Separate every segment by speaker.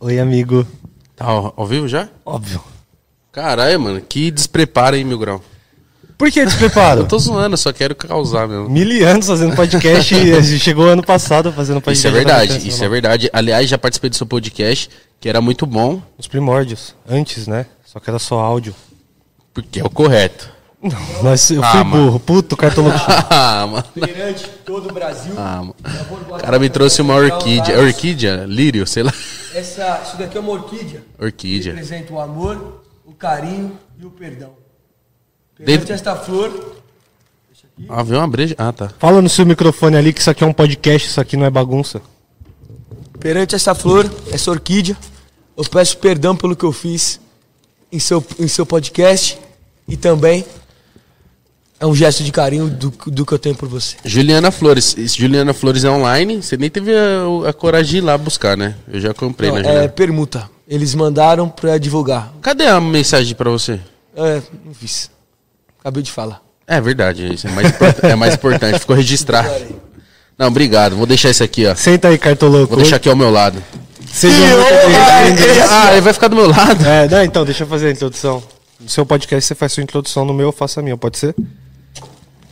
Speaker 1: Oi, amigo.
Speaker 2: Tá ao, ao vivo já?
Speaker 1: Óbvio.
Speaker 2: Caralho, mano, que despreparo, hein, Mil Grau?
Speaker 1: Por que despreparo?
Speaker 2: Eu tô zoando, eu só quero causar mesmo.
Speaker 1: Mil anos fazendo podcast. e chegou ano passado fazendo podcast. tá
Speaker 2: Isso é
Speaker 1: da
Speaker 2: verdade,
Speaker 1: Renascença,
Speaker 2: isso é
Speaker 1: não.
Speaker 2: verdade. Aliás, já participei do seu podcast, que era muito bom,
Speaker 1: Os primórdios. Antes, né? Só que era só áudio.
Speaker 2: porque é o correto.
Speaker 1: Não, nós, eu fui
Speaker 2: Ah, mano.
Speaker 1: burro. Puto, cartoloco.
Speaker 2: ah, mano.
Speaker 3: Perante todo o Brasil.
Speaker 2: Ah, mano. O cara me trouxe uma orquídea. Orquídea? Lírio, sei lá.
Speaker 3: Essa, isso daqui é uma orquídea.
Speaker 2: Orquídea.
Speaker 3: Representa o amor, o carinho e o perdão. Perante
Speaker 2: Dentro-
Speaker 3: esta flor,
Speaker 2: Ah, veio uma breja. Ah, tá.
Speaker 1: Fala no seu microfone ali que isso aqui é um podcast, isso aqui não é bagunça.
Speaker 3: perante essa flor, essa orquídea, eu peço perdão pelo que eu fiz em seu, em seu podcast e também é um gesto de carinho do, do que eu tenho por você.
Speaker 2: Juliana Flores. Esse Juliana Flores é online. Você nem teve a, a coragem de ir lá buscar, né? Eu já comprei,
Speaker 3: Não,
Speaker 2: né,
Speaker 3: é
Speaker 2: Juliana?
Speaker 3: permuta. Eles mandaram pra divulgar.
Speaker 2: Cadê a mensagem pra você?
Speaker 3: É, não fiz. Acabei de falar.
Speaker 2: É verdade, isso é mais, import- é mais importante. Ficou registrar. Não, obrigado. Vou deixar isso aqui, ó.
Speaker 1: Senta aí, cartoloco.
Speaker 2: Vou deixar aqui ao meu lado.
Speaker 1: Sejam muito bem-vindos.
Speaker 2: Ah, ele vai ficar do meu lado.
Speaker 1: É, não, então, deixa eu fazer a introdução. No seu podcast você faz sua introdução, no meu eu faço a minha, pode ser?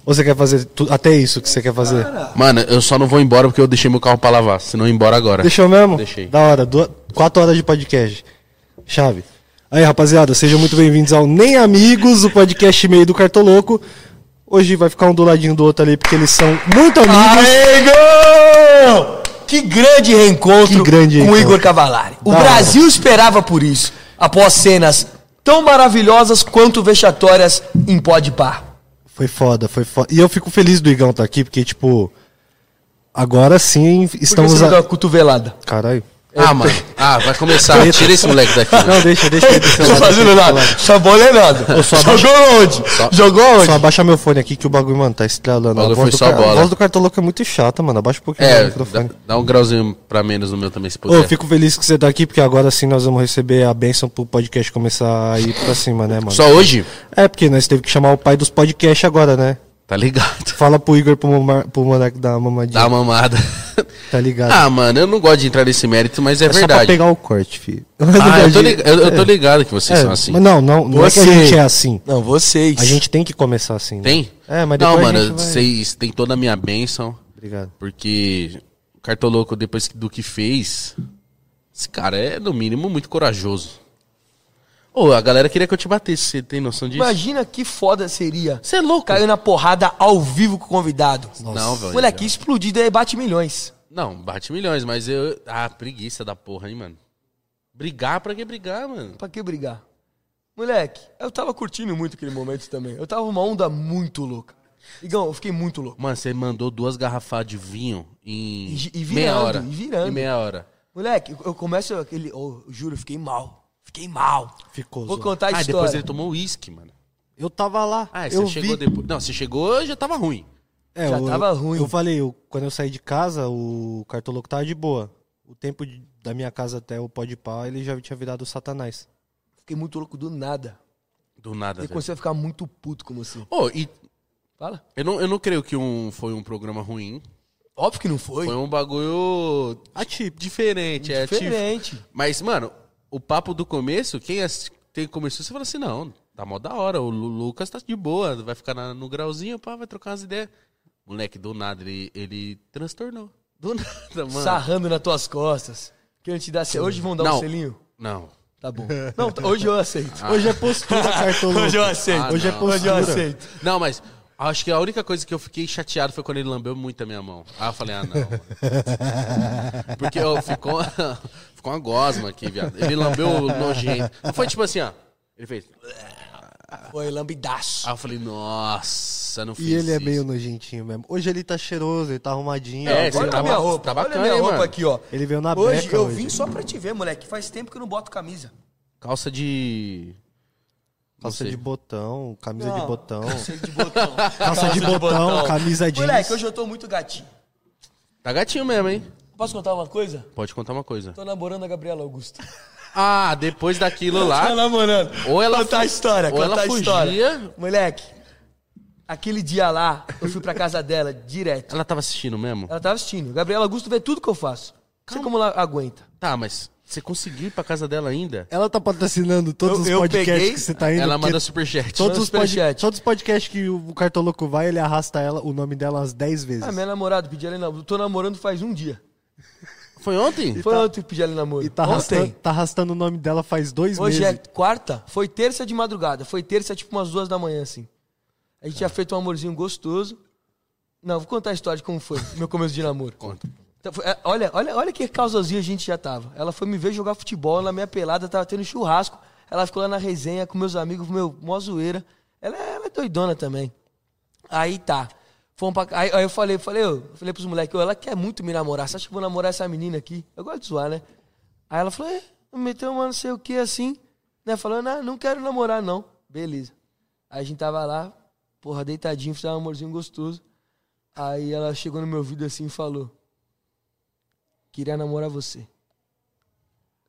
Speaker 1: Ou você quer fazer tu- até isso que você quer fazer?
Speaker 2: Mano, eu só não vou embora porque eu deixei meu carro pra lavar. Se não, eu ia embora agora.
Speaker 1: Deixou mesmo?
Speaker 2: Deixei.
Speaker 1: Da hora, duas, quatro horas de podcast. Chave. Aí, rapaziada, sejam muito bem-vindos ao Nem Amigos, o podcast meio do Cartoloco. Hoje vai ficar um do ladinho do outro ali, porque eles são muito amigos.
Speaker 3: Amigo! Que grande reencontro
Speaker 1: Que grande
Speaker 3: com o
Speaker 1: reencontro.
Speaker 3: Igor Cavalari. O
Speaker 1: Da hora.
Speaker 3: Brasil esperava por isso, após cenas tão maravilhosas quanto vexatórias em Podpah.
Speaker 1: Foi foda, foi foda. E eu fico feliz do Igão estar aqui, porque, tipo, agora sim
Speaker 3: Estamos
Speaker 1: estamos.
Speaker 3: você não
Speaker 2: tá-
Speaker 3: deu
Speaker 1: A...
Speaker 3: uma cotovelada.
Speaker 1: Caralho.
Speaker 2: Ah, mano. Ah, vai começar. Tira esse moleque daqui.
Speaker 1: Não, deixa, deixa aí do seu
Speaker 3: Não
Speaker 1: lado,
Speaker 3: fazendo
Speaker 1: deixa do seu
Speaker 3: nada.
Speaker 1: lado.
Speaker 3: Só bolei nada.
Speaker 1: só
Speaker 3: Jogou onde? Jogou
Speaker 1: Só
Speaker 3: onde?
Speaker 1: abaixa meu fone aqui que o bagulho, mano, tá estralando.
Speaker 2: O bagulho
Speaker 1: A voz,
Speaker 2: foi
Speaker 1: do
Speaker 2: só
Speaker 1: car- a
Speaker 2: bola.
Speaker 1: voz do cartoloco é muito chata, mano. Abaixa um pouquinho o
Speaker 2: É, dá,
Speaker 1: microfone.
Speaker 2: dá um grauzinho pra menos no meu também, se
Speaker 1: Ô, eu
Speaker 2: puder.
Speaker 1: fico feliz que você tá aqui, porque agora sim nós vamos receber a bênção pro podcast começar a ir pra cima, né, mano?
Speaker 2: Só hoje?
Speaker 1: É, porque nós teve que chamar o pai dos podcasts agora, né?
Speaker 2: Tá ligado.
Speaker 1: Fala pro Igor, pro, Momar, pro Monark dar uma mamadinha.
Speaker 2: Dá uma mamada.
Speaker 1: Tá ligado?
Speaker 2: Ah, mano, eu não gosto de entrar nesse mérito, mas é,
Speaker 1: é só pra
Speaker 2: verdade.
Speaker 1: pegar o corte, filho.
Speaker 2: Ah, eu tô, ligado, eu, eu tô ligado que vocês
Speaker 1: É,
Speaker 2: são assim.
Speaker 1: Mas não, não, não é que a
Speaker 3: Você-
Speaker 1: gente é assim.
Speaker 3: Não, vocês.
Speaker 1: A gente tem que começar assim. né?
Speaker 2: Tem?
Speaker 1: É, mas depois
Speaker 2: Não,
Speaker 1: a
Speaker 2: mano,
Speaker 1: gente vai-
Speaker 2: vocês têm toda a minha bênção.
Speaker 1: Obrigado.
Speaker 2: Porque o Cartoloco, depois do que fez, esse cara é, no mínimo, muito corajoso. Ô, a galera queria que eu te batesse, você tem noção disso?
Speaker 3: Imagina que foda seria.
Speaker 2: Você é louco?
Speaker 3: Caiu na porrada ao vivo com o convidado.
Speaker 2: Não, velho.
Speaker 3: Moleque, explodido aí bate milhões.
Speaker 2: Não, bate milhões, mas eu... Ah, preguiça da porra, hein, mano. Brigar pra que brigar, mano?
Speaker 3: Pra que brigar? Moleque, eu tava curtindo muito aquele momento também. Eu tava uma onda muito louca. Igão, eu fiquei muito louco.
Speaker 2: Mano, você mandou duas garrafadas de vinho em
Speaker 3: E gi- e
Speaker 2: meia
Speaker 3: virando,
Speaker 2: hora.
Speaker 3: e virando.
Speaker 2: Em meia hora.
Speaker 3: Moleque, eu- eu começo aquele. Oh, eu juro, eu fiquei mal. Fiquei mal.
Speaker 1: Ficou.
Speaker 3: Vou
Speaker 1: zoado.
Speaker 3: contar a
Speaker 2: ah, depois
Speaker 3: história.
Speaker 2: ele tomou uísque, mano.
Speaker 1: Eu tava lá.
Speaker 2: Ah, e
Speaker 1: eu
Speaker 2: você chegou
Speaker 1: vi.
Speaker 2: depois... Não, você chegou já tava ruim.
Speaker 1: É,
Speaker 3: Já
Speaker 1: eu-
Speaker 3: tava ruim.
Speaker 1: Eu falei, eu- quando eu saí de casa, o cartoloco tava de boa. O tempo de- da minha casa até o pó de pau, ele já tinha virado o satanás.
Speaker 3: Fiquei muito louco do nada.
Speaker 2: Tá Do nada,
Speaker 3: Eu
Speaker 2: velho.
Speaker 3: comecei a ficar muito puto com você.
Speaker 2: Ô, e
Speaker 3: Fala.
Speaker 2: eu não, eu não creio que um, foi um programa ruim.
Speaker 3: Óbvio que não foi.
Speaker 2: Foi um bagulho
Speaker 1: Atípico.
Speaker 2: diferente, é atípico.
Speaker 3: Diferente.
Speaker 2: Mas, mano, o papo do começo, quem assi- tem começou, você fala assim, não, tá mó da hora, o Lu- Lucas tá de boa, vai ficar na- no grauzinho, pá, vai trocar umas ideias. Moleque, do nada, ele, ele transtornou. Do nada, mano.
Speaker 3: Sarrando nas tuas costas. Quero te dar. sel- Hoje vão dar
Speaker 2: Não. Ah.
Speaker 3: um selinho?
Speaker 2: Não.
Speaker 3: Tá bom. Não, t- hoje eu aceito.
Speaker 1: Hoje é postura, cartoloco.
Speaker 3: Hoje eu aceito.
Speaker 2: Ah,
Speaker 1: Hoje é
Speaker 2: não.
Speaker 1: postura.
Speaker 3: Hoje eu aceito.
Speaker 2: Não, mas acho que a única coisa que eu fiquei chateado foi quando ele lambeu muito a minha mão. Ah, eu falei, ah, não. mano. Porque ó, ficou, ficou uma gosma aqui, viado. Ele lambeu nojento. Não foi tipo assim, ó. Ele fez.
Speaker 3: Foi lambidaço.
Speaker 2: Ah, eu falei, nossa, não fiz
Speaker 1: E ele é
Speaker 2: isso.
Speaker 1: meio nojentinho mesmo. Hoje ele tá cheiroso, ele tá arrumadinho. Agora-
Speaker 2: É,
Speaker 3: Olha
Speaker 2: você tá
Speaker 3: a minha
Speaker 2: ba-
Speaker 3: roupa.
Speaker 2: tá
Speaker 3: Olha a
Speaker 2: bacana,
Speaker 3: minha
Speaker 2: hein,
Speaker 3: roupa
Speaker 2: mano?
Speaker 3: aqui, ó.
Speaker 1: Ele veio na
Speaker 3: hoje
Speaker 1: beca
Speaker 3: eu
Speaker 1: hoje.
Speaker 3: vim só pra te ver, moleque. Faz tempo que eu não boto camisa.
Speaker 2: Calça de. não
Speaker 1: Calça
Speaker 2: sei.
Speaker 1: de botão, camisa de
Speaker 3: Não.
Speaker 1: botão.
Speaker 3: Sei de botão.
Speaker 1: Calça de botão, camisa jeans.
Speaker 3: Moleque, hoje eu tô muito gatinho.
Speaker 2: Tá gatinho mesmo, hein?
Speaker 3: Posso contar uma coisa?
Speaker 2: Pode contar uma coisa.
Speaker 3: Tô namorando a Gabriela Augusto.
Speaker 2: Ah, depois daquilo lá.
Speaker 3: Tô namorando.
Speaker 2: Ah? Ou ela
Speaker 3: Contar a
Speaker 2: fu-
Speaker 3: história,
Speaker 2: ou
Speaker 3: contar
Speaker 2: ela
Speaker 3: a história.
Speaker 2: fugia.
Speaker 3: Moleque, aquele dia lá, eu fui pra casa dela direto.
Speaker 2: Ela tava assistindo mesmo?
Speaker 3: Ela tava assistindo. Gabriela Augusto vê tudo que eu faço. Não sei como ela aguenta.
Speaker 2: Tá, mas. Você conseguiu ir pra casa dela ainda?
Speaker 4: Ela tá patrocinando todos
Speaker 3: Eu-
Speaker 4: os
Speaker 3: eu
Speaker 4: podcasts
Speaker 3: peguei,
Speaker 4: que você tá indo.
Speaker 2: Ela
Speaker 4: porque
Speaker 2: manda superchat.
Speaker 4: todos,
Speaker 3: manda
Speaker 4: os pod-
Speaker 3: superchat.
Speaker 4: todos os podcasts que o Cartoloco vai, ele arrasta ela, o nome dela umas 10 vezes.
Speaker 3: Ah, minha namorada, pedi ela em namoro. Tô namorando faz um dia.
Speaker 2: Foi ontem?
Speaker 3: Foi ontem que pedi ela em namoro.
Speaker 4: E tá arrastando,
Speaker 3: ontem.
Speaker 4: tá arrastando o nome dela faz dois
Speaker 3: Hoje é
Speaker 4: meses.
Speaker 3: quarta? Foi terça de madrugada. Foi terça, tipo, umas duas da manhã, assim. A gente tinha
Speaker 4: É.
Speaker 3: feito um amorzinho gostoso. Não, vou contar a história de como foi meu começo de namoro.
Speaker 2: Conta.
Speaker 3: Então, foi- é, olha, olha, olha que causazinha a gente já tava. Ela foi me ver jogar futebol, na minha pelada, tava tendo churrasco. Ela ficou lá na resenha com meus amigos, meu, mó zoeira. Ela, é- ela é doidona também. Aí tá. Fomos pra, aí, aí eu falei, falei, eu falei pros moleques, "Ô, ela quer muito me namorar. Você acha que eu vou namorar essa menina aqui? Eu gosto de zoar, né? Aí ela falou, é, meteu uma não sei o que assim, né? Falou, não, não quero namorar, não. Beleza. Aí a gente tava lá, porra, deitadinho, fizemos um amorzinho gostoso. Aí ela chegou no meu ouvido assim e falou: Queria namorar você.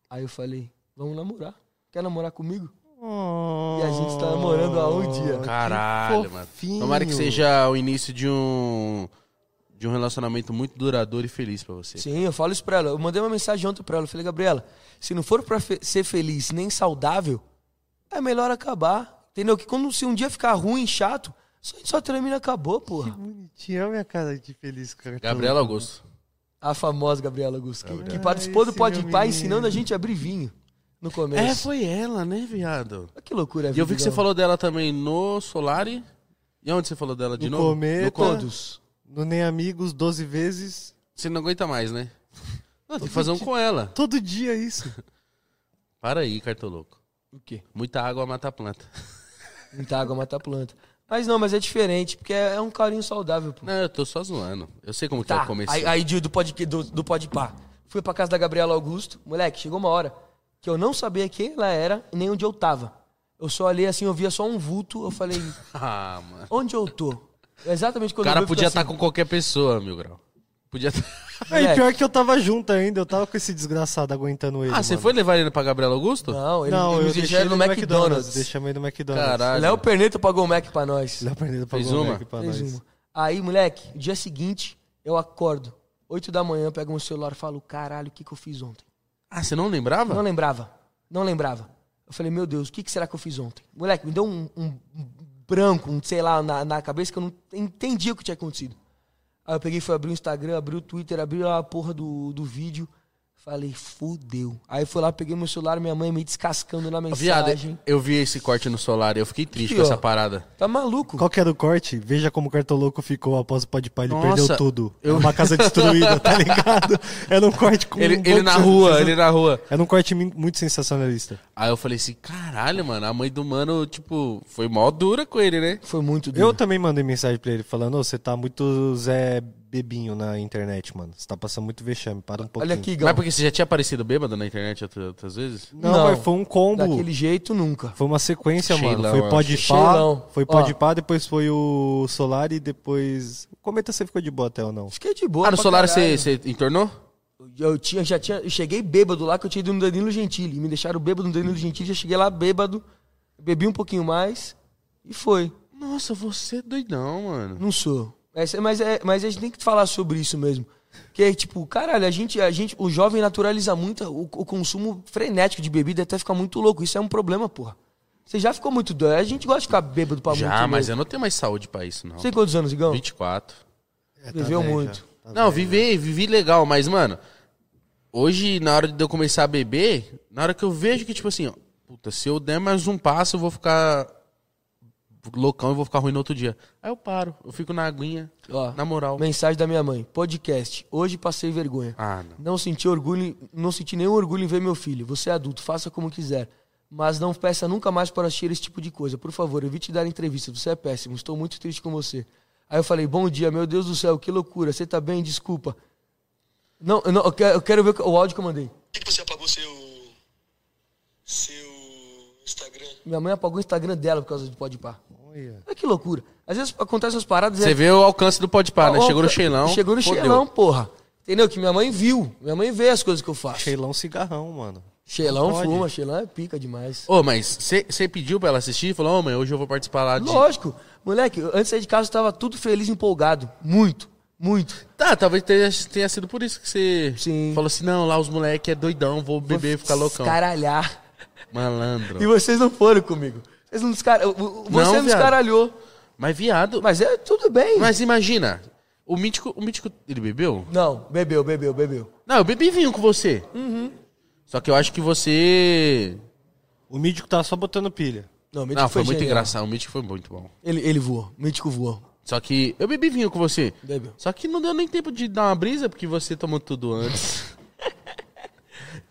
Speaker 3: Aí eu falei: Vamos namorar. Quer namorar comigo? E a gente tá namorando há um dia.
Speaker 4: Oh,
Speaker 2: Caralho, mano.
Speaker 4: fofinho.
Speaker 2: Tomara que seja o início de um de um relacionamento muito duradouro e feliz pra você.
Speaker 3: Sim, eu falo isso pra ela. Eu mandei uma mensagem ontem pra ela. Eu falei, Gabriela, se não for pra fe- ser feliz nem saudável, é melhor acabar. Entendeu? Que quando se um dia ficar ruim, chato, só, só termina e acabou, porra.
Speaker 4: Bonitinha minha cara de feliz com o Cartoloco.
Speaker 2: Gabriela Augusto.
Speaker 3: A famosa Gabriela Augusto,
Speaker 2: É
Speaker 3: que, que
Speaker 4: Ah,
Speaker 3: participou do
Speaker 4: esse
Speaker 3: Pode
Speaker 4: meu
Speaker 3: Pá
Speaker 4: menino.
Speaker 3: ensinando a gente a abrir vinho no começo.
Speaker 2: É, foi ela, né, viado?
Speaker 3: Olha Que loucura,
Speaker 2: E eu vi que você
Speaker 3: Vigão.
Speaker 2: falou dela também no Solari. E onde você falou dela de
Speaker 4: No
Speaker 2: novo?
Speaker 4: Cometa.
Speaker 2: No Cometa.
Speaker 3: Todos.
Speaker 4: No Nem Amigos, 12 vezes.
Speaker 2: Você não aguenta mais, né? Não, tem que fazer um com ela.
Speaker 4: Todo dia isso.
Speaker 2: Para aí, cartoloco.
Speaker 3: O quê?
Speaker 2: Muita água mata a planta.
Speaker 3: Muita água mata a planta. Mas não, mas é diferente, porque é, é um carinho saudável, pô.
Speaker 2: Não, eu tô só zoando. Eu sei como que é
Speaker 3: Tá,
Speaker 2: o começo.
Speaker 3: aí, aí de- do, pod, do, do Podpah. Fui pra casa da Gabriela Augusto. Moleque, chegou uma hora que eu não sabia quem ela era e nem onde eu tava. Eu só olhei assim, eu via só um vulto. Eu falei,
Speaker 2: Ah, mano.
Speaker 3: onde eu tô? É Exatamente
Speaker 2: O
Speaker 3: quando eu
Speaker 2: cara
Speaker 3: vi, eu
Speaker 2: podia tá
Speaker 3: fico
Speaker 2: estar
Speaker 3: assim,
Speaker 2: com qualquer pessoa, meu grau. Podia tá estar.
Speaker 4: Aí
Speaker 3: Moleque.
Speaker 4: pior que eu tava junto ainda, eu tava com esse desgraçado aguentando ele.
Speaker 2: Ah, você
Speaker 4: mano.
Speaker 2: foi levar ele pra Gabriela Augusto?
Speaker 3: assim, Não, ele,
Speaker 4: Não,
Speaker 3: ele nos
Speaker 4: eu deixei
Speaker 3: deixou
Speaker 4: ele
Speaker 3: no McDonald's.
Speaker 4: Deixamos ele no McDonald's.
Speaker 2: Caralho.
Speaker 3: Léo Perneta pagou o Mac pra nós.
Speaker 4: Léo Perneta
Speaker 2: Fez
Speaker 4: pagou o
Speaker 2: uma?
Speaker 4: Mac pra
Speaker 3: Fez
Speaker 4: nós.
Speaker 3: uma. Aí, moleque, dia seguinte, eu acordo. 8 da manhã, eu pego meu celular e falo, caralho, o que, que eu fiz ontem?
Speaker 2: Ah, você não lembrava?
Speaker 3: Não lembrava. Não lembrava. Eu falei, meu Deus, o que, que será que eu fiz ontem? Moleque, me deu um, um- um branco, um sei lá, na, na cabeça que eu não entendi o que tinha acontecido. Aí eu peguei, fui abrir o Instagram, abri o Twitter, abri lá a porra do, do vídeo. Falei, fudeu. Aí eu fui lá, peguei meu celular, minha mãe me descascando na
Speaker 2: Viado,
Speaker 4: é-
Speaker 3: mensagem.
Speaker 2: eu vi esse corte no solar e eu fiquei triste com
Speaker 3: Aqui, ó.
Speaker 2: essa parada.
Speaker 3: Tá maluco?
Speaker 4: Qual que era o corte? Veja como o Cartoloco ficou após o Podpah, ele
Speaker 2: Nossa,
Speaker 4: perdeu tudo. É
Speaker 2: eu-
Speaker 4: Uma casa destruída, tá ligado? Era um corte com...
Speaker 2: Ele,
Speaker 4: um
Speaker 2: ele
Speaker 4: monte
Speaker 2: na
Speaker 4: de-
Speaker 2: rua, ele na rua.
Speaker 4: Era um corte min- muito sensacionalista.
Speaker 2: Aí eu falei assim, caralho, mano, a mãe do mano, tipo, foi mó dura com ele, né?
Speaker 3: Foi muito duro.
Speaker 4: Eu também mandei mensagem pra ele falando, "Ô, você tá muito Zé Bebinho na internet, mano. Você tá passando muito vexame, para um pouquinho.
Speaker 3: Olha aqui,
Speaker 2: Mas
Speaker 3: Gão.
Speaker 2: porque você já tinha aparecido bêbado na internet outra- outras vezes?
Speaker 4: Não,
Speaker 3: Não.
Speaker 4: mas foi um combo.
Speaker 3: Daquele jeito, nunca.
Speaker 4: Foi uma sequência,
Speaker 2: Sheilão,
Speaker 4: mano. Foi
Speaker 2: eu
Speaker 3: Sheilão.
Speaker 4: Podpah, foi
Speaker 3: Ó.
Speaker 4: Podpah, depois foi o Solar e depois... O Cometa você ficou de boa até ou não?
Speaker 3: Fiquei é de boa.
Speaker 2: Ah, no
Speaker 3: pra
Speaker 2: solar você
Speaker 3: caralho.
Speaker 2: você entornou?
Speaker 3: Eu tinha, já tinha, eu cheguei bêbado lá que eu tinha ido no Danilo Gentili. Me deixaram bêbado no Danilo Gentili, já cheguei lá bêbado, bebi um pouquinho mais e foi.
Speaker 2: Nossa, você é doidão, mano.
Speaker 3: Não sou. Essa- mas, é, mas a gente tem que falar sobre isso mesmo. Que, tipo, caralho, a gente, a gente, o jovem naturaliza muito o, o consumo frenético de bebida até ficar muito louco. Isso é um problema, porra. Você já ficou muito doido. A gente gosta de ficar bêbado pra muito
Speaker 2: já, mas
Speaker 3: louco.
Speaker 2: eu não tenho mais saúde pra isso, não.
Speaker 3: Você tem quantos anos, Igão?
Speaker 2: 24.
Speaker 4: É, tá
Speaker 3: Viveu
Speaker 4: velho
Speaker 3: muito.
Speaker 4: já. Tá
Speaker 2: Não,
Speaker 3: né?
Speaker 2: vivi, vivi legal, mas, mano, hoje, na hora de eu começar a beber, na hora que eu vejo que, tipo assim, ó, puta, se eu der mais um passo, eu vou ficar loucão e vou ficar ruim no outro dia. Aí eu paro, eu fico na aguinha,
Speaker 3: Ó,
Speaker 2: na moral.
Speaker 3: Mensagem da minha mãe. Podcast. Hoje passei vergonha.
Speaker 2: Ah, não.
Speaker 3: Não senti orgulho, não senti nenhum orgulho em ver meu filho. Você é adulto, faça como quiser. Mas não peça nunca mais para assistir esse tipo de coisa. Por favor, evite dar entrevista. Você é péssimo. Estou muito triste com você. Aí eu falei, bom dia, meu Deus do céu, que loucura. Você tá bem? Desculpa. Não, eu não, eu quero, eu quero ver o áudio que eu mandei.
Speaker 5: Por que que você apagou seu. seu Instagram?
Speaker 3: Minha mãe apagou o Instagram dela por causa do podpar.
Speaker 4: Olha.
Speaker 3: Olha que loucura. Às vezes acontecem umas paradas... e
Speaker 2: Você vê o alcance do pode par, né?
Speaker 3: é Ó,
Speaker 2: Chegou no Sheilão.
Speaker 3: Chegou no
Speaker 2: fodeu.
Speaker 3: Sheilão, porra. Entendeu? Que minha mãe viu. Minha mãe vê as coisas que eu faço.
Speaker 4: Sheilão cigarrão, mano.
Speaker 3: Sheilão
Speaker 4: Pode.
Speaker 3: fuma, Sheilão é pica demais.
Speaker 2: Ô, mas você pediu pra ela assistir e falou, ô, mãe, hoje eu vou participar lá de...
Speaker 3: Lógico. Moleque, antes de sair de casa eu tava tudo feliz, empolgado. Muito. Muito.
Speaker 2: Tá, talvez tenha, tenha sido por isso que você
Speaker 3: Sim.
Speaker 2: falou assim, não, lá os moleque é doidão, vou beber e ficar loucão.
Speaker 3: Caralhar.
Speaker 2: Malandro.
Speaker 3: E vocês não foram comigo. Vocês não descar... o- o- Você
Speaker 2: Não,
Speaker 3: não,
Speaker 2: viado.
Speaker 3: descaralhou.
Speaker 2: Mas viado, mas,
Speaker 3: Mas é tudo bem.
Speaker 2: imagina, o Mítico, o Mítico, ele bebeu?
Speaker 3: Não, bebeu, bebeu, bebeu.
Speaker 2: Não, eu bebi vinho com você.
Speaker 3: Uhum.
Speaker 2: Só que eu acho que você...
Speaker 1: O mídico tá só botando pilha.
Speaker 3: Não, o Mítico
Speaker 2: Não, Ah, foi, muito
Speaker 3: genial.
Speaker 2: engraçado, o Mítico foi muito bom.
Speaker 3: Ele, ele voou. O Mítico voou.
Speaker 2: Só que eu bebi vinho com você.
Speaker 3: Bebeu.
Speaker 2: Só que não deu nem tempo de dar uma brisa, porque você tomou tudo antes.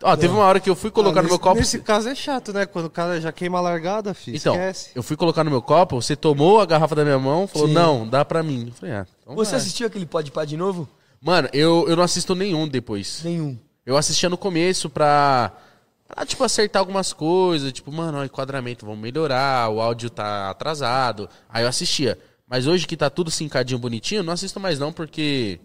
Speaker 2: Ó, teve uma hora que eu fui colocar
Speaker 1: Ah,
Speaker 2: no meu
Speaker 1: nesse-
Speaker 2: copo...
Speaker 1: Nesse caso é chato, né? Quando o cara já queima a largada, filho.
Speaker 2: Então,
Speaker 1: esquece.
Speaker 2: eu fui colocar no meu copo, você tomou a garrafa da minha mão, falou,
Speaker 3: Sim.
Speaker 2: não, dá pra mim. Eu falei, ah, então
Speaker 3: Você
Speaker 2: vai.
Speaker 3: assistiu aquele Pode Pá de novo?
Speaker 2: Mano, eu, eu não assisto nenhum depois.
Speaker 3: Nenhum.
Speaker 2: Eu assistia no começo pra, pra, tipo, acertar algumas coisas. Tipo, mano, ó, enquadramento, vamos melhorar, o áudio tá atrasado. Aí eu assistia. Mas hoje que tá tudo cincadinho, bonitinho, eu não assisto mais não, porque...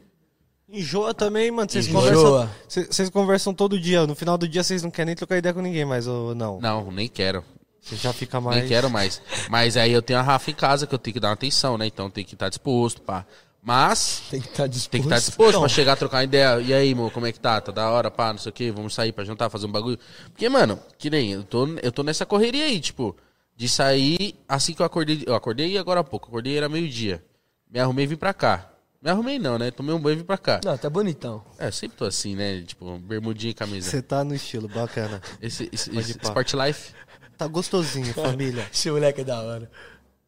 Speaker 1: Enjoa também, mano. Vocês
Speaker 3: Enjoa.
Speaker 1: conversam, cê- vocês conversam todo dia. No final do dia vocês não querem nem trocar ideia com ninguém mais, ou não.
Speaker 2: Não, nem quero.
Speaker 1: Você já fica mais.
Speaker 2: Nem quero mais. Mas aí eu tenho a Rafa em casa, que eu tenho que dar uma atenção, né? Então tem que estar disposto, pá. Mas...
Speaker 3: Tem que estar tá disposto.
Speaker 2: Tem que estar disposto pra chegar a trocar uma ideia. E aí, mo, como é que tá? Tá da hora, pá, não sei o quê, vamos sair pra jantar, fazer um bagulho. Porque, mano, que nem, eu tô, eu tô nessa correria aí, tipo, de sair assim que eu acordei. Eu acordei agora há pouco, acordei era meio-dia. Me arrumei e vim pra cá. Me arrumei não, né? Tomei um banho e vim pra cá.
Speaker 3: Não, tá bonitão.
Speaker 2: É, eu sempre tô assim, né? Tipo, bermudinha e camisa.
Speaker 1: Você tá no estilo, bacana.
Speaker 2: Esse, esse-
Speaker 1: Pode
Speaker 2: esse
Speaker 1: pá.
Speaker 2: Sport Life.
Speaker 1: Tá gostosinho, família.
Speaker 3: Esse moleque é da hora.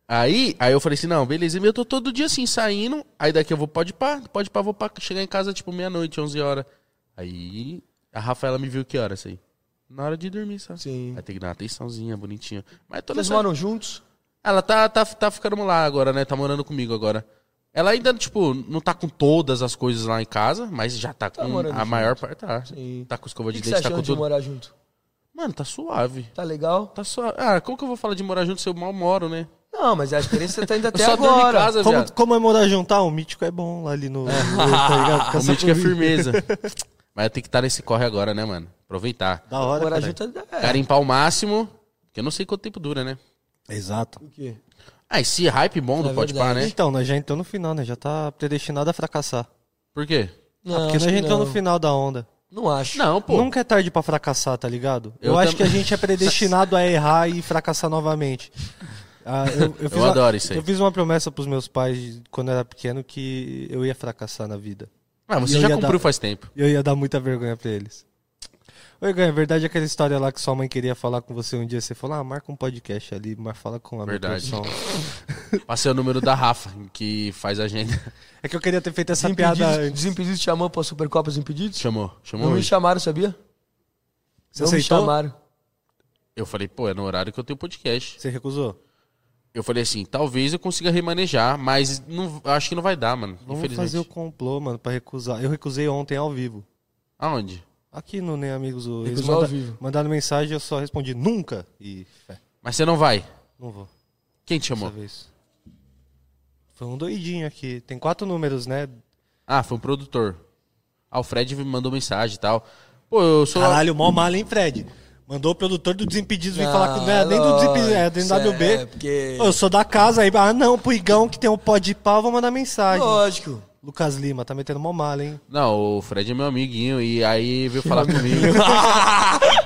Speaker 2: Aí, aí eu falei assim, não, beleza, e eu tô todo dia assim, saindo, aí daqui eu vou pode pá, pode pá, vou pá, chegar em casa tipo meia-noite, 11 horas. Aí a Rafaela me viu que horas aí? Na hora de dormir, sabe?
Speaker 3: Sim.
Speaker 2: Aí tem que dar uma atençãozinha, bonitinha. É, Mas é toda
Speaker 3: Vocês
Speaker 2: essa...
Speaker 3: moram juntos?
Speaker 2: Ela tá, tá, tá ficando lá agora, né? Tá morando comigo agora. Ela ainda, tipo, não tá com todas as coisas lá em casa, mas já tá, com
Speaker 3: morando
Speaker 2: a
Speaker 3: junto.
Speaker 2: maior parte, tá.
Speaker 3: Sim.
Speaker 2: Tá com escova
Speaker 3: O
Speaker 2: de
Speaker 3: que, que você
Speaker 2: dente, tá com
Speaker 3: achou de
Speaker 2: tudo.
Speaker 3: morar junto?
Speaker 2: Mano, tá suave.
Speaker 3: Tá legal?
Speaker 2: Tá suave. Ah, como que eu vou falar de morar junto se eu mal moro, né?
Speaker 3: Não, mas a experiência tá
Speaker 2: Eu
Speaker 3: ainda até
Speaker 2: só durmo em
Speaker 3: agora.
Speaker 2: casa, viado.
Speaker 1: Como, como é morar juntar? O mítico é bom lá ali no. no tá ligado? Fica
Speaker 2: O
Speaker 1: só
Speaker 2: mítico é
Speaker 1: com-
Speaker 2: firmeza. Mas tem que estar nesse corre agora, né, mano? Aproveitar.
Speaker 1: Da hora.
Speaker 3: morar
Speaker 1: caralho.
Speaker 3: junto é...
Speaker 2: Carimpar o máximo. Que eu não sei quanto tempo dura, né?
Speaker 1: Exato.
Speaker 3: é, O quê?
Speaker 2: Ah, esse hype bom do
Speaker 3: É
Speaker 2: Pode Par, né?
Speaker 1: Então, nós já entrou no final, né? Já tá predestinado a fracassar. Ah,
Speaker 2: Por quê?
Speaker 3: Não,
Speaker 1: Porque nós
Speaker 3: acho
Speaker 1: já
Speaker 3: que
Speaker 1: entrou
Speaker 3: não.
Speaker 1: no final da onda.
Speaker 3: Não acho.
Speaker 2: Não, pô.
Speaker 1: Nunca é tarde pra fracassar, tá ligado? Eu,
Speaker 2: Eu
Speaker 1: acho
Speaker 2: tam-
Speaker 1: que a gente é predestinado a errar e fracassar novamente. Ah, eu, eu fiz uma-
Speaker 2: adoro isso aí.
Speaker 1: Eu fiz uma promessa pros meus pais quando eu era pequeno que eu ia fracassar na vida.
Speaker 2: Ah, você
Speaker 1: Eu
Speaker 2: já
Speaker 1: ia
Speaker 2: cumpriu
Speaker 1: dar-
Speaker 2: faz tempo.
Speaker 1: E eu ia dar muita vergonha pra eles. Oi, Ganha, verdade é aquela história lá que sua mãe queria falar com você um dia. Você falou, ah, marca um podcast ali, mas fala com a minha
Speaker 2: Verdade.
Speaker 1: produção.
Speaker 2: Passei o número da Rafa, que faz a agenda.
Speaker 1: É que eu queria ter feito essa
Speaker 3: Desimpedidos,
Speaker 1: piada antes.
Speaker 3: Desimpedidos te chamou pra Supercopa Desimpedidos?
Speaker 2: Chamou. Chamou
Speaker 3: Não me
Speaker 2: hoje.
Speaker 3: chamaram, sabia?
Speaker 1: Você
Speaker 3: não
Speaker 1: aceitou?
Speaker 3: me chamaram.
Speaker 2: Eu falei, pô, é no horário que eu tenho podcast.
Speaker 1: Você recusou?
Speaker 2: Eu falei assim, talvez eu consiga remanejar, mas não, acho que não vai dar, mano.
Speaker 1: Vamos
Speaker 2: infelizmente.
Speaker 1: fazer o complô, mano, pra recusar. Eu recusei ontem ao vivo.
Speaker 2: Aonde?
Speaker 1: Aqui no Nem Amigos, eles
Speaker 3: Recusou ao
Speaker 1: manda-
Speaker 3: vivo.
Speaker 1: mandaram mensagem, eu só respondi nunca. E fé,
Speaker 2: Mas você não vai.
Speaker 1: não vou
Speaker 2: Quem te
Speaker 1: dessa
Speaker 2: chamou?
Speaker 1: vez. Foi um doidinho aqui. Tem quatro números, né?
Speaker 2: Ah, foi um produtor. Ah, o Fred me mandou mensagem e tal. Pô, eu sou.
Speaker 1: Caralho, mó mala, hein, Fred? Mandou o produtor do Desimpedidos vir falar com. Não é nem do
Speaker 3: lógico,
Speaker 1: Desimpedidos, é do
Speaker 3: isso
Speaker 1: NWB.
Speaker 3: É, porque...
Speaker 1: Ô, Eu sou da casa aí. Ah, não, pro Igão que tem um pó de pau, vou mandar mensagem.
Speaker 3: Lógico.
Speaker 1: Lucas Lima, tá metendo mó mala, hein?
Speaker 2: Não, o Fred é meu amiguinho e aí veio falar comigo.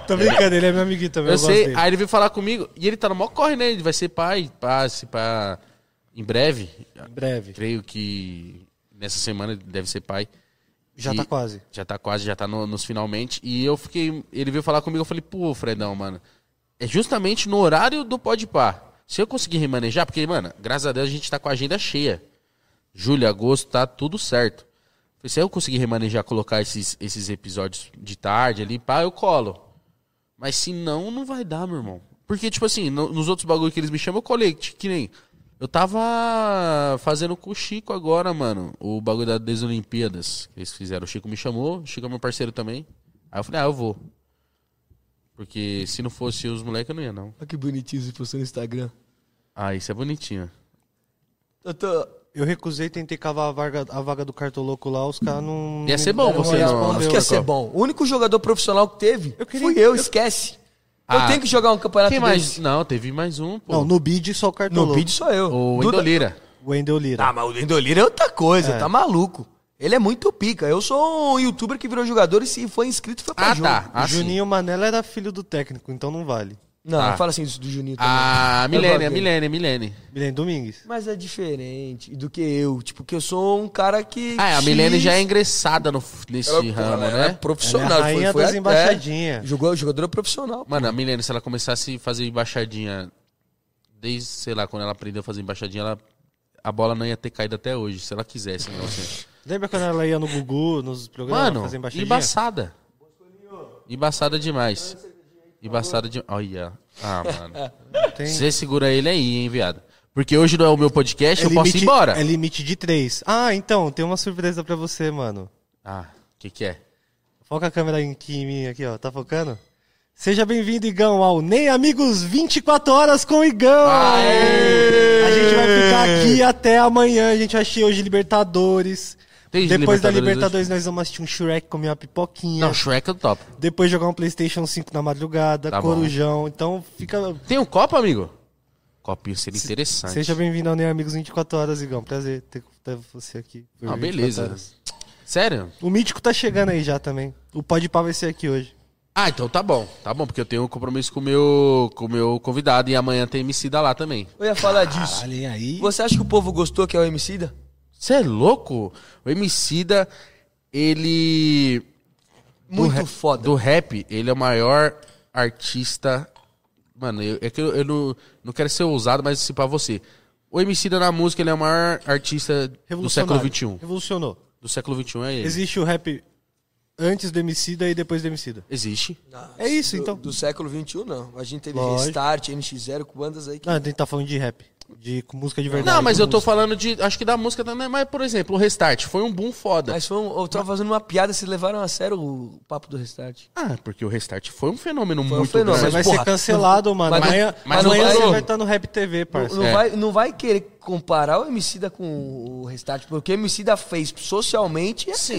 Speaker 1: Tô brincando, ele é meu amiguinho também.
Speaker 2: Eu
Speaker 1: Eu, gosto
Speaker 2: sei,
Speaker 1: dele.
Speaker 2: aí ele veio falar comigo e ele tá no maior corre, né? Ele vai ser pai, pá, se pá, em breve.
Speaker 1: Em breve.
Speaker 2: Creio que nessa semana ele deve ser pai.
Speaker 1: Já
Speaker 2: E-
Speaker 1: tá quase.
Speaker 2: Já tá quase, já tá no- nos finalmente. E eu fiquei. Ele veio falar comigo, eu falei, pô, Fredão, mano. É justamente no horário do pode par. Se eu conseguir remanejar, porque, mano, graças a Deus a gente tá com a agenda cheia. Julho, agosto, tá tudo certo. Falei, Se eu conseguir remanejar, colocar esses, esses episódios de tarde ali, pá, eu colo. Mas se não, não vai dar, meu irmão. Porque, tipo assim, no- nos outros bagulho que eles me chamam, eu colei, que que nem. Eu tava fazendo com o Chico agora, mano. O bagulho da- das Olimpíadas que eles fizeram. O Chico me chamou, o Chico é meu parceiro também. Aí eu falei, ah, eu vou. Porque se não fosse os moleques, eu não ia, não.
Speaker 3: Olha que bonitinho você postou no Instagram.
Speaker 2: Ah, isso é bonitinho.
Speaker 3: Eu tô...
Speaker 1: Eu recusei, tentei cavar a vaga, a vaga do cartoloco lá, os caras não.
Speaker 2: Ia ser bom
Speaker 1: não
Speaker 2: você
Speaker 1: respondeu.
Speaker 2: não-
Speaker 3: Óbvio que ia ser bom. O único jogador profissional que teve
Speaker 1: Eu queria-
Speaker 3: fui eu,
Speaker 1: eu-
Speaker 3: esquece.
Speaker 2: Ah.
Speaker 3: eu tenho que jogar um campeonato
Speaker 2: Quem mais?
Speaker 3: desse.
Speaker 2: Não, teve mais um, pô.
Speaker 1: Não, no bid só o
Speaker 3: No
Speaker 1: cartoloco.
Speaker 3: vídeo sou eu.
Speaker 2: O
Speaker 3: Duda-
Speaker 2: Indolira.
Speaker 3: Tá,
Speaker 1: O Wendel Lira.
Speaker 3: Ah, mas o Endolira é outra coisa, tá maluco. Ele é muito pica. Eu sou um youtuber que virou jogador e se foi inscrito foi pra
Speaker 2: Ah,
Speaker 3: jogo.
Speaker 2: tá. Ah, sim.
Speaker 1: Juninho Manela era filho do técnico, então não vale.
Speaker 3: Não,
Speaker 2: Tá.
Speaker 3: não fala assim isso do Juninho também.
Speaker 2: Ah, Milene,
Speaker 3: Eu gosto dele.
Speaker 2: Milene, Milene.
Speaker 1: Milene Domingues.
Speaker 3: Mas é diferente do que eu. Tipo, que eu sou um cara que.
Speaker 2: Ah, é, a
Speaker 3: X-
Speaker 2: Milene já é ingressada no, nesse ramo,
Speaker 3: ela
Speaker 2: né?
Speaker 3: é
Speaker 1: Ela é
Speaker 3: profissional.
Speaker 1: a rainha
Speaker 3: foi,
Speaker 1: das
Speaker 3: foi
Speaker 1: embaixadinhas.
Speaker 3: Jogou jogadora profissional.
Speaker 2: Mano, a Milene, se ela começasse a fazer embaixadinha, desde, sei lá, quando ela aprendeu a fazer embaixadinha, ela, a bola não ia ter caído até hoje, se ela quisesse. Não, assim.
Speaker 1: Lembra quando ela ia no Gugu, nos programas
Speaker 2: Mano,
Speaker 1: fazer embaixadinha?
Speaker 2: embaçada. Embaçada demais. Embaçada demais. Olha. Ah, mano.
Speaker 1: Tem-
Speaker 2: Você segura ele aí, hein, viado. Porque hoje não é o meu podcast,
Speaker 1: É
Speaker 2: eu posso ir
Speaker 1: limite-
Speaker 2: embora.
Speaker 1: É limite de três. Ah, então, tem uma surpresa pra você, mano.
Speaker 2: Ah, o que que é?
Speaker 1: Foca a câmera em, aqui em mim aqui, ó. Tá focando? Seja bem-vindo, Igão, ao Nem Amigos 24 Horas com o Igão! A gente vai ficar aqui até amanhã. A gente vai assistir hoje Libertadores.
Speaker 2: Tem
Speaker 1: Depois da
Speaker 2: Libertadores
Speaker 1: Libertadores, nós vamos assistir um Shrek, comer uma pipoquinha.
Speaker 2: Não, Shrek é o top.
Speaker 1: Depois jogar um PlayStation 5 na madrugada,
Speaker 2: Tá bom.
Speaker 1: Corujão. Então, fica.
Speaker 2: Tem um copo, amigo? Copinho seria interessante.
Speaker 1: Seja bem-vindo ao Nem Amigos 24 Horas, Igão. Prazer ter, ter você aqui. por
Speaker 2: Ah,
Speaker 1: 24
Speaker 2: beleza.
Speaker 1: horas.
Speaker 2: Sério?
Speaker 1: O Mítico tá chegando aí já também. O Pode Pá vai ser aqui hoje.
Speaker 2: Ah, então tá bom. Tá bom, porque eu tenho um compromisso com o meu, com o meu convidado e amanhã tem MC da lá também.
Speaker 3: Eu ia falar disso.
Speaker 1: aí.
Speaker 3: Você acha que o povo gostou que é o Emicida?
Speaker 2: Você é louco? O MC da, ele...
Speaker 3: Muito
Speaker 2: ra-
Speaker 3: foda.
Speaker 2: Do rap, ele é o maior artista... Mano, eu- é que eu, eu não, não quero ser ousado, mas se pra você. O MC da na música, ele é o maior artista do século XXI.
Speaker 1: Revolucionou.
Speaker 2: Do século XXI é ele.
Speaker 1: Existe o rap antes do Emicida e depois do Emicida.
Speaker 2: Existe.
Speaker 1: É isso, então.
Speaker 3: Do, do século XXI, não. A gente teve
Speaker 1: Lógico.
Speaker 3: Restart, NX0, com bandas aí que.
Speaker 1: Não, a gente tá falando de rap. De com música de verdade.
Speaker 2: Não, mas
Speaker 1: com
Speaker 2: eu tô
Speaker 1: música.
Speaker 2: falando de. Acho que da música também. Mas, por exemplo, o Restart foi um boom foda.
Speaker 3: Mas foi um, eu tava fazendo uma piada, vocês levaram a sério o papo do Restart.
Speaker 2: Ah, porque o Restart foi um fenômeno
Speaker 3: um
Speaker 2: muito
Speaker 3: fenômeno,
Speaker 1: Você
Speaker 2: grande.
Speaker 1: vai
Speaker 3: Mas,
Speaker 1: ser
Speaker 3: porra,
Speaker 1: cancelado, mano.
Speaker 3: mas-
Speaker 1: amanhã
Speaker 2: mas
Speaker 1: amanhã
Speaker 2: não vai-
Speaker 1: você vai estar no Rap TV, parça.
Speaker 3: Não,
Speaker 2: É.
Speaker 3: vai, não vai querer comparar o Emicida com o Restart, porque o Emicida fez socialmente é
Speaker 2: Sim,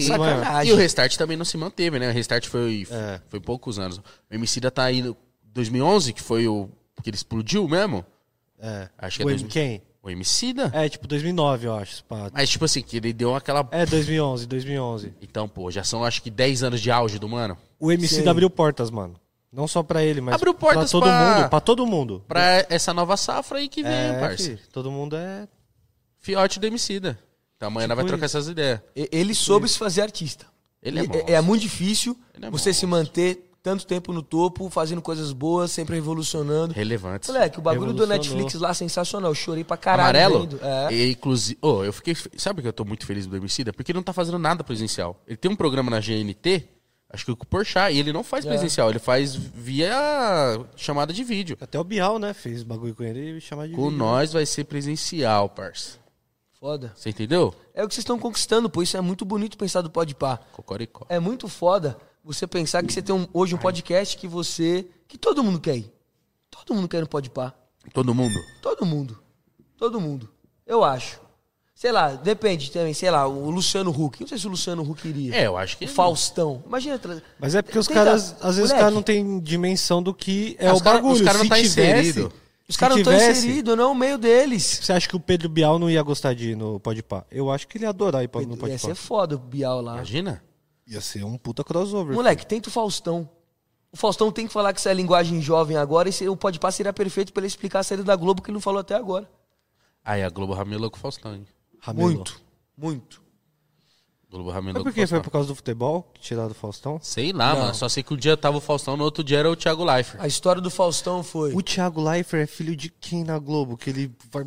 Speaker 2: E
Speaker 3: sacanagem.
Speaker 2: o Restart também não se manteve, né? O Restart foi,
Speaker 1: É.
Speaker 2: foi poucos anos. O MC da tá aí no 2011, que foi o. que ele explodiu mesmo.
Speaker 1: É.
Speaker 2: Acho que é
Speaker 1: O M-
Speaker 2: 2000.
Speaker 1: Quem?
Speaker 2: O MC da.
Speaker 1: É, tipo 2009, eu acho. pá.
Speaker 2: Mas, tipo assim, que ele deu aquela.
Speaker 1: É, 2011, 2011.
Speaker 2: Então, pô, já são acho que 10 anos de auge do mano.
Speaker 1: O Emicida abriu portas, mano. Não só pra ele, mas
Speaker 2: Abriu portas
Speaker 1: pra todo
Speaker 2: pra-
Speaker 1: mundo. Pra todo mundo.
Speaker 2: Pra essa nova safra aí que vem,
Speaker 1: É,
Speaker 2: parça.
Speaker 1: fi, todo mundo é...
Speaker 2: Fiote do MC da. Então amanhã nós vai
Speaker 1: Tipo
Speaker 2: trocar essas ideias.
Speaker 3: E- Ele soube se fazer artista.
Speaker 2: Ele é
Speaker 3: E-
Speaker 2: monstro.
Speaker 3: é, é muito difícil
Speaker 2: Ele é
Speaker 3: você se
Speaker 2: monstro.
Speaker 3: manter tanto tempo no topo, fazendo coisas boas, sempre revolucionando.
Speaker 2: Relevantes.
Speaker 3: Moleque, o bagulho do
Speaker 1: Revolucionou.
Speaker 3: Netflix lá sensacional. Eu chorei pra caralho.
Speaker 2: Amarelo?
Speaker 3: vendo. É.
Speaker 2: E, inclusive, oh, eu fiquei, fe- sabe que eu tô muito feliz do Emicida? Porque ele não tá fazendo nada presencial. Ele tem um programa na GNT, acho que o Porchat, e ele não
Speaker 1: É.
Speaker 2: faz presencial, ele faz via chamada de vídeo.
Speaker 1: Até o Bial, né? Fez bagulho com ele e chamar de...
Speaker 2: Com
Speaker 1: vídeo.
Speaker 2: nós vai ser presencial, parça.
Speaker 3: Foda.
Speaker 2: Você entendeu?
Speaker 3: É o que vocês estão conquistando, pô. Isso é muito bonito pensar do Podpah.
Speaker 2: Cocoricó.
Speaker 3: É muito foda você pensar que você tem um- hoje um podcast que você... Que todo mundo quer ir. Todo mundo quer ir no Podpah.
Speaker 2: Todo mundo.
Speaker 3: Todo mundo. Todo mundo. Eu acho. Sei lá, depende também. Sei lá, o Luciano Huck. Não sei se o Luciano Huck iria.
Speaker 2: É, eu acho que...
Speaker 3: O Faustão. Imagina. tra-
Speaker 1: Mas é porque os
Speaker 3: Tenta-
Speaker 1: caras, às vezes, os
Speaker 3: Moleque,
Speaker 1: caras não têm dimensão do que é
Speaker 2: Ah,
Speaker 1: o
Speaker 2: os cara-
Speaker 1: bagulho.
Speaker 2: os cara não
Speaker 1: Se
Speaker 2: tá
Speaker 1: tivesse,
Speaker 2: inserido.
Speaker 3: Os
Speaker 1: se
Speaker 3: caras não estão
Speaker 1: tivesse,
Speaker 3: inseridos, não é o meio deles.
Speaker 1: Você acha que o Pedro Bial não ia gostar de ir no Podpah? Eu acho que ele ia adorar ir pra- no
Speaker 3: Ia
Speaker 1: Podpah. É,
Speaker 3: ser foda o Bial lá.
Speaker 2: Imagina?
Speaker 1: Ia ser um puta crossover.
Speaker 3: Moleque, tenta o Faustão. O Faustão tem que falar que isso é linguagem jovem agora e se- o Podpah seria perfeito pra ele explicar a saída da Globo que ele não falou até agora.
Speaker 2: Aí a Globo ramelou com o Faustão, hein?
Speaker 1: Ramelou.
Speaker 3: Muito, muito.
Speaker 2: Globo
Speaker 1: Mas
Speaker 2: ramelou com
Speaker 1: por
Speaker 2: o
Speaker 1: que? Foi
Speaker 2: Faustão.
Speaker 1: por causa do futebol que tiraram do Faustão?
Speaker 2: Sei lá, mano. Só sei que um dia tava o Faustão, no outro dia era o Thiago Leifert.
Speaker 3: A história do Faustão foi...
Speaker 1: O Thiago Leifert é filho de quem na Globo? Que ele vai...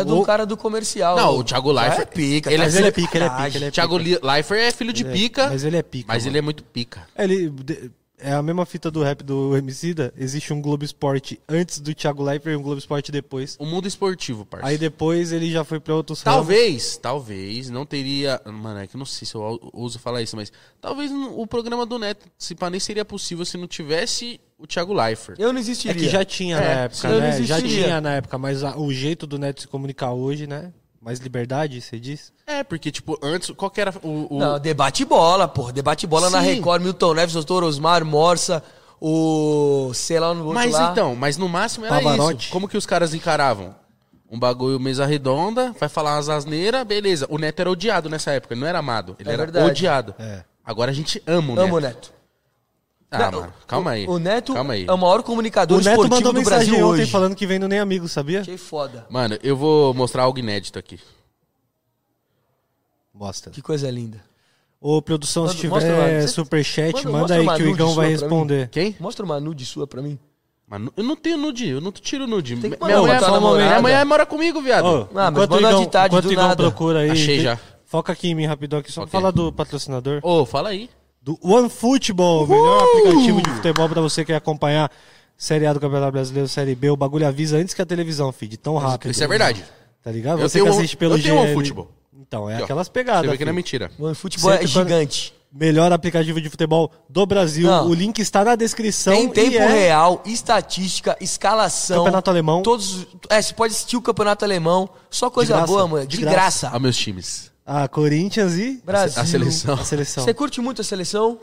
Speaker 3: É do cara do
Speaker 1: Ah,
Speaker 3: comercial.
Speaker 2: Não, o Thiago Leifert.
Speaker 3: É pica.
Speaker 2: Ele
Speaker 3: tá
Speaker 2: é
Speaker 1: Mas ele é
Speaker 3: de
Speaker 1: pica, ele é
Speaker 3: sacanagem.
Speaker 1: pica, ele é pica.
Speaker 2: Thiago Li- Leifert é filho de
Speaker 1: Ele é-
Speaker 2: pica.
Speaker 1: Mas ele é pica,
Speaker 2: Mas
Speaker 1: mano.
Speaker 2: ele é muito pica.
Speaker 1: Ele de- é a mesma fita do rap do Emicida. Existe um Globo Esporte antes do Thiago Leifert e um Globo Esporte depois.
Speaker 2: O mundo esportivo, parça.
Speaker 1: Aí depois ele já foi pra outros ramos.
Speaker 2: Talvez, talvez, não teria. Mano, é que eu não sei se eu ou- ouso falar isso, mas. Talvez n- o programa do Neto, se pá, nem seria possível se não tivesse o Thiago Leifert.
Speaker 3: Eu não
Speaker 1: É
Speaker 3: existiria.
Speaker 1: que já tinha na
Speaker 2: É,
Speaker 1: época,
Speaker 3: senão
Speaker 1: né?
Speaker 3: não
Speaker 1: Já
Speaker 3: existiria.
Speaker 1: tinha na época, mas a- o jeito do Neto se comunicar hoje, né? Mais liberdade, você diz?
Speaker 2: É, porque, tipo, antes, qual que era o. o-
Speaker 3: Não, debate bola, porra. Debate bola na
Speaker 2: Sim.
Speaker 3: Record, Milton Neves, Doutor Osmar, Morsa, o. sei lá, no outro
Speaker 2: mas
Speaker 3: lá.
Speaker 2: então, mas no máximo era
Speaker 1: Pavarotti.
Speaker 2: isso. Como que os caras encaravam? O um bagulho mesa redonda, vai falar umas asneiras, beleza. O Neto era odiado nessa época, ele não era amado. Ele
Speaker 3: É
Speaker 2: era
Speaker 3: verdade.
Speaker 2: odiado.
Speaker 1: É.
Speaker 2: Agora a gente ama o
Speaker 3: Amo o
Speaker 2: Neto.
Speaker 3: Neto.
Speaker 2: Ah,
Speaker 3: Não,
Speaker 2: mano, calma aí.
Speaker 3: O, o Neto
Speaker 2: calma aí.
Speaker 3: é o maior comunicador
Speaker 1: O Neto
Speaker 3: esportivo
Speaker 1: mandou
Speaker 3: do
Speaker 1: mensagem
Speaker 3: Brasil
Speaker 1: ontem
Speaker 3: hoje.
Speaker 1: falando que vem no Nem Amigo, sabia?
Speaker 3: Achei foda.
Speaker 2: Mano, eu vou mostrar algo inédito aqui.
Speaker 1: Mostra.
Speaker 3: Que coisa linda.
Speaker 1: Ô, produção,
Speaker 3: Manda-
Speaker 1: se
Speaker 3: mostra lá,
Speaker 1: tiver
Speaker 3: você-
Speaker 1: superchat,
Speaker 3: manda-
Speaker 1: manda,
Speaker 3: mostra
Speaker 1: aí
Speaker 3: uma
Speaker 1: que o
Speaker 3: nude
Speaker 1: Igão vai
Speaker 3: sua pra mim.
Speaker 1: responder.
Speaker 2: Quem?
Speaker 3: Mostra uma nude sua pra mim.
Speaker 2: Mano, eu não tenho nude, eu não tiro nude.
Speaker 3: Tem
Speaker 2: Minha
Speaker 3: que
Speaker 2: é
Speaker 3: mandar
Speaker 2: mulher,
Speaker 3: pra tua
Speaker 2: minha
Speaker 3: namorada.
Speaker 2: mulher mora comigo, viado.
Speaker 1: Ó,
Speaker 3: mas
Speaker 1: enquanto
Speaker 3: manda
Speaker 1: o Igão,
Speaker 3: de tarde,
Speaker 1: enquanto
Speaker 3: do
Speaker 1: o Igão
Speaker 3: nada.
Speaker 1: procura aí.
Speaker 2: Achei
Speaker 1: tem-
Speaker 2: já.
Speaker 1: Foca aqui em mim rapidão aqui, só
Speaker 2: Ok.
Speaker 1: pra falar do patrocinador.
Speaker 2: Ô, fala aí.
Speaker 1: Do OneFootball, o melhor aplicativo de futebol pra você que quer acompanhar Série A do Campeonato Brasileiro, Série B. O bagulho avisa antes que a televisão, feed, tão rápido.
Speaker 2: Isso é verdade.
Speaker 1: Tá ligado?
Speaker 2: Eu
Speaker 1: Você
Speaker 2: tenho
Speaker 1: que
Speaker 2: um-
Speaker 1: assiste pelo
Speaker 2: eu tenho um
Speaker 1: GL.
Speaker 2: OneFootball.
Speaker 1: Então, é
Speaker 2: Aqui, ó.
Speaker 1: aquelas
Speaker 2: Você
Speaker 1: pegadas.
Speaker 2: vê que não é
Speaker 1: filho.
Speaker 2: mentira.
Speaker 3: O futebol é
Speaker 1: 140
Speaker 3: gigante.
Speaker 1: Melhor aplicativo de futebol do Brasil.
Speaker 3: Não.
Speaker 1: O link está na descrição.
Speaker 3: Tem tempo
Speaker 1: e é-
Speaker 3: real, estatística, escalação.
Speaker 1: Campeonato alemão.
Speaker 3: Todos, é, você pode assistir o campeonato alemão. Só coisa
Speaker 1: graça,
Speaker 3: boa, mano. De,
Speaker 1: de
Speaker 3: graça.
Speaker 1: graça.
Speaker 2: Olha meus times.
Speaker 1: Ah, Corinthians e
Speaker 3: Brasil.
Speaker 2: A seleção.
Speaker 1: a seleção.
Speaker 3: Você curte muito a seleção?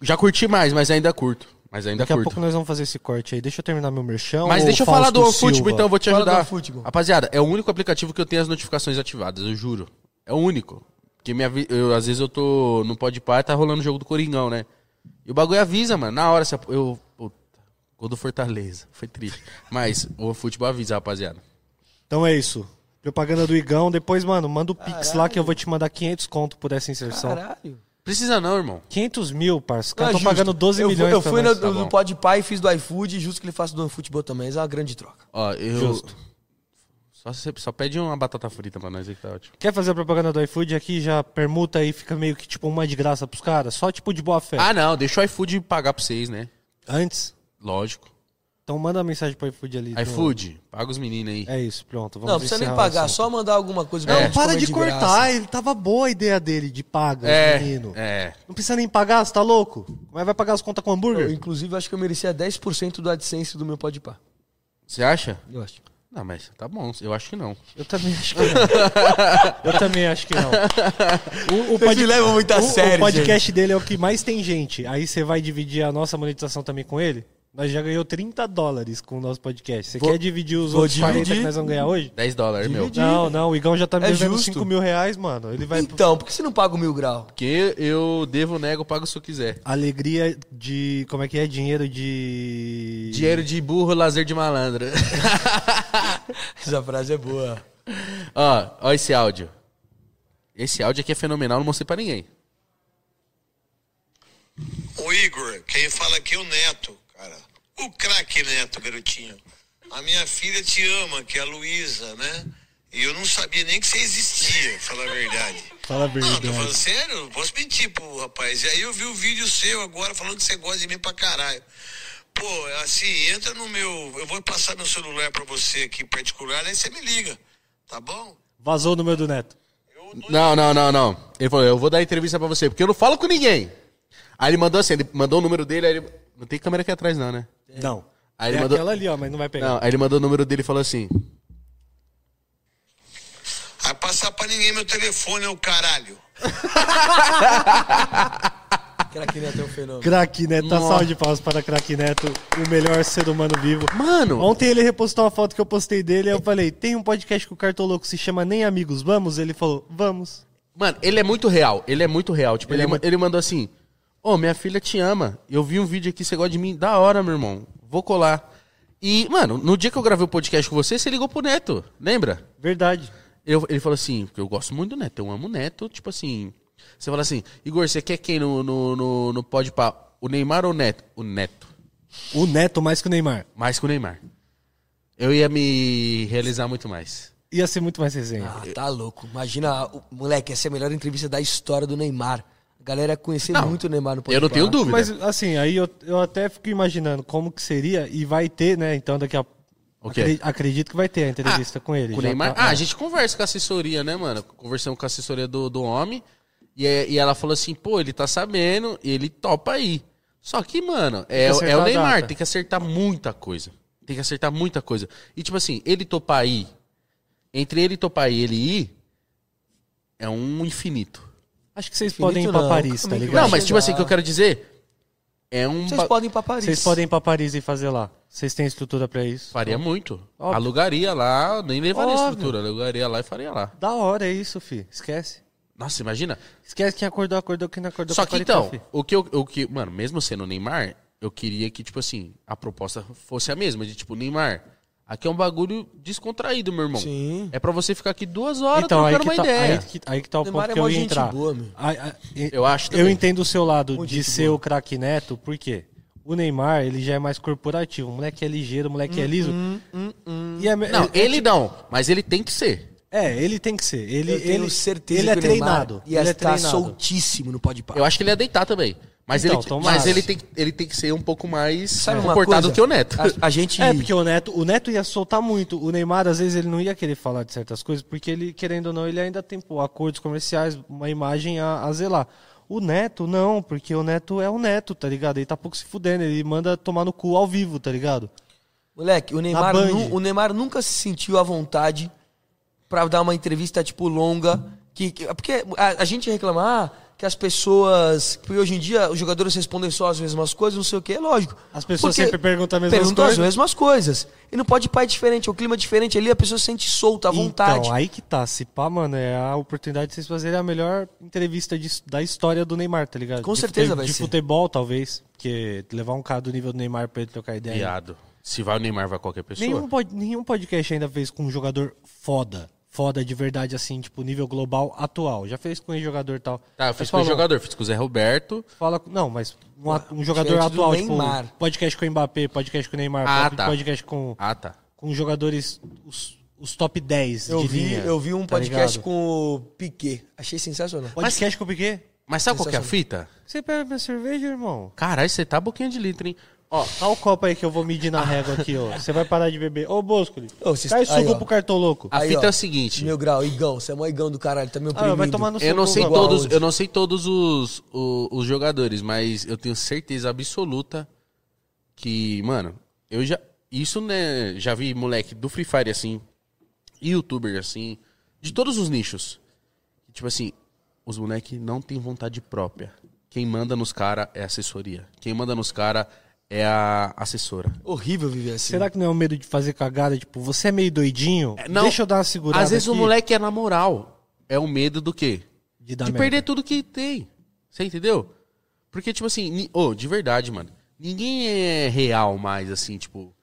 Speaker 2: Já curti mais, mas ainda curto. Mas ainda
Speaker 1: Daqui a
Speaker 2: curto.
Speaker 1: pouco nós vamos fazer esse corte aí. Deixa eu terminar meu merchão.
Speaker 2: Mas
Speaker 1: ô
Speaker 2: deixa eu
Speaker 1: Então, Fausto
Speaker 2: falar do OneFootball,
Speaker 1: Silva.
Speaker 2: então, eu vou te
Speaker 3: Fala do
Speaker 2: ajudar.
Speaker 3: OneFootball.
Speaker 2: Rapaziada, é o único aplicativo que eu tenho as notificações ativadas, eu juro. É o único. Porque minha, vi- eu, às vezes eu tô no Podpah e tá rolando o jogo do Coringão, né? E o bagulho avisa, mano. Na hora, se eu... eu puta, gol do Fortaleza. Foi triste. Mas o OneFootball avisa, rapaziada.
Speaker 1: Então é isso. Propaganda do Igão. Depois, mano, manda o Pix lá que eu vou te mandar 500 conto por essa inserção.
Speaker 3: Caralho.
Speaker 2: Precisa não, irmão.
Speaker 1: 500 mil, parça. Os
Speaker 3: Não,
Speaker 1: caras
Speaker 3: é
Speaker 1: estão pagando
Speaker 3: justo.
Speaker 1: 12
Speaker 3: eu, fui-
Speaker 1: milhões
Speaker 3: Eu
Speaker 1: pra
Speaker 3: fui
Speaker 1: nós.
Speaker 3: no,
Speaker 2: Tá
Speaker 3: no
Speaker 2: bom.
Speaker 3: Podpah e fiz do iFood, e justo que ele faça do futebol também. Isso é uma grande troca.
Speaker 2: Ó, eu...
Speaker 1: Justo.
Speaker 2: Só, você- só pede uma batata frita pra nós aí que tá ótimo.
Speaker 1: Quer fazer a propaganda do iFood aqui? Já permuta aí, fica meio que tipo uma de graça pros caras. Só tipo de boa fé.
Speaker 2: Ah, não. Deixa o iFood pagar pra vocês, né?
Speaker 1: Antes.
Speaker 2: Lógico.
Speaker 1: Então manda uma mensagem pro iFood ali. do-
Speaker 2: iFood, paga os meninos aí.
Speaker 1: É isso, pronto. Vamos
Speaker 3: não, precisa nem
Speaker 1: encerrar o
Speaker 3: pagar,
Speaker 1: assunto.
Speaker 3: só mandar alguma coisa pra
Speaker 2: Não,
Speaker 3: gente
Speaker 1: Para
Speaker 3: comer
Speaker 1: de, cortar,
Speaker 3: graça.
Speaker 1: ele tava boa a ideia dele de paga, os menino.
Speaker 2: é.
Speaker 1: Não precisa nem pagar, você tá louco? Como é que vai pagar as contas com
Speaker 3: Eu,
Speaker 1: hambúrguer?
Speaker 3: inclusive, acho que eu merecia 10% do AdSense do meu Podpah.
Speaker 2: Você acha?
Speaker 3: Eu acho.
Speaker 2: Não, mas tá bom. Eu acho que não.
Speaker 1: Eu também acho que não. Eu também acho que não. O, o, pod-
Speaker 3: levam muito a
Speaker 1: o- o
Speaker 3: sério,
Speaker 1: podcast dele é o que mais tem gente. Aí você vai dividir a nossa monetização também com ele? Nós já ganhou 30 dólares com o nosso podcast. Você
Speaker 3: Vou-
Speaker 1: quer dividir os
Speaker 3: vou
Speaker 1: outros 40 que
Speaker 3: dividir.
Speaker 1: nós vamos ganhar hoje?
Speaker 2: 10 dólares, é meu.
Speaker 3: Divide.
Speaker 1: Não, não, o Igão já tá me
Speaker 3: É
Speaker 1: devendo
Speaker 3: justo.
Speaker 1: 5 mil reais, mano. Ele vai.
Speaker 3: Então, por que você não paga o mil grau?
Speaker 2: Porque eu devo, nego, pago se eu quiser.
Speaker 1: Alegria de. Como é que é? Dinheiro de.
Speaker 2: Dinheiro de burro, lazer de malandro.
Speaker 3: Essa frase é boa.
Speaker 2: ó, ó esse áudio. Esse áudio aqui é fenomenal, não mostrei pra ninguém.
Speaker 5: Ô Igor, quem fala aqui é o Neto, cara. O craque Neto, garotinho. A minha filha te ama, que é a Luísa, né? E eu não sabia nem que você existia, falar a verdade.
Speaker 1: Fala a
Speaker 5: Não, tô
Speaker 1: verdade.
Speaker 5: falando sério, não posso mentir pro rapaz. E aí eu vi o vídeo seu agora falando que você gosta de mim pra caralho. Pô, assim, entra no meu. Eu vou passar meu celular pra você aqui em particular, aí você me liga, tá bom?
Speaker 1: Vazou o número do Neto.
Speaker 2: Não, não, não, não. Ele falou, eu vou dar entrevista pra você, porque eu não falo com ninguém. Aí ele mandou assim, ele mandou o número dele, aí ele... Não tem câmera aqui atrás não, né?
Speaker 1: Não.
Speaker 2: Aí
Speaker 1: é
Speaker 2: ele mandou-
Speaker 1: aquela ali, ó, mas não vai pegar.
Speaker 2: Não, aí ele mandou o número dele e falou assim...
Speaker 5: Vai passar pra ninguém meu telefone, ô caralho.
Speaker 3: Craque Neto é um fenômeno.
Speaker 1: Crack Neto, tá
Speaker 2: Nossa.
Speaker 1: salve de palmas para Crack Neto, o melhor ser humano vivo.
Speaker 2: Mano!
Speaker 1: Ontem ele repostou uma foto que eu postei dele, aí eu falei, tem um podcast que o Cartoloco se chama Nem Amigos, vamos? Ele falou, vamos.
Speaker 2: Mano, ele é muito real. Ele é muito real. Tipo,
Speaker 1: Ele
Speaker 2: ele,
Speaker 1: é
Speaker 2: ma-
Speaker 1: muito-
Speaker 2: ele mandou assim: Ô, minha filha te ama. Eu vi um vídeo aqui, você gosta de mim. Da hora, meu irmão. Vou colar. E, mano, no dia que eu gravei o podcast com você, você ligou pro Neto. Lembra?
Speaker 1: Verdade.
Speaker 2: Eu- ele falou assim: porque eu gosto muito do Neto, eu amo o Neto. Tipo assim. Você fala assim: Igor, você quer quem no, no, no, no Pode Pá? O Neymar ou o Neto? O Neto.
Speaker 1: O Neto mais que o Neymar.
Speaker 2: Mais que o Neymar. Eu ia me realizar muito mais.
Speaker 1: Ia ser muito mais resenha.
Speaker 3: Ah, tá louco. Imagina, o- moleque, essa é a melhor entrevista da história do Neymar. A galera ia conhecer
Speaker 2: Não,
Speaker 3: muito o Neymar no
Speaker 2: eu não
Speaker 3: Podpah.
Speaker 2: tenho dúvida.
Speaker 1: Mas assim, aí eu, eu até fico imaginando como que seria, e vai ter, né, então daqui a...
Speaker 2: O quê?
Speaker 1: Acre- Acredito que vai ter a entrevista
Speaker 2: Ah,
Speaker 1: com ele.
Speaker 2: Com o
Speaker 1: já
Speaker 2: Neymar?
Speaker 1: tá-
Speaker 2: Ah, a gente conversa com a assessoria, né, mano? Conversamos com a assessoria do, do homem. E, é- e ela falou assim, pô, ele tá sabendo, ele topa aí. Só que, mano,
Speaker 1: que
Speaker 2: é, o- é
Speaker 1: acertar
Speaker 2: o
Speaker 1: a
Speaker 2: Neymar,
Speaker 1: data.
Speaker 2: tem que acertar muita coisa. Tem que acertar muita coisa. E, tipo assim, ele topar aí, entre ele topar e ele ir, é um infinito.
Speaker 1: Acho que vocês
Speaker 3: Infinito
Speaker 1: podem ir pra
Speaker 3: não,
Speaker 1: Paris, tá
Speaker 3: como é que
Speaker 1: ligado?
Speaker 3: vai
Speaker 2: Não, mas
Speaker 3: chegar.
Speaker 2: tipo assim, o que eu quero dizer É um.
Speaker 3: Vocês
Speaker 2: ba-
Speaker 3: podem ir pra Paris.
Speaker 1: Vocês podem ir pra Paris e fazer lá. Vocês têm estrutura pra isso?
Speaker 2: Faria muito.
Speaker 1: Óbvio.
Speaker 2: Alugaria lá, nem levaria
Speaker 1: Óbvio.
Speaker 2: estrutura. Alugaria lá e faria lá.
Speaker 1: Da hora é isso, fi. Esquece.
Speaker 2: Nossa, imagina.
Speaker 1: Esquece quem acordou, acordou, quem não acordou.
Speaker 2: Só
Speaker 1: pra
Speaker 2: que
Speaker 1: qualificar,
Speaker 2: então,
Speaker 1: fi.
Speaker 2: o que, eu, o que. Mano, mesmo sendo o Neymar, eu queria que, tipo assim, a proposta fosse a mesma. De tipo, Neymar, aqui é um bagulho descontraído, meu irmão.
Speaker 3: Sim.
Speaker 2: É pra você ficar aqui duas horas
Speaker 1: Então, aí
Speaker 2: trocando
Speaker 1: que,
Speaker 2: uma
Speaker 1: tá,
Speaker 2: ideia.
Speaker 1: aí, que, aí que tá o
Speaker 3: Neymar
Speaker 1: ponto
Speaker 3: é
Speaker 1: que eu
Speaker 3: mó
Speaker 1: ia
Speaker 3: gente
Speaker 1: entrar.
Speaker 3: boa, meu.
Speaker 1: Ai, ai, e-
Speaker 2: Eu acho
Speaker 1: Eu
Speaker 2: também.
Speaker 1: entendo o seu lado
Speaker 3: Muito
Speaker 1: de
Speaker 3: gente
Speaker 1: ser o craque neto, por quê? O Neymar, ele já é mais corporativo. O moleque é ligeiro, o
Speaker 3: Hum,
Speaker 1: moleque é liso. E é, me-
Speaker 2: Não, ele não, mas ele tem que ser.
Speaker 1: é, ele tem que ser. Ele,
Speaker 3: Eu tenho
Speaker 1: ele,
Speaker 3: certeza
Speaker 1: ele é
Speaker 3: que o Neymar
Speaker 1: treinado.
Speaker 3: ia
Speaker 1: ele é
Speaker 3: estar
Speaker 1: treinado.
Speaker 3: soltíssimo no Podpah.
Speaker 2: Eu acho que ele ia deitar também. Mas,
Speaker 1: Então,
Speaker 2: ele,
Speaker 1: tomara.
Speaker 2: mas ele, tem, que- ele tem que ser um pouco mais
Speaker 3: Sabe uma
Speaker 2: comportado
Speaker 3: coisa?
Speaker 2: que o Neto.
Speaker 3: A, a gente...
Speaker 1: É, porque o Neto, o Neto ia soltar muito. O Neymar, às vezes, ele não ia querer falar de certas coisas, porque ele, querendo ou não, ele ainda tem pô, acordos comerciais, uma imagem a, a zelar. O Neto, não, porque o Neto é o Neto, tá ligado? Ele tá pouco se fudendo, ele manda tomar no cu ao vivo, tá ligado?
Speaker 3: Moleque, o Neymar,
Speaker 1: Band.
Speaker 3: nu- o Neymar nunca se sentiu à vontade pra dar uma entrevista, tipo, longa. Que, que- porque a, a gente reclama ah, que as pessoas... Porque hoje em dia os jogadores respondem só as mesmas coisas, não sei o quê, é lógico.
Speaker 1: As pessoas
Speaker 3: Porque
Speaker 1: sempre perguntam as mesmas
Speaker 3: perguntam
Speaker 1: coisas.
Speaker 3: as mesmas coisas. E não pode pai diferente, o clima é diferente ali, a pessoa se sente solta, à vontade.
Speaker 1: Então, aí que tá. Se pá, mano, é a oportunidade de vocês fazerem a melhor entrevista de- da história do Neymar, tá ligado?
Speaker 3: Com
Speaker 1: De
Speaker 3: certeza
Speaker 1: fute-
Speaker 3: vai
Speaker 1: De
Speaker 3: ser.
Speaker 1: futebol, talvez. Porque levar um cara do nível do Neymar pra ele trocar ideia.
Speaker 2: Viado. Se vai o Neymar, vai qualquer pessoa.
Speaker 1: Nenhum, pod- nenhum podcast ainda fez com um jogador foda. Foda de verdade, assim, tipo, nível global atual. Já fez com um ex-jogador e tal.
Speaker 2: Tá, eu
Speaker 1: Mas
Speaker 2: fiz
Speaker 3: um
Speaker 2: com o
Speaker 1: falou,
Speaker 2: jogador, fiz com o Zé Roberto.
Speaker 1: Fala, com- não, mas um, a- um jogador
Speaker 3: Diferente do
Speaker 1: atual, tipo,
Speaker 3: Neymar.
Speaker 1: podcast com o Mbappé, podcast com o Neymar,
Speaker 2: Ah,
Speaker 1: pod-
Speaker 2: tá.
Speaker 1: podcast com,
Speaker 2: Ah, tá.
Speaker 1: com jogadores, os, os top 10
Speaker 3: Eu
Speaker 1: de
Speaker 3: vi,
Speaker 1: linha.
Speaker 3: eu vi um
Speaker 1: tá
Speaker 3: podcast
Speaker 1: ligado?
Speaker 3: com o Piquet. Achei sensacional.
Speaker 1: Podcast com o Piquet?
Speaker 2: Mas sabe qual que é a fita?
Speaker 1: Você pega minha cerveja, irmão?
Speaker 2: Caralho, você tá boquinha de litro, hein? Ó,
Speaker 1: Olha o copo aí que eu vou medir na régua aqui, ó. Você vai parar de beber. Ô, Bosco,
Speaker 3: Ô, vocês-
Speaker 1: cai
Speaker 3: aí,
Speaker 1: suco
Speaker 3: ó.
Speaker 1: pro cartoloco.
Speaker 2: a
Speaker 3: Aí,
Speaker 2: fita
Speaker 3: ó,
Speaker 2: é o seguinte.
Speaker 3: Meu grau, Igão, você é mó Igão do caralho, tá me
Speaker 1: Ah,
Speaker 3: oprimindo.
Speaker 1: vai tomar no seu
Speaker 2: Eu não
Speaker 1: cu,
Speaker 2: sei
Speaker 1: vai.
Speaker 3: igual
Speaker 2: todos,
Speaker 3: hoje.
Speaker 2: eu não sei todos os, o- os, jogadores, mas eu tenho certeza absoluta que, mano, eu já isso né, já vi moleque do Free Fire assim, youtuber assim, de todos os nichos. Tipo assim, os moleque não tem vontade própria. Quem manda nos cara é a assessoria. Quem manda nos cara é a assessora.
Speaker 3: Horrível viver assim.
Speaker 1: Será que não é o medo de fazer cagada? Tipo, você é meio doidinho?
Speaker 2: não.
Speaker 1: Deixa eu dar uma segurada
Speaker 2: Às vezes o
Speaker 1: aqui
Speaker 2: moleque é na moral. É o medo do quê?
Speaker 1: De dar
Speaker 2: de
Speaker 1: merda.
Speaker 2: perder tudo que tem. Você entendeu? Porque, tipo assim, ni- ô, de verdade, mano. Ninguém é real mais, assim, tipo.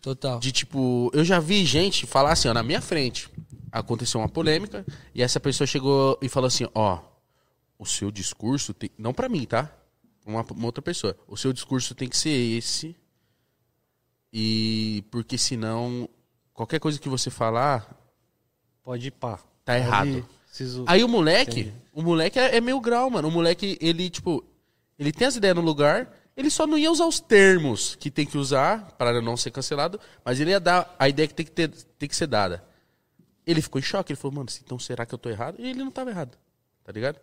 Speaker 3: Total.
Speaker 2: De tipo, eu já vi gente falar assim, ó, na minha frente. Aconteceu uma polêmica e essa pessoa chegou e falou assim: ó, o seu discurso tem. Não pra mim, tá? Uma, uma outra pessoa. O seu discurso tem que ser esse. E porque senão, qualquer coisa que você falar,
Speaker 1: Pode ir pá.
Speaker 2: Tá errado. Ah,
Speaker 1: preciso-
Speaker 2: Aí o moleque, o moleque é, é meio grau, mano. O moleque, ele, tipo, ele tem as ideias no lugar, ele só não ia usar os termos que tem que usar para não ser cancelado, mas ele ia dar a ideia que tem que, ter, tem que ser dada. Ele ficou em choque, ele falou, mano, então será que eu tô errado? E ele não tava errado, tá ligado?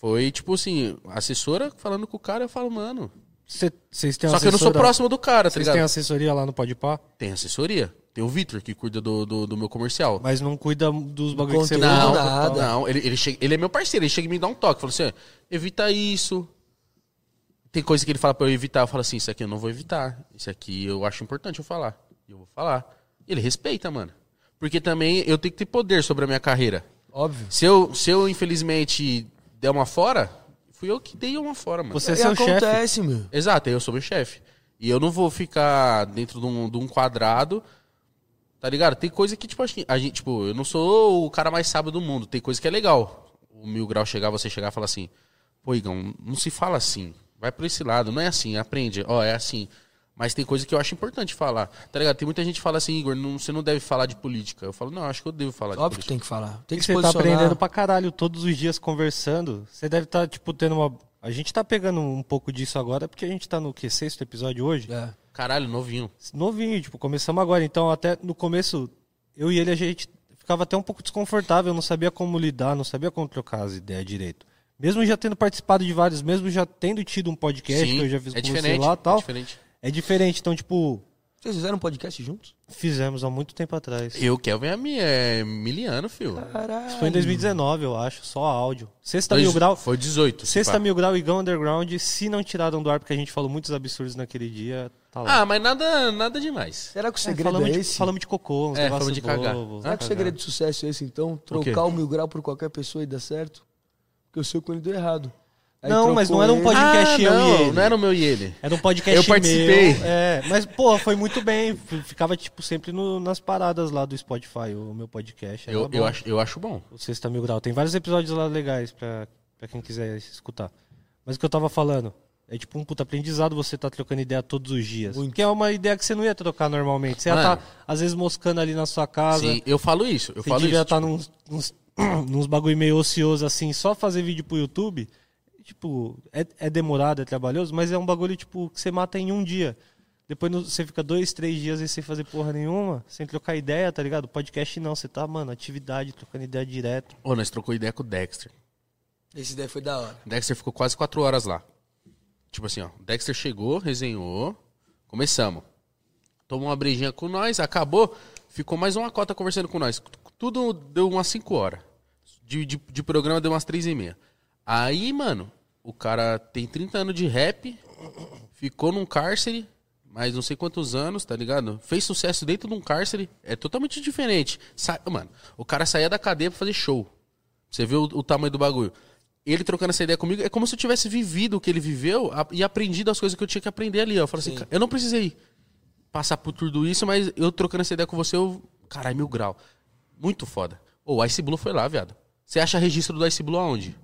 Speaker 2: Foi, tipo assim, a assessora falando com o cara, eu falo, mano.
Speaker 1: Cê- Vocês têm
Speaker 2: Só que eu não sou
Speaker 1: assessora-
Speaker 2: próximo do cara, tá
Speaker 1: Vocês têm
Speaker 2: ligado?
Speaker 1: assessoria lá no Pode Pá,
Speaker 2: Tem assessoria. Tem o Vitor que cuida do, do, do meu comercial.
Speaker 1: mas não cuida dos bagulhos que você
Speaker 3: conteúdo,
Speaker 1: manda
Speaker 2: Não,
Speaker 1: e
Speaker 3: nada.
Speaker 1: tal.
Speaker 2: não. Ele, ele, chega- ele é meu parceiro, ele chega e me dá um toque. Fala assim, ó, evita isso. Tem coisa que ele fala pra eu evitar, eu falo assim, isso aqui eu não vou evitar. Isso aqui eu acho importante eu falar. E Eu vou falar. Ele respeita, mano. Porque também eu tenho que ter poder sobre a minha carreira.
Speaker 3: Óbvio.
Speaker 2: Se eu, se eu infelizmente, der uma fora, fui eu que dei uma fora, mano.
Speaker 1: Você é
Speaker 3: E
Speaker 1: seu chefe.
Speaker 3: acontece, meu.
Speaker 2: Exato, eu sou meu chefe. E eu não vou ficar dentro de um, de um quadrado, tá ligado? Tem coisa que, tipo, acho que a gente, tipo, eu não sou o cara mais sábio do mundo. Tem coisa que é legal. O Mil Grau chegar, você chegar e falar assim, pô, Igão, não se fala assim. Vai pra esse lado, não é assim, aprende. Ó, é assim. Mas tem coisa que eu acho importante falar, tá ligado? Tem muita gente que fala assim, Igor, não- você não deve falar de política. Eu falo, não, acho que eu devo falar
Speaker 3: Óbvio
Speaker 2: de
Speaker 3: que
Speaker 2: política.
Speaker 3: tem que falar. Tem que se
Speaker 1: Você tá
Speaker 3: posicionar.
Speaker 1: aprendendo pra caralho todos os dias conversando. Você deve estar, tipo, tendo uma. A gente tá pegando um pouco disso agora, porque a gente tá no que? Sexto episódio hoje?
Speaker 3: É.
Speaker 2: Caralho, novinho.
Speaker 1: Novinho, tipo, começamos agora. Então, até no começo, eu e ele, a gente ficava até um pouco desconfortável, não sabia como lidar, não sabia como trocar as ideias direito. Mesmo já tendo participado de vários, mesmo já tendo tido um podcast
Speaker 2: Sim,
Speaker 1: que eu já fiz
Speaker 2: é
Speaker 1: com você
Speaker 2: diferente,
Speaker 1: lá e tal.
Speaker 2: é diferente.
Speaker 1: É diferente. Então, tipo,
Speaker 3: Vocês fizeram um podcast juntos?
Speaker 1: Fizemos há muito tempo atrás.
Speaker 2: Eu, Kelvin, a minha, é miliano, filho.
Speaker 1: Isso foi em 2019, eu acho, só áudio. Sexta
Speaker 2: Dois-
Speaker 1: Mil Tá Grau.
Speaker 2: Foi 18. se
Speaker 1: Sexta
Speaker 2: pá.
Speaker 1: Mil Grau e Gão Underground, se não tiraram do ar, porque a gente falou muitos absurdos naquele dia, tá lá.
Speaker 2: Ah, mas nada, nada demais.
Speaker 3: Será que
Speaker 1: É,
Speaker 3: o segredo
Speaker 1: falamos,
Speaker 3: é,
Speaker 1: de,
Speaker 3: esse?
Speaker 1: falamos de cocô, uns
Speaker 2: É,
Speaker 1: negócios
Speaker 2: falamos de cagar.
Speaker 1: bobos. né?
Speaker 3: Será que o segredo de sucesso é esse, então?
Speaker 2: quê?
Speaker 3: Trocar o mil grau por qualquer pessoa e dar certo? Porque o seu quando deu errado. Aí
Speaker 1: Não, mas
Speaker 3: trocou
Speaker 1: não era um
Speaker 3: ele.
Speaker 1: podcast.
Speaker 2: Ah,
Speaker 1: eu e ele.
Speaker 2: não, não era o meu e ele.
Speaker 1: Era um podcast
Speaker 2: Eu participei.
Speaker 1: meu, é, mas, pô, foi muito bem. f- Ficava, tipo, sempre no- nas paradas lá do Spotify, o meu podcast. era
Speaker 2: Eu,
Speaker 1: Tá bom.
Speaker 2: eu, acho, eu acho bom.
Speaker 1: O Sexta Mil Grau. Tem vários episódios lá legais pra, pra quem quiser escutar. Mas o que eu tava falando, é tipo um puta aprendizado você tá trocando ideia todos os dias. Que é uma ideia que você não ia trocar normalmente. Você ia
Speaker 2: Mano.
Speaker 1: tá, às vezes, moscando ali na sua casa.
Speaker 2: Sim, eu falo isso. Eu
Speaker 1: né? Você
Speaker 2: falo
Speaker 1: devia tá-
Speaker 2: isso.
Speaker 1: estar nos nos, nos bagulho meio ocioso assim, só fazer vídeo pro YouTube. Tipo, é, é demorado, é trabalhoso, mas é um bagulho tipo que você mata em um dia. Depois no- você fica dois, três dias aí sem fazer porra nenhuma, sem trocar ideia, tá ligado? Podcast não, você tá, mano, atividade, trocando ideia direto.
Speaker 2: Ô, nós trocou ideia com o Dexter.
Speaker 3: Esse daí foi da hora.
Speaker 2: O Dexter ficou quase quatro horas lá. Tipo assim, ó. o Dexter chegou, resenhou. Começamos. Tomou uma brejinha com nós, acabou. Ficou mais uma cota conversando com nós. Tudo deu umas cinco horas. De, de, de programa deu umas três e meia. Aí, mano, o cara tem 30 anos de rap, ficou num cárcere, mas não sei quantos anos, tá ligado? Fez sucesso dentro de um cárcere, é totalmente diferente. Sa mano, o cara saía da cadeia pra fazer show. Você vê o, o tamanho do bagulho. Ele trocando essa ideia comigo, é como se eu tivesse vivido o que ele viveu a- e aprendido as coisas que eu tinha que aprender ali. ó. Eu falo assim, "Ca- eu não precisei passar por tudo isso, mas eu trocando essa ideia com você, eu. Caralho, mil grau. Muito foda. Ô, o Ice Blue foi lá, viado. Você acha registro do Ice Blue aonde?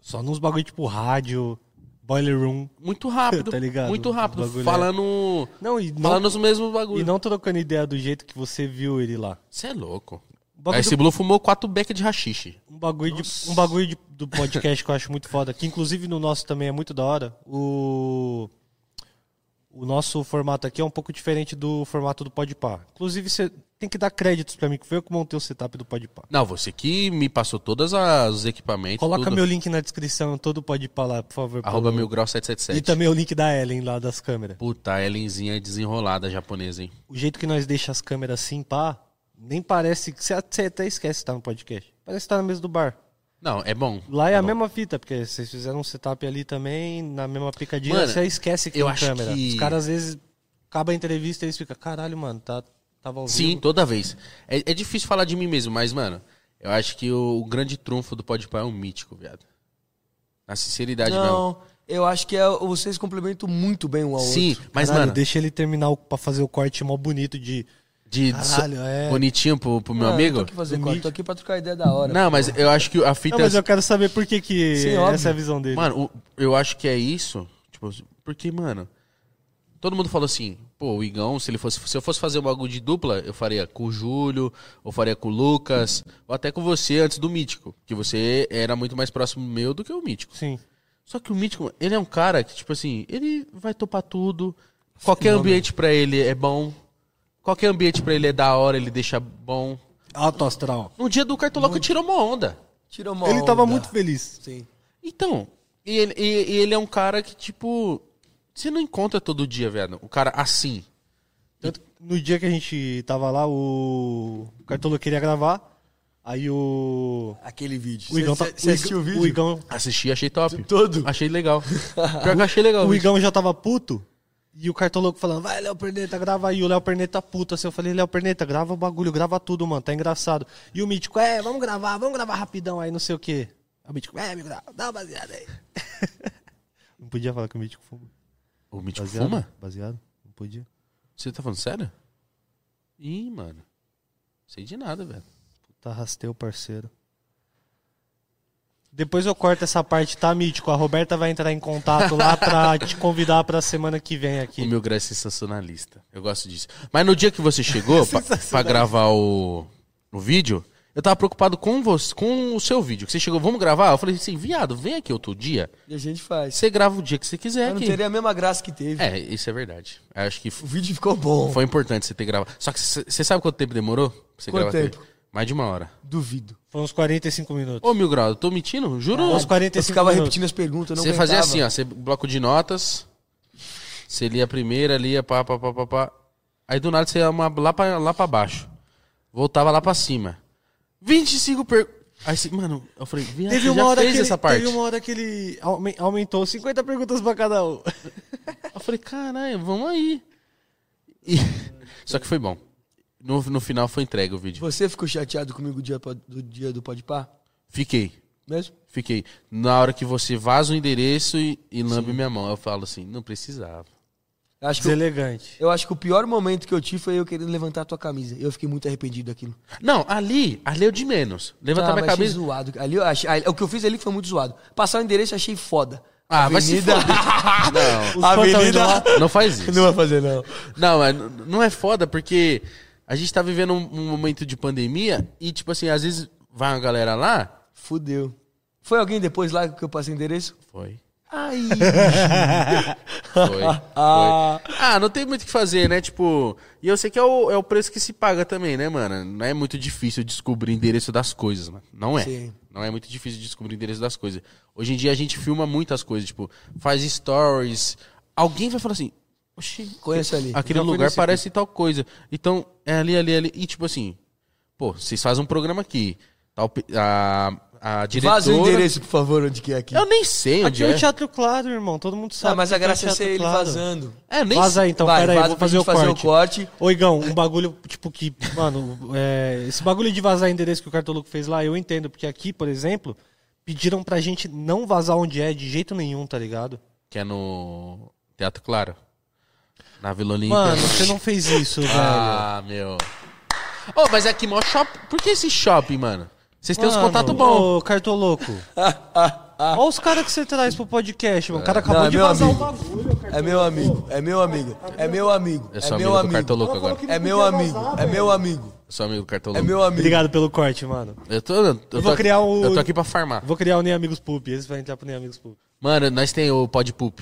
Speaker 1: Só nos bagulho tipo rádio, boiler room.
Speaker 2: Muito rápido.
Speaker 1: Tá ligado?
Speaker 2: Muito rápido.
Speaker 1: O bagulho é-
Speaker 2: Falando.
Speaker 1: Não, e não,
Speaker 2: Falando os mesmos
Speaker 1: e
Speaker 2: bagulhos.
Speaker 1: não trocando ideia do jeito que você viu ele lá.
Speaker 2: Você é louco.
Speaker 1: O bagulho
Speaker 2: Ice Blue fumou quatro becas de rachixe.
Speaker 1: Um bagulho, de- um bagulho de- do podcast que eu acho muito foda, que inclusive no nosso também é muito da hora. O, o nosso formato aqui é um pouco diferente do formato do Podpah. Inclusive, você tem que dar créditos pra mim, que foi eu que montei o setup do Podpah.
Speaker 2: Não, você que me passou todos os equipamentos.
Speaker 1: Coloca
Speaker 2: tudo.
Speaker 1: meu link na descrição, todo o Podpah lá, por favor.
Speaker 2: Arroba
Speaker 1: pelo-
Speaker 2: mil grau
Speaker 1: E
Speaker 2: 777.
Speaker 1: também o link da Ellen lá das câmeras.
Speaker 2: Puta, a Ellenzinha é desenrolada japonesa, hein?
Speaker 1: O jeito que nós deixa as câmeras assim, pá, nem parece que você você até esquece que tá no podcast. Parece que tá na mesa do bar.
Speaker 2: Não, é bom.
Speaker 1: Lá é a
Speaker 2: bom.
Speaker 1: mesma fita, porque vocês fizeram um setup ali também, na mesma picadinha,
Speaker 2: Mano,
Speaker 1: você esquece que
Speaker 2: eu
Speaker 1: tem
Speaker 2: acho
Speaker 1: câmera.
Speaker 2: que-
Speaker 1: Os caras às vezes acaba a entrevista e eles ficam, caralho, mano, tá, tava ouvindo.
Speaker 2: Sim, toda vez. É, é difícil falar de mim mesmo, mas, mano, eu acho que o, o grande trunfo do Podpah é o mítico, viado. Na sinceridade mesmo.
Speaker 3: Não, eu acho que é, vocês complementam muito bem um ao
Speaker 2: Sim,
Speaker 3: outro.
Speaker 2: mas,
Speaker 1: caralho,
Speaker 2: mano,
Speaker 1: deixa ele terminar o, pra fazer o corte mó bonito de.
Speaker 2: de,
Speaker 1: Caralho,
Speaker 2: so-
Speaker 1: é.
Speaker 2: bonitinho pro, pro meu
Speaker 3: Ah,
Speaker 2: amigo.
Speaker 3: Eu tô aqui fazer
Speaker 1: Do
Speaker 3: corte,
Speaker 1: Mickey.
Speaker 3: tô aqui pra trocar ideia da hora.
Speaker 2: Não, mas eu acho que a fita.
Speaker 1: Não, mas eu quero saber por que, que
Speaker 3: Sim, óbvio.
Speaker 1: essa é a visão dele.
Speaker 2: Mano, o- eu acho que é isso. Tipo, porque, mano, todo mundo falou assim, pô, o Igão, se ele fosse, se eu fosse fazer um bagulho de dupla, eu faria com o Júlio, ou faria com o Lucas, ou até com você antes do Mítico. Que você era muito mais próximo meu do que o Mítico.
Speaker 1: Sim.
Speaker 2: Só que o Mítico, ele é um cara que, tipo assim, ele vai topar tudo. Qualquer ambiente pra ele é bom. Qualquer ambiente pra ele é da hora, ele deixa bom.
Speaker 1: Alto astral.
Speaker 2: No dia do Cartoloco tirou uma onda.
Speaker 3: Tirou uma
Speaker 1: ele tava
Speaker 3: onda.
Speaker 1: muito feliz.
Speaker 3: Sim.
Speaker 2: Então, e ele, e- e ele é um cara que, tipo, você não encontra todo dia, velho. O cara assim.
Speaker 1: Tanto que no dia que a gente tava lá, o, o Cartolo queria gravar, aí o.
Speaker 3: Aquele vídeo.
Speaker 1: O Igão, tá...
Speaker 3: Você- Você assistiu o vídeo?
Speaker 1: o Igão
Speaker 2: Assisti, achei top.
Speaker 3: Todo?
Speaker 2: Achei legal. Pior que eu achei legal.
Speaker 1: O
Speaker 2: bicho.
Speaker 1: Igão já tava puto. E o cartoloco falando, vai, Léo Perneta, grava aí. O Léo Perneta puto. Assim, eu falei, Léo Perneta, grava o bagulho, grava tudo, mano. Tá engraçado. E o Mítico, é, vamos gravar, vamos gravar rapidão aí, não sei o quê. Aí O Mítico, é, me grava, dá uma baseada aí. não podia falar que o Mítico fuma.
Speaker 2: O Mítico
Speaker 1: Baseado?
Speaker 2: fuma?
Speaker 1: Baseado? Não podia.
Speaker 2: Você tá falando sério? Ih, mano. Sei de nada, velho.
Speaker 1: Puta, rastei o Tá parceiro. Depois eu corto essa parte, tá, Mítico? A Roberta vai entrar em contato lá pra te convidar pra semana que vem
Speaker 2: O
Speaker 1: aqui.
Speaker 2: meu grau é sensacionalista. Eu gosto disso. Mas no dia que você chegou pra, pra gravar o, o vídeo, eu tava preocupado com você, com o seu vídeo. Que você chegou, vamos gravar? Eu falei assim, viado, vem aqui outro dia.
Speaker 3: E a gente faz.
Speaker 2: Você grava o dia que você quiser
Speaker 3: Eu não
Speaker 2: aqui.
Speaker 3: teria a mesma graça que teve.
Speaker 2: É, isso é verdade. Eu acho que
Speaker 3: O vídeo ficou bom.
Speaker 2: Foi importante você ter gravado. Só que você sabe quanto tempo demorou? pra Você
Speaker 3: Quanto
Speaker 2: gravar?
Speaker 3: tempo?
Speaker 2: Mais de uma hora.
Speaker 3: Duvido.
Speaker 1: Foi uns 45 minutos.
Speaker 2: Ô, Mil Grau, eu tô mentindo? Juro.
Speaker 1: Uns
Speaker 3: Eu
Speaker 1: 45
Speaker 3: ficava
Speaker 1: minutos.
Speaker 3: repetindo as perguntas, eu não
Speaker 2: Você fazia
Speaker 3: aguentava.
Speaker 2: assim, ó. Você bloco de notas. Você lia a primeira, lia pá, pá, pá, pá, pá. Aí do nada você ia uma, lá, pra, lá pra baixo. Voltava lá pra cima. 25 per... Aí, você- mano, eu falei, viado,
Speaker 1: Teve
Speaker 2: você
Speaker 1: uma,
Speaker 2: já
Speaker 1: hora que
Speaker 2: fez
Speaker 1: ele,
Speaker 2: essa parte.
Speaker 1: teve uma hora que ele aumen- aumentou 50 perguntas pra cada um.
Speaker 2: Eu falei, caralho, vamos aí. E- Só que foi bom. No, no final foi entregue o vídeo.
Speaker 3: Você ficou chateado comigo o dia po- do dia do Podpah?
Speaker 2: Fiquei.
Speaker 3: Mesmo?
Speaker 2: Fiquei. Na hora que você vaza o endereço e, e lambe minha mão. Eu falo assim, não precisava.
Speaker 3: Acho que eu,
Speaker 1: Deselegante.
Speaker 3: eu acho que o pior momento que eu tive foi eu querendo levantar a tua camisa. Eu fiquei muito arrependido daquilo.
Speaker 2: Não, ali, ali eu de menos. Levantar
Speaker 1: Tá,
Speaker 3: Ah,
Speaker 2: minha
Speaker 3: mas achei
Speaker 2: camisa.
Speaker 3: zoado. Ali eu achei- ali- o que eu fiz ali foi muito zoado. Passar o endereço achei foda.
Speaker 2: Ah, vai se
Speaker 3: Avenida-
Speaker 2: foder.
Speaker 1: Os fãs tão indo lá.
Speaker 2: Não, não faz isso.
Speaker 3: Não vai fazer, não.
Speaker 2: Não, é- não é foda porque a gente tá vivendo um, um momento de pandemia e, tipo assim, às vezes vai uma galera lá.
Speaker 3: Fudeu. Foi alguém depois lá que eu passei o endereço?
Speaker 2: Foi.
Speaker 3: Ai.
Speaker 2: Foi. foi. Ah, não tem muito o que fazer, né? Tipo, e eu sei que é o, é o preço que se paga também, né, mano? Não é muito difícil descobrir o endereço das coisas, mano. Não é.
Speaker 3: Sim.
Speaker 2: Não é muito difícil descobrir o endereço das coisas. Hoje em dia a gente filma muitas coisas, tipo, faz stories. Alguém vai falar assim, oxi,
Speaker 3: Conheço ali.
Speaker 2: aquele
Speaker 1: Já fui
Speaker 2: lugar
Speaker 1: nesse
Speaker 2: parece tal coisa. Então, é ali, ali, ali. E tipo assim, pô, vocês fazem um programa aqui. Tal, pe- a, a diretora...
Speaker 3: Vaza o endereço, por favor, onde que é aqui.
Speaker 2: Eu nem sei onde
Speaker 1: Aqui é
Speaker 2: é.
Speaker 1: o Teatro Claro, irmão. Todo mundo sabe.
Speaker 3: Ah, mas a
Speaker 1: que é o
Speaker 3: graça é ser
Speaker 1: Teatro
Speaker 3: ele
Speaker 1: Claro.
Speaker 3: vazando.
Speaker 2: É, eu nem
Speaker 1: Vaza
Speaker 2: sei.
Speaker 1: aí, então,
Speaker 3: Vai,
Speaker 1: pera aí,
Speaker 3: vaza
Speaker 1: vou
Speaker 3: pra
Speaker 1: fazer o
Speaker 3: gente
Speaker 1: corte.
Speaker 3: fazer o corte.
Speaker 1: Ô, Igão, um bagulho, tipo, que, mano, é, esse bagulho de vazar endereço que o Cartoloco fez lá, eu entendo, porque aqui, por exemplo, pediram pra gente não vazar onde é de jeito nenhum, tá ligado?
Speaker 2: Que é no Teatro Claro. Na Vila Olímpia.
Speaker 1: Mano, você não fez isso, velho.
Speaker 2: Ah, meu. Ô, mas aqui, mó shopping. Por que esse shopping, mano? Vocês têm uns
Speaker 1: Mano,
Speaker 2: contatos bons.
Speaker 1: Ô, Cartoloco. Olha os caras que você traz pro podcast, mano. O cara acabou
Speaker 3: Não, é
Speaker 1: de
Speaker 3: meu
Speaker 1: vazar
Speaker 3: amigo.
Speaker 1: um bagulho, cara.
Speaker 3: É meu amigo, é meu amigo, é meu amigo,
Speaker 2: Eu
Speaker 3: é
Speaker 2: sou
Speaker 3: meu
Speaker 2: amigo do
Speaker 3: amigo.
Speaker 2: Cartoloco agora.
Speaker 3: É meu amigo, é meu amigo,
Speaker 2: Eu sou amigo do
Speaker 3: é
Speaker 2: Cartoloco.
Speaker 3: meu amigo.
Speaker 1: Obrigado pelo corte, mano.
Speaker 2: Eu tô, eu tô,
Speaker 1: vou criar um-
Speaker 2: Eu tô aqui pra farmar.
Speaker 1: Vou criar o Nem Amigos Poop, esse vai entrar pro Nem Amigos Poop.
Speaker 2: Mano, nós tem o Pod Poop.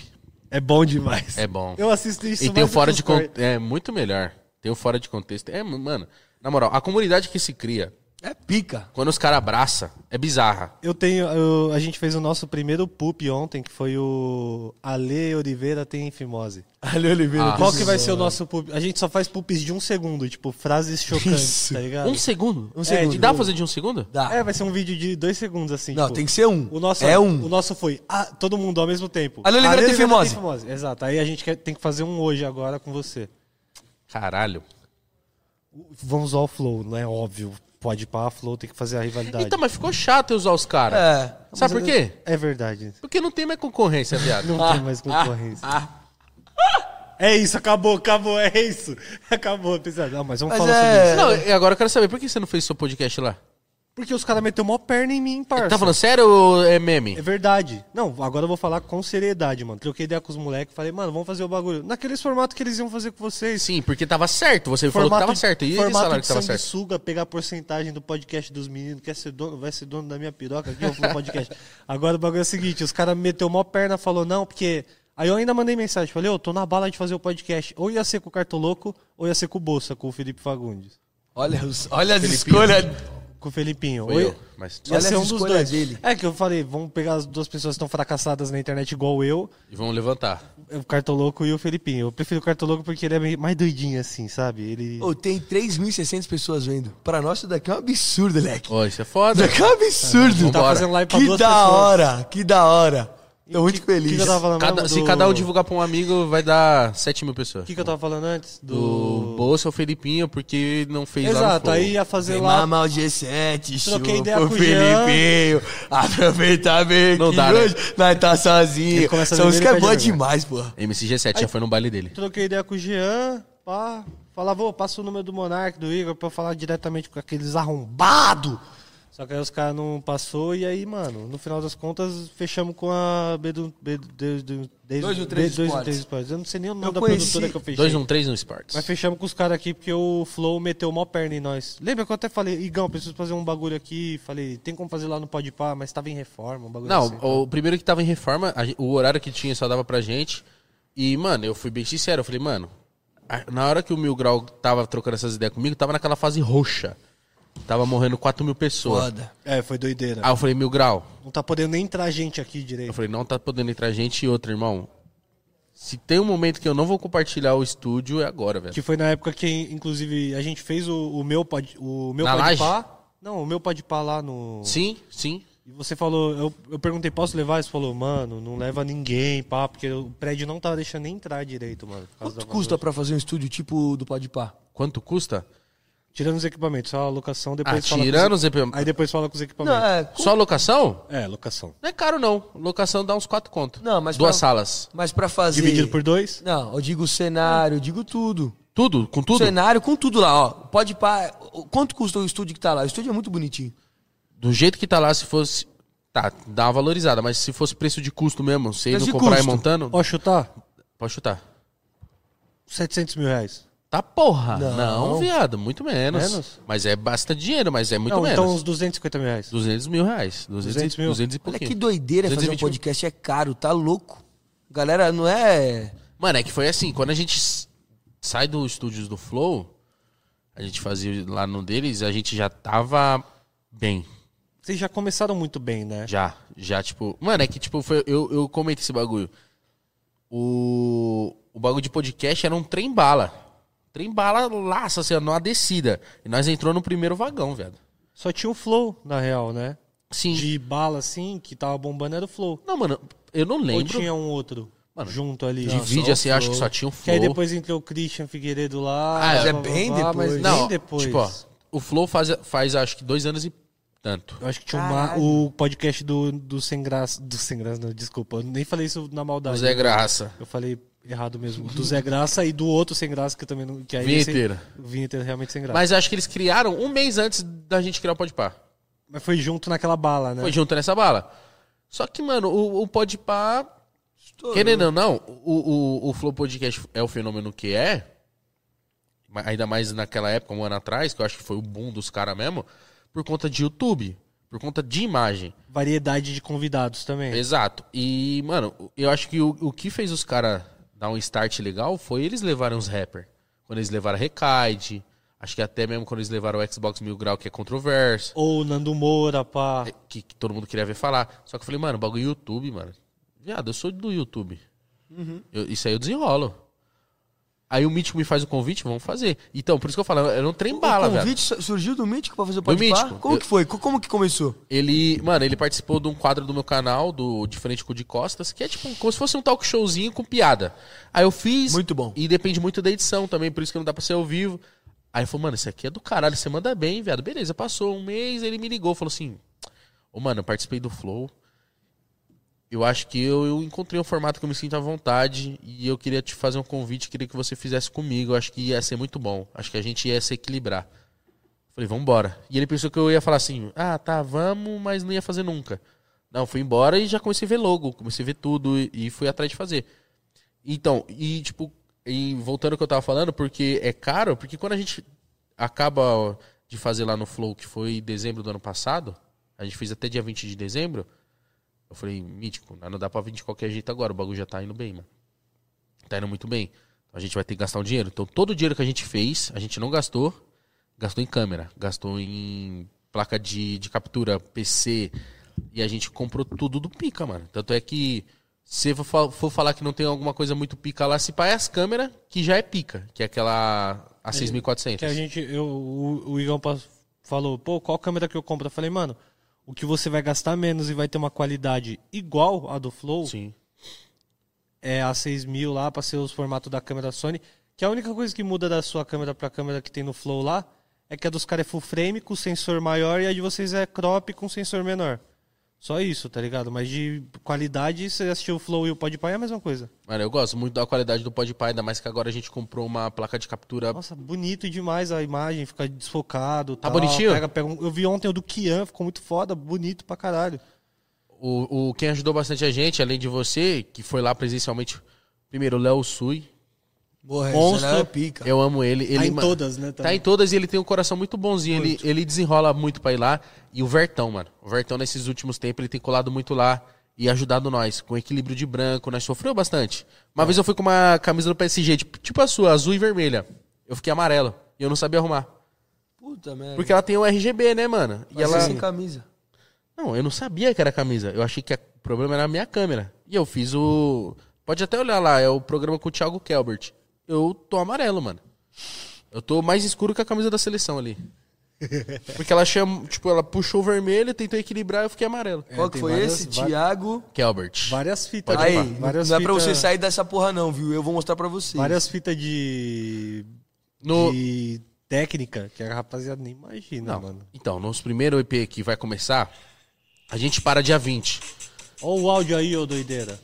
Speaker 1: É bom demais.
Speaker 2: É bom.
Speaker 1: Eu assisto isso
Speaker 2: E tem o
Speaker 1: mais do
Speaker 2: fora
Speaker 1: que
Speaker 2: de
Speaker 1: os cortes.
Speaker 2: contexto. É muito melhor. Tem o fora de contexto. É, mano. Na moral, a comunidade que se cria,
Speaker 3: É pica.
Speaker 2: quando os caras abraçam, é bizarra.
Speaker 1: Eu tenho. eu- a gente fez o nosso primeiro poop ontem, que foi o Ale Oliveira tem fimose.
Speaker 3: Ali Oliveira.
Speaker 2: Ah.
Speaker 1: Qual que vai ser o nosso poop? A gente só faz poops de um segundo, tipo, frases chocantes,
Speaker 3: Isso.
Speaker 1: tá ligado?
Speaker 2: Um segundo? Um
Speaker 1: segundo.
Speaker 2: dá pra fazer de um segundo?
Speaker 1: É,
Speaker 3: Dá.
Speaker 1: vai ser um vídeo de dois segundos, assim.
Speaker 3: Ah. Não,
Speaker 1: tipo,
Speaker 3: tem que ser um.
Speaker 1: O nosso,
Speaker 3: É um.
Speaker 1: O nosso foi ah, todo mundo ao mesmo tempo.
Speaker 3: Ale Oliveira tem fimose.
Speaker 1: Exato. Aí a gente quer- tem que fazer um hoje agora com você.
Speaker 2: Caralho.
Speaker 1: Vamos ao flow, não é óbvio. Pode ir pra flow, tem que fazer a rivalidade.
Speaker 2: Então, mas ficou chato eu usar os caras.
Speaker 3: É.
Speaker 2: Sabe por quê?
Speaker 1: É verdade.
Speaker 2: Porque não tem mais concorrência, viado.
Speaker 1: Não tem mais concorrência. É isso, acabou, acabou, é isso. Acabou, pesado. Não, mas vamos
Speaker 3: Mas
Speaker 1: falar sobre
Speaker 3: é-
Speaker 1: isso.
Speaker 2: Ah. Não, e agora eu quero saber, por que você não fez seu podcast lá?
Speaker 1: Porque os caras meteram mó perna em
Speaker 3: É
Speaker 1: mim, parça.
Speaker 2: Tá falando sério ou é meme?
Speaker 1: É verdade. Não, agora eu vou falar com seriedade, mano. Troquei ideia com os moleques, falei, mano, vamos fazer o bagulho. Naqueles formatos que eles iam fazer com vocês.
Speaker 2: Sim, porque tava certo. Você falou que tava certo. E eles
Speaker 1: formato
Speaker 2: falaram
Speaker 1: de
Speaker 2: que tava certo.
Speaker 1: sanguessuga, pegar a porcentagem do podcast dos meninos, quer ser dono, vai ser dono da minha piroca aqui, eu vou no podcast. Agora o bagulho é o seguinte, os caras me meteu mó perna, falou não, porque... Aí eu ainda mandei mensagem, falei, ô, tô na bala de fazer o podcast. Ou ia ser com o Cartoloco, ou ia ser com o Bolsa, com o Felipe Fagundes.
Speaker 3: Olha, os- olha as escolhas.
Speaker 1: Com o Felipinho.
Speaker 2: Foi
Speaker 1: Ou
Speaker 2: eu,
Speaker 1: ia-
Speaker 2: mas...
Speaker 1: Ia
Speaker 3: Olha
Speaker 1: ser
Speaker 3: as
Speaker 1: um dos
Speaker 3: escolhas
Speaker 1: dois.
Speaker 3: dele.
Speaker 1: É que eu falei, vamos pegar as duas pessoas que estão fracassadas na internet igual eu,
Speaker 2: E vamos levantar.
Speaker 1: o Cartoloco e o Felipinho. Eu prefiro o Cartoloco porque ele é meio- mais doidinho assim, sabe? Ele...
Speaker 3: Ô, tem 3.600 pessoas vendo. Pra nós isso daqui é um absurdo, leque.
Speaker 2: Ô, isso é
Speaker 3: Isso
Speaker 2: foda.
Speaker 3: daqui é um absurdo.
Speaker 2: Tá fazendo
Speaker 1: live pra
Speaker 3: que
Speaker 1: duas
Speaker 3: da
Speaker 1: pessoas.
Speaker 3: hora, que da hora. Tô muito feliz.
Speaker 1: O que, eu tava falando
Speaker 2: Cada-
Speaker 1: mesmo
Speaker 2: Se
Speaker 1: do-
Speaker 2: cada um divulgar pra um amigo, vai dar 7 mil pessoas.
Speaker 1: O que, que eu tava falando antes?
Speaker 2: Do
Speaker 1: Do.
Speaker 2: Bolsa ou Felipinho, porque não fez lá no
Speaker 1: Exato,
Speaker 2: Flow.
Speaker 1: aí ia fazer
Speaker 3: Vem
Speaker 1: lá.
Speaker 3: mamar o G7,
Speaker 1: Troquei
Speaker 3: chupa
Speaker 1: ideia
Speaker 3: o
Speaker 1: com o Jean.
Speaker 3: Felipinho. Aproveitar bem
Speaker 2: Não
Speaker 3: que
Speaker 2: dá, né?
Speaker 3: hoje nós tá sozinho.
Speaker 1: Ele começa a
Speaker 3: Essa
Speaker 1: beber,
Speaker 3: música
Speaker 1: ele
Speaker 3: é boa
Speaker 1: perde a vergonha.
Speaker 3: demais, porra.
Speaker 2: MCG7 já foi no baile dele.
Speaker 1: Troquei ideia com o Jean. Pá. Falava, ô, passa o número do Monark, do Igor, pra eu falar diretamente com aqueles arrombado. Só que aí os caras não passou e aí, mano, no final das contas, fechamos com a B2, B2,
Speaker 3: Dois um
Speaker 1: B2,
Speaker 3: três
Speaker 1: B2
Speaker 3: Esportes.
Speaker 1: Esportes. Eu não sei nem o nome
Speaker 3: Eu
Speaker 1: da
Speaker 3: conheci-
Speaker 1: produtora que eu fechei.
Speaker 2: 213 no um, Sports.
Speaker 1: Mas fechamos com os caras aqui porque o Flow meteu mó perna em nós. Lembra que eu até falei, Igão, preciso fazer um bagulho aqui. Falei, tem como fazer lá no Podpah, mas tava em reforma, um bagulho assim.
Speaker 2: Não, o primeiro que tava em reforma, a gen- o horário que tinha só dava pra gente. E, mano, eu fui bem sincero. Eu falei, mano, a- na hora que o Mil Grau tava trocando essas ideias comigo, tava naquela fase roxa. Tava morrendo 4 mil pessoas.
Speaker 3: Foda.
Speaker 1: É, foi doideira.
Speaker 2: Aí eu falei, Mil Grau.
Speaker 1: Não tá podendo nem entrar gente aqui direito.
Speaker 2: Eu falei, não tá podendo entrar gente e outro, irmão. Se tem um momento que eu não vou compartilhar o estúdio, é agora, velho.
Speaker 1: Que foi na época que, inclusive, a gente fez o, o meu pod, o meu
Speaker 2: Na
Speaker 1: podpá.
Speaker 2: laje?
Speaker 1: Não, o meu pode lá no.
Speaker 2: Sim, sim.
Speaker 1: E você falou, eu, eu perguntei, posso levar? Você falou, mano, não leva ninguém, pá, porque o prédio não tava deixando nem entrar direito, mano. por causa
Speaker 3: Quanto
Speaker 1: da
Speaker 3: custa
Speaker 1: vazão.
Speaker 3: pra fazer um estúdio tipo do Podpah?
Speaker 2: Quanto custa?
Speaker 1: Tirando os equipamentos, só a locação, depois
Speaker 2: Ah,
Speaker 1: fala com os-
Speaker 2: tirando os equipamentos.
Speaker 1: Aí depois fala com os equipamentos.
Speaker 3: Não, é,
Speaker 2: Só locação?
Speaker 1: É, locação.
Speaker 2: Não é caro, não. Locação dá uns quatro conto.
Speaker 3: Não, mas
Speaker 2: Duas
Speaker 3: pra-
Speaker 2: salas.
Speaker 3: mas pra fazer...
Speaker 1: Dividido por dois?
Speaker 3: Não, eu digo cenário, eu digo tudo.
Speaker 2: Tudo? Com tudo?
Speaker 3: Cenário com tudo lá, ó. Pode pá. Quanto custa o estúdio que tá lá? O estúdio é muito bonitinho.
Speaker 2: Do jeito que tá lá, se fosse... Tá, dá uma valorizada, mas se fosse preço de custo mesmo, se
Speaker 3: Preço
Speaker 2: não
Speaker 3: de
Speaker 2: comprar e
Speaker 3: custo.
Speaker 2: montando...
Speaker 1: Ó, chutar?
Speaker 2: Pode chutar.
Speaker 1: 700 mil reais.
Speaker 2: Tá porra. Não,
Speaker 3: Não.
Speaker 2: viado, muito menos.
Speaker 1: Menos?
Speaker 2: Mas é bastante dinheiro, mas é muito
Speaker 1: não,
Speaker 2: menos.
Speaker 1: então uns 250 mil reais.
Speaker 2: 200 mil reais. 200,
Speaker 1: 200 mil.
Speaker 2: 200 e
Speaker 3: Olha
Speaker 2: pouquinho.
Speaker 3: que doideira fazer um
Speaker 2: 220 mil.
Speaker 3: podcast. É caro, tá louco. Galera, não é.
Speaker 2: Mano, é que foi assim, quando a gente s- sai do estúdios do Flow, a gente fazia lá no deles, a gente já tava bem.
Speaker 1: Vocês já começaram muito bem, né?
Speaker 2: Já, já, tipo. Mano, é que, tipo, foi, eu, eu comentei esse bagulho. O, o bagulho de podcast era um trem-bala. Trem-bala laça, assim, ó, numa descida. E nós entrou no primeiro vagão, velho.
Speaker 1: Só tinha o Flow, na real, né?
Speaker 2: Sim.
Speaker 1: De bala, assim, que tava bombando era o Flow.
Speaker 2: Não, mano, eu não
Speaker 1: Ou
Speaker 2: lembro.
Speaker 1: tinha um outro
Speaker 2: Mano,
Speaker 1: junto ali.
Speaker 2: Divide, assim, acho que só tinha o
Speaker 1: Que
Speaker 2: Flow.
Speaker 1: aí depois entrou o Christian Figueiredo lá.
Speaker 2: Ah, mas é
Speaker 3: bem
Speaker 1: mas
Speaker 3: depois.
Speaker 1: bem
Speaker 2: Não,
Speaker 1: depois.
Speaker 2: tipo, ó, o Flow faz, faz, acho que dois anos e tanto.
Speaker 1: Eu acho que tinha uma- o podcast do, do Sem Graça. Do Sem Graça, não, desculpa. Eu nem falei isso na
Speaker 2: O
Speaker 1: maldade.
Speaker 2: Zé Graça.
Speaker 1: Eu falei errado mesmo. Do Zé Graça e do outro Sem Graça, que eu também não. Que aí
Speaker 2: Vinha
Speaker 1: esse-
Speaker 2: inteira.
Speaker 1: Vinha inteira realmente sem graça. Mas,
Speaker 2: Mas acho que eles criaram um mês antes da gente criar o Podpah.
Speaker 1: foi junto naquela bala, né?
Speaker 2: Foi junto nessa bala. Só que, mano, o, o Podpah, querendo ou não, o, o, o Flow Podcast é o fenômeno que é. ma- Ainda mais naquela época, um ano atrás, que eu acho que foi o boom dos caras mesmo. Por conta de YouTube. Por conta de imagem.
Speaker 1: Variedade de convidados também.
Speaker 2: Exato. E, mano, eu acho que o, o que fez os caras dar um start legal foi eles levarem os rappers. Quando eles levaram Recaide. Acho que até mesmo quando eles levaram o Xbox Mil Grau, que é controverso.
Speaker 1: Ou o Nando Moura, pá.
Speaker 2: Que, que todo mundo queria ver falar. Só que eu falei, mano, bagulho é YouTube, mano. Viado, eu sou do YouTube.
Speaker 3: Uhum.
Speaker 2: Eu- isso aí eu desenrolo. Aí o Mítico me faz o convite, vamos fazer. Então, por isso que eu falo, eu não trem bala,
Speaker 3: o
Speaker 2: velho.
Speaker 3: convite su- surgiu do Mítico pra fazer o Podpah?
Speaker 2: Mítico.
Speaker 3: Como
Speaker 2: Eu-
Speaker 3: que foi? Co- Como que começou?
Speaker 2: Ele, mano, ele participou de um quadro do meu canal, do Diferente com o de Costas, que é tipo um- como se fosse um talk showzinho com piada. Aí eu fiz.
Speaker 3: Muito bom.
Speaker 2: E depende muito da edição também, por isso que não dá pra ser ao vivo. Aí ele falou, mano, isso aqui é do caralho, você manda bem, viado. Beleza, passou um mês, ele me ligou, falou assim: Ô, mano, eu participei do Flow. Eu acho que eu, eu encontrei um formato que eu me sinto à vontade e eu queria te fazer um convite, queria que você fizesse comigo. Eu acho que ia ser muito bom. Acho que a gente ia se equilibrar. Falei, vambora. E ele pensou que eu ia falar assim, ah, tá, vamos, mas não ia fazer nunca. Não, fui embora e já comecei a ver logo, comecei a ver tudo e, e fui atrás de fazer. Então, e tipo, e voltando ao que eu tava falando, porque é caro, porque quando a gente acaba de fazer lá no Flow, que foi em dezembro do ano passado, a gente fez até dia 20 de dezembro, eu falei, mítico, não dá pra vir de qualquer jeito agora, o bagulho já tá indo bem, mano. Tá indo muito bem. A gente vai ter que gastar um dinheiro. Então, todo o dinheiro que a gente fez, a gente não gastou, gastou em câmera, gastou em placa de, de captura, PC, e a gente comprou tudo do pica, mano. Tanto é que se for, fa- for falar que não tem alguma coisa muito pica lá, se pá é as câmeras, que já é pica, que é aquela a
Speaker 1: Que a
Speaker 2: 6400.
Speaker 1: gente. Eu, o, o Igão pas- falou, pô, qual câmera que eu compro? Eu falei, mano, o que você vai gastar menos e vai ter uma qualidade igual a do Flow
Speaker 2: Sim.
Speaker 1: é a 6000 lá, pra ser os formatos da câmera Sony. Que a única coisa que muda da sua câmera pra câmera que tem no Flow lá é que a dos caras é full frame com sensor maior e a de vocês é crop com sensor menor. Só isso, tá ligado? Mas de qualidade, você assistiu o Flow e o Podpah é a mesma coisa.
Speaker 2: Mano, eu gosto muito da qualidade do Podpah, ainda mais que agora a gente comprou uma placa de captura.
Speaker 1: Nossa, bonito demais a imagem, fica desfocado.
Speaker 2: Tá
Speaker 1: tal.
Speaker 2: bonitinho?
Speaker 1: Pega- pega um- Eu vi ontem o do Kian, ficou muito foda, bonito pra caralho.
Speaker 2: O, o, quem ajudou bastante a gente, além de você, que foi lá presencialmente, primeiro o Léo Sui,
Speaker 3: Porra,
Speaker 1: Monstro.
Speaker 3: cenário é pica.
Speaker 2: Eu amo ele. ele
Speaker 1: em
Speaker 2: ma-
Speaker 1: todas, né,
Speaker 2: Tá
Speaker 1: também.
Speaker 2: em todas e ele tem um coração muito bonzinho. Ele, ele desenrola muito pra ir lá. E o Vertão, mano. O Vertão, nesses últimos tempos, ele tem colado muito lá e ajudado nós. Com equilíbrio de branco, nós sofreu bastante.
Speaker 1: É.
Speaker 2: Uma vez eu fui com uma camisa do PSG, tipo, tipo a sua, azul e vermelha. Eu fiquei amarelo. E eu não sabia arrumar.
Speaker 3: Puta merda.
Speaker 2: Porque ela tem um RGB, né, mano? E
Speaker 3: Vai ser
Speaker 2: ela.
Speaker 3: sem camisa.
Speaker 2: Não, eu não sabia que era camisa. Eu achei que a- o problema era a minha câmera. E eu fiz o. Pode até olhar lá, é o programa com o Thiago Kelbert. Eu tô amarelo, mano. Eu tô mais escuro que a camisa da seleção ali. Porque ela chama, tipo, ela puxou o vermelho, tentou equilibrar, eu fiquei amarelo.
Speaker 3: Qual que
Speaker 1: tem
Speaker 3: foi
Speaker 1: várias-
Speaker 3: esse?
Speaker 1: va-
Speaker 3: Tiago.
Speaker 2: Kelbert.
Speaker 1: Várias fitas.
Speaker 3: Aí,
Speaker 1: pá.
Speaker 3: não
Speaker 1: várias
Speaker 2: é
Speaker 3: dá pra
Speaker 1: fitas-
Speaker 3: você sair dessa porra não, viu? Eu vou mostrar pra você.
Speaker 1: Várias fitas de...
Speaker 2: assim. No-
Speaker 1: de técnica que a rapaziada nem imagina,
Speaker 2: Não,
Speaker 1: mano.
Speaker 2: Então, nosso primeiro EP que vai começar, a gente para dia 20.
Speaker 1: Ó o áudio aí, ô doideira.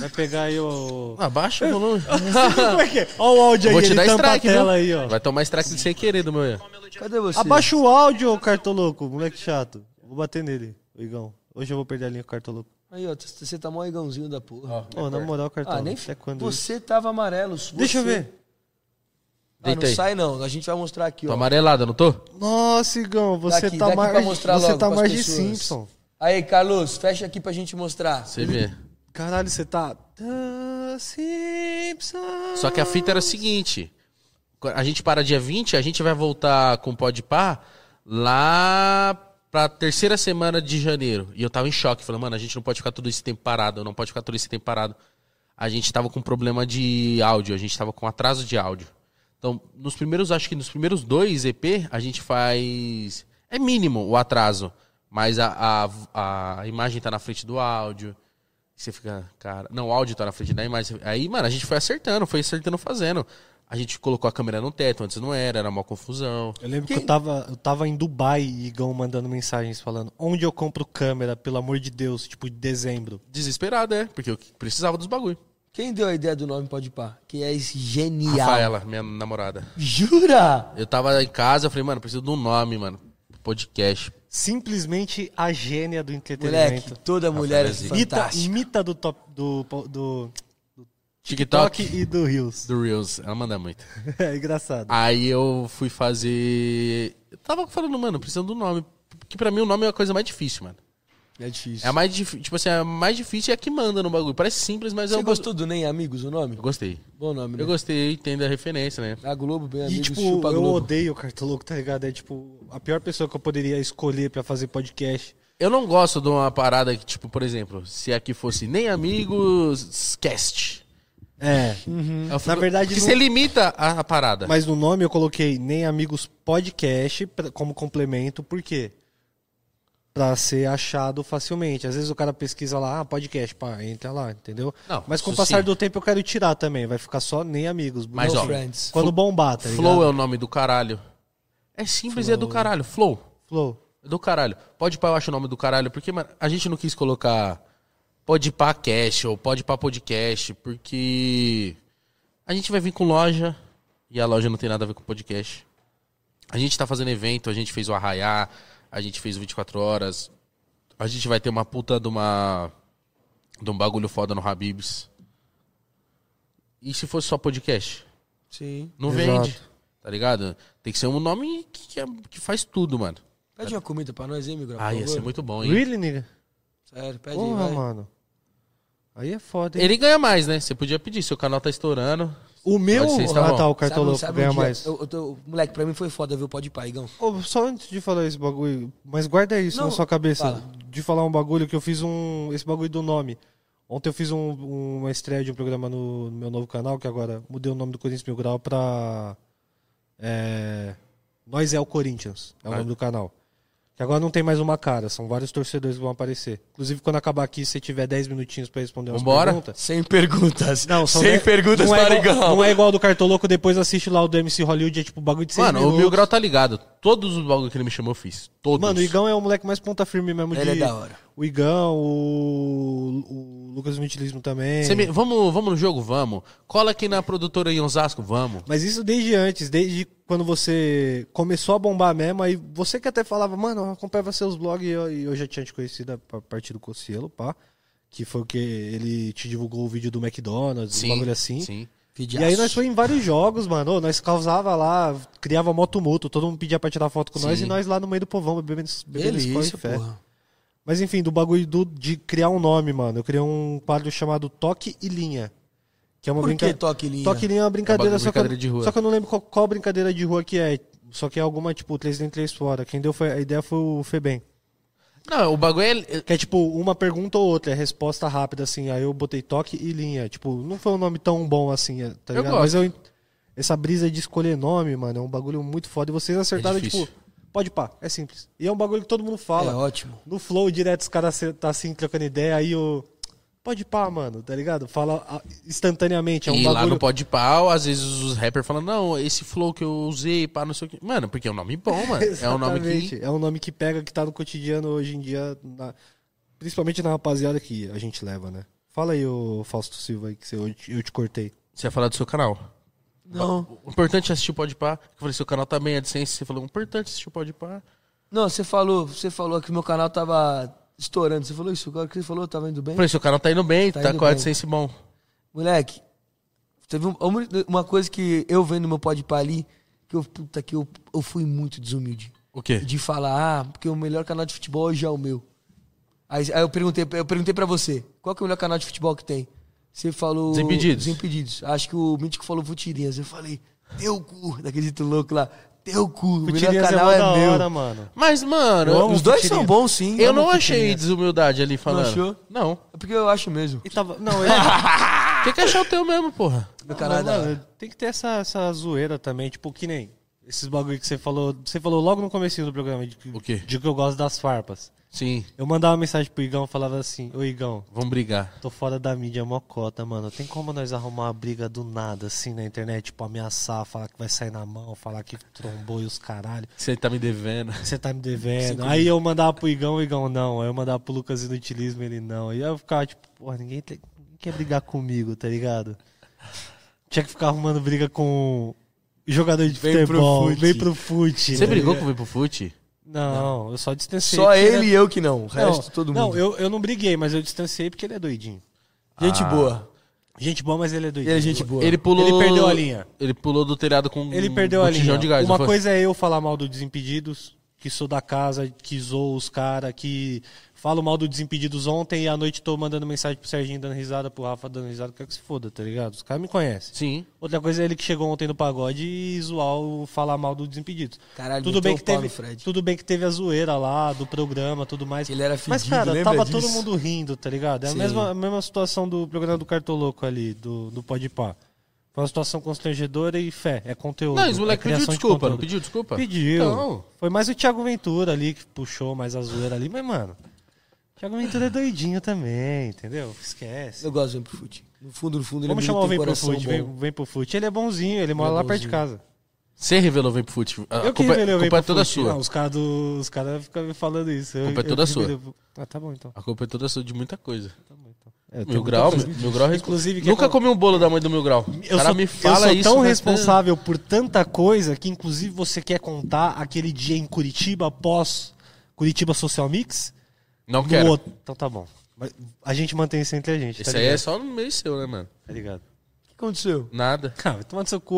Speaker 1: Vai pegar aí o...
Speaker 2: Abaixa o volume.
Speaker 1: Como é que é? Ó o áudio aí,
Speaker 2: Vou te
Speaker 1: ele
Speaker 2: dar
Speaker 1: tampa
Speaker 2: strike,
Speaker 1: a tela
Speaker 2: viu?
Speaker 1: aí, ó.
Speaker 2: Vai tomar strike sem querer do meu erro.
Speaker 3: Cadê você?
Speaker 1: Abaixa o áudio, ô cartoloco, moleque chato. Vou bater nele, ô Igão. Hoje eu vou perder a linha com o cartoloco.
Speaker 3: Aí, ó, t- você tá mó igãozinho da porra.
Speaker 1: Ô, na moral, cartoloco,
Speaker 3: ah, nem
Speaker 1: até quando isso?
Speaker 3: Você tava amarelo. você-
Speaker 1: Deixa eu ver.
Speaker 3: Ah,
Speaker 2: Deita
Speaker 3: não
Speaker 2: aí.
Speaker 3: sai não, a gente vai mostrar aqui,
Speaker 2: Tô
Speaker 3: ó.
Speaker 2: amarelada, não tô?
Speaker 1: Nossa, Igão, você
Speaker 3: Daqui-
Speaker 1: tá
Speaker 3: daqui pra
Speaker 1: mais.
Speaker 3: mostrar
Speaker 1: Você
Speaker 3: logo
Speaker 1: tá
Speaker 3: pras
Speaker 1: mais de
Speaker 3: pessoas.
Speaker 1: Simpson.
Speaker 3: Aí, Carlos, fecha aqui pra gente mostrar.
Speaker 2: Você vê.
Speaker 1: Caralho, você tá. The Simpson.
Speaker 2: Só que a fita era o seguinte: a gente para dia 20, a gente vai voltar com o Pode Par lá pra terceira semana de janeiro. E eu tava em choque, falei, mano, a gente não pode ficar todo esse tempo parado, não pode ficar todo esse tempo parado. A gente tava com problema de áudio, a gente tava com atraso de áudio. Então, nos primeiros, acho que nos primeiros dois EP, a gente faz. É mínimo o atraso. Mas a, a, a imagem tá na frente do áudio. Você fica, cara. Não, o áudio tá na frente da imagem. Aí, mano, a gente foi acertando, foi acertando fazendo. A gente colocou a câmera no teto, antes não era, era uma confusão.
Speaker 1: Eu lembro que eu tava, eu tava em Dubai e Igão mandando mensagens falando: onde eu compro câmera, pelo amor de Deus, tipo, de dezembro.
Speaker 2: Desesperado, é, porque eu precisava dos bagulho.
Speaker 3: Quem deu a ideia do nome Pode Par? Que é esse genial.
Speaker 2: Rafaela, minha namorada.
Speaker 3: Jura?
Speaker 2: Eu tava em casa, eu falei, mano, preciso de um nome, mano. Podcast.
Speaker 1: Simplesmente a gênia do entretenimento.
Speaker 3: Moleque, toda mulher é
Speaker 2: Rafaela
Speaker 1: Mita,
Speaker 3: fantástica.
Speaker 1: mita do top do, do
Speaker 2: TikTok
Speaker 1: Toque e do Rios.
Speaker 2: do Reels. Ela manda muito.
Speaker 1: É engraçado.
Speaker 2: Aí eu fui fazer. Eu tava falando, mano, precisando do nome. Porque pra mim o nome é a coisa mais difícil, mano.
Speaker 3: É difícil.
Speaker 2: É a mais difícil. Tipo assim, a mais difícil é a que manda no bagulho. Parece simples, mas
Speaker 3: Você
Speaker 2: eu
Speaker 3: gostou do Nem Amigos, o nome?
Speaker 2: Eu gostei.
Speaker 3: Bom nome, né?
Speaker 2: Eu gostei, entendo a referência, né?
Speaker 3: A Globo, bem
Speaker 1: E,
Speaker 3: amigos,
Speaker 1: tipo,
Speaker 3: chupa a
Speaker 1: eu
Speaker 3: Globo.
Speaker 1: odeio o Cartoloco, tá ligado? É, tipo, a pior pessoa que eu poderia escolher pra fazer podcast.
Speaker 2: Eu não gosto de uma parada que, tipo, por exemplo, se aqui fosse nem amigos, cast.
Speaker 1: É.
Speaker 2: Eu fico-
Speaker 1: Na verdade,
Speaker 2: Porque
Speaker 1: não-
Speaker 2: você limita a, a parada.
Speaker 1: Mas no nome eu coloquei Nem Amigos Podcast pra- como complemento, por quê? Pra ser achado facilmente. Às vezes o cara pesquisa lá, ah, podcast, pá, entra lá, entendeu?
Speaker 2: Não,
Speaker 1: Mas com o
Speaker 2: isso
Speaker 1: passar
Speaker 2: sim.
Speaker 1: do tempo eu quero tirar também, vai ficar só Nem Amigos.
Speaker 2: Mas,
Speaker 1: Não,
Speaker 2: ó,
Speaker 3: Friends.
Speaker 1: Quando bombar, tá ligado?
Speaker 2: Flow é o nome do caralho. É simples e é do caralho. Flow.
Speaker 1: Flow.
Speaker 2: É Do caralho. Pode pá, eu acho o nome do caralho, porque mano, a gente não quis colocar pode pá cash ou pode pá podcast, porque a gente vai vir com loja e a loja não tem nada a ver com podcast. A gente tá fazendo evento, a gente fez o Arraiá, a gente fez o 24 Horas, a gente vai ter uma puta de uma. de um bagulho foda no Habibs. E se fosse só podcast?
Speaker 3: Sim.
Speaker 2: Não
Speaker 1: Exato.
Speaker 2: vende. Tá ligado? Tem que ser um nome que, que é- que faz tudo, mano.
Speaker 3: Pede uma comida pra nós, hein, Miguel?
Speaker 2: Ah,
Speaker 3: por
Speaker 2: ia
Speaker 3: favor.
Speaker 2: ser muito bom, hein?
Speaker 1: Really, nigga?
Speaker 3: Sério, pede aí,
Speaker 1: Porra,
Speaker 3: vai.
Speaker 1: mano. Aí é foda, hein?
Speaker 2: Ele ganha mais, né? Você podia pedir, seu canal tá estourando.
Speaker 1: O meu.
Speaker 2: Pode ser, está
Speaker 1: ah,
Speaker 2: bom.
Speaker 1: tá, o
Speaker 3: Sabe-
Speaker 1: cartoloco
Speaker 3: sabe um
Speaker 1: ganha
Speaker 3: dia-
Speaker 1: mais.
Speaker 3: eu- eu tô- moleque, pra mim foi foda ver o Pode Par, Igão.
Speaker 1: Ô, só antes de falar esse bagulho, mas guarda isso
Speaker 3: Não,
Speaker 1: na sua cabeça.
Speaker 3: fala.
Speaker 1: De falar um bagulho que eu fiz um. Esse bagulho do nome. Ontem eu fiz um- uma estreia de um programa no, no meu novo canal, que agora mudei o nome do Corinthians Mil Grau pra. É, Nós é o Corinthians, é o
Speaker 2: Ah.
Speaker 1: nome do canal. Que agora não tem mais uma cara, são vários torcedores que vão aparecer. Inclusive, quando acabar aqui, se você tiver 10 minutinhos pra responder umas
Speaker 2: Vambora.
Speaker 1: perguntas.
Speaker 3: Sem perguntas.
Speaker 1: Não, são dez- não é igual, Não é igual do Cartoloco, depois assiste lá o do MC Hollywood, é tipo bagulho de 6
Speaker 2: Mano, o Mil Grau tá ligado. Todos os bagulho que ele me chamou, eu fiz. Todos.
Speaker 1: Mano, o Igão é o moleque mais ponta firme mesmo
Speaker 3: Ele
Speaker 1: de-
Speaker 3: é da hora.
Speaker 1: O Igão, o, o Lucas Inutilismo também.
Speaker 2: Você me- Vamos, vamos no jogo? Vamos. Cola aqui na produtora em Osasco? Vamos.
Speaker 1: Mas isso desde antes, desde quando você começou a bombar mesmo, aí você que até falava, mano, eu acompanhava seus blogs e eu, e eu já tinha te conhecido a partir do Cocielo, pá. Que foi o que ele te divulgou o vídeo do McDonald's, um bagulho assim.
Speaker 2: Sim.
Speaker 1: E aí nós foi em vários jogos, mano. Ô, Nós causava lá, criava moto tumulto, todo mundo pedia pra tirar foto com nós
Speaker 2: Sim.
Speaker 1: e nós lá no meio do povão bebendo, bebendo Skol e
Speaker 3: Delícia,
Speaker 1: fé.
Speaker 3: porra.
Speaker 1: Mas enfim, do bagulho do- de criar um nome, mano. Eu criei um quadro chamado Toque e Linha. Que é uma
Speaker 3: Por que
Speaker 1: brincadeira.
Speaker 3: toque linha?
Speaker 1: Toque e Linha é uma brincadeira,
Speaker 2: É
Speaker 1: só,
Speaker 2: brincadeira
Speaker 1: que
Speaker 2: de
Speaker 1: eu,
Speaker 2: rua.
Speaker 1: só que eu não lembro qual, qual brincadeira de rua que é. Só que é alguma, tipo, 3 dentro 3 fora. Quem deu foi, a ideia foi o Febem.
Speaker 2: Não, o bagulho é.
Speaker 1: Que é tipo uma pergunta ou outra, é resposta rápida, assim. Aí eu botei toque e linha. Tipo, não foi um nome tão bom assim, é, tá
Speaker 2: Eu
Speaker 1: ligado?
Speaker 2: gosto.
Speaker 1: Mas eu. en- Essa brisa de escolher nome, mano, é um bagulho muito foda. E vocês acertaram,
Speaker 2: É difícil.
Speaker 1: tipo, pode pá, é simples. E é um bagulho que todo mundo
Speaker 3: É
Speaker 1: fala.
Speaker 3: ótimo.
Speaker 1: No flow direto, os caras se- tá assim, trocando ideia, aí o. Pode pá, mano, tá ligado? Fala ah, instantaneamente. É um
Speaker 2: e lá
Speaker 1: bagulho.
Speaker 2: no pó de pau, às vezes os rappers falam, não, esse flow que eu usei, pá, não sei o que. Mano, porque é um nome bom, mano. é um nome que.
Speaker 1: Exatamente. É um nome que pega, que tá no cotidiano hoje em dia, na- principalmente na rapaziada que a gente leva, né? Fala aí, ô Fausto Silva, aí, que você- eu, te- eu te cortei.
Speaker 2: Você ia falar do seu canal.
Speaker 3: Não.
Speaker 2: O importante é assistir o pó de pá. Eu falei, seu canal tá bem, a licença. Você falou, o importante é assistir o pó de pá.
Speaker 3: Não, você falou, você falou que meu canal tava estourando. Você falou isso? Agora que você falou, tava indo bem?
Speaker 2: Eu falei, seu canal tá indo bem,
Speaker 3: Tá
Speaker 2: tá,
Speaker 3: indo
Speaker 2: com a
Speaker 3: bem.
Speaker 2: AdSense bom.
Speaker 3: Moleque, teve um- uma- uma coisa que eu vendo no meu podpar ali, que eu, puta, que eu, eu fui muito desumilde.
Speaker 2: O quê?
Speaker 3: De falar, ah, porque o melhor canal de futebol hoje é o meu. Aí, aí eu perguntei, eu perguntei pra você, qual que é o melhor canal de futebol que tem? Você falou.
Speaker 2: Desimpedidos.
Speaker 3: Desimpedidos. Acho que o Mítico falou Futirinhas. Eu falei, teu cu, daquele jeito louco lá, teu cu, o melhor
Speaker 1: Futirinhas
Speaker 3: canal
Speaker 1: mó
Speaker 3: é,
Speaker 1: da
Speaker 3: meu.
Speaker 1: hora, mano.
Speaker 2: Mas, mano,
Speaker 1: Eu amo
Speaker 3: Os dois são
Speaker 1: Futirinhas.
Speaker 3: bons, sim.
Speaker 2: eu
Speaker 3: amo
Speaker 2: não achei
Speaker 3: Futirinhas.
Speaker 2: desumildade ali falando.
Speaker 3: achou?
Speaker 2: Não.
Speaker 3: É porque eu acho mesmo.
Speaker 1: E tava, não, é,
Speaker 2: Tem que achar o teu mesmo, porra.
Speaker 3: Meu canal é da hora.
Speaker 1: mano, tem que ter essa, essa zoeira também, tipo, que nem esses bagulho que você falou. Você falou logo no comecinho do programa de, que-
Speaker 2: O quê?
Speaker 1: de que eu gosto das farpas.
Speaker 2: Sim,
Speaker 1: Eu mandava uma mensagem pro Igão, falava assim, ô Igão,
Speaker 2: vamos brigar.
Speaker 1: Tô fora da mídia mocota, mano. Tem como nós arrumar uma briga do nada, assim, na internet? Tipo, ameaçar, falar que vai sair na mão, falar que trombou e os caralho.
Speaker 2: Você tá me devendo.
Speaker 1: Você tá me devendo. Aí eu mandava pro Igão, o Igão não. Aí eu mandava pro Lucas Inutilismo, ele não. E aí eu ficava tipo, porra, ninguém, te- ninguém quer brigar comigo, tá ligado? Tinha que ficar arrumando briga com jogador de
Speaker 3: Vem pro
Speaker 1: futebol.
Speaker 3: fute.
Speaker 1: Vem pro fute.
Speaker 2: Você
Speaker 1: tá
Speaker 2: brigou
Speaker 1: ligado?
Speaker 2: com o Vipo Fute?
Speaker 1: Não, eu só distanciei.
Speaker 3: Só
Speaker 1: porque
Speaker 3: ele
Speaker 1: é-
Speaker 3: e eu que não. O resto,
Speaker 1: não,
Speaker 3: todo
Speaker 1: Não,
Speaker 3: mundo.
Speaker 1: eu, eu não briguei, mas eu distanciei porque ele é doidinho.
Speaker 3: Gente boa.
Speaker 1: Gente boa, mas ele é doidinho.
Speaker 3: Ah. Ele é gente boa.
Speaker 2: Ele pulou.
Speaker 1: Ele perdeu a linha.
Speaker 2: Ele pulou do telhado com
Speaker 1: Ele perdeu
Speaker 2: um
Speaker 1: a
Speaker 2: botijão
Speaker 1: linha.
Speaker 2: de gás. não
Speaker 1: Uma
Speaker 2: foi?
Speaker 1: coisa é eu falar mal do Desimpedidos, que sou da casa, que zoo os caras, que falo mal do Desimpedidos ontem e à noite tô mandando mensagem pro Serginho dando risada, pro Rafa dando risada, quer que se foda, tá ligado? Os caras me conhecem.
Speaker 2: Sim.
Speaker 1: Outra coisa é ele que chegou ontem no pagode e zoar o falar mal do Desimpedidos.
Speaker 3: Caralho,
Speaker 1: tudo
Speaker 3: meteu
Speaker 1: bem
Speaker 3: o
Speaker 1: que
Speaker 3: pau
Speaker 1: teve,
Speaker 3: no Fred.
Speaker 1: tudo bem que teve a zoeira lá do programa, tudo mais.
Speaker 3: Ele era
Speaker 1: Mas
Speaker 3: fedido,
Speaker 1: cara,
Speaker 3: lembra
Speaker 1: tava
Speaker 3: disso?
Speaker 1: todo mundo rindo, tá ligado? É a
Speaker 3: Sim.
Speaker 1: mesma, a mesma situação do programa do Cartoloco ali, do do Podpah. Foi uma situação constrangedora e fé, é conteúdo.
Speaker 2: Não, esse moleque
Speaker 1: é
Speaker 2: pediu
Speaker 1: criação de
Speaker 2: desculpa,
Speaker 1: conteúdo.
Speaker 2: não pediu desculpa?
Speaker 1: Pediu.
Speaker 2: Então.
Speaker 1: Foi mais o Thiago Ventura ali que puxou mais a zoeira ali, mas mano, o Thiago Ventura é doidinho também, entendeu? Esquece.
Speaker 3: Eu gosto do Vem pro Fute. No fundo, no fundo, ele
Speaker 1: Vamos
Speaker 3: é
Speaker 1: chamar o
Speaker 3: bonito,
Speaker 1: Vem
Speaker 3: tem
Speaker 1: pro
Speaker 3: coração
Speaker 1: Fute,
Speaker 3: bom.
Speaker 1: vem, vem pro Fute. Ele é bonzinho, ele mora
Speaker 3: é
Speaker 1: lá perto de
Speaker 3: bonzinho.
Speaker 1: casa.
Speaker 2: Você revelou o Vem pro Fute. A
Speaker 1: Eu que
Speaker 2: culpa,
Speaker 1: revelei o
Speaker 2: a
Speaker 1: Vem
Speaker 2: culpa é
Speaker 1: pro
Speaker 2: toda
Speaker 1: Fute.
Speaker 2: sua.
Speaker 1: Não, os caras do- os caras ficam me falando isso. Eu-
Speaker 2: culpa é
Speaker 1: eu
Speaker 2: toda
Speaker 1: que
Speaker 2: sua.
Speaker 1: revelei- Ah, tá bom então.
Speaker 2: A culpa é toda sua de muita coisa.
Speaker 1: Tá bom, então. É, eu
Speaker 2: Mil
Speaker 1: tenho-
Speaker 2: grau, meu, meu grau é responsável.
Speaker 1: Inclusive, quer
Speaker 2: Nunca
Speaker 1: con-
Speaker 2: comi um bolo da mãe do meu grau. O
Speaker 1: Eu
Speaker 2: cara
Speaker 1: sou,
Speaker 2: me fala
Speaker 1: eu sou
Speaker 2: isso.
Speaker 1: tão
Speaker 2: né?
Speaker 1: responsável por tanta coisa que, inclusive, você quer contar aquele dia em Curitiba pós Curitiba Social Mix?
Speaker 2: Não
Speaker 1: No
Speaker 2: quero.
Speaker 1: outro- Então tá bom. Mas A gente mantém isso entre a gente.
Speaker 2: Isso
Speaker 1: tá
Speaker 2: aí
Speaker 1: ligado?
Speaker 2: é só no meio seu, né, mano?
Speaker 1: Tá ligado?
Speaker 3: O que aconteceu?
Speaker 2: Nada.
Speaker 1: Cara, toma no seu cu,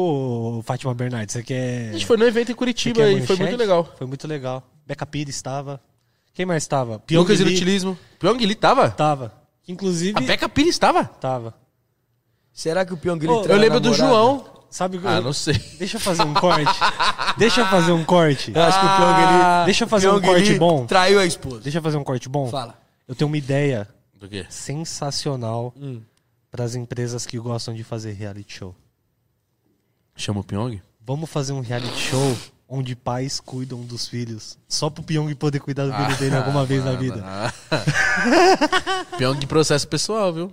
Speaker 1: ô, Fátima Bernardes. Você quer.
Speaker 2: A gente foi no evento em
Speaker 1: você
Speaker 2: Curitiba
Speaker 1: quer
Speaker 2: e foi
Speaker 1: manchete?
Speaker 2: muito legal.
Speaker 1: Foi muito legal. Beca Pires estava. Quem mais estava?
Speaker 2: Lucas
Speaker 1: Pyong Lee
Speaker 2: Inutilismo. Pyong Lee tava?
Speaker 1: estava. Inclusive.
Speaker 2: A Peca Pires tava?
Speaker 1: Tava.
Speaker 3: Será que o Pyong
Speaker 1: Ô,
Speaker 2: Eu lembro do João.
Speaker 1: Sabe o que-
Speaker 2: Ah, não sei.
Speaker 1: Deixa eu fazer um corte. Deixa eu fazer um corte.
Speaker 3: Eu acho que o Pyong ele...
Speaker 1: Deixa eu fazer um
Speaker 3: Pyong, ele
Speaker 1: corte bom.
Speaker 3: Traiu a esposa.
Speaker 1: Deixa eu fazer um corte bom.
Speaker 3: Fala.
Speaker 1: Eu tenho uma ideia
Speaker 2: Do quê?
Speaker 1: sensacional
Speaker 2: Hum.
Speaker 1: para as empresas que gostam de fazer reality show.
Speaker 2: Chama o Pyong?
Speaker 1: Vamos fazer um reality show onde pais cuidam dos filhos. Só pro Pyong poder cuidar do filho dele alguma vez na vida.
Speaker 2: Ah. Pyong processo pessoal, viu?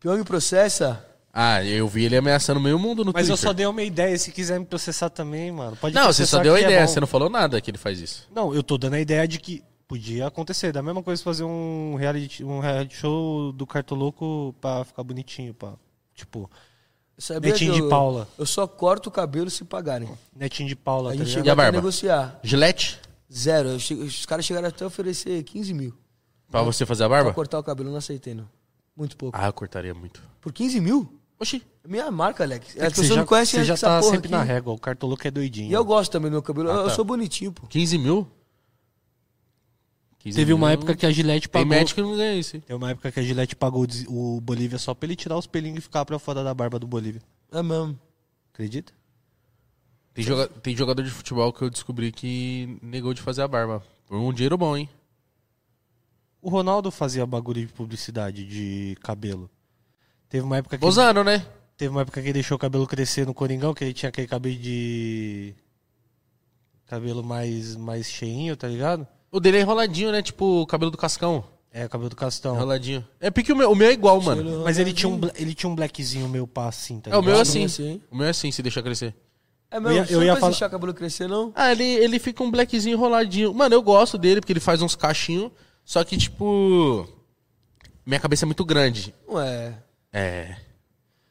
Speaker 3: Pyong processa.
Speaker 2: Ah, eu vi ele ameaçando meio mundo no
Speaker 1: Mas eu
Speaker 2: Twitter.
Speaker 1: só dei uma ideia. Se quiser me processar também, mano, pode
Speaker 2: Não, você
Speaker 1: processar
Speaker 2: só deu a
Speaker 1: que é
Speaker 2: ideia,
Speaker 1: bom.
Speaker 2: você não falou nada que ele faz isso.
Speaker 1: Não, eu tô dando a ideia de que podia acontecer. Da mesma coisa fazer um reality, um reality show do Cartoloco pra ficar bonitinho, pra, tipo,
Speaker 3: Eu sabia
Speaker 1: Netinho
Speaker 3: que
Speaker 1: de
Speaker 3: eu-
Speaker 1: Paula.
Speaker 3: Eu só corto o cabelo se pagarem.
Speaker 1: netinho de Paula,
Speaker 3: A
Speaker 1: tá
Speaker 3: gente
Speaker 1: ligado?
Speaker 2: E
Speaker 3: chegou
Speaker 2: a
Speaker 3: até a
Speaker 2: barba?
Speaker 3: negociar.
Speaker 2: Gillette?
Speaker 3: Zero. Eu che- Os caras chegaram até a oferecer 15 mil.
Speaker 2: Pra você fazer a
Speaker 3: Pra
Speaker 1: Tá
Speaker 2: barba?
Speaker 3: cortar o cabelo, eu não aceitei, não. Muito pouco.
Speaker 2: Ah, eu cortaria muito.
Speaker 3: Por 15 mil?
Speaker 2: Oxi.
Speaker 3: Minha marca, Alex.
Speaker 1: É
Speaker 3: As
Speaker 1: que você
Speaker 3: pessoas não
Speaker 1: já,
Speaker 3: conhecem
Speaker 1: você já
Speaker 3: essa
Speaker 1: tá
Speaker 3: porra
Speaker 1: sempre na Ah,
Speaker 3: aqui.
Speaker 1: régua. O Cartoloco é doidinho.
Speaker 3: E eu gosto também do meu cabelo. eu, eu
Speaker 2: tá.
Speaker 3: sou bonitinho, pô.
Speaker 2: 15 mil? 15
Speaker 1: Teve uma
Speaker 2: mil.
Speaker 1: época que a Gillette
Speaker 2: Tem
Speaker 1: pagou.
Speaker 2: médico que não ganha isso. hein?
Speaker 1: Tem uma época que a Gillette pagou o des- o Bolívia só pra ele tirar os pelinhos e ficar pra fora da barba do Bolívia.
Speaker 3: É mesmo.
Speaker 1: Acredita?
Speaker 2: Tem, joga- tem jogador de futebol que eu descobri que negou de fazer a barba. Por um dinheiro bom, hein?
Speaker 1: O Ronaldo fazia bagulho de publicidade de cabelo. Teve uma época que, ele,
Speaker 2: Bozano, né?
Speaker 1: teve uma época que ele deixou o cabelo crescer no Coringão, que ele tinha aquele cabelo de. Cabelo mais, mais cheinho, tá ligado?
Speaker 2: O dele é enroladinho, né? Tipo o cabelo do Cascão.
Speaker 1: É, cabelo do Castão.
Speaker 2: Enroladinho. É porque o meu, o meu é igual, mano.
Speaker 1: Mas ele tinha um, bla- ele tinha um blackzinho meio pá assim, tá
Speaker 2: É, o
Speaker 1: ligado?
Speaker 2: meu é
Speaker 3: Sim,
Speaker 2: assim.
Speaker 3: sim.
Speaker 2: O meu é assim, se deixar crescer.
Speaker 3: É
Speaker 1: Eu ia-
Speaker 3: mesmo,
Speaker 1: eu
Speaker 3: eu
Speaker 1: ia
Speaker 3: ia
Speaker 1: falar-
Speaker 3: deixar o cabelo crescer, não?
Speaker 2: Ah, ele, ele fica um blackzinho enroladinho. Mano, eu gosto dele, porque ele faz uns cachinhos. Só que, tipo. Minha cabeça é muito grande.
Speaker 3: Ué,
Speaker 2: É.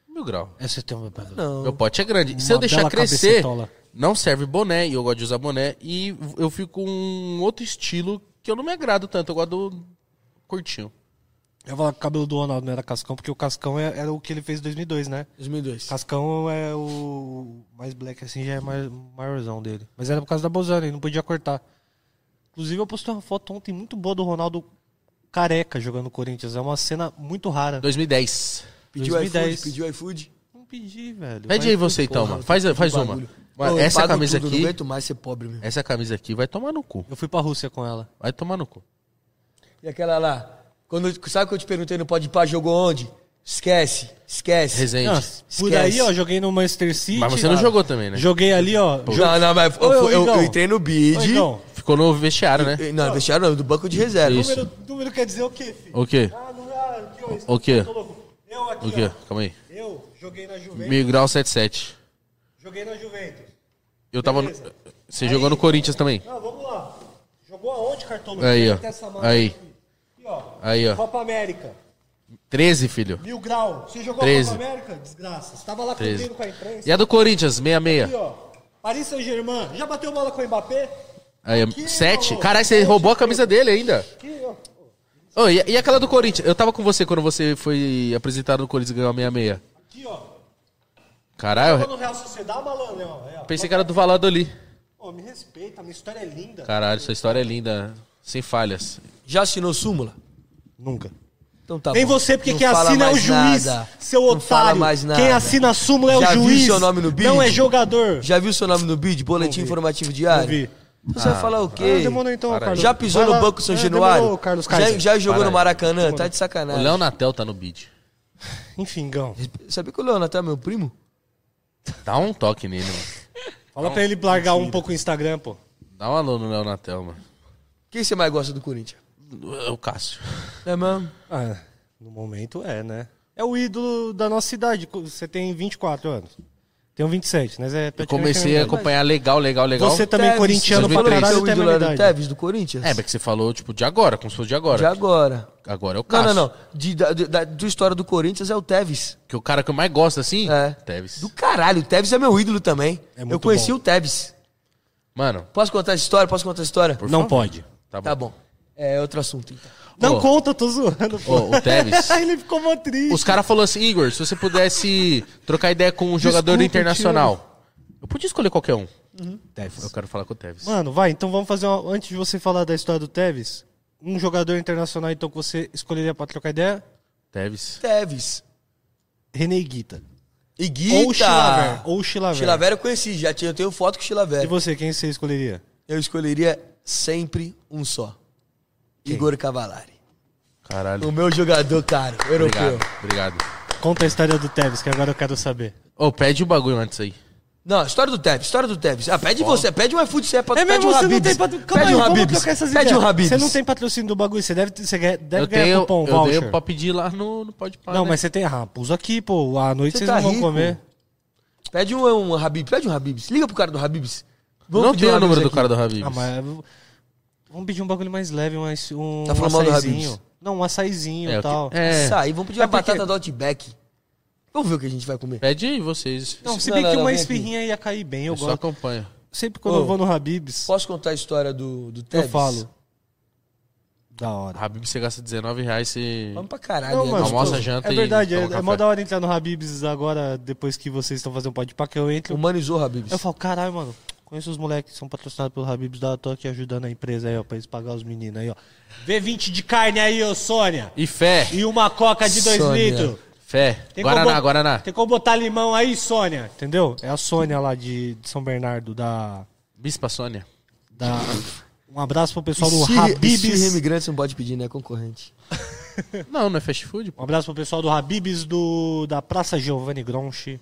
Speaker 2: Mil grau.
Speaker 1: É, você tem um cabelo.
Speaker 3: não.
Speaker 2: Meu pote é grande. Se
Speaker 1: Uma
Speaker 2: eu deixar
Speaker 1: bela
Speaker 2: crescer,
Speaker 1: cabecetola.
Speaker 2: não serve boné, e eu gosto de usar boné. E eu fico com um outro estilo que eu não me agrado tanto. Eu gosto do curtinho.
Speaker 1: Eu ia falar que o cabelo do Ronaldo não era Cascão, porque o Cascão é- era o que ele fez em 2002, né?
Speaker 3: 2002.
Speaker 1: Cascão é o mais black assim, já é mais maiorzão dele. Mas era por causa da Bozana, ele não podia cortar. Inclusive eu postei uma foto ontem muito boa do Ronaldo careca jogando no Corinthians. É uma cena muito rara.
Speaker 2: 2010.
Speaker 3: Pediu
Speaker 1: 2010.
Speaker 3: iFood, pediu iFood.
Speaker 1: Não pedi, velho.
Speaker 2: Pede aí você então, mano. Faz, faz uma.
Speaker 3: Bagulho.
Speaker 2: Mano,
Speaker 3: Ô,
Speaker 1: é
Speaker 3: eu
Speaker 2: essa
Speaker 3: pago
Speaker 2: camisa
Speaker 3: tudo,
Speaker 2: aqui.
Speaker 3: Não aguento mais ser pobre, meu.
Speaker 2: Essa camisa aqui vai tomar no cu.
Speaker 1: Eu fui pra Rússia com ela.
Speaker 2: Vai tomar no cu.
Speaker 3: E aquela lá? Quando, eu- sabe que eu te perguntei no Pode Pá, jogou onde? Esquece, esquece.
Speaker 2: Resende.
Speaker 1: Ah, por aí,
Speaker 3: esquece.
Speaker 1: ó, joguei no Manchester City.
Speaker 2: Mas você não
Speaker 1: Ah,
Speaker 2: jogou também, né?
Speaker 1: Joguei ali, ó.
Speaker 3: Não, não, mas eu,
Speaker 1: Ô,
Speaker 3: eu- eu
Speaker 1: Igão.
Speaker 3: entrei no
Speaker 1: Ô,
Speaker 3: bid.
Speaker 1: Igão,
Speaker 2: Ficou no vestiário, né?
Speaker 3: Eh, Não, deixaram não, do banco de reserva.
Speaker 2: Isso.
Speaker 1: número, número quer dizer o quê, filho?
Speaker 2: O quê?
Speaker 1: Ah, não, ah, aqui, ó,
Speaker 2: O quê?
Speaker 1: tô louco. Eu aqui,
Speaker 2: O quê?
Speaker 1: ó.
Speaker 2: Calma aí.
Speaker 1: Eu joguei na Juventus.
Speaker 2: Mil grau 77.
Speaker 1: Joguei na Juventus.
Speaker 2: Eu tava no...
Speaker 1: Beleza.
Speaker 2: Você jogou no Corinthians também.
Speaker 1: Não, vamos lá. Jogou aonde,
Speaker 3: É.
Speaker 1: Cartolo?
Speaker 2: Aí, ó.
Speaker 1: Tem essa mão
Speaker 2: Aí.
Speaker 1: aqui. Aqui, ó.
Speaker 2: Aí, ó.
Speaker 1: Copa América.
Speaker 2: 13, filho.
Speaker 1: Mil Grau. Você jogou
Speaker 2: Treze.
Speaker 1: a Copa América? Desgraça. Você tava lá
Speaker 2: 13.
Speaker 1: contendo com a imprensa.
Speaker 2: E a do Corinthians, 66.
Speaker 1: Aqui, ó. Paris Saint-Germain. Já bateu bola com o Mbappé?
Speaker 2: Aí,
Speaker 1: Aqui,
Speaker 2: 7.
Speaker 1: ó.
Speaker 2: Caralho, você roubou a camisa dele ainda.
Speaker 1: Aqui, ó.
Speaker 2: Ô, e, e aquela do Corinthians? Eu tava com você quando você foi apresentado no Corinthians e ganhou a 66.
Speaker 1: Aqui, ó. Tô
Speaker 2: Caralho,
Speaker 1: no Real Sociedade, malandro, ó. É, ó.
Speaker 2: eu pensei que era do Valladolid.
Speaker 1: Ô, me respeita. Minha história é linda.
Speaker 2: Caralho, sua história é linda. Sem falhas.
Speaker 3: Já assinou súmula?
Speaker 1: Nunca.
Speaker 3: Então tá
Speaker 1: Nem
Speaker 3: bom.
Speaker 1: você, porque
Speaker 3: Não
Speaker 1: quem
Speaker 3: fala
Speaker 1: assina é o
Speaker 3: mais
Speaker 1: juiz,
Speaker 3: nada.
Speaker 1: seu
Speaker 3: Não fala
Speaker 1: otário.
Speaker 3: mais nada.
Speaker 1: Quem assina a súmula é
Speaker 3: Já
Speaker 1: o
Speaker 3: viu
Speaker 1: juiz.
Speaker 3: seu nome no
Speaker 1: Não
Speaker 3: bid?
Speaker 1: é jogador.
Speaker 3: Já viu seu nome no bid? Boletim
Speaker 1: Não vi.
Speaker 3: informativo
Speaker 1: Não vi.
Speaker 3: diário? Então Você vai falar o
Speaker 1: Ah,
Speaker 3: quê?
Speaker 1: demorou então,
Speaker 2: Para aí.
Speaker 1: Carlos.
Speaker 3: Já pisou
Speaker 1: Vai
Speaker 3: no
Speaker 1: lá.
Speaker 3: Banco São
Speaker 1: É,
Speaker 3: Januário?
Speaker 1: demorou, Carlos
Speaker 3: já,
Speaker 1: Kaiser.
Speaker 3: já jogou
Speaker 2: Para
Speaker 3: no
Speaker 2: aí.
Speaker 3: Maracanã? Tá de
Speaker 2: O
Speaker 3: sacanagem.
Speaker 2: Léo Natel tá no bid.
Speaker 1: Enfim, Gão.
Speaker 3: Sabia que o Leonardo é meu primo?
Speaker 2: Dá um toque nele, mano.
Speaker 1: Fala pra ele largar um pouco o Instagram, pô.
Speaker 2: Dá um alô no Léo Natel, mano.
Speaker 3: Quem você mais gosta do Corinthians?
Speaker 2: É o Cássio.
Speaker 3: É mesmo?
Speaker 1: Ah, no momento é, né? É o ídolo da nossa idade. Você tem 24 anos. Tenho 27, mas é
Speaker 2: Eu comecei a
Speaker 1: praticamente
Speaker 2: acompanhar legal, legal, legal.
Speaker 1: Você também
Speaker 3: Tevez,
Speaker 1: corintiano
Speaker 3: você
Speaker 2: pra
Speaker 3: falou que
Speaker 1: caralho,
Speaker 3: seu
Speaker 1: tem a
Speaker 3: ídolo
Speaker 1: mesma
Speaker 3: era o
Speaker 1: idade.
Speaker 3: Tevez do Corinthians?
Speaker 2: É, mas que você falou, tipo, de agora, como se fosse de agora.
Speaker 3: De agora.
Speaker 2: Agora é o
Speaker 3: Não,
Speaker 2: Cássio.
Speaker 3: não, não. De, da, de- da- do história do Corinthians é o Tevez.
Speaker 2: Que o cara que eu mais gosto, assim,
Speaker 3: É.
Speaker 2: Tevez.
Speaker 3: Do caralho, o Tevez é meu ídolo também.
Speaker 1: É muito
Speaker 3: Eu conheci
Speaker 1: bom.
Speaker 3: o Tevez.
Speaker 2: Mano,
Speaker 3: Posso contar essa história? Posso contar essa história?
Speaker 2: por
Speaker 1: Não
Speaker 2: favor.
Speaker 1: pode.
Speaker 2: Tá bom.
Speaker 3: Tá bom. É outro assunto, então.
Speaker 1: Não
Speaker 2: Ô.
Speaker 1: conta, tô zoando, pô.
Speaker 2: Ô, o Tevez.
Speaker 1: ele ficou mó triste.
Speaker 2: Os caras falaram assim, Igor, se você pudesse trocar ideia com um jogador
Speaker 1: Desculpa,
Speaker 2: internacional. Eu podia escolher qualquer um. Eu quero falar com o Tevez.
Speaker 1: Mano, vai, então vamos fazer uma... Antes de você falar da história do Tevez, um jogador internacional, então, que você escolheria pra trocar ideia?
Speaker 2: Tevez.
Speaker 3: Tevez.
Speaker 1: René Guita.
Speaker 3: E
Speaker 1: Ou o
Speaker 3: Guita.
Speaker 1: Chilaver. Ou o Chilaver.
Speaker 3: Chilaver eu conheci, já tinha, eu tenho foto com o
Speaker 1: Ah, E
Speaker 3: Chilaver.
Speaker 1: você, quem você escolheria?
Speaker 3: Eu escolheria sempre um só. Igor Cavalari.
Speaker 2: Caralho.
Speaker 3: O meu jogador caro, europeu.
Speaker 2: Obrigado, obrigado.
Speaker 1: Conta a história do Tevez, que agora eu quero saber.
Speaker 2: Ô, pede o bagulho antes aí.
Speaker 3: Não, história do Tevez, história do Tevez. Ah, pede você, pede um iFood, você é pra
Speaker 1: É mesmo,
Speaker 3: pede um
Speaker 1: você não
Speaker 3: Habib's.
Speaker 1: tem patrocínio. Calma
Speaker 3: pede
Speaker 1: aí,
Speaker 3: um
Speaker 1: vamos
Speaker 3: Habib's.
Speaker 1: trocar essas
Speaker 3: Pede
Speaker 1: ideias.
Speaker 3: um Habib's.
Speaker 1: Você não tem patrocínio do bagulho, você deve, você ganha- deve
Speaker 2: eu
Speaker 1: ganhar
Speaker 2: tenho,
Speaker 1: cupom,
Speaker 2: eu
Speaker 1: voucher.
Speaker 2: tenho pra pedir lá no, né? no Pode Parar.
Speaker 1: Não, mas você tem... Ah, usa aqui, pô. À noite
Speaker 3: Você
Speaker 1: vocês
Speaker 3: tá
Speaker 1: não vão
Speaker 3: rico.
Speaker 1: comer.
Speaker 3: Pede um, um Habib's, pede um Habib's. Liga pro cara do Habib's. Vamos
Speaker 2: não
Speaker 3: pedir
Speaker 2: tem
Speaker 3: um
Speaker 2: o número
Speaker 3: Habib's
Speaker 2: do
Speaker 3: aqui.
Speaker 2: cara do Habib.
Speaker 1: Ah, mas... Vamos pedir um bagulho mais leve, um, aç- um
Speaker 3: Tá falando mal do
Speaker 1: açaizinho.
Speaker 3: Habib's.
Speaker 1: Não, um açaizinho
Speaker 2: É,
Speaker 1: e
Speaker 2: o que-
Speaker 1: tal.
Speaker 2: é.
Speaker 3: Isso aí, vamos pedir
Speaker 1: É
Speaker 3: uma
Speaker 1: porque-
Speaker 3: batata do Outback. Vamos ver o que a gente vai comer.
Speaker 2: Pede aí vocês.
Speaker 1: Não, se
Speaker 3: Não, é
Speaker 1: bem
Speaker 3: não,
Speaker 1: que
Speaker 3: não,
Speaker 1: uma
Speaker 3: vem aqui.
Speaker 1: espirrinha ia cair bem, eu
Speaker 2: eu só
Speaker 1: gosto.
Speaker 2: acompanho.
Speaker 1: Sempre quando
Speaker 3: é- Ô.
Speaker 1: eu vou no Habib's,
Speaker 3: Posso contar a história do, do
Speaker 1: eu
Speaker 3: Tevez?
Speaker 1: falo. Da hora.
Speaker 2: Habib, você gasta 19 reais e...
Speaker 3: Vamos pra caralho.
Speaker 1: Não,
Speaker 3: né?
Speaker 1: mano,
Speaker 2: almoça,
Speaker 1: pô,
Speaker 2: janta
Speaker 1: É
Speaker 2: e
Speaker 1: verdade, é,
Speaker 2: toma
Speaker 1: é
Speaker 2: café.
Speaker 1: mó da hora entrar no Habib's agora, depois que vocês estão fazendo um pode que eu entro.
Speaker 3: Humanizou o Habib's.
Speaker 1: Eu falo, caralho, mano, conheço os moleques que são patrocinados pelo Habib's da tô aqui ajudando a empresa aí, ó, pra eles pagar os meninos aí, ó. V20 de carne aí, ô Sônia.
Speaker 2: E fé.
Speaker 1: E uma coca de dois
Speaker 3: Sônia.
Speaker 1: litros.
Speaker 2: Fé.
Speaker 1: Tem como
Speaker 2: Guaraná,
Speaker 1: bot-
Speaker 2: Guaraná.
Speaker 1: Tem como botar limão aí, Sônia. Entendeu? É a Sônia lá de, de São Bernardo, da.
Speaker 2: Bispa Sônia.
Speaker 1: da... Um abraço pro pessoal
Speaker 3: E
Speaker 1: do
Speaker 3: se- e se
Speaker 1: Habibs.
Speaker 3: imigrante não pode pedir, né? Concorrente.
Speaker 2: Não, não é fast food, pô.
Speaker 1: Um abraço pro pessoal do Habibs, do, da Praça Giovanni Gronchi,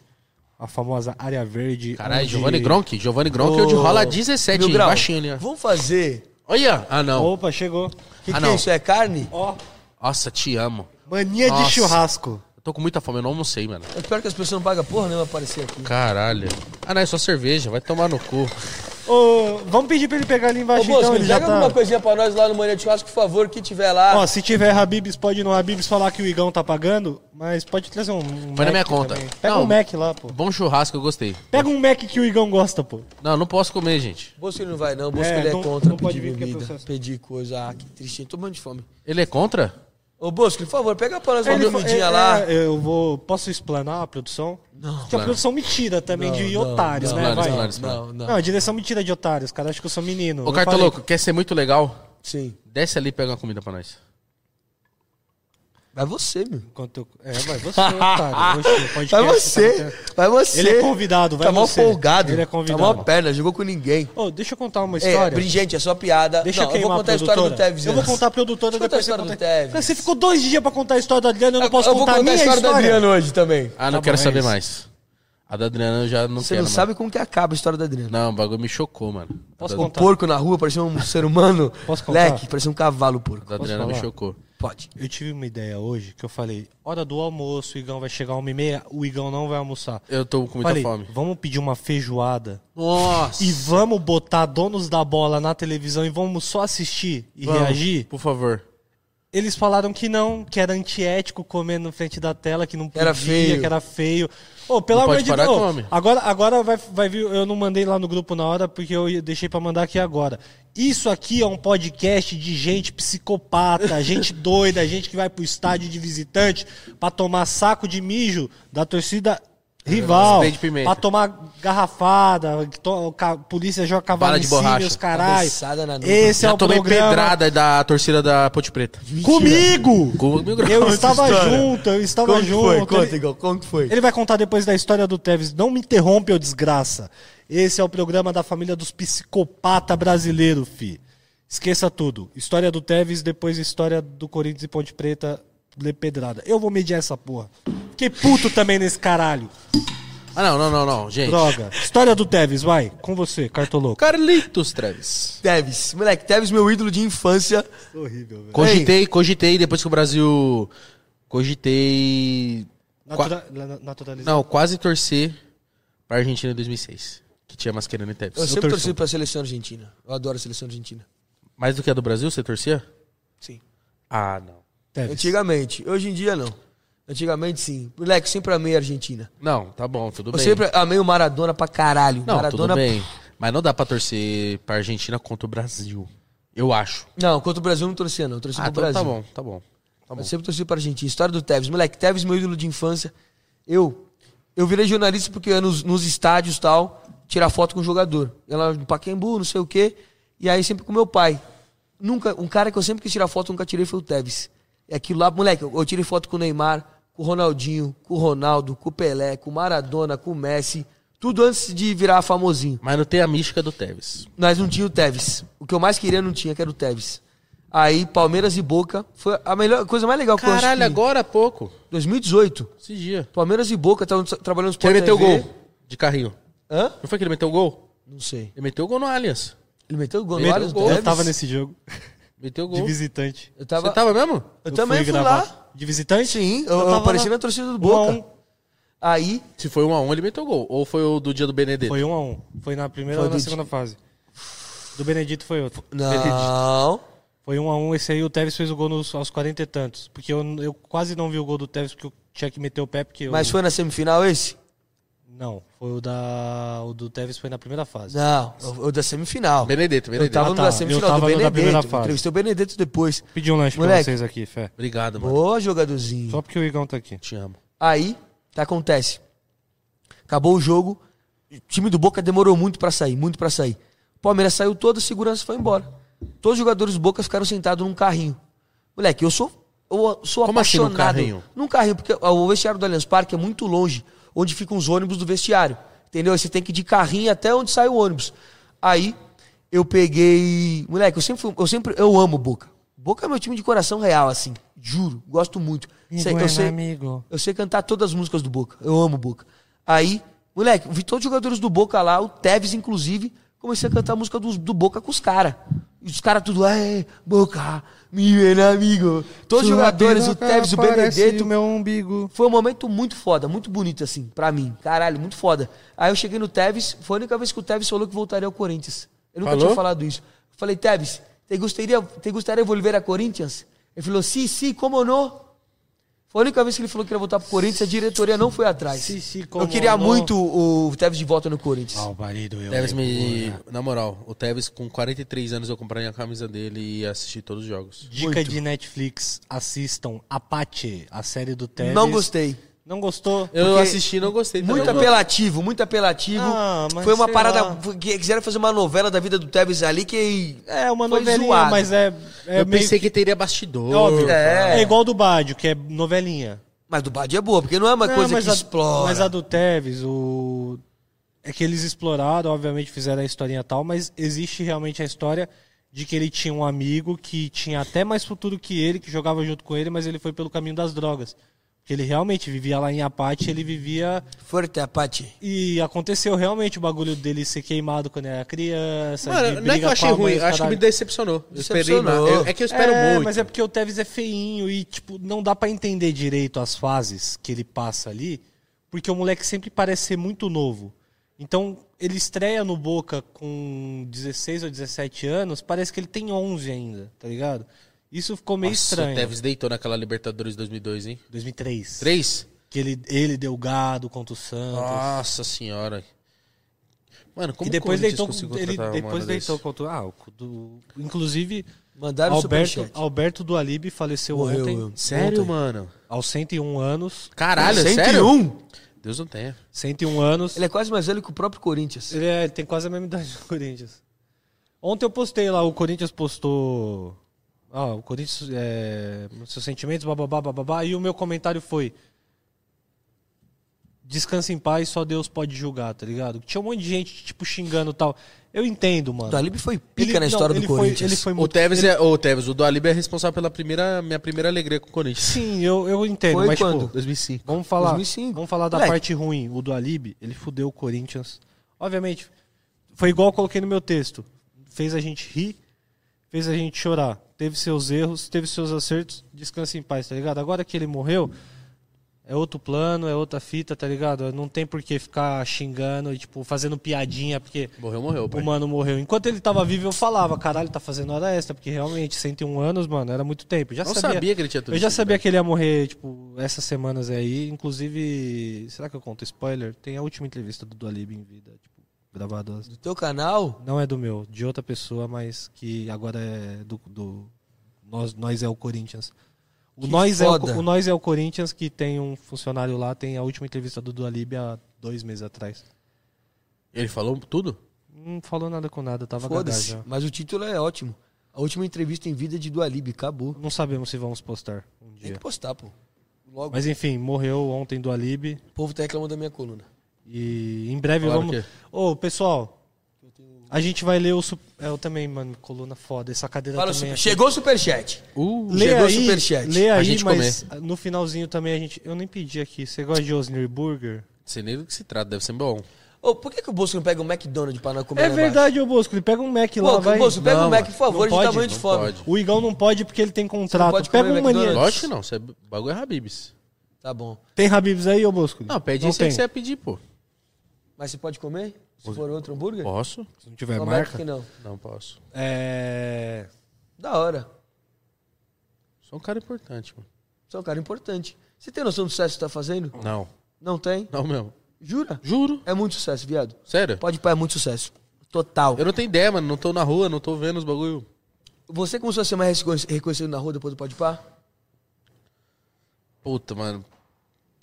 Speaker 1: a famosa área verde.
Speaker 2: Caralho,
Speaker 1: onde-
Speaker 2: Giovanni Gronk. Giovanni Gronk é o de
Speaker 3: Ô,
Speaker 2: rola 17,
Speaker 3: Mil
Speaker 2: hein?
Speaker 3: Grau,
Speaker 2: Baixinho ali, ó.
Speaker 3: Vamos fazer.
Speaker 2: Olha! Ah, não.
Speaker 1: Opa, chegou.
Speaker 3: O que,
Speaker 2: Ah,
Speaker 3: que
Speaker 2: não.
Speaker 3: é isso? É carne?
Speaker 1: Ó,
Speaker 2: Nossa, te amo.
Speaker 1: mania
Speaker 2: Nossa.
Speaker 1: de churrasco.
Speaker 2: Eu tô com muita fome, eu não almocei, mano.
Speaker 3: Eu espero É que as pessoas não pagam porra nenhuma pra aparecer aqui.
Speaker 2: Caralho. Ah, não, é só cerveja. Vai tomar no cu.
Speaker 1: Ô, vamos pedir pra ele pegar ali
Speaker 3: Ô,
Speaker 1: embaixo,
Speaker 3: Bosco,
Speaker 1: então, ele
Speaker 3: pega
Speaker 1: já
Speaker 3: alguma
Speaker 1: tá...
Speaker 3: coisinha pra nós lá no Mania de Churrasco, por favor, que tiver lá.
Speaker 1: Ó, se tiver Habibs, pode ir no Habibs falar que o Igão tá pagando, mas pode trazer um, um
Speaker 2: Põe
Speaker 1: Mac
Speaker 2: na minha conta.
Speaker 1: também. Pega
Speaker 2: Não.
Speaker 1: um Mac lá, pô.
Speaker 2: Bom churrasco, eu gostei.
Speaker 1: Pega um Mac que o Igão gosta, pô.
Speaker 2: Não, não posso comer, gente.
Speaker 3: Bosco ele não vai, não. Bosco
Speaker 1: É,
Speaker 3: ele é
Speaker 1: não-
Speaker 3: contra
Speaker 1: não pode
Speaker 3: pedir
Speaker 1: vir, porque é
Speaker 3: bebida,
Speaker 1: processo.
Speaker 3: pedir coisa. Ah, que triste. Tô morrendo de fome.
Speaker 2: Ele é contra?
Speaker 3: Ô, Bosco, por favor, pega pra nós uma
Speaker 1: Ele fa-
Speaker 3: comidinha
Speaker 1: é,
Speaker 3: um lá.
Speaker 1: é, eu vou. Posso explanar a produção? Não. Que a produção me tira também de
Speaker 3: Não,
Speaker 1: otários,
Speaker 3: não,
Speaker 1: né?
Speaker 2: não,
Speaker 1: vai.
Speaker 2: não,
Speaker 3: Não, não.
Speaker 1: Não, a direção me tira de otários, cara. Acho que eu sou menino.
Speaker 2: Ô, Cartoloco, quer ser muito legal?
Speaker 3: Sim.
Speaker 2: Desce ali e pega uma comida pra nós.
Speaker 3: Vai você, meu.
Speaker 1: Enquanto eu... É, vai você, é otário. Oxe, o podcast
Speaker 3: Vai
Speaker 1: tá
Speaker 3: É você.
Speaker 1: até-
Speaker 3: Vai você.
Speaker 1: Ele é convidado, vai
Speaker 3: Tá mal
Speaker 1: você.
Speaker 3: folgado.
Speaker 1: Ele é
Speaker 3: Tá
Speaker 1: convidado.
Speaker 3: mal perna, jogou com ninguém.
Speaker 1: Ô, deixa eu contar uma
Speaker 3: É,
Speaker 1: história.
Speaker 3: brin- gente, é só piada.
Speaker 1: Deixa eu
Speaker 3: não, eu,
Speaker 1: queimar
Speaker 3: vou contar a história do Tevez.
Speaker 1: Eu vou
Speaker 3: antes.
Speaker 1: contar a produtora
Speaker 3: Deixa
Speaker 1: depois
Speaker 3: eu contar a história
Speaker 1: você
Speaker 3: do
Speaker 1: conta.
Speaker 3: Tevez.
Speaker 1: Mas Você ficou dois dias pra contar a história do Adriano, eu não posso
Speaker 3: eu vou
Speaker 1: contar,
Speaker 3: contar
Speaker 1: nem
Speaker 3: a história, do Adriano hoje também.
Speaker 2: Ah, não
Speaker 1: Tá
Speaker 2: quero
Speaker 1: bom, é
Speaker 2: saber
Speaker 1: isso.
Speaker 2: mais. A da Adriana eu já não
Speaker 3: Você
Speaker 2: quero
Speaker 3: não
Speaker 2: mais.
Speaker 3: sabe como que acaba a história do Adriano.
Speaker 2: Não, o bagulho me chocou, mano.
Speaker 1: Posso
Speaker 2: a da,
Speaker 1: contar?
Speaker 3: Porco na rua, parecia um ser humano.
Speaker 1: Posso contar?
Speaker 3: Leque, parecia um cavalo porco.
Speaker 2: da Adriana me
Speaker 1: falar?
Speaker 2: chocou.
Speaker 3: Pode.
Speaker 1: Eu tive uma ideia hoje que eu falei, hora do almoço, o Igão vai chegar uma e meia, o Igão não vai almoçar.
Speaker 2: Eu tô com muita
Speaker 1: falei,
Speaker 2: fome.
Speaker 1: vamos pedir uma feijoada
Speaker 2: Nossa!
Speaker 1: e vamos botar donos da bola na televisão e vamos só assistir e
Speaker 2: Vamos,
Speaker 1: reagir?
Speaker 2: Por favor.
Speaker 1: Eles falaram que não, que era antiético comer na frente da tela, que não podia,
Speaker 3: Era feio.
Speaker 1: que era feio. Ô, pelo
Speaker 2: Não
Speaker 1: amor
Speaker 2: pode
Speaker 1: de
Speaker 2: parar,
Speaker 1: Deus.
Speaker 2: come.
Speaker 1: Agora, agora vai, vai vir. Eu não mandei lá no grupo na hora, porque eu ia- deixei pra mandar aqui agora. Isso aqui é um podcast de gente psicopata, gente doida, gente que vai pro estádio de visitante pra tomar saco de mijo da torcida rival,
Speaker 2: Spray de pimenta.
Speaker 1: pra tomar garrafada, que to- ca- polícia joga cavalo
Speaker 2: Bala
Speaker 1: em
Speaker 2: de
Speaker 1: cima e
Speaker 2: borracha.
Speaker 1: os caralho.
Speaker 3: Cabeçada na nuca.
Speaker 1: Esse é
Speaker 2: já
Speaker 1: o
Speaker 2: tomei
Speaker 1: programa.
Speaker 2: pedrada da torcida da Ponte Preta.
Speaker 1: Comigo!
Speaker 2: Com mil graus.
Speaker 1: Eu estava
Speaker 3: história.
Speaker 1: junto, eu estava
Speaker 3: Como que
Speaker 1: junto. né?
Speaker 3: foi? Conta,
Speaker 1: ele,
Speaker 3: Igor, como que foi?
Speaker 1: ele vai contar depois da história do Tevez. Não me interrompe, ô desgraça. Esse é o programa da família dos psicopata brasileiro, fi. Esqueça tudo. História do Tevez, depois história do Corinthians e Ponte Preta, Lê Pedrada. Eu vou medir essa porra. Fiquei puto também nesse caralho.
Speaker 2: Ah, não, não, não, não, gente.
Speaker 1: Droga. História do Tevez, vai. Com você, cartoloco.
Speaker 2: Carlitos Travis.
Speaker 3: Tevez. Moleque, Tevez, meu ídolo de infância.
Speaker 1: Horrível, velho.
Speaker 2: Cogitei, cogitei, depois que o Brasil. Cogitei. qua-
Speaker 1: naturalizado.
Speaker 2: Não, quase torcer pra Argentina em 2006. Que tinha Mascherano e
Speaker 3: Eu
Speaker 2: Tevez.
Speaker 3: sempre
Speaker 1: torço.
Speaker 3: torci pra seleção argentina. Eu adoro a seleção argentina.
Speaker 2: Mais do que a do Brasil, você torcia?
Speaker 3: Sim.
Speaker 2: Ah, não.
Speaker 1: Tevez.
Speaker 3: Antigamente. Hoje em dia, não. Antigamente, sim. Moleque, sempre amei a Argentina.
Speaker 2: Não, tá bom, tudo
Speaker 3: Eu
Speaker 2: bem.
Speaker 3: sempre amei o Maradona pra caralho.
Speaker 2: Não,
Speaker 3: Maradona...
Speaker 2: tudo bem. Mas não dá pra torcer pra Argentina contra o Brasil. Eu acho.
Speaker 3: Não, contra o Brasil eu não torcia, não. Eu torci
Speaker 2: Ah,
Speaker 3: pro
Speaker 2: então
Speaker 3: Brasil.
Speaker 2: tá bom, tá bom. Tá bom.
Speaker 3: Eu sempre torci pra Argentina. História do Tevez. Moleque, Tevez, meu ídolo de infância. Eu eu virei jornalista porque eu ia nos, nos estádios e tal, tirar foto com o jogador. Eu lá no Pacaembu, não sei o quê. E aí sempre com meu pai. Nunca, um cara que eu sempre quis tirar foto, nunca tirei foi o Tevez. E aquilo lá, moleque, eu, eu tirei foto com o Neymar, com o Ronaldinho, com o Ronaldo, com o Pelé, com o Maradona, com o Messi. Tudo antes de virar famosinho.
Speaker 2: Mas não tem a mística do Tevez.
Speaker 3: Nós não tinha o Tevez. O que eu mais queria não tinha, que era o Tevez. Aí Palmeiras e Boca foi a melhor a coisa mais legal que eu
Speaker 2: Caralho,
Speaker 3: consegui.
Speaker 2: agora há pouco.
Speaker 3: 2018.
Speaker 2: Esse dia.
Speaker 3: Palmeiras e Boca estavam tra- trabalhando no
Speaker 2: Quem
Speaker 3: Sport
Speaker 2: meteu o
Speaker 3: TV.
Speaker 2: gol de carrinho?
Speaker 3: Hã?
Speaker 2: Não foi que ele meteu o gol?
Speaker 3: Não sei.
Speaker 2: Ele meteu o gol no Allianz.
Speaker 3: Ele meteu o gol. no
Speaker 2: Meteu
Speaker 3: Allianz
Speaker 2: o gol.
Speaker 3: Tevez?
Speaker 1: Eu tava nesse jogo.
Speaker 2: Meteu o gol.
Speaker 1: De visitante.
Speaker 3: Eu tava...
Speaker 2: Você tava mesmo?
Speaker 3: Eu, também fui,
Speaker 1: gravar.
Speaker 3: lá.
Speaker 1: De visitante?
Speaker 3: Sim, eu, eu
Speaker 1: tava
Speaker 3: apareci
Speaker 1: lá.
Speaker 3: na torcida do
Speaker 1: Um a
Speaker 3: Boca.
Speaker 1: um.
Speaker 3: Aí
Speaker 2: Se foi um a um, ele meteu o gol. Ou foi o do dia do Benedetto?
Speaker 1: Foi um a um. Foi na primeira
Speaker 3: Foi
Speaker 1: ou na
Speaker 3: do-
Speaker 1: segunda fase. Do Benedito foi outro.
Speaker 3: Não.
Speaker 1: Foi um a um. Esse aí o Tevez fez o gol nos, aos 40 e tantos. Porque eu, eu quase não vi o gol do Tevez porque eu tinha que meter o pé. Porque eu...
Speaker 3: Mas foi na semifinal esse?
Speaker 1: Não, foi o da. O do Tevez foi na primeira fase.
Speaker 3: Não, o o da semifinal.
Speaker 2: Benedetto,
Speaker 3: Eu
Speaker 2: Benedetto.
Speaker 3: tava
Speaker 1: Ah,
Speaker 3: no
Speaker 1: tá.
Speaker 3: da
Speaker 1: Eu
Speaker 3: semifinal do
Speaker 1: tava no da primeira
Speaker 3: Benedetto.
Speaker 1: fase.
Speaker 3: Entrevistei o Benedetto depois.
Speaker 1: Pedi um lanche pra
Speaker 3: Moleque.
Speaker 1: vocês aqui, Fé.
Speaker 2: Obrigado, mano.
Speaker 3: Boa, jogadorzinho.
Speaker 1: Só porque o Igão tá aqui.
Speaker 2: Te amo.
Speaker 3: Aí, o que acontece? Acabou o jogo, o time do Boca demorou muito pra sair, muito pra sair. O Palmeiras saiu todo, a segurança foi embora. Todos os jogadores do Boca ficaram sentados num carrinho. Moleque, eu sou eu sou
Speaker 2: Como assim, num
Speaker 3: apaixonado.
Speaker 2: carrinho?
Speaker 3: Num carrinho, porque o vestiário do Allianz Parque é muito longe, onde ficam os ônibus do vestiário. Entendeu? Aí você tem que ir de carrinho até onde sai o ônibus. Aí eu peguei. Moleque, eu sempre fui. Eu sempre. Eu amo Boca. Boca é meu time de coração real, assim. Juro. Gosto muito. Sei- eu, sei, eu sei cantar todas as músicas do Boca. Eu amo Boca. Aí, moleque, vi todos os jogadores do Boca lá, o Tevez, inclusive, comecei a cantar a música dos- do, Boca com os caras. E os caras tudo, é, Boca, mi bem amigo. Todos os jogadores, o Tevez, o Benedetto,
Speaker 1: o meu umbigo.
Speaker 3: foi um momento muito foda, muito bonito, assim, pra mim. Caralho, muito foda. Aí eu cheguei no Tevez, foi a única vez que o Tevez falou que voltaria ao Corinthians. Eu nunca
Speaker 2: Falou?
Speaker 3: tinha falado isso. Eu falei, Tevez, te gostaria, te gostaria de volver a Corinthians? Ele falou, sim, sim, como não? Foi a única vez que ele falou que ia voltar pro Corinthians, a diretoria não foi atrás.
Speaker 1: Sim, sim, como
Speaker 3: eu queria
Speaker 1: não?
Speaker 3: muito o Tevez de volta no
Speaker 1: Ah,
Speaker 3: Corinthians.
Speaker 1: marido, eu.
Speaker 2: Tevez me.
Speaker 3: né?
Speaker 2: Na moral, o Tevez com 43 anos eu compraria a camisa dele e assisti todos os jogos.
Speaker 1: Dica de Netflix, assistam Apache, a série do Tevez.
Speaker 3: Não gostei.
Speaker 1: Não gostou?
Speaker 2: Eu
Speaker 3: Porque
Speaker 2: assisti e não gostei. também,
Speaker 3: Muito
Speaker 2: não.
Speaker 3: apelativo, muito apelativo.
Speaker 1: Ah, mas
Speaker 3: foi uma
Speaker 1: sei
Speaker 3: parada.
Speaker 1: lá.
Speaker 3: foi- que- Quiseram fazer uma novela da vida do Tevez ali que.
Speaker 1: É uma
Speaker 3: Foi
Speaker 1: novelinha,
Speaker 3: zoado.
Speaker 1: mas é, é
Speaker 2: eu
Speaker 1: meio
Speaker 2: pensei que teria
Speaker 1: que
Speaker 2: bastidor.
Speaker 1: óbvio.
Speaker 3: É.
Speaker 1: É. igual do Bádio, que é novelinha.
Speaker 3: Mas do Badi é boa, porque não é uma
Speaker 1: Não,
Speaker 3: coisa
Speaker 1: mas
Speaker 3: que
Speaker 1: a-
Speaker 3: explora.
Speaker 1: Mas a do Tevez, o... É que eles exploraram, obviamente fizeram a historinha tal, mas existe realmente a história de que ele tinha um amigo que tinha até mais futuro que ele, que jogava junto com ele, mas ele foi pelo caminho das drogas. Porque ele realmente vivia lá em Apate, ele vivia...
Speaker 3: Forte Apache.
Speaker 1: E aconteceu realmente o bagulho dele ser queimado quando era criança. de
Speaker 2: Mano, não é que
Speaker 1: briga
Speaker 2: eu
Speaker 1: com
Speaker 2: achei
Speaker 1: a mãe,
Speaker 2: ruim,
Speaker 1: os
Speaker 2: acho que me
Speaker 1: caralho.
Speaker 2: decepcionou. Eu esperei
Speaker 3: Decepcionou.
Speaker 2: mais. Eu- É que eu espero
Speaker 1: é,
Speaker 2: muito.
Speaker 1: Mas é porque o Tevez é feinho e, tipo, não dá pra entender direito as fases que ele passa ali, porque o moleque sempre parece ser muito novo. Então, ele estreia no Boca com 16 ou 17 anos, parece que ele tem 11 ainda, tá ligado? Isso ficou meio
Speaker 2: Nossa,
Speaker 1: estranho.
Speaker 2: O Tevez deitou naquela Libertadores 2002, hein?
Speaker 1: 2003.
Speaker 2: Três?
Speaker 1: Que ele, ele deu gado contra o Santos.
Speaker 2: Nossa senhora. Mano, como
Speaker 1: e depois
Speaker 2: o Corinthians
Speaker 1: deitou,
Speaker 2: conseguiu
Speaker 1: ele
Speaker 2: contratar um
Speaker 1: depois
Speaker 2: mano
Speaker 1: deitou
Speaker 2: desse?
Speaker 1: contra... Ah, o do, inclusive,
Speaker 3: Mandaram
Speaker 1: Alberto,
Speaker 3: superchat.
Speaker 1: Alberto do Alibe faleceu
Speaker 3: Morreu,
Speaker 1: ontem,
Speaker 3: eu-
Speaker 2: Sério, mano?
Speaker 1: aos 101 anos.
Speaker 2: Caralho, é
Speaker 3: 101?
Speaker 2: sério? Deus não tenha.
Speaker 1: 101 anos.
Speaker 3: Ele é quase mais velho que o próprio Corinthians.
Speaker 1: Ele é- tem quase a mesma idade do Corinthians. Ontem eu postei lá, o Corinthians postou. Ah, o Corinthians. É, seus sentimentos, bababá, bababá. E o meu comentário foi. Descansa em paz, só Deus pode julgar, tá ligado? Tinha um monte de gente, tipo, xingando e tal. Eu entendo,
Speaker 3: O
Speaker 1: mano.
Speaker 3: Dalib Então, foi pica
Speaker 1: Ele-
Speaker 3: na
Speaker 1: não,
Speaker 3: história
Speaker 1: ele
Speaker 3: do
Speaker 1: foi-
Speaker 3: Corinthians.
Speaker 1: ele foi
Speaker 2: O
Speaker 1: muito.
Speaker 2: Tevez, é, o Tevez, o do Alibi é responsável pela primeira, minha primeira alegria com o Corinthians.
Speaker 1: Sim, eu, eu entendo,
Speaker 3: Foi
Speaker 1: mas
Speaker 3: quando?
Speaker 1: tipo.
Speaker 2: 2005.
Speaker 1: Vamos falar,
Speaker 3: 2005.
Speaker 1: vamos falar da
Speaker 3: Moleque.
Speaker 1: parte ruim. O do Alibi, ele fudeu o Corinthians. Obviamente, foi igual eu coloquei no meu texto. Fez a gente rir, fez a gente chorar. Teve seus erros, teve seus acertos. Descansa em paz, tá ligado? Agora que ele morreu, é outro plano, é outra fita, tá ligado? Não tem por que ficar xingando e, tipo, fazendo piadinha, porque
Speaker 2: Morreu, morreu, pai.
Speaker 1: o mano morreu. Enquanto ele tava vivo, eu falava, caralho, tá fazendo hora extra, porque realmente, 101 anos, mano, era muito tempo. Eu Já
Speaker 2: Não
Speaker 1: sabia,
Speaker 2: sabia que ele tinha tudo
Speaker 1: Eu já
Speaker 2: isso, né?
Speaker 1: sabia
Speaker 2: cara.
Speaker 1: que ele ia morrer, tipo, essas semanas aí. Inclusive, será que eu conto spoiler? Tem a última entrevista do Dualib em vida, tipo, gravada.
Speaker 3: Do teu canal,
Speaker 1: Não é do meu, de outra pessoa, mas que agora é do. do- nós, nós é o Corinthians. O
Speaker 3: Que
Speaker 1: nós, é o,
Speaker 3: foda.
Speaker 1: o nós é o Corinthians, que tem um funcionário lá, tem a última entrevista do Dualib há dois meses atrás.
Speaker 2: Ele falou tudo?
Speaker 1: Não falou nada com nada, tava gagá
Speaker 3: foda-se.
Speaker 1: já.
Speaker 3: Mas o título é ótimo. A última entrevista em vida é de Dualib, acabou.
Speaker 1: Não sabemos se vamos postar um
Speaker 3: Tem
Speaker 1: dia.
Speaker 3: que postar, pô. Logo,
Speaker 1: Mas enfim, morreu ontem do Alib
Speaker 3: o povo tá reclamando da minha coluna.
Speaker 1: e em breve
Speaker 2: Falaram o
Speaker 1: vamos.
Speaker 2: quê?
Speaker 1: Ô, pessoal, a gente vai ler o. Su... É, Eu também, mano, coluna foda. Essa cadeira
Speaker 3: Fala o
Speaker 1: também.
Speaker 3: super...
Speaker 1: é-
Speaker 3: Chegou o superchat.
Speaker 2: Uh,
Speaker 1: Lê
Speaker 3: Chegou
Speaker 1: aí,
Speaker 3: superchat.
Speaker 1: Lê
Speaker 2: A
Speaker 1: aí,
Speaker 2: gente
Speaker 1: mas no finalzinho também a gente. Eu nem pedi aqui. Você gosta de Osner Burger?
Speaker 2: sei nem do que se trata, deve ser bom.
Speaker 3: Ô, por que, que o Bolso não pega o McDonald's pra não comer
Speaker 1: É
Speaker 3: lá
Speaker 1: verdade, ô Bosco. Ele pega um Mac
Speaker 3: embaixo?
Speaker 1: lá,
Speaker 3: Pô,
Speaker 1: vai.
Speaker 3: Bolso, pega
Speaker 2: Não,
Speaker 3: o Mac,
Speaker 2: mano.
Speaker 3: por favor,
Speaker 1: Não
Speaker 3: a gente tá
Speaker 1: pode,
Speaker 3: morrendo de
Speaker 2: não
Speaker 3: fome.
Speaker 2: pode.
Speaker 1: O Igão não pode porque ele tem
Speaker 3: Você não
Speaker 1: contrato.
Speaker 3: pode
Speaker 1: Pega
Speaker 3: comer
Speaker 1: um mania.
Speaker 3: McDonald's.
Speaker 2: Lógico que não, isso é bagulho é Habibs.
Speaker 3: Tá bom.
Speaker 1: Tem Habibs aí, ô Bosco?
Speaker 2: Não, pede
Speaker 1: não
Speaker 2: isso aí que
Speaker 1: tem.
Speaker 2: você ia pedir, pô.
Speaker 3: Mas você pode comer? Se for outro hambúrguer?
Speaker 2: Posso?
Speaker 1: Se não
Speaker 2: é
Speaker 1: tiver
Speaker 3: Promete que
Speaker 1: marca.
Speaker 3: não.
Speaker 2: Não posso.
Speaker 1: É.
Speaker 3: Da hora.
Speaker 2: Sou um cara importante, mano.
Speaker 3: Você é um cara importante. Você tem noção do sucesso que você tá fazendo?
Speaker 2: Não,
Speaker 3: Não tem?
Speaker 2: não mesmo.
Speaker 3: Jura?
Speaker 2: Juro,
Speaker 3: É muito sucesso, viado.
Speaker 2: sério.
Speaker 3: Pode pá, é muito sucesso. Total.
Speaker 2: Eu não tenho ideia, mano, não tô na rua, não tô vendo os bagulho.
Speaker 3: Você começou a ser mais reconhe- reconhecido na rua depois do Pode Pá?
Speaker 2: Puta, mano.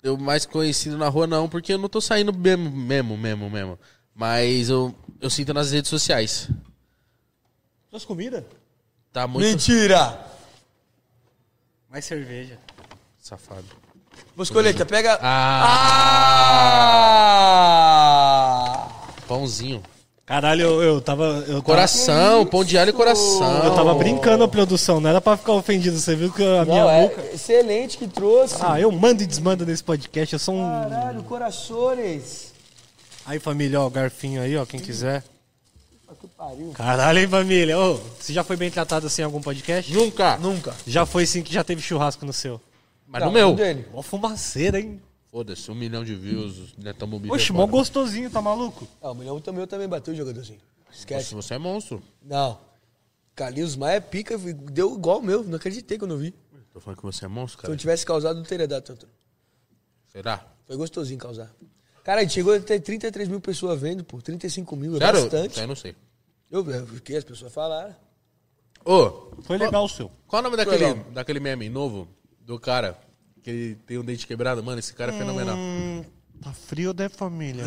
Speaker 2: Eu mais conhecido na rua não, porque eu não tô saindo mesmo, mesmo, mesmo, mesmo. Mas eu, eu sinto nas redes sociais.
Speaker 1: Suas comidas?
Speaker 2: Tá muito
Speaker 3: Mentira!
Speaker 1: Mais cerveja.
Speaker 2: safado.
Speaker 3: Boscoleta, pega.
Speaker 2: Ah!
Speaker 3: Ah!
Speaker 2: Pãozinho.
Speaker 1: Caralho, eu, eu tava. Eu
Speaker 3: Ah,
Speaker 2: Coração, pão de alho e coração.
Speaker 1: Tava, eu tava brincando a produção, não era pra ficar ofendido. Você viu que a minha boca.
Speaker 3: é excelente que trouxe.
Speaker 1: Ah, eu mando e desmando nesse podcast, eu sou um.
Speaker 3: Caralho, corações.
Speaker 1: Aí, família, ó, o garfinho aí, ó, quem quiser.
Speaker 3: Ah, Que pariu.
Speaker 1: Caralho, hein, família? Ô, você já foi bem tratado assim em algum podcast?
Speaker 2: Nunca.
Speaker 3: Nunca.
Speaker 1: Já foi sim que já teve churrasco no seu.
Speaker 2: Mas
Speaker 3: Tá,
Speaker 2: no meu.
Speaker 3: dele.
Speaker 1: Mó fumaceira, hein?
Speaker 2: Foda-se, um milhão de views, né? Tamo um milhão
Speaker 1: Oxe, mó
Speaker 2: fora.
Speaker 1: gostosinho, tá maluco?
Speaker 3: Ah, o milhão também, eu também bateu o jogadorzinho. Esquece.
Speaker 2: Nossa, você é monstro.
Speaker 3: Não. Carlinhos Maia é pica, vi- deu igual o meu. Não acreditei quando eu vi.
Speaker 2: Tô falando que você é monstro,
Speaker 3: Se eu
Speaker 2: cara.
Speaker 3: tivesse causado, não teria dado tanto.
Speaker 2: Será?
Speaker 3: Foi gostosinho causar. Cara, a gente chegou a ter 33 mil pessoas vendo, pô. 35 mil, é
Speaker 2: Sério? Isso
Speaker 3: bastante.
Speaker 2: aí eu não sei.
Speaker 3: Eu vi o que as pessoas falaram.
Speaker 2: Ô,
Speaker 1: Foi legal o seu.
Speaker 2: qual o nome daquele,
Speaker 3: Legal.
Speaker 2: daquele meme novo? Do cara que ele tem um dente quebrado? Mano, esse cara é fenomenal.
Speaker 1: Tá frio, né, família?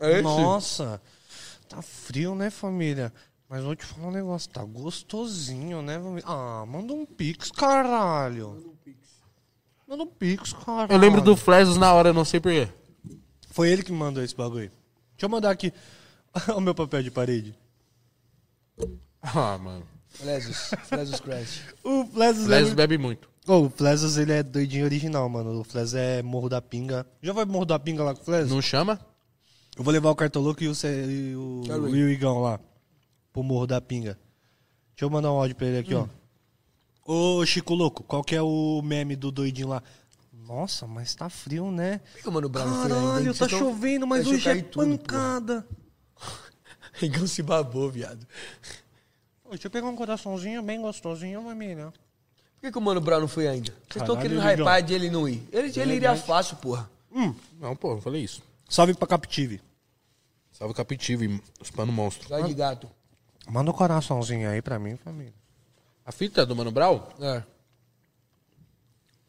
Speaker 3: É esse?
Speaker 1: Nossa, tá frio, né, família? Mas vou te falar um negócio, tá gostosinho, né, família? Ah, manda um pix, caralho. Manda um pix. Manda um pix, caralho.
Speaker 2: Eu lembro do Flesos na hora, não sei porquê.
Speaker 1: Foi ele que me mandou esse bagulho. Deixa eu mandar aqui o meu papel de parede.
Speaker 2: Ah, mano.
Speaker 3: Flesus. Flesus "É, Christ.
Speaker 1: O Flesos, é
Speaker 2: Flesos
Speaker 1: muito-
Speaker 2: bebe muito.
Speaker 1: Ô, o Flesos, ele é doidinho original, mano. O Flesos é Morro da Pinga. Já vai pro Morro da Pinga lá com o Flesos?
Speaker 2: Não chama?
Speaker 1: Eu vou levar o Cartoloco e o, Ce- e o-
Speaker 3: Quero ir.
Speaker 1: e o Igão lá. Pro Morro da Pinga. Deixa eu mandar um áudio pra ele aqui,
Speaker 3: Hum.
Speaker 1: ó. Ô, Chico Louco, qual que é o meme do doidinho lá? Nossa, mas tá frio, né?
Speaker 3: Por que o Mano Brown foi ainda, hein?
Speaker 1: Caralho,
Speaker 3: Vocês
Speaker 1: tá
Speaker 3: tão-
Speaker 1: chovendo, mas
Speaker 3: Deixa eu
Speaker 1: hoje é
Speaker 3: cair tudo, porra.
Speaker 1: pancada.
Speaker 3: Engão se babou, viado.
Speaker 1: Ô, Deixa eu pegar um coraçãozinho bem gostosinho, família.
Speaker 3: Por que, que o Mano Brown não foi ainda? Vocês estão
Speaker 1: Caralho,
Speaker 3: querendo
Speaker 1: Igão.
Speaker 3: hypar de ele não ir. Ele, ele iria fácil, porra.
Speaker 2: Não, pô, eu falei isso.
Speaker 1: Salve pra Captive.
Speaker 2: Salve o Capitivo e os pano monstro.
Speaker 3: Vai de gato.
Speaker 1: Manda um coraçãozinho aí pra mim, família.
Speaker 2: A fita do Mano Brown,
Speaker 3: É.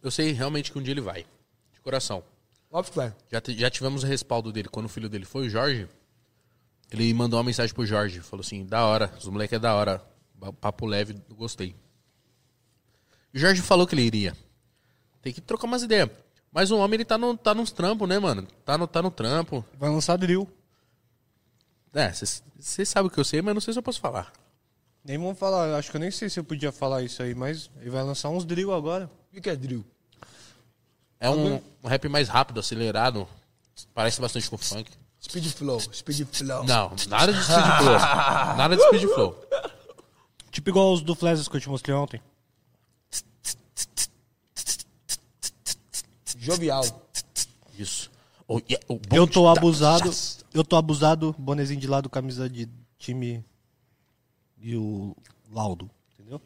Speaker 2: eu sei realmente que um dia ele vai. De coração.
Speaker 3: Óbvio que vai.
Speaker 2: Já, ti- já tivemos o respaldo dele. Quando o filho dele foi, o Jorge, ele mandou uma mensagem pro Jorge. Falou assim, da hora, os moleques é da hora. ba- Papo leve, gostei. O Jorge falou que ele iria. Tem que trocar umas ideias. Mas o homem, ele tá, no, tá nos trampos, né, mano? Tá no, tá no trampo.
Speaker 1: Vai lançar drill.
Speaker 2: É, vocês sabem o que eu sei, mas não sei se eu posso falar.
Speaker 1: Nem vamos falar, acho que eu nem sei se eu podia falar isso aí, mas ele vai lançar uns drill agora.
Speaker 3: O que que é drill?
Speaker 2: É um, um rap mais rápido, acelerado. Parece bastante com funk.
Speaker 3: Speed flow. Speed flow.
Speaker 2: Não, nada de speed flow. Nada de speed flow.
Speaker 1: Tipo igual os do Flashes que eu te mostrei ontem.
Speaker 3: Jovial.
Speaker 2: Isso. Oh, yeah, oh, bom
Speaker 1: Eu
Speaker 2: de
Speaker 1: tô
Speaker 2: dar-
Speaker 1: abusado.
Speaker 2: Yes.
Speaker 1: Eu tô abusado, bonezinho de lado, camisa de time e o laudo, entendeu?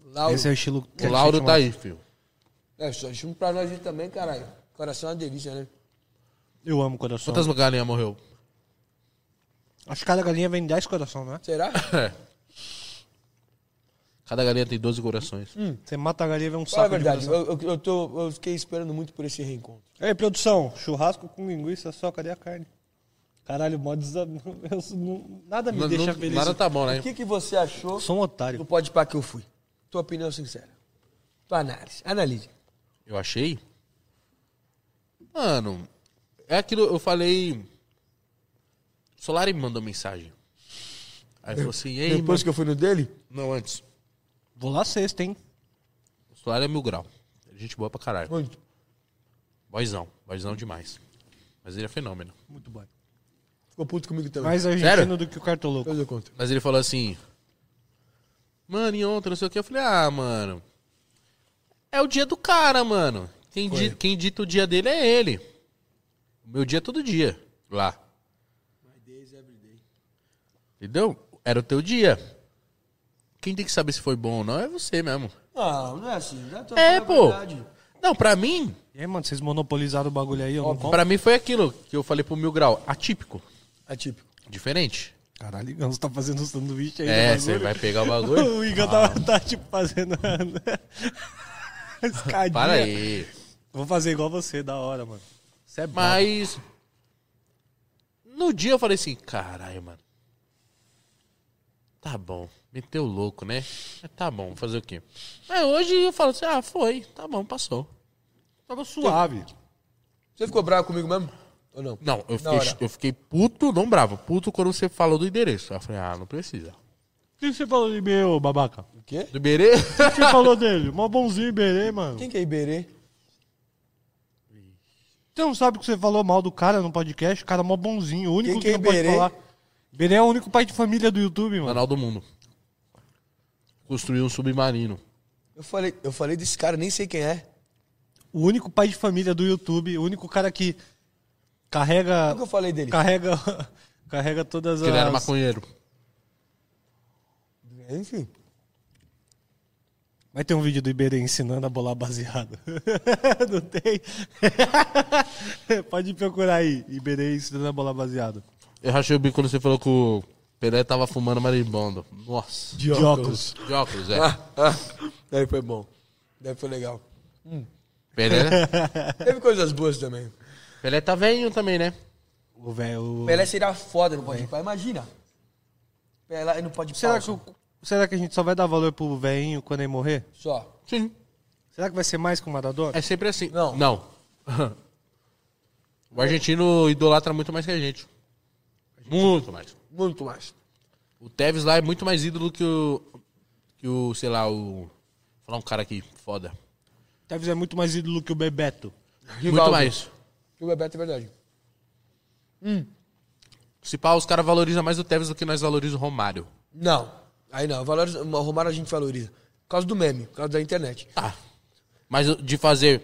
Speaker 3: Lauro.
Speaker 1: Esse é o estilo que
Speaker 2: O Lauro
Speaker 1: gente
Speaker 2: tá
Speaker 1: manda.
Speaker 2: aí, filho.
Speaker 3: É, só chama pra nós aí também, caralho. Coração é uma delícia, né?
Speaker 1: Eu amo coração.
Speaker 2: Quantas galinhas morreu?
Speaker 1: Acho que cada galinha vem 10 coração, né?
Speaker 3: Será?
Speaker 2: É. Cada galinha tem 12 corações.
Speaker 1: Você mata a galinha e vem um
Speaker 2: é
Speaker 3: Fala a
Speaker 1: saco de
Speaker 3: verdade.
Speaker 1: coração.
Speaker 3: Eu, eu, eu tô, eu fiquei esperando muito por esse reencontro.
Speaker 1: Ei, produção, churrasco com linguiça só, cadê a carne? Caralho, mó desa... eu não- Nada me
Speaker 2: Não-
Speaker 1: deixa
Speaker 2: não-
Speaker 1: feliz.
Speaker 2: nada tá bom,
Speaker 3: O
Speaker 2: né?
Speaker 3: É que, que você achou
Speaker 1: Eu sou um
Speaker 3: do
Speaker 1: otário.
Speaker 3: pode pá que eu fui? Tua opinião sincera. Tua análise. Analise.
Speaker 2: Eu achei. Mano, é aquilo eu falei. O Solari me mandou mensagem. Aí falou assim, ei, mano.
Speaker 3: que eu fui no dele?
Speaker 2: Não, antes.
Speaker 1: Vou lá sexta, hein?
Speaker 2: O Solari é mil grau. Ele é Gente boa pra caralho.
Speaker 3: Muito.
Speaker 2: Boizão, boizão demais. Mas ele é fenômeno.
Speaker 1: Muito bom.
Speaker 3: Ficou puto comigo também.
Speaker 1: Mais argentino
Speaker 2: Sério?
Speaker 1: do que o cartoloco.
Speaker 3: Eu dou conta.
Speaker 2: Mas ele falou assim: Mano, e ontem, não sei o que. Eu falei: Ah, mano. É o dia do cara, mano. Quem, di- quem dita o dia dele é ele. O meu dia é todo dia. Lá. Entendeu? Era o teu dia. Quem tem que saber se foi bom ou não é você mesmo.
Speaker 3: Não, não é assim. Já tô
Speaker 2: É,
Speaker 3: falando a
Speaker 2: pô.
Speaker 3: verdade.
Speaker 2: Não, pra mim,
Speaker 1: E aí, mano, vocês monopolizaram o bagulho aí, eu não compro.
Speaker 2: pra mim foi aquilo que eu falei pro Mil Grau. Atípico.
Speaker 3: Atípico.
Speaker 2: Diferente.
Speaker 1: Caralho, Igão, você tá fazendo um sanduíche aí.
Speaker 2: É,
Speaker 1: no
Speaker 2: você
Speaker 1: bagulho.
Speaker 2: vai pegar o bagulho.
Speaker 1: O Igor tá, tá, tipo fazendo a escadinha.
Speaker 2: Para aí.
Speaker 1: Vou fazer igual você, da hora, mano. Você é brabo.
Speaker 2: Mas. No dia eu falei assim, caralho, mano. Tá bom. Meteu louco, né? Mas Tá bom, fazer o quê? Mas hoje eu falo assim, ah, foi. Tá bom, passou.
Speaker 1: Tava suave.
Speaker 3: Você ficou bravo comigo mesmo? Ou não?
Speaker 2: Não, eu
Speaker 3: Na
Speaker 2: fiquei,
Speaker 3: hora.
Speaker 2: eu fiquei puto, não bravo, puto quando você falou do endereço. Aí Eu falei, ah, não precisa.
Speaker 1: O que você falou de Iberê, ô babaca?
Speaker 3: O quê?
Speaker 2: Do Iberê?
Speaker 1: O que você falou dele? Mó bonzinho Iberê, mano.
Speaker 3: Quem que é Iberê?
Speaker 1: Você não sabe que você falou mal do cara no podcast? O cara é mó bonzinho. O único
Speaker 3: Quem
Speaker 1: que,
Speaker 3: que é
Speaker 1: não pode
Speaker 3: Iberê?
Speaker 1: falar. Iberê é o único pai de família do YouTube, mano.
Speaker 2: Canal do Mundo. Construiu um submarino.
Speaker 3: Eu falei, eu falei desse cara, nem sei quem é.
Speaker 1: O único pai de família do YouTube. O único cara que carrega.
Speaker 3: Como que eu falei dele?
Speaker 1: Carrega. carrega todas
Speaker 2: Que ele era
Speaker 1: as.
Speaker 2: maconheiro.
Speaker 3: É, Enfim.
Speaker 1: Vai ter um vídeo do Iberê ensinando a bolar baseado. não tem? Pode procurar aí. Iberê ensinando a bolar baseado.
Speaker 2: Eu rachei o bico quando você falou que o Pelé tava fumando marimbondo. Nossa.
Speaker 1: De óculos.
Speaker 2: De óculos, é.
Speaker 3: Ah, ah. Daí foi bom. Daí foi legal.
Speaker 2: Pelé,
Speaker 3: Teve coisas boas também.
Speaker 2: Pelé tá velhinho também, né?
Speaker 1: O velho.
Speaker 3: Pelé seria foda no pode pá. Imagina. Pelé não pode
Speaker 1: Será que, o- será que a gente só vai dar valor pro velhinho quando ele morrer?
Speaker 3: Só.
Speaker 2: Sim.
Speaker 1: Será que vai ser mais que o Maradona?
Speaker 2: É sempre assim.
Speaker 3: Não.
Speaker 2: Não. O argentino idolatra muito mais que a gente. Muito mais.
Speaker 3: Muito mais.
Speaker 2: O Tevez lá é muito mais ídolo que o. Que o, sei lá, o. Vou falar um cara aqui, foda.
Speaker 1: Tevez é muito mais ídolo que o Bebeto.
Speaker 2: Muito
Speaker 3: Rivaldo.
Speaker 2: mais.
Speaker 3: O Bebeto é verdade.
Speaker 2: Se pá, os caras valorizam mais o Tevez do que nós valorizamos o Romário.
Speaker 3: Não. Aí não. Valoriza, o Romário a gente valoriza. Por causa do meme, por causa da internet.
Speaker 2: Tá. Mas o- de fazer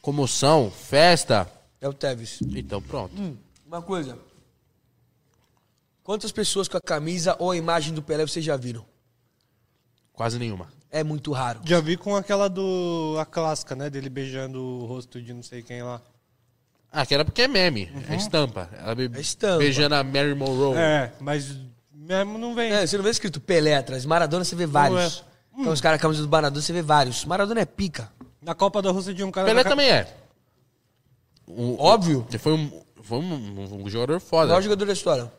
Speaker 2: comoção, festa.
Speaker 3: É o Tevez.
Speaker 2: Então pronto.
Speaker 3: Hum. Uma coisa. Quantas pessoas com a camisa ou a imagem do Pelé vocês já viram?
Speaker 2: Quase nenhuma.
Speaker 3: É muito raro.
Speaker 1: Já vi com aquela do. a clássica, né? Dele beijando o rosto de não sei quem lá.
Speaker 2: Ah, que era porque é meme. É estampa. Ela be-
Speaker 3: Uhum. É estampa.
Speaker 2: beijando a Mary Monroe.
Speaker 1: É, mas mesmo não vem.
Speaker 3: É, você não vê escrito Pelé atrás. Maradona você vê vários.
Speaker 1: é.
Speaker 3: Então os caras, a camisa do Maradona você vê vários. Maradona é pica.
Speaker 1: Na Copa da Rússia de um cara.
Speaker 2: Pelé
Speaker 1: na ca-
Speaker 2: também é. Um-
Speaker 3: Óbvio.
Speaker 2: Ele Foi um, foi um, um jogador foda.
Speaker 3: Maior jogador da história.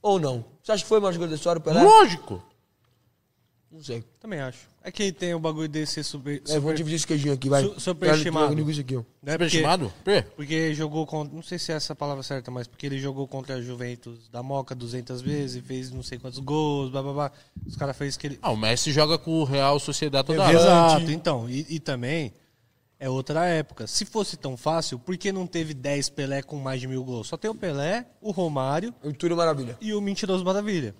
Speaker 3: Ou não? Você acha que foi o maior jogador da história o Pelé?
Speaker 2: Lógico.
Speaker 3: Não sei.
Speaker 1: Também acho. É que tem o bagulho desse ser super.
Speaker 3: É, vou
Speaker 1: super-
Speaker 3: dividir esse queijinho aqui, vai.
Speaker 1: Su- superestimado.
Speaker 3: Quero- quero isso aqui, ó.
Speaker 1: né? porque,
Speaker 2: Superestimado? Por quê?
Speaker 1: porque jogou contra. Não sei se é essa a palavra certa, mas porque ele jogou contra a Juventus da Moca 200 vezes e fez não sei quantos gols, blá blá blá. Os caras fez que ele.
Speaker 2: Ah, o Messi joga com o Real Sociedade toda hora.
Speaker 1: Exato, então. E, e também é outra época. Se fosse tão fácil, por que não teve 10 Pelé com mais de mil gols? Só tem o Pelé, o Romário
Speaker 3: O Túlio Um Maravilha.
Speaker 1: e o Mentiroso Maravilha.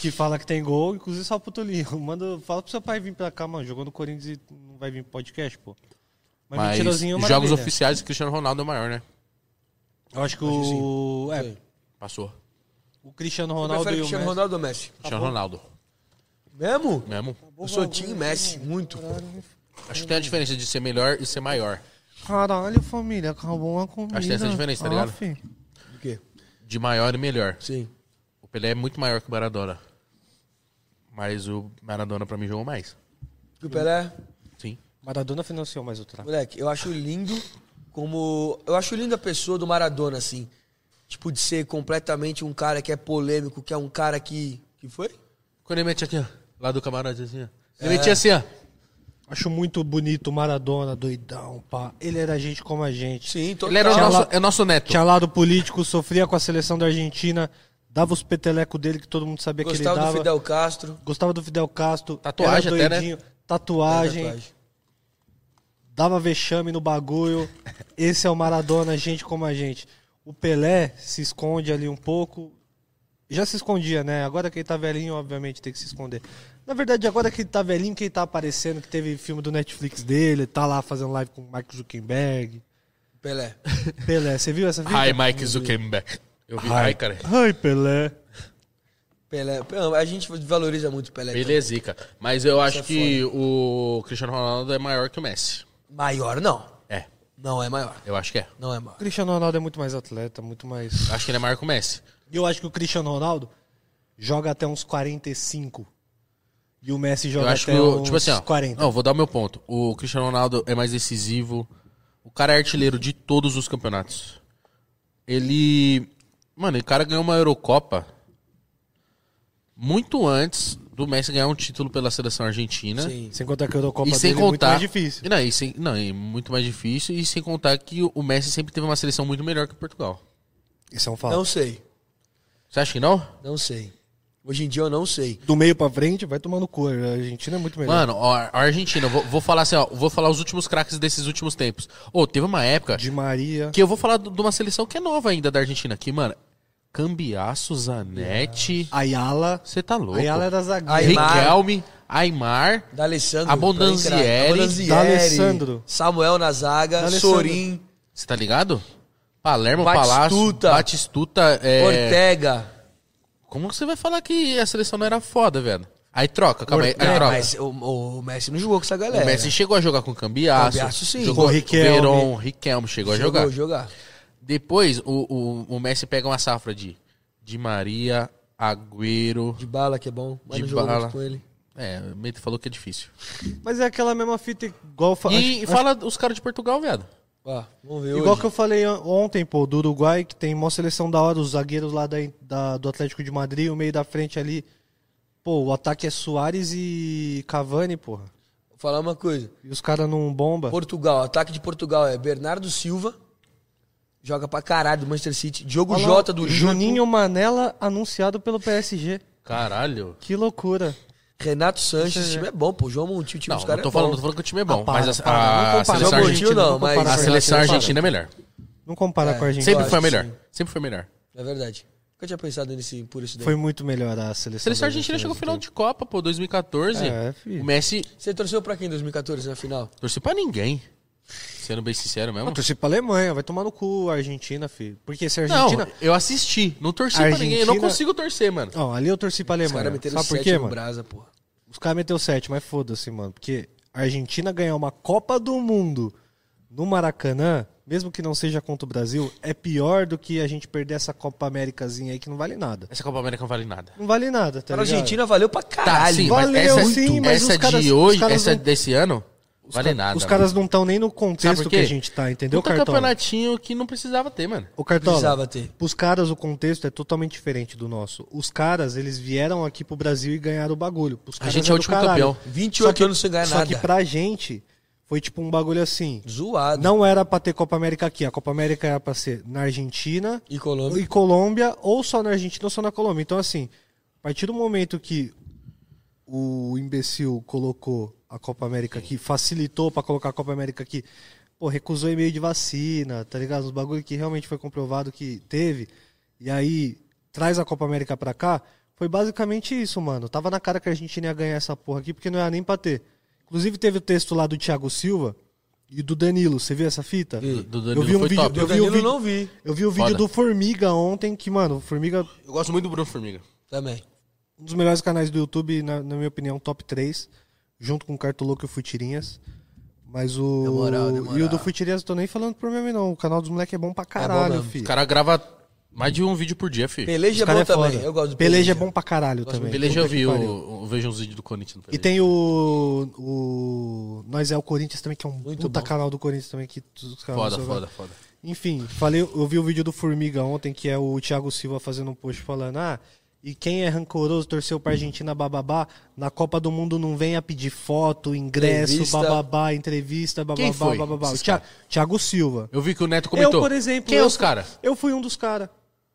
Speaker 1: Que fala que tem gol, inclusive só pro Tolinho. Manda, fala pro seu pai vir pra cá, mano. Jogou no Corinthians e não vai vir pro podcast, pô. Mas,
Speaker 2: Mas
Speaker 1: Mentirosinho é
Speaker 2: jogos
Speaker 1: Maravilha.
Speaker 2: oficiais, o Cristiano Ronaldo é o maior, né?
Speaker 1: Eu acho que o. É,
Speaker 2: Passou.
Speaker 1: o Cristiano
Speaker 3: Você
Speaker 1: Ronaldo
Speaker 3: prefere
Speaker 1: e o
Speaker 3: Cristiano
Speaker 1: Messi.
Speaker 3: Ronaldo ou Messi?
Speaker 2: Cristiano Ronaldo.
Speaker 3: Mesmo?
Speaker 2: Mesmo.
Speaker 3: Eu sou Tim Messi, muito.
Speaker 2: Acho que tem a diferença de ser melhor e ser maior.
Speaker 1: Caralho, família, acabou a comida. Ah,
Speaker 2: Acho que tem essa diferença, tá ligado?
Speaker 1: Aff.
Speaker 3: Do quê?
Speaker 2: De maior e melhor.
Speaker 3: Sim.
Speaker 2: O Pelé é muito maior que o Maradona. Mas o Maradona pra mim jogou mais.
Speaker 3: E o Pelé,
Speaker 2: Sim.
Speaker 1: Maradona financiou mais o trago.
Speaker 3: moleque, eu acho lindo como. Eu acho lindo a pessoa do Maradona, assim. Tipo, de ser completamente um cara que é polêmico, que é um cara que. Que foi?
Speaker 2: Quando ele mete aqui, ó. Lá do camarote, assim, ó. Ele metia assim, ó.
Speaker 1: Acho muito bonito o Maradona, doidão, pá. Ele era gente como a gente.
Speaker 3: Sim, total.
Speaker 2: Ele era o
Speaker 1: Tinha
Speaker 2: nosso,
Speaker 1: lá-
Speaker 2: é nosso neto.
Speaker 1: Tinha lado político, sofria com a seleção da Argentina, dava os petelecos dele que todo mundo sabia que ele
Speaker 3: Gostava
Speaker 1: dava.
Speaker 3: do Fidel Castro.
Speaker 1: Gostava do Fidel Castro.
Speaker 2: Tatuagem
Speaker 1: era
Speaker 2: até, né?
Speaker 1: doidinho, Tatuagem,
Speaker 3: Tatuagem.
Speaker 1: dava vexame no bagulho. Esse é o Maradona, gente como a gente. O Pelé se esconde ali um pouco. Já se escondia, né? Agora que ele tá velhinho, obviamente tem que se esconder. Na verdade, agora que ele tá velhinho, que ele tá aparecendo, que teve filme do Netflix dele, tá lá fazendo live com o Mark Zuckerberg.
Speaker 3: Pelé.
Speaker 1: Pelé, você viu essa vida?
Speaker 2: Hi, Mike Zuckerberg. Eu vi, ai, cara.
Speaker 1: Ai, Pelé.
Speaker 3: Pelé. A gente valoriza muito o Pelé.
Speaker 2: Ele é zica. Mas eu acho que o Cristiano Ronaldo é maior que o Messi.
Speaker 3: Maior, não.
Speaker 2: É,
Speaker 3: Não é maior.
Speaker 2: eu acho que é.
Speaker 3: Não é
Speaker 1: O
Speaker 3: maior.
Speaker 1: Cristiano Ronaldo é muito mais atleta, muito mais.
Speaker 2: Eu acho que ele é maior que o Messi.
Speaker 1: E Eu acho que o Cristiano Ronaldo joga até uns 45. E o Messi
Speaker 2: Eu
Speaker 1: joga
Speaker 2: acho que,
Speaker 1: até
Speaker 2: o,
Speaker 1: uns
Speaker 2: tipo assim, ó,
Speaker 1: 40.
Speaker 2: não, vou dar o meu ponto. O Cristiano Ronaldo é mais decisivo. O cara é artilheiro de todos os campeonatos. Ele, mano, o cara ganhou uma Eurocopa muito antes do Messi ganhar um título pela seleção argentina.
Speaker 3: Sim.
Speaker 1: Sem contar que a Eurocopa
Speaker 2: E sem
Speaker 1: dele é muito
Speaker 2: contar.
Speaker 1: mais difícil.
Speaker 2: E Não, e sem- não, e muito mais difícil. E sem contar que o Messi sempre teve uma seleção muito melhor que Portugal.
Speaker 1: Isso é um fato.
Speaker 3: Não sei,
Speaker 2: Você acha que não?
Speaker 3: não sei. Hoje em dia eu não sei.
Speaker 1: Do meio pra frente, vai tomando cor. A Argentina é muito melhor.
Speaker 2: Mano, ó, a Argentina, eu vou, vou falar assim, ó, vou falar os últimos craques desses últimos tempos. Ô, teve uma época
Speaker 1: De Maria.
Speaker 2: que eu vou falar do- de uma seleção que é nova ainda da Argentina aqui, mano. Cambiaço, Zanetti.
Speaker 1: Ah. Ayala.
Speaker 2: Você tá louco.
Speaker 1: Ayala é era zagueiro.
Speaker 3: Aí- Aymar.
Speaker 2: Riquelme, Aymar.
Speaker 3: Da Alessandro.
Speaker 2: Abondanzieri.
Speaker 1: D'Alessandro.
Speaker 3: Samuel na zaga.
Speaker 1: D'Alessandro.
Speaker 3: Sorin.
Speaker 2: Você tá ligado? Palermo,
Speaker 3: Batistuta.
Speaker 2: Palácio, Batistuta. É...
Speaker 3: Ortega.
Speaker 2: Como que você vai falar que a seleção não era foda, velho? Aí troca, calma aí. aí
Speaker 3: É,
Speaker 2: troca.
Speaker 3: mas o, o Messi não jogou com essa galera.
Speaker 2: O Messi chegou a jogar com o Cambiasso.
Speaker 3: Cambiasso, É, né? sim.
Speaker 2: Jogou
Speaker 1: Com o Riquelme.
Speaker 2: Verón, Riquelme chegou a jogar.
Speaker 3: Jogou, jogar.
Speaker 2: Depois, o, o, o Messi pega uma safra de Di Maria, Agüero...
Speaker 3: De bala, que é bom. Mas
Speaker 2: De
Speaker 3: não jogou
Speaker 2: bala.
Speaker 3: muito com ele.
Speaker 2: É, o Meito falou que é difícil.
Speaker 1: Mas é aquela mesma fita igual, eu fa- acho-
Speaker 2: E, e fala os caras de Portugal, velho.
Speaker 3: Ó, vamos ver
Speaker 1: igual
Speaker 3: hoje.
Speaker 1: que eu falei an- ontem, pô, do Uruguai, que tem uma seleção da hora, os zagueiros lá da, da- do Atlético de Madrid, o meio da frente ali. Pô, o ataque é Soares e Cavani, porra.
Speaker 3: Vou falar uma coisa.
Speaker 1: E os caras não bomba.
Speaker 3: Portugal, ataque de Portugal é Bernardo Silva. Joga pra caralho do Manchester City. Diogo
Speaker 1: Olha lá,
Speaker 3: Jota do Liverpool.
Speaker 1: Juninho Manela anunciado pelo PSG.
Speaker 2: Caralho.
Speaker 1: Que loucura.
Speaker 3: Renato Sanches. Esse time é bom, pô. João Montinho, o time
Speaker 2: Não,
Speaker 3: dos
Speaker 2: não
Speaker 3: caras
Speaker 2: tô,
Speaker 3: é
Speaker 2: falando, não
Speaker 3: bom.
Speaker 2: tô falando que o time é bom,
Speaker 1: Ah, para,
Speaker 2: mas a,
Speaker 1: para,
Speaker 2: a
Speaker 1: não compara
Speaker 2: seleção
Speaker 1: com a
Speaker 2: argentina,
Speaker 3: João Montinho
Speaker 1: vamos
Speaker 3: não,
Speaker 1: comparar
Speaker 3: mas...
Speaker 2: a
Speaker 1: com
Speaker 2: seleção
Speaker 1: Argentina,
Speaker 2: argentina é melhor.
Speaker 1: Não compara
Speaker 3: É,
Speaker 1: com a Argentina.
Speaker 2: Sempre
Speaker 3: acho
Speaker 2: foi a
Speaker 3: que
Speaker 2: melhor.
Speaker 3: sim.
Speaker 2: Sempre foi a melhor.
Speaker 3: É verdade. Nunca tinha pensado nesse, por isso daí.
Speaker 1: Foi muito melhor a
Speaker 2: A
Speaker 1: seleção.
Speaker 2: seleção
Speaker 1: da
Speaker 2: argentina chegou ao final de Copa, pô, 2014.
Speaker 1: É, filho.
Speaker 2: o Messi
Speaker 3: Você torceu pra quem em 2014 na final?
Speaker 2: torceu pra ninguém. Sendo bem sincero mesmo.
Speaker 1: Eu torci pra Alemanha, vai tomar no cu a Argentina, filho. Porque se a
Speaker 2: Não,
Speaker 1: Argentina.
Speaker 2: eu assisti. Não torci pra ninguém. Eu não
Speaker 1: Argentina-
Speaker 2: consigo torcer, mano.
Speaker 1: Não, ali eu torci pra
Speaker 3: Os
Speaker 1: Alemanha.
Speaker 3: caras meteram
Speaker 1: Sabe por
Speaker 3: 7
Speaker 1: quê,
Speaker 3: no
Speaker 1: mano?
Speaker 3: Brasa, pô.
Speaker 1: Os caras meteu 7, mas foda-se, mano. Porque a Argentina ganhar uma Copa do Mundo no Maracanã, mesmo que não seja contra o Brasil, é pior do que a gente perder essa Copa Américazinha aí que não vale nada.
Speaker 2: Essa Copa América não vale nada.
Speaker 1: Não vale nada, tá
Speaker 3: Pra
Speaker 1: ligado?
Speaker 3: Argentina valeu pra
Speaker 2: Tá,
Speaker 3: caralho.
Speaker 2: sim, mas
Speaker 1: valeu,
Speaker 2: essa,
Speaker 1: sim, mas os
Speaker 2: essa
Speaker 1: caras-
Speaker 2: de
Speaker 1: os
Speaker 2: hoje,
Speaker 1: caras
Speaker 2: essa
Speaker 1: não-
Speaker 2: desse ano, vale
Speaker 1: Ca-
Speaker 2: nada.
Speaker 1: Os
Speaker 2: mano.
Speaker 1: caras não estão nem no
Speaker 2: Sabe
Speaker 1: contexto
Speaker 2: por
Speaker 1: que
Speaker 2: quê?
Speaker 1: a gente tá, entendeu,
Speaker 2: Puta
Speaker 1: Cartola?
Speaker 2: campeonatinho que não precisava ter, mano.
Speaker 1: O Cartola,
Speaker 3: Precisava ter.
Speaker 1: pros caras o contexto é totalmente diferente do nosso. Os caras, eles vieram aqui pro Brasil e ganharam o bagulho. Pros
Speaker 2: A
Speaker 1: caras
Speaker 2: gente é o
Speaker 1: do
Speaker 2: último
Speaker 1: caralho.
Speaker 2: campeão.
Speaker 3: 28
Speaker 1: Só que-
Speaker 3: anos sem ganhar
Speaker 1: Só
Speaker 3: nada.
Speaker 1: que pra gente, foi tipo um bagulho assim.
Speaker 3: Zoado.
Speaker 1: Não era pra ter Copa América aqui. A Copa América era pra ser na Argentina
Speaker 3: E Colômbia.
Speaker 1: e Colômbia, ou só na Argentina ou só na Colômbia. Então, assim, a partir do momento que o imbecil colocou a Copa América aqui, facilitou pra colocar a Copa América aqui, pô, recusou e-mail de vacina, tá ligado? Os bagulho que realmente foi comprovado que teve, e aí traz a Copa América pra cá, foi basicamente isso, mano. Tava na cara que a Argentina ia ganhar essa porra aqui, porque não era nem pra ter. Inclusive, teve o texto lá do Thiago Silva e do Danilo. Você viu essa fita?
Speaker 2: Do- do Danilo
Speaker 1: eu vi um
Speaker 2: foi
Speaker 1: vídeo,
Speaker 2: top.
Speaker 1: eu
Speaker 3: Eu
Speaker 1: vi um
Speaker 3: Danilo
Speaker 1: vídeo,
Speaker 3: não vi.
Speaker 1: eu vi o vídeo
Speaker 2: Foda.
Speaker 1: do Formiga ontem, que, mano, o Formiga,
Speaker 2: Eu gosto muito do Bruno Formiga.
Speaker 3: Também.
Speaker 1: um dos melhores canais do YouTube, na, na minha opinião, top 3, junto com o Cartoloco e o Futirinhas. Mas o.
Speaker 3: Demoral, demoral.
Speaker 1: E o do Futirinhas, eu tô nem falando por mim, não. O canal dos moleques é bom pra caralho,
Speaker 3: mesmo.
Speaker 2: Os
Speaker 1: filho.
Speaker 2: caras gravam mais de um vídeo por dia, filho.
Speaker 3: Peleja é
Speaker 1: Os cara
Speaker 3: bom
Speaker 1: é foda.
Speaker 3: também. Eu gosto do
Speaker 1: Peleja é bom pra caralho também.
Speaker 2: Peleja eu
Speaker 1: Puta que
Speaker 2: vi,
Speaker 1: pariu.
Speaker 2: eu, eu vejo uns vídeos do Corinthians. no
Speaker 1: E
Speaker 2: Peleja.
Speaker 1: tem o, o. Nós é o Corinthians também, que é um puta canal do Corinthians também. Que os caras
Speaker 2: Foda,
Speaker 1: só-
Speaker 2: foda, foda.
Speaker 1: Enfim, falei, eu vi o vídeo do Formiga ontem, que é o Thiago Silva fazendo um post falando: ah, e quem é rancoroso torceu pra Argentina bababá, na Copa do Mundo não venha pedir foto, ingresso,
Speaker 3: Entrevista.
Speaker 1: bababá, entrevista, bababá,
Speaker 2: Quem foi
Speaker 1: bababá. O
Speaker 2: esses
Speaker 1: Thi- Thiago Silva.
Speaker 2: Eu vi que o Neto comentou.
Speaker 1: Eu, por exemplo.
Speaker 2: Quem é
Speaker 1: eu
Speaker 2: os
Speaker 1: fui-
Speaker 2: caras?
Speaker 1: Eu fui um dos caras.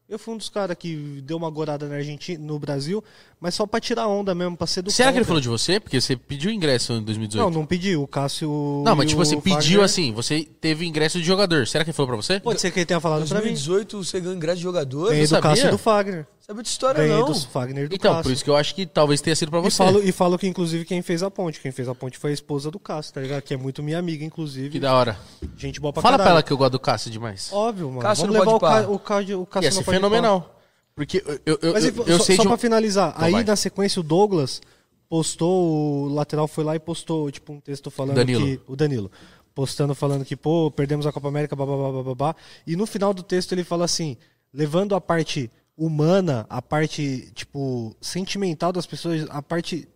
Speaker 1: Eu fui um dos caras que deu uma gorada na Argentina, no Brasil, mas só pra tirar onda mesmo, pra ser do
Speaker 2: Será que ele
Speaker 1: contra.
Speaker 2: falou de você? Porque você pediu ingresso em 2018.
Speaker 1: Não, não pedi. O Cássio.
Speaker 2: Não, mas
Speaker 1: e
Speaker 2: tipo
Speaker 1: o
Speaker 2: assim,
Speaker 1: Fagner-
Speaker 2: pediu assim, você teve ingresso de jogador. Será que ele falou pra você?
Speaker 1: Pode ser que ele tenha falado pra mim.
Speaker 3: 2018, você ganhou ingresso de jogador.
Speaker 1: Ganhei
Speaker 3: Não
Speaker 1: do
Speaker 2: sabia?
Speaker 1: Cássio e do Fagner.
Speaker 3: sabe de história,
Speaker 1: Ganhei
Speaker 3: não.
Speaker 1: do Fagner e é do
Speaker 2: Então,
Speaker 1: Cássio.
Speaker 2: por isso que eu acho que talvez tenha sido pra
Speaker 1: E
Speaker 2: você.
Speaker 1: falo, e falo que, inclusive, quem fez a ponte. Quem fez a ponte foi a esposa do Cássio, tá ligado? Que é muito minha amiga, inclusive.
Speaker 2: Que da hora.
Speaker 1: Gente boa pra
Speaker 2: Fala pra
Speaker 1: caralho.
Speaker 2: ela que eu gosto do Cássio demais.
Speaker 1: Óbvio, mano.
Speaker 3: Cássio
Speaker 1: Cássio Vamos
Speaker 3: não
Speaker 1: levar o,
Speaker 3: pode
Speaker 1: Ca...
Speaker 3: pá.
Speaker 1: o, Cássio, o Cássio
Speaker 2: Ia
Speaker 1: não
Speaker 2: ser
Speaker 1: pode pá.
Speaker 2: fenomenal. Porque eu, eu, eu,
Speaker 1: Mas
Speaker 2: eu,
Speaker 1: enfim,
Speaker 2: eu
Speaker 1: só,
Speaker 2: sei
Speaker 1: só
Speaker 2: de um...
Speaker 1: pra finalizar. aí,
Speaker 2: vai.
Speaker 1: na sequência, o Douglas postou... O lateral foi lá e postou, tipo, um texto falando
Speaker 2: Danilo.
Speaker 1: que... O Danilo. Postando, falando que, pô, perdemos a Copa América, bababá, bababá. E no final do texto ele fala assim, levando a parte humana, a parte, tipo, sentimental das pessoas, a parte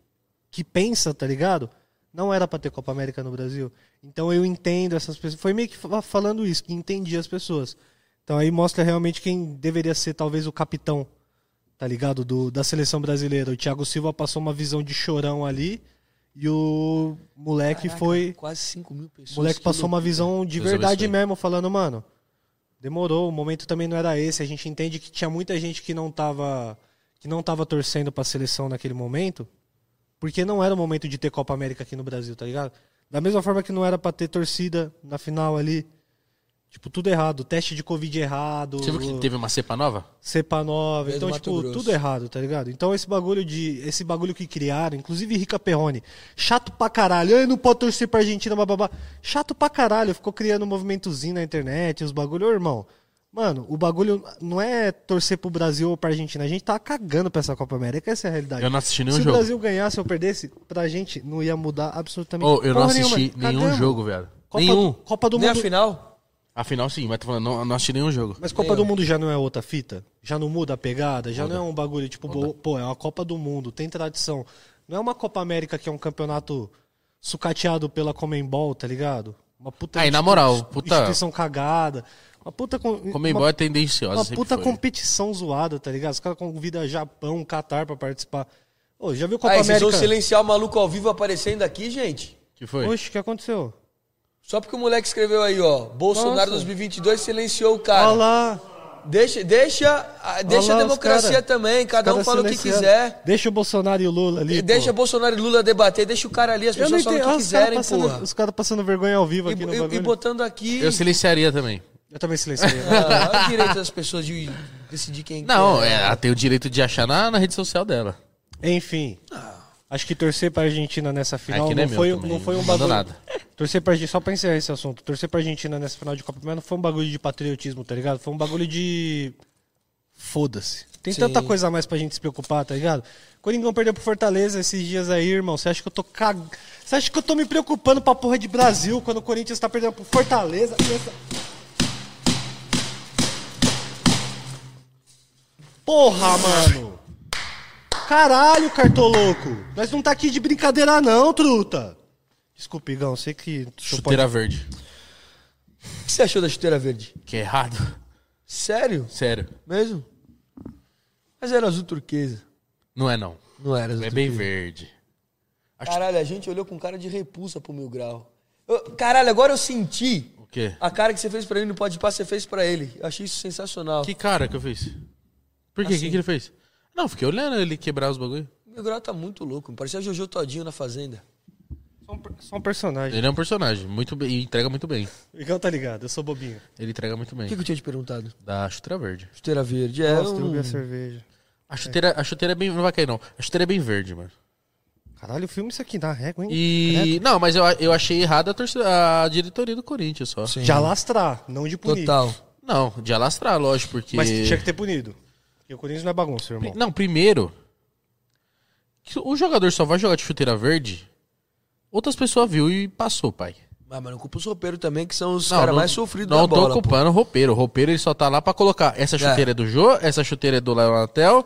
Speaker 1: que pensa, tá ligado? Não era pra ter Copa América no Brasil. Então eu entendo essas pessoas. Foi meio que fa- falando isso, que entendi as pessoas. Então aí mostra realmente quem deveria ser talvez o capitão, tá ligado? Do, da seleção brasileira. O Thiago Silva passou uma visão de chorão ali e o moleque
Speaker 3: Caraca,
Speaker 1: foi.
Speaker 3: Quase 5 mil pessoas.
Speaker 1: O moleque
Speaker 3: que
Speaker 1: passou uma
Speaker 3: loucura.
Speaker 1: visão de
Speaker 2: Resolve
Speaker 1: verdade
Speaker 2: isso
Speaker 1: mesmo, falando, mano, demorou, o momento também não era esse. A gente entende que tinha muita gente que não tava, que não tava torcendo pra seleção naquele momento, porque não era o momento de ter Copa América aqui no Brasil, tá ligado? Da mesma forma que não era pra ter torcida na final ali. Tipo, tudo errado. Teste de Covid errado.
Speaker 2: Você viu que
Speaker 1: o-
Speaker 2: teve uma cepa nova?
Speaker 1: cepa nova.
Speaker 3: Veio do
Speaker 1: Então,
Speaker 3: Mato
Speaker 1: tipo,
Speaker 3: Grosso.
Speaker 1: tudo errado, tá ligado? Então esse bagulho de. Esse bagulho que criaram, inclusive Rica Perrone, chato pra caralho, ai, não pode torcer pra Argentina, bababá. Chato pra caralho, ficou criando um movimentozinho na internet, os bagulho, Ô, irmão. Mano, o bagulho não é torcer pro Brasil ou pra Argentina. A gente tá cagando pra essa Copa América. Essa é a realidade.
Speaker 2: Eu não assisti nenhum
Speaker 1: se
Speaker 2: jogo.
Speaker 1: o Brasil ganhasse ou perdesse, pra gente não ia mudar absolutamente
Speaker 2: Oh, eu não
Speaker 1: porra
Speaker 2: assisti
Speaker 1: nenhuma.
Speaker 2: nenhum
Speaker 1: Cagamos.
Speaker 2: jogo, velho.
Speaker 1: Copa,
Speaker 2: nenhum.
Speaker 1: Copa do
Speaker 3: Nem é a
Speaker 1: Mundo.
Speaker 3: final?
Speaker 2: Afinal, sim, mas tô falando, não, não assisti nenhum jogo.
Speaker 1: Mas Copa
Speaker 3: Nenhum.
Speaker 1: do Mundo já não é outra fita? Já não muda a pegada? Já não é um bagulho tipo, bo- pô, é uma Copa do Mundo, tem tradição. Não é uma Copa América que é um campeonato sucateado pela Comembol, tá ligado? Uma puta
Speaker 2: Aí, na
Speaker 1: institu-
Speaker 2: moral, puta-
Speaker 1: instituição cagada. Uma puta com-
Speaker 2: Como
Speaker 1: uma-
Speaker 2: embora é tendenciosa.
Speaker 1: uma
Speaker 2: sempre
Speaker 1: puta
Speaker 2: foi.
Speaker 1: competição zoada, tá ligado? Os caras convidam Japão, Catar pra participar. Ô, já viu Copa
Speaker 3: Aí, Ah, vocês
Speaker 1: América?
Speaker 3: vão silenciar o maluco ao vivo aparecendo aqui, gente?
Speaker 2: Que foi?
Speaker 1: Oxe, o que aconteceu?
Speaker 3: Só porque o moleque escreveu aí, ó. Bolsonaro
Speaker 1: Nossa.
Speaker 3: 2022 silenciou o
Speaker 1: Olha
Speaker 3: cara.
Speaker 1: lá.
Speaker 3: Deixa, deixa, ah, deixa
Speaker 1: lá
Speaker 3: a
Speaker 1: os
Speaker 3: democracia
Speaker 1: cara.
Speaker 3: também, cada um
Speaker 1: Os caras
Speaker 3: fala o que
Speaker 1: silenciando.
Speaker 3: quiser.
Speaker 1: Deixa o Bolsonaro e o Lula ali.
Speaker 3: E deixa
Speaker 1: pô.
Speaker 3: Bolsonaro e Lula debater, deixa o cara ali, as
Speaker 1: Eu não
Speaker 3: pessoas falam
Speaker 1: entendo.
Speaker 3: o que
Speaker 1: Ah, os caras
Speaker 3: quiserem,
Speaker 1: passando,
Speaker 3: porra.
Speaker 1: os cara passando vergonha ao vivo
Speaker 3: E,
Speaker 1: aqui no
Speaker 3: e-
Speaker 1: bagulho.
Speaker 3: e botando aqui
Speaker 2: Eu silenciaria também.
Speaker 1: Eu também silenciei. né?
Speaker 3: ah, o direito das pessoas de decidir quem
Speaker 2: Não,
Speaker 3: quer.
Speaker 2: é, ela tem o direito de achar na, na rede social dela.
Speaker 1: Enfim. Acho que torcer pra Argentina nessa final não,
Speaker 2: Aqui não é meu
Speaker 1: foi,
Speaker 2: também,
Speaker 1: não foi um
Speaker 2: não mandou
Speaker 1: bagulho.
Speaker 2: nada.
Speaker 1: Torcer pra Argentina, só pra encerrar esse assunto, torcer pra Argentina nessa final de Copa mas não foi um bagulho de patriotismo, tá ligado? Foi um bagulho de. Foda-se. Tem tanta coisa a mais pra gente se preocupar, tá ligado? Coringão perdeu pro Fortaleza esses dias aí, irmão. Você acha que eu tô cag... Você acha que eu tô me preocupando pra porra de Brasil quando o Corinthians tá perdendo pro Fortaleza? E essa- Porra, mano! Caralho, cartoloco! Nós não tá aqui de brincadeira não, truta! Desculpa, Igão, sei que...
Speaker 2: Chuteira verde.
Speaker 3: O que você achou da chuteira verde?
Speaker 2: Que é errado.
Speaker 3: Sério?
Speaker 2: Sério.
Speaker 3: Mesmo? Mas era azul turquesa.
Speaker 2: Não é, não.
Speaker 3: Não era azul
Speaker 2: É bem verde.
Speaker 3: Caralho, a gente olhou com cara de repulsa pro Mil Grau. Eu- caralho, agora eu senti
Speaker 2: O quê?
Speaker 3: a cara que você fez pra mim no Pode Passar, você fez pra ele. Eu achei isso sensacional.
Speaker 2: Que cara que eu fiz? Por quê? O que, que ele fez? Não, fiquei olhando ele quebrar os bagulho.
Speaker 3: O Mil Grau tá muito louco, parecia o Jojo Todinho na Fazenda.
Speaker 1: Só um, per- só um personagem.
Speaker 2: Ele é um personagem, muito bem, e entrega muito bem.
Speaker 1: O Igão tá ligado, eu sou bobinho.
Speaker 2: Ele entrega muito
Speaker 3: O
Speaker 2: bem.
Speaker 3: que, que eu tinha te perguntado?
Speaker 2: Da chuteira verde.
Speaker 3: Chuteira verde, é
Speaker 1: Nossa,
Speaker 3: um...
Speaker 1: derrubei a cerveja.
Speaker 2: A chuteira, a chuteira é bem. Não vai cair, não. A chuteira é bem verde, mano.
Speaker 1: Caralho, o filme isso aqui dá régua, hein?
Speaker 2: E. Não, mas eu, eu achei errada a, torcida- a diretoria do Corinthians só.
Speaker 1: Credo. De alastrar, não de punir.
Speaker 3: Total.
Speaker 2: Não, de alastrar, lógico, porque.
Speaker 1: Mas tinha que ter punido. Porque o Corinthians não é bagunça, irmão.
Speaker 2: Não, primeiro. que O jogador só vai jogar de chuteira verde. Outras pessoas viu e passou, pai.
Speaker 3: Ah, mas não culpa os roupeiros também, que são os caras mais sofridos
Speaker 2: não
Speaker 3: da bola.
Speaker 2: tô culpando o roupeiro. O roupeiro ele só tá lá pra colocar. Essa chuteira é, do Jô, essa chuteira é do Leonatel.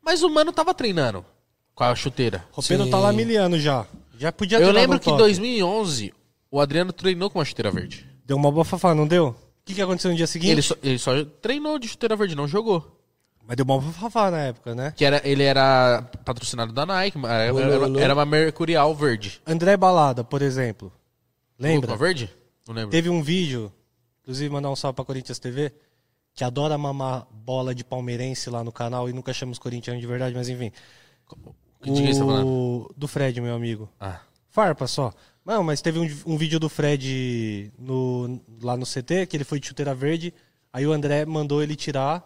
Speaker 2: Mas o mano tava treinando com a chuteira.
Speaker 1: O Pedro tá lá miliano já. Já podia ter
Speaker 2: Eu
Speaker 1: dado
Speaker 2: lembro
Speaker 1: um
Speaker 2: que em
Speaker 1: toque.
Speaker 2: 2011 o Adriano treinou com uma chuteira verde.
Speaker 1: Deu uma bafafá, não deu? O que, que aconteceu no dia seguinte?
Speaker 2: Ele só, ele só treinou de chuteira verde, não jogou.
Speaker 1: Mas deu uma bafafá na época, né?
Speaker 2: Que era, ele era patrocinado da Nike, era, era, era uma Mercurial verde.
Speaker 1: André Balada, por exemplo. Lembra?
Speaker 2: Roupa verde? Não lembro.
Speaker 1: Teve um vídeo, inclusive mandar um salve pra Corinthians TV, que adora mamar bola de palmeirense lá no canal e nunca chama os corintianos de verdade, mas enfim.
Speaker 2: Que dia você tá falando?
Speaker 1: O... Do Fred, meu amigo.
Speaker 2: Ah.
Speaker 1: Farpa só. Não, mas teve um, um vídeo do Fred no- lá no CT, que ele foi de chuteira verde, aí o André mandou ele tirar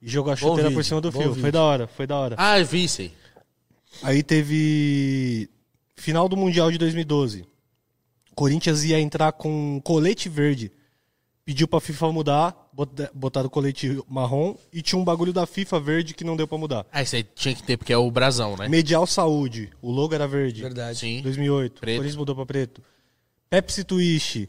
Speaker 1: e jogou a chuteira
Speaker 3: vídeo,
Speaker 1: por cima do
Speaker 3: bom
Speaker 1: fio.
Speaker 3: vídeo.
Speaker 1: Foi da hora, foi da hora.
Speaker 2: Ah, eu vi isso aí.
Speaker 1: Aí teve final do Mundial de 2012. Corinthians ia entrar com colete verde. Pediu pra FIFA mudar, bota- botaram o colete marrom e tinha um bagulho da FIFA verde que não deu pra mudar.
Speaker 2: Ah, isso aí tinha que ter, porque é o brasão, né?
Speaker 1: Medial Saúde, o logo era verde.
Speaker 3: Verdade.
Speaker 2: Sim.
Speaker 1: 2008.
Speaker 2: Preto.
Speaker 1: O Corinthians mudou pra preto. Pepsi Twist.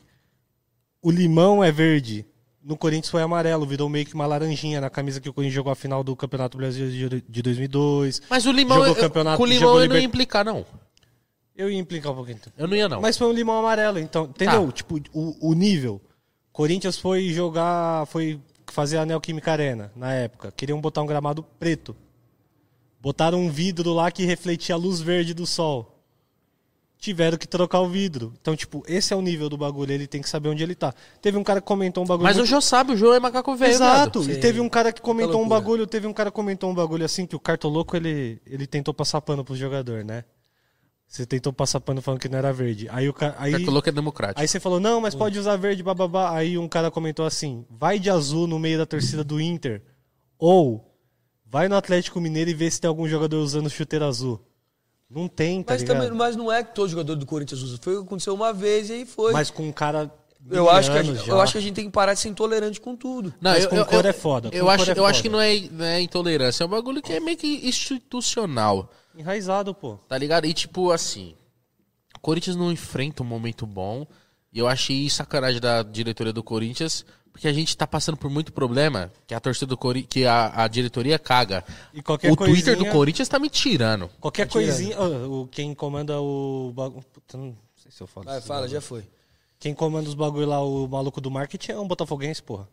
Speaker 1: O limão é verde. No Corinthians foi amarelo, virou meio que uma laranjinha na camisa que o Corinthians jogou a final do Campeonato Brasileiro de- de 2002.
Speaker 2: Mas o limão,
Speaker 1: Jogou
Speaker 2: eu,
Speaker 1: campeonato,
Speaker 2: com o limão
Speaker 1: jogou
Speaker 2: eu não ia
Speaker 1: liber-
Speaker 2: implicar, não.
Speaker 1: Eu ia implicar um pouquinho.
Speaker 2: Eu não ia, não.
Speaker 1: Mas foi um limão amarelo, então,
Speaker 2: Tá.
Speaker 1: entendeu? Tipo, o, o nível. Corinthians foi jogar, foi fazer a Neoquímica Arena na época. Queriam botar um gramado preto. Botaram um vidro lá que refletia a luz verde do sol. Tiveram que trocar o vidro. Então, tipo, esse é o nível do bagulho. Ele tem que saber onde ele tá. Teve um cara que comentou um bagulho.
Speaker 2: Mas o
Speaker 1: muito-
Speaker 2: Jô sabe, o Jô é macaco velho.
Speaker 1: Exato.
Speaker 2: viado.
Speaker 1: E teve um cara que comentou um
Speaker 3: loucura.
Speaker 1: bagulho, teve um cara que comentou um bagulho assim que o cartoloco ele ele tentou passar pano pro jogador, né? Você tentou passar pano falando que não era verde. Aí o cara aí,
Speaker 2: O Cartoloco é democrático.
Speaker 1: aí você falou: "Não, mas pode usar verde, bababá". Aí um cara comentou assim: "Vai de azul no meio da torcida do Inter ou vai no Atlético Mineiro e vê se tem algum jogador usando chuteira azul". Não tem, tá
Speaker 3: Mas,
Speaker 1: ligado?
Speaker 3: também, mas não é que todo jogador do Corinthians usa. Foi o que aconteceu uma vez e aí foi.
Speaker 1: Mas com um cara
Speaker 3: eu, acho que a
Speaker 1: anos
Speaker 3: gente,
Speaker 1: já.
Speaker 3: eu acho que a gente tem que parar de ser intolerante com tudo.
Speaker 2: Não,
Speaker 1: Mas com cor é foda, com
Speaker 2: Eu
Speaker 1: cor
Speaker 2: acho,
Speaker 1: é
Speaker 2: eu acho
Speaker 1: foda.
Speaker 2: que não é, não é intolerância, é um bagulho que é meio que institucional,
Speaker 1: enraizado, pô.
Speaker 2: tá ligado? E tipo assim, o Corinthians não enfrenta um momento bom, e eu achei sacanagem da diretoria do Corinthians, porque a gente tá passando por muito problema, que a torcida do Corinthians, que a, a diretoria caga.
Speaker 1: E qualquer
Speaker 2: o Twitter do
Speaker 1: coisinha-
Speaker 2: Corinthians tá me tirando.
Speaker 1: Qualquer coisinha. ó, o, quem comanda o. bagu- Puta, não sei se eu falo.
Speaker 3: Vai,
Speaker 1: isso.
Speaker 2: né?
Speaker 3: fala, já foi.
Speaker 1: Quem comanda os bagulho lá, o maluco do marketing é um botafoguense, porra.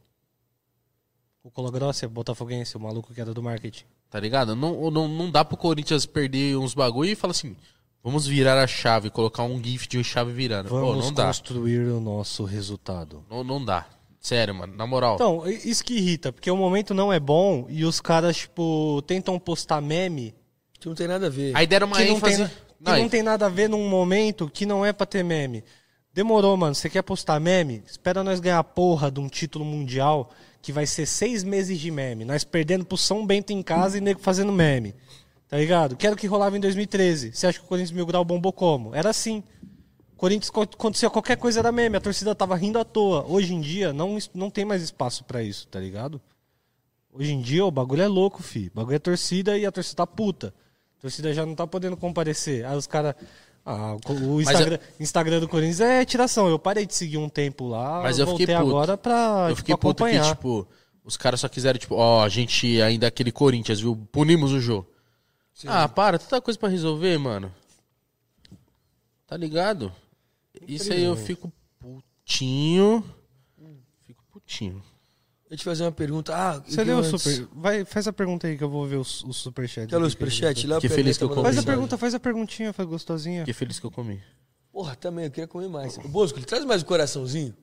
Speaker 1: O Colagrossi é botafoguense, o maluco que era do marketing.
Speaker 2: Tá ligado? Não, não, não dá pro Corinthians perder uns bagulho e falar assim, vamos virar a chave, colocar um gif de chave virando. Pô,
Speaker 1: Vamos
Speaker 2: não dá.
Speaker 1: construir o nosso resultado.
Speaker 2: Não, não dá. Sério, mano, na moral.
Speaker 1: Então, i- isso que irrita, porque o momento não é bom e os caras, tipo, tentam postar meme
Speaker 3: Que não tem nada a ver.
Speaker 2: Aí deram uma
Speaker 1: que, não tem,
Speaker 2: ênfase.
Speaker 1: na-
Speaker 2: Não,
Speaker 1: que não tem nada a ver num momento que não é pra ter meme. Demorou, mano. Você quer postar meme? Espera nós ganhar a porra de um título mundial que vai ser seis meses de meme. Nós perdendo pro São Bento em casa e nego fazendo meme. Tá ligado? Quero que rolava em 2013. Você acha que o Corinthians Mil Grau bombou como? Era assim. Corinthians, quando acontecia qualquer coisa era meme. A torcida tava rindo à toa. Hoje em dia, não, es- não tem mais espaço pra isso, tá ligado? Hoje em dia o bagulho é louco, fi. O bagulho é torcida e a torcida tá puta. A torcida já não tá podendo comparecer. Aí os caras. Ah, o co- o Instagram, Instagram do Corinthians é tiração. Eu parei de seguir um tempo lá,
Speaker 2: Mas eu
Speaker 1: voltei
Speaker 2: fiquei puto.
Speaker 1: agora pra
Speaker 2: eu
Speaker 1: tipo,
Speaker 2: fiquei puto que,
Speaker 1: acompanhar.
Speaker 2: tipo, os caras só quiseram, tipo, ó, a gente ainda é aquele Corinthians, viu? Punimos o jogo. Ah, para, tanta coisa pra resolver, mano. Tá ligado? Isso aí eu fico putinho. Fico putinho.
Speaker 3: Eu te fazer uma pergunta. Ah,
Speaker 1: Você leu o super. Vai, faz a pergunta aí que eu vou ver o, su- o superchat.
Speaker 3: Quer ler o
Speaker 1: aqui,
Speaker 3: superchat?
Speaker 1: gente.
Speaker 3: Léo tá
Speaker 2: Que
Speaker 3: Perneta
Speaker 2: feliz que eu
Speaker 3: mandou
Speaker 1: Faz a
Speaker 3: mensagem.
Speaker 1: pergunta, faz a perguntinha, faz gostosinha.
Speaker 2: Fiquei é feliz que eu comi.
Speaker 3: Porra, também, eu queria comer mais. Ô, Bosco, traz mais um coraçãozinho.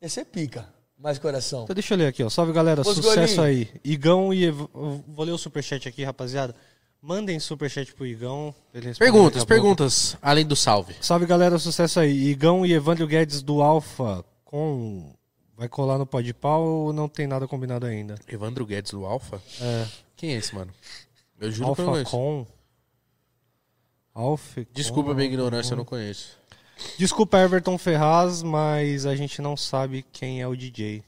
Speaker 3: Esse é pica. Mais coração.
Speaker 1: Então deixa eu ler aqui, ó. Salve galera,
Speaker 3: Os
Speaker 1: sucesso
Speaker 3: golinhos.
Speaker 1: aí. Igão e. Ev- eu Vou ler o superchat aqui, rapaziada. Mandem superchat pro Igão. pra ele responder daqui
Speaker 2: Perguntas,
Speaker 1: a pouco.
Speaker 2: perguntas. Além do salve.
Speaker 1: Salve galera, sucesso aí. Igão e Evandro Guedes do Alfa com. Vai colar no pó de pau ou não tem nada combinado ainda?
Speaker 2: Evandro Guedes, do Alfa?
Speaker 1: É.
Speaker 2: Quem é esse, mano? Eu juro que eu
Speaker 1: Alfa
Speaker 2: não conheço.
Speaker 1: com. Alfa. com-
Speaker 2: Desculpa a minha ignorância, eu não conheço.
Speaker 1: Desculpa, Everton Ferraz, mas a gente não sabe quem é o DJ.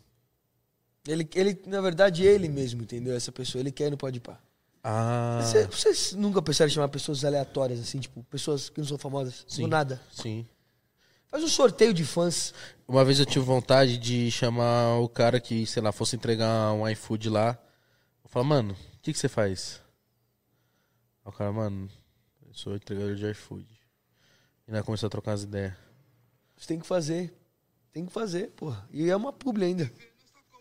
Speaker 3: Ele, ele, na verdade, ele mesmo, entendeu? Essa pessoa, ele quer e não pode pá.
Speaker 2: Ah.
Speaker 3: Cê- Vocês nunca pensaram em chamar pessoas aleatórias, assim, tipo, pessoas que não são famosas?
Speaker 2: Sim.
Speaker 3: Do nada.
Speaker 2: Sim.
Speaker 3: Faz um sorteio de fãs.
Speaker 2: Uma vez eu tive vontade de chamar o cara que, sei lá, fosse entregar um iFood lá. Eu falei, mano, o que, que você faz? Aí o cara, mano, eu sou entregador de iFood. E nós começamos a trocar as ideias.
Speaker 3: Você tem que fazer. Tem que fazer, porra. E é uma publi ainda.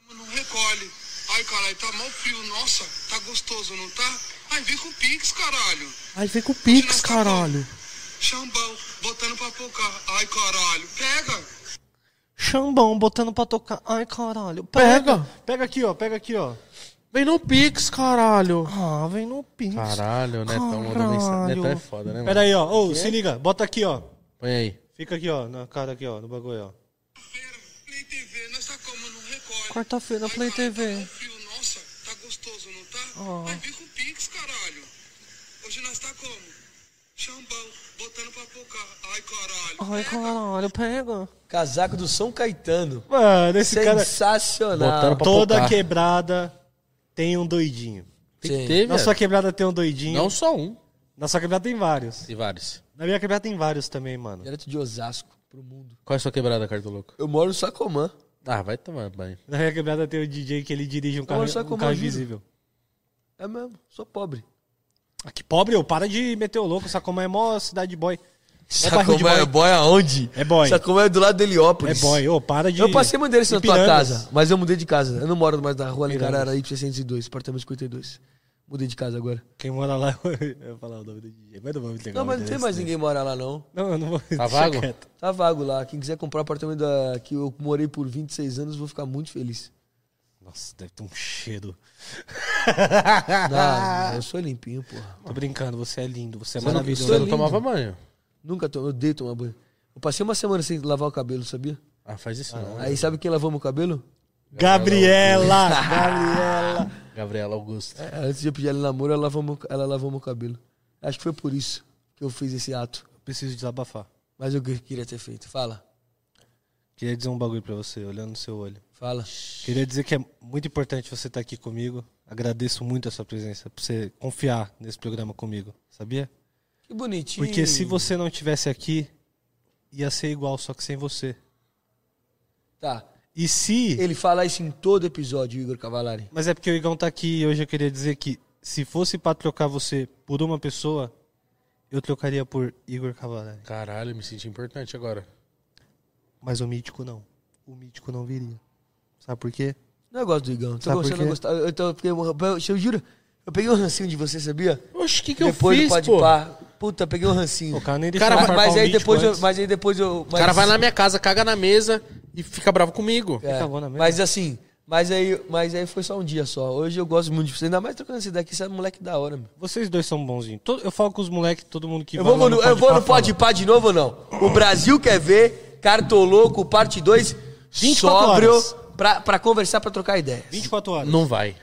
Speaker 5: Como não recolhe. Ai, caralho, tá mal frio, nossa, tá gostoso, não tá? Ai, vem com o Pix, caralho.
Speaker 2: Aí vem com o
Speaker 5: Pix, caralho. Chambão, botando pra focar. Ai, caralho, pega.
Speaker 1: Xambão botando pra tocar. Ai caralho. Pega! Pega, aqui, ó, pega aqui, ó.
Speaker 2: Vem no Pix, caralho.
Speaker 1: Ah, vem no pinto.
Speaker 2: Caralho, né? o Netão mandou mensagem. Netão é foda, né, mano?
Speaker 1: Pera aí, ó. Ô, se liga, bota aqui, ó.
Speaker 2: Põe aí.
Speaker 1: Fica aqui, ó, na cara aqui, ó, no bagulho, ó.
Speaker 5: Feira, Play TV, nós tá como não recolhe.
Speaker 1: Quarta-feira,
Speaker 5: Ai,
Speaker 1: Play
Speaker 5: caralho,
Speaker 1: TV.
Speaker 5: Tá mal frio, nossa, tá gostoso, não tá? Ai, vem com o Pix, caralho. Hoje nós tá como? Chambão, botando pra focar. Ai, caralho. pega.
Speaker 1: caralho, pega.
Speaker 3: Casaco do São Caetano.
Speaker 1: Mano, esse
Speaker 3: é
Speaker 1: cara. é
Speaker 3: Sensacional.
Speaker 2: Botaram pra-
Speaker 1: Toda
Speaker 2: poupar.
Speaker 1: quebrada tem um doidinho.
Speaker 2: Tem
Speaker 3: Sim.
Speaker 2: que ter,
Speaker 1: Na
Speaker 2: velho.
Speaker 1: sua quebrada tem um doidinho.
Speaker 2: Não só um.
Speaker 1: Na sua quebrada tem vários.
Speaker 2: E vários.
Speaker 1: Na minha quebrada tem vários também, mano.
Speaker 3: Direto de Osasco pro mundo.
Speaker 2: Qual é a sua quebrada, Cartoloco?
Speaker 3: Eu moro no Sacomã.
Speaker 2: Ah, vai tomar banho.
Speaker 1: Na minha quebrada tem o DJ que ele dirige um carro,
Speaker 3: olha só
Speaker 1: um
Speaker 3: como
Speaker 1: carro
Speaker 3: eu juro.
Speaker 1: invisível.
Speaker 3: É mesmo, sou pobre.
Speaker 1: Ah, que pobre, eu para de meter o louco. Sacomã é mó cidade boy. Não é barril de
Speaker 3: Sacomã
Speaker 1: boy.
Speaker 3: é boy aonde?
Speaker 1: É boy.
Speaker 3: Sacomã é do lado de
Speaker 1: É
Speaker 3: Heliópolis.
Speaker 1: boy, ô, para de.
Speaker 3: Eu passei uma endereço na tua
Speaker 1: Ipirangas.
Speaker 3: casa, mas eu mudei de casa. Eu não moro mais na rua ali,
Speaker 1: Pirangas.
Speaker 3: cara, era Y602, apartamento 52. Mudei de casa agora.
Speaker 1: Quem mora lá, eu ia falar o nome do DJ. Mas não vou me ligar
Speaker 3: Não, mas não tem
Speaker 1: né?
Speaker 3: mais ninguém mora lá, não.
Speaker 1: Não, eu não vou.
Speaker 2: Tá
Speaker 1: deixa
Speaker 2: vago?
Speaker 1: quieto.
Speaker 3: Tá vago lá. Quem quiser comprar apartamento da- que eu morei por 26 anos, vou ficar muito feliz.
Speaker 1: Nossa, deve ter um cheiro.
Speaker 3: Ah, eu sou limpinho, porra.
Speaker 1: Tô brincando, você é lindo, você é
Speaker 2: Você não,
Speaker 1: maravilhoso.
Speaker 2: você não
Speaker 3: lindo.
Speaker 2: tomava banho.
Speaker 3: Nunca tomei, eu odeio tomar banho. Eu passei uma semana sem lavar o cabelo, sabia?
Speaker 2: Ah, faz isso não.
Speaker 3: Aí sabe quem lavou meu cabelo?
Speaker 1: Gabriela! Gabriela!
Speaker 2: Gabriela Augusto.
Speaker 3: É, Antes de eu pedir ela em namoro, ela lavou, meu, ela lavou meu cabelo. Acho que foi por isso que eu fiz esse ato.
Speaker 1: Preciso desabafar.
Speaker 3: Mas eu que- queria ter feito. Fala,
Speaker 1: Queria dizer um bagulho pra você, olhando no seu olho.
Speaker 3: fala.
Speaker 1: Queria dizer que é muito importante você estar aqui comigo. Agradeço muito a sua presença, por você confiar nesse programa comigo, sabia?
Speaker 3: Que bonitinho.
Speaker 1: Porque se você não tivesse aqui, ia ser igual, só que sem você.
Speaker 3: Tá.
Speaker 1: E se.
Speaker 3: Ele fala isso em todo episódio, Igor Cavalari.
Speaker 1: Mas é porque o Igão tá aqui e hoje eu queria dizer que se fosse pra trocar você por uma pessoa, eu trocaria por Igor Cavalari.
Speaker 2: Caralho, me senti importante agora.
Speaker 1: Mas o mítico não. O mítico não viria. Sabe por quê?
Speaker 3: Não, eu gosto do Igão. Tô
Speaker 1: Sabe por
Speaker 3: gostando,
Speaker 1: quê?
Speaker 3: eu gostava. Eu, tô- eu, fiquei- eu, eu juro, eu peguei um rancinho de você, sabia?
Speaker 2: Oxe, o que, que
Speaker 3: depois
Speaker 2: eu fiz,
Speaker 3: do Pode
Speaker 2: pô?
Speaker 3: Pá. Puta, peguei um rancinho.
Speaker 1: O cara nem deixou
Speaker 2: Cara,
Speaker 1: eu
Speaker 2: mas-
Speaker 1: farpar
Speaker 3: mas,
Speaker 1: o
Speaker 3: aí
Speaker 1: mítico
Speaker 3: depois eu,
Speaker 1: antes.
Speaker 3: mas é, aí depois eu.
Speaker 2: O cara vai na minha casa, caga na mesa e fica bravo comigo.
Speaker 3: É,
Speaker 1: Acabou na mesa.
Speaker 3: mas assim, mas aí, mas aí foi só um dia só. Hoje eu gosto muito de você. Ainda mais trocando esse daqui, você é um moleque da hora, meu.
Speaker 1: Vocês dois são bonzinhos. Todo- Eu falo com os moleques, todo mundo que
Speaker 3: Eu
Speaker 1: vai lá
Speaker 3: vou, no, eu vou
Speaker 1: Pá
Speaker 3: no Pode
Speaker 1: fala.
Speaker 3: Pá de novo ou não? O Brasil quer ver Cartoloco, parte 2,
Speaker 1: 24
Speaker 3: sóbrio,
Speaker 1: horas.
Speaker 3: pra, pra conversar, pra trocar ideias.
Speaker 1: 24 horas.
Speaker 2: Não vai.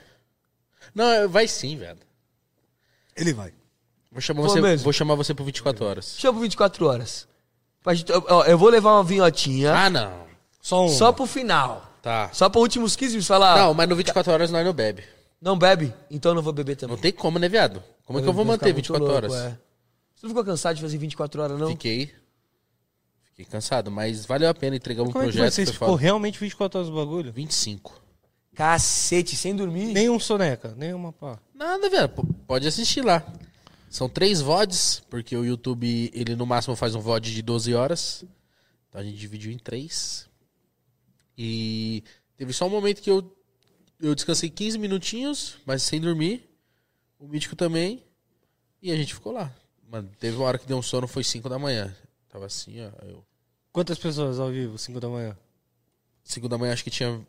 Speaker 2: Não, vai sim, velho.
Speaker 1: Ele vai.
Speaker 2: Vou chamar,
Speaker 3: Vou
Speaker 2: você,
Speaker 3: mesmo.
Speaker 2: vou chamar você por 24 horas.
Speaker 3: Chama por 24 horas. Pra gente- ó, ó, eu vou levar uma vinhotinha
Speaker 2: Ah, não.
Speaker 1: Só um.
Speaker 3: só pro final.
Speaker 2: Tá.
Speaker 3: Só pra últimos 15 minutos falar,
Speaker 2: Não,
Speaker 3: não,
Speaker 2: mas no 24 horas nós não bebe.
Speaker 3: bebe, então eu não vou beber também.
Speaker 2: Não tem como, né, viado? Como é que eu vou manter
Speaker 3: ficar
Speaker 2: 24
Speaker 3: muito
Speaker 2: horas?
Speaker 3: louco, é. Você não ficou cansado de fazer 24 horas, não?
Speaker 2: Fiquei. Fiquei cansado, mas valeu a pena entregar um
Speaker 1: Como é que
Speaker 2: projeto.
Speaker 1: vocês
Speaker 2: foi
Speaker 1: ficou
Speaker 2: foda.
Speaker 1: realmente 24 horas no bagulho?
Speaker 2: 25.
Speaker 3: Cacete, sem dormir.
Speaker 1: Nenhum soneca, nenhuma pá.
Speaker 2: Nada, velho. P- Pode assistir lá. São três VODs, porque o YouTube, ele no máximo faz um VOD de 12 horas. Então a gente dividiu em três. E teve só um momento que eu, eu descansei 15 minutinhos, mas sem dormir. O Mítico também. E a gente ficou lá. Mano, teve uma hora que deu um sono, foi 5 da manhã. Tava assim, ó. Eu...
Speaker 1: Quantas pessoas ao vivo? 5 da manhã.
Speaker 2: 5 da manhã acho que tinha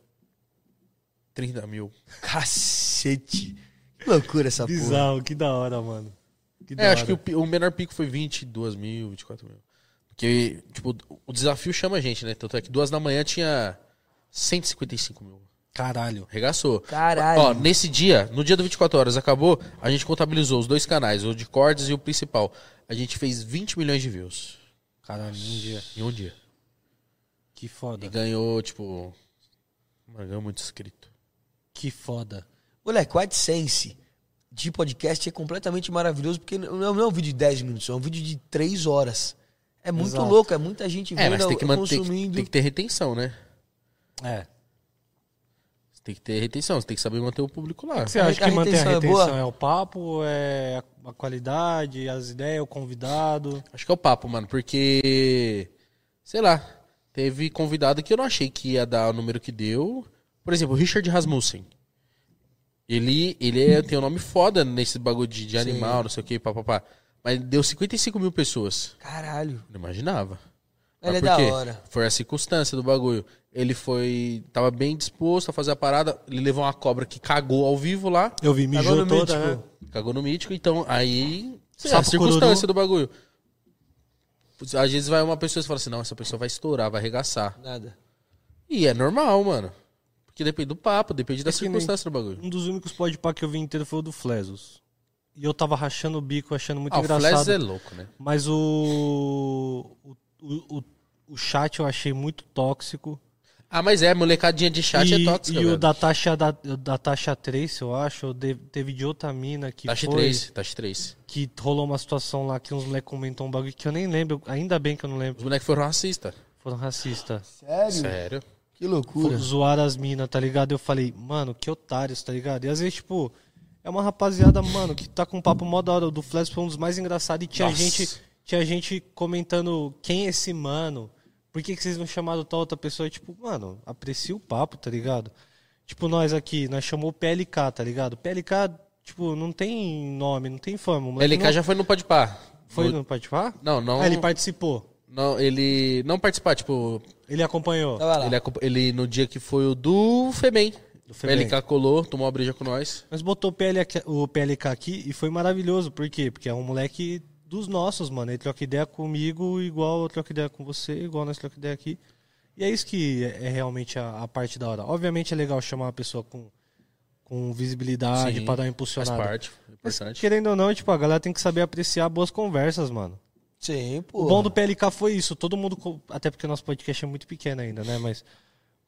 Speaker 2: 30 mil.
Speaker 3: Cacete. Que loucura essa porra.
Speaker 1: Bizarro, que da hora, mano. Que da
Speaker 2: É, acho
Speaker 1: hora.
Speaker 2: que o, pi- o menor pico foi 22 mil, 24 mil. Porque, tipo, o desafio chama a gente, né? Tanto é que duas da manhã tinha 155 mil.
Speaker 1: Caralho.
Speaker 2: Regaçou.
Speaker 3: Caralho.
Speaker 2: Ó, nesse dia, no dia do 24 horas, acabou, a gente contabilizou os dois canais, o de cortes e o principal. A gente fez 20 milhões de views
Speaker 1: Caralho, um dia.
Speaker 2: em um dia.
Speaker 1: Que
Speaker 2: E
Speaker 1: foda.
Speaker 2: ganhou, tipo. Mano, ganhou muito inscrito.
Speaker 1: Que foda.
Speaker 3: Moleque, o AdSense de podcast é completamente maravilhoso, porque não não é um vídeo de 10 minutos, é um vídeo de 3 horas. É muito
Speaker 1: Exato.
Speaker 3: louco, é muita gente vendo,
Speaker 2: É, mas tem que manter.
Speaker 3: consumindo.
Speaker 2: Tem que ter retenção, né?
Speaker 1: É.
Speaker 2: Você tem que ter retenção, você tem que saber manter o público lá.
Speaker 1: Você
Speaker 3: A
Speaker 1: acha
Speaker 3: re-
Speaker 1: que
Speaker 3: a
Speaker 1: mantém a
Speaker 3: retenção é
Speaker 1: retenção?
Speaker 3: boa?
Speaker 1: É, o papo, é a- a qualidade, as ideias, o convidado.
Speaker 2: Acho que é o papo, mano, porque. Sei lá. Teve convidado que eu não achei que ia dar o número que deu. Por exemplo, o Richard Rasmussen. Ele, ele é- tem um nome foda nesse bagulho de, de animal, não sei o que, papapá. Mas deu 55 mil pessoas.
Speaker 3: Caralho.
Speaker 2: Não imaginava. Mas
Speaker 3: Ele é
Speaker 2: por
Speaker 3: da
Speaker 2: quê?
Speaker 3: hora.
Speaker 2: Foi a circunstância do bagulho. Ele foi. Tava bem disposto a fazer a parada. Ele levou uma cobra que cagou ao vivo lá.
Speaker 1: Eu vi, mijou
Speaker 3: Agora no
Speaker 1: toda,
Speaker 3: Mítico.
Speaker 1: né?
Speaker 2: Cagou no mítico, então aí. Sei
Speaker 1: Sapo
Speaker 2: lá, a
Speaker 1: cururu.
Speaker 2: circunstância do bagulho. Às vezes vai uma pessoa e você fala assim: não, essa pessoa vai estourar, vai arregaçar.
Speaker 3: Nada.
Speaker 2: E é normal, mano. Porque depende do papo, depende da
Speaker 1: que nem-
Speaker 2: circunstância do bagulho.
Speaker 1: Um dos únicos podpar que eu vi inteiro foi o do Flesos. E eu tava rachando o bico, achando muito
Speaker 2: Ah, o Flash
Speaker 1: engraçado.
Speaker 2: é louco, né?
Speaker 1: Mas o o, o, o- o chat eu achei muito tóxico.
Speaker 2: Ah, mas é, molecadinha de chat
Speaker 1: e,
Speaker 2: é tóxica.
Speaker 1: E
Speaker 2: velho.
Speaker 1: o da taxa, da, da taxa 3, eu acho, eu de- teve de outra mina que
Speaker 2: Taxa
Speaker 1: foi...
Speaker 2: 3, taxa 3.
Speaker 1: Que rolou uma situação lá que uns moleques comentam um bagulho que eu nem lembro. Ainda bem que eu não
Speaker 2: Os
Speaker 1: lembro.
Speaker 2: moleques foram racistas.
Speaker 1: Foram racistas.
Speaker 3: Sério?
Speaker 2: Sério.
Speaker 3: Que loucura.
Speaker 1: Zoaram as minas, tá ligado? Eu falei, mano, que otários, tá ligado? E às vezes, tipo... É uma rapaziada, mano, que tá com um papo mó da hora. O do Flash foi um dos mais engraçados. E tinha
Speaker 2: Nossa.
Speaker 1: gente, tinha gente comentando quem é esse mano. Por que, que vocês não chamaram tal outra pessoa? E, Tipo, mano, aprecia o papo, tá ligado? Tipo, nós aqui, nós chamou o PLK, tá ligado? PLK, Tipo, não tem nome, não tem fama. O moleque
Speaker 2: LK
Speaker 1: não
Speaker 2: já foi no Pode Par.
Speaker 1: foi não participar?
Speaker 2: Não, não.
Speaker 1: Ah, ele participou.
Speaker 2: não, ele não participar, tipo,
Speaker 1: Ele acompanhou.
Speaker 3: Tava lá.
Speaker 2: ele, acompa- ele no dia que foi o do Febem.
Speaker 1: Febem.
Speaker 2: O LK colou, tomou a briga com nós.
Speaker 1: Mas botou o PL aqui- o PLK aqui e foi maravilhoso. Por quê? Porque é um moleque dos nossos, mano. Ele troca ideia comigo igual eu troco ideia com você, igual nós troca ideia aqui. E é isso que é é realmente a, a parte da hora. Obviamente é legal chamar uma pessoa com, com visibilidade
Speaker 2: Sim,
Speaker 1: pra dar uma
Speaker 2: Faz
Speaker 1: impulsionada.
Speaker 2: parte, é
Speaker 1: Mas,
Speaker 2: importante.
Speaker 1: querendo ou não, tipo, a galera tem que saber apreciar boas conversas, mano.
Speaker 3: Sim, pô.
Speaker 1: O bom do PLK foi isso. Todo mundo. co- Até porque o nosso podcast é muito pequeno ainda, né? Mas.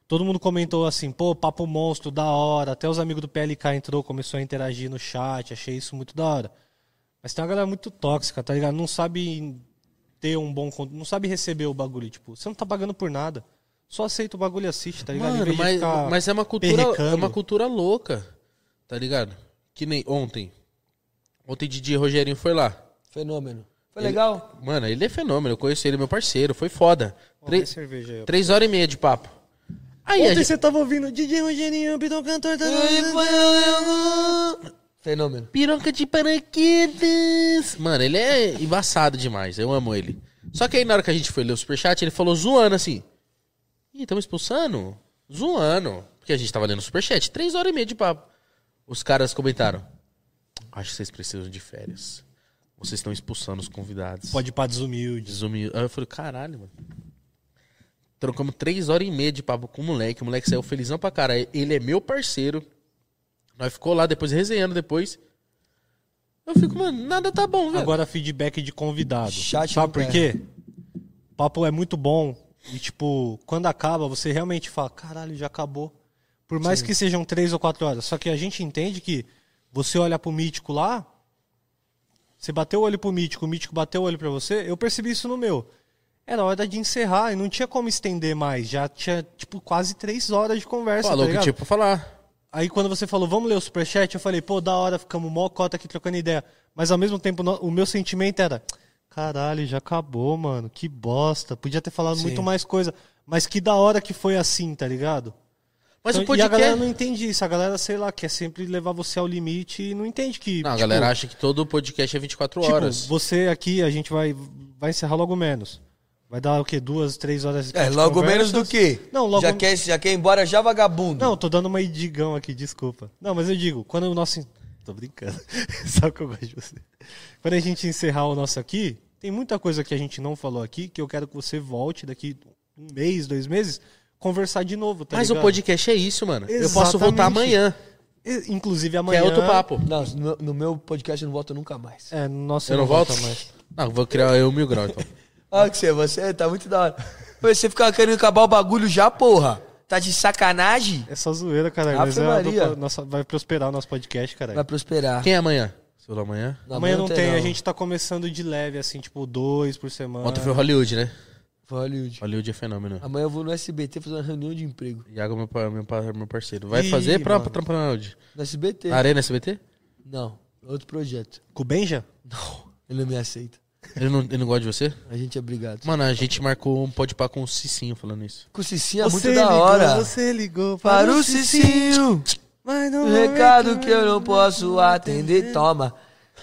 Speaker 1: Todo mundo comentou assim, pô, papo monstro, da hora. Até os amigos do PLK entrou, começou a interagir no chat. Achei isso muito da hora. Mas tem uma galera muito tóxica, tá ligado? Não sabe ter um bom conteúdo. Não sabe receber o bagulho. Tipo, você não tá pagando por nada. Só aceita o bagulho e assiste, tá ligado? Em
Speaker 2: Mano,
Speaker 1: vez de
Speaker 2: mas,
Speaker 1: ficar
Speaker 2: mas é uma cultura, é
Speaker 1: perrecando.
Speaker 2: uma cultura louca, tá ligado? Que nem ontem. Ontem Didi Rogerinho foi lá.
Speaker 3: Fenômeno. Foi legal?
Speaker 2: Mano, ele é fenômeno, eu conheço ele, meu parceiro, foi foda.
Speaker 1: Ó,
Speaker 2: Três-
Speaker 1: mais É cerveja aí, ó.
Speaker 2: Três horas e meia de papo. Aí, a
Speaker 1: Ontem
Speaker 2: gente...
Speaker 1: você tava ouvindo DJ Rogerinho, Pitão Cantor... tá-
Speaker 3: Fenômeno.
Speaker 2: Piroca de paraquedas. Mano, ele é embaçado demais. Eu amo ele. Só que aí na hora que a gente foi ler o superchat, ele falou zoando assim. Ih, estamos expulsando? Zoando. Porque a gente tava lendo o superchat. Três horas e meia de papo. Os caras comentaram. Acho que vocês precisam de férias. Vocês estão expulsando os convidados.
Speaker 1: Pode ir pra desumilde.
Speaker 2: Desumir. Aí eu falei, caralho, mano. Trocamos três horas e meia de papo com o moleque. O moleque saiu felizão pra caralho. Ele é meu parceiro. Nós ficou lá depois resenhando depois. Eu fico, mano, nada tá bom, velho.
Speaker 1: Agora feedback de convidado.
Speaker 3: Chat não
Speaker 1: Sabe por
Speaker 3: pega.
Speaker 1: quê? O papo é muito bom. E, tipo, quando acaba, você realmente fala, caralho, já acabou. Por mais que sejam três ou quatro horas. Só que a gente entende que você olha pro mítico lá, você bateu o olho pro mítico, o mítico bateu o olho pra você. Eu percebi isso no meu. Era hora de encerrar e não tinha como estender mais. Já tinha, tipo, quase três horas de conversa. tá
Speaker 2: Falou que
Speaker 1: ligado?
Speaker 2: tinha pra falar.
Speaker 1: Aí quando você falou, vamos ler o superchat, eu falei, pô, da hora, ficamos mó cota aqui trocando ideia. Mas ao mesmo tempo, no- o meu sentimento era, caralho, já acabou, mano, que bosta. Podia ter falado muito mais coisa. Mas que da hora que foi assim, tá ligado?
Speaker 2: Mas
Speaker 1: Então,
Speaker 2: o
Speaker 1: E a galera
Speaker 2: podcast.
Speaker 1: não
Speaker 2: Não,
Speaker 1: entende isso. A galera, sei lá, quer sempre levar você ao limite e não entende que.
Speaker 2: a
Speaker 1: tipo,
Speaker 2: galera acha que todo podcast é 24
Speaker 1: tipo,
Speaker 2: horas.
Speaker 1: você aqui, a gente vai, vai encerrar logo menos. Vai dar o quê? Duas, três horas
Speaker 3: É,
Speaker 1: de
Speaker 3: logo menos
Speaker 1: conversas?
Speaker 3: do que.
Speaker 1: Não, logo
Speaker 3: Já quer, já quer ir embora já, vagabundo.
Speaker 1: Não, tô dando uma idigão aqui, desculpa. Não, mas eu digo, quando o nosso. en- Tô brincando. Sabe que eu gosto de você. Quando a gente encerrar o nosso aqui, tem muita coisa que a gente não falou aqui que eu quero que você volte daqui um mês, dois meses, conversar de novo, tá
Speaker 2: Mas o
Speaker 3: um
Speaker 1: ligado?
Speaker 2: podcast é isso, mano. Eu posso
Speaker 1: Exatamente.
Speaker 2: voltar amanhã,
Speaker 1: E- Inclusive
Speaker 2: que
Speaker 1: amanhã.
Speaker 2: é outro papo.
Speaker 3: Não, no, meu- no meu podcast eu não volto nunca mais.
Speaker 1: É, nossa,
Speaker 2: Eu não volto?
Speaker 1: mais.
Speaker 2: Não, vou criar eu mil graus, então.
Speaker 3: Olha que você, você tá muito da hora. Pô, Você fica querendo acabar o bagulho já, porra? Tá de sacanagem?
Speaker 1: É só zoeira, caralho.
Speaker 3: Ave
Speaker 1: Mas é a
Speaker 3: Maria.
Speaker 1: dupla- nossa, vai prosperar o nosso podcast, caralho.
Speaker 3: Vai prosperar.
Speaker 2: Quem é amanhã? Se for amanhã?
Speaker 1: Amanhã não tem, a gente tá começando de leve, assim, tipo, dois por semana.
Speaker 2: Ontem foi Hollywood, né?
Speaker 3: Foi Hollywood.
Speaker 2: Hollywood é fenômeno.
Speaker 3: Amanhã eu vou no SBT fazer uma reunião de emprego.
Speaker 2: Iago, é meu, pa- meu, pa- meu parceiro. Vai
Speaker 1: Ih,
Speaker 2: fazer pra
Speaker 1: mano.
Speaker 2: trampar na onde?
Speaker 3: No SBT.
Speaker 2: Na Arena SBT?
Speaker 3: Não, outro projeto.
Speaker 1: Com o Benja?
Speaker 3: Não, ele não me aceita.
Speaker 2: Ele não, ele não gosta de você?
Speaker 3: A gente é brigado.
Speaker 2: Mano, a gente marcou um pode par com o Cicinho falando isso.
Speaker 3: Com o Cicinho é muito da hora.
Speaker 1: Você ligou
Speaker 3: Para o Cicinho,
Speaker 1: Mas
Speaker 3: o
Speaker 1: não
Speaker 3: Um recado que eu não posso atender, toma.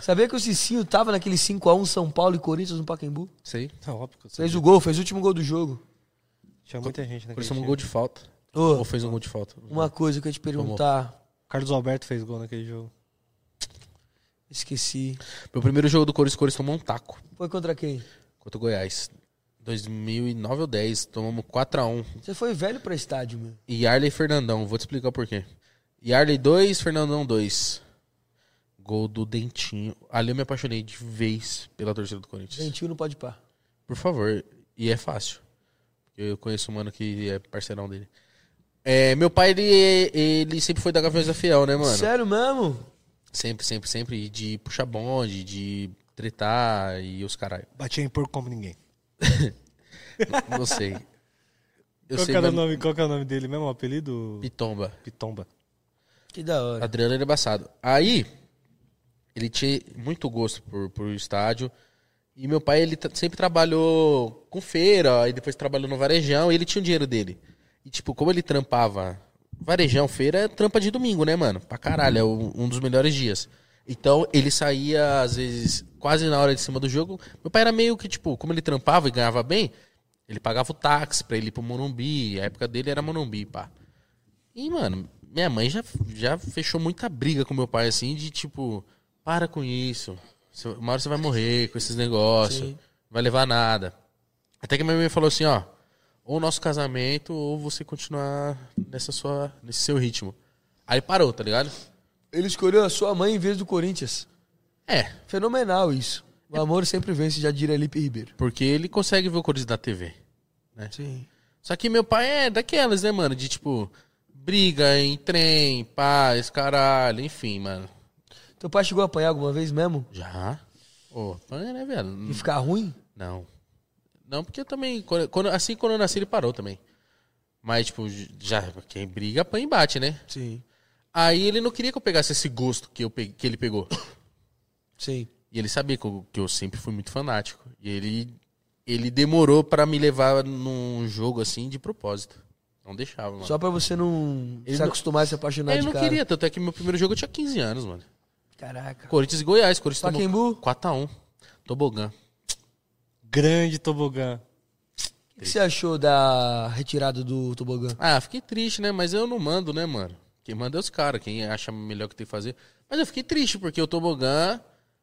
Speaker 3: Sabia que o Cicinho tava naquele 5x1 São Paulo e Corinthians no Pacaembu?
Speaker 2: Sei.
Speaker 1: Não, óbvio que eu sei.
Speaker 3: Fez o gol, fez o último gol do jogo.
Speaker 1: Tinha muita gente naquele
Speaker 2: Começou um
Speaker 1: time.
Speaker 2: gol de falta.
Speaker 3: Ô,
Speaker 2: Ou fez um gol de falta.
Speaker 3: uma coisa que eu ia te perguntar.
Speaker 1: Carlos Alberto fez gol naquele jogo.
Speaker 3: Esqueci.
Speaker 2: Meu primeiro jogo do Corinthians, o Corinthians tomou um taco
Speaker 3: Foi contra quem?
Speaker 2: contra o Goiás. 2009 ou 10, tomamos 4x1.
Speaker 3: Você foi velho pra estádio, meu.
Speaker 2: Yarley e Fernandão, vou te explicar por quê. Yarley 2, Fernandão 2. Gol do Dentinho. Ali eu me apaixonei de vez pela torcida do Corinthians.
Speaker 3: Gentil não pode par.
Speaker 2: Por favor. E é fácil. Eu conheço um mano que é parceirão dele. É, meu pai, ele, ele sempre foi da Gaviões da Fiel, né, mano?
Speaker 3: Sério mesmo?
Speaker 2: Sempre, sempre, sempre. De puxar bonde, de tretar e os caralho.
Speaker 1: Batia em porco como ninguém.
Speaker 2: Não- Não sei. Eu
Speaker 1: qual, que
Speaker 2: sei
Speaker 1: era o
Speaker 2: mesmo.
Speaker 1: nome, qual que é o nome dele mesmo? O apelido?
Speaker 2: Pitomba.
Speaker 1: Pitomba.
Speaker 3: Que da hora.
Speaker 2: Adriano era embaçado. Aí, ele tinha muito gosto por, por estádio. E meu pai, ele tra- sempre trabalhou com feira, aí depois trabalhou no varejão, e ele tinha o dinheiro dele. E, tipo, como ele trampava... Varejão, feira, é trampa de domingo, né, mano? Pra caralho, é o- um dos melhores dias. Então ele saía, às vezes, quase na hora de cima do jogo. Meu pai era meio que, tipo, como ele trampava e ganhava bem, ele pagava o táxi pra ele ir pro Morumbi. A época dele era Morumbi, pá. E, mano, minha mãe já, já fechou muita briga com meu pai, assim, de tipo, para com isso. Você- Uma hora você vai morrer com esses negócios. Não vai levar nada. Até que minha mãe falou assim, ó, ou nosso casamento, ou você continuar nessa sua, nesse seu ritmo. Aí parou, tá ligado?
Speaker 3: Ele escolheu a sua mãe em vez do Corinthians.
Speaker 2: É,
Speaker 3: Fenomenal isso. O amor sempre vence, já diria Lipe Ribeiro.
Speaker 2: porque ele consegue ver o Corinthians da TV.
Speaker 3: Sim.
Speaker 2: Só que meu pai é daquelas, né, mano? De tipo, briga em trem, paz, caralho, enfim, mano.
Speaker 3: Teu pai chegou a apanhar alguma vez mesmo?
Speaker 2: Já? Ô, apanha, né,
Speaker 3: E
Speaker 2: velho?
Speaker 3: ficar ruim?
Speaker 2: Não. Não, porque eu também. quando- quando- assim quando eu nasci, ele parou também. Mas, tipo, já. Quem briga, apanha e bate, né?
Speaker 3: Sim.
Speaker 2: Aí ele não queria que eu pegasse esse gosto que, eu pe- que ele pegou.
Speaker 3: Sim.
Speaker 2: E ele sabia que eu, que eu sempre fui muito fanático. E ele, ele demorou pra me levar num jogo assim de propósito. Não deixava, mano.
Speaker 3: Só pra você não
Speaker 2: Ele
Speaker 3: se
Speaker 2: não-
Speaker 3: acostumar a se apaixonar
Speaker 2: ele
Speaker 3: de
Speaker 2: não
Speaker 3: cara.
Speaker 2: queria, tanto é que meu primeiro jogo eu tinha 15 anos, mano.
Speaker 3: Caraca.
Speaker 2: Corinthians e Goiás, Corinthians
Speaker 3: Pacaembu?
Speaker 2: 4x1. Tobogã.
Speaker 1: Grande tobogã.
Speaker 3: O que você achou da retirada do tobogã?
Speaker 2: Ah, fiquei triste, né? Mas eu não mando, né, mano? Quem manda é os caras, quem acha melhor o que tem que fazer. Mas eu fiquei triste, porque o Tobogã.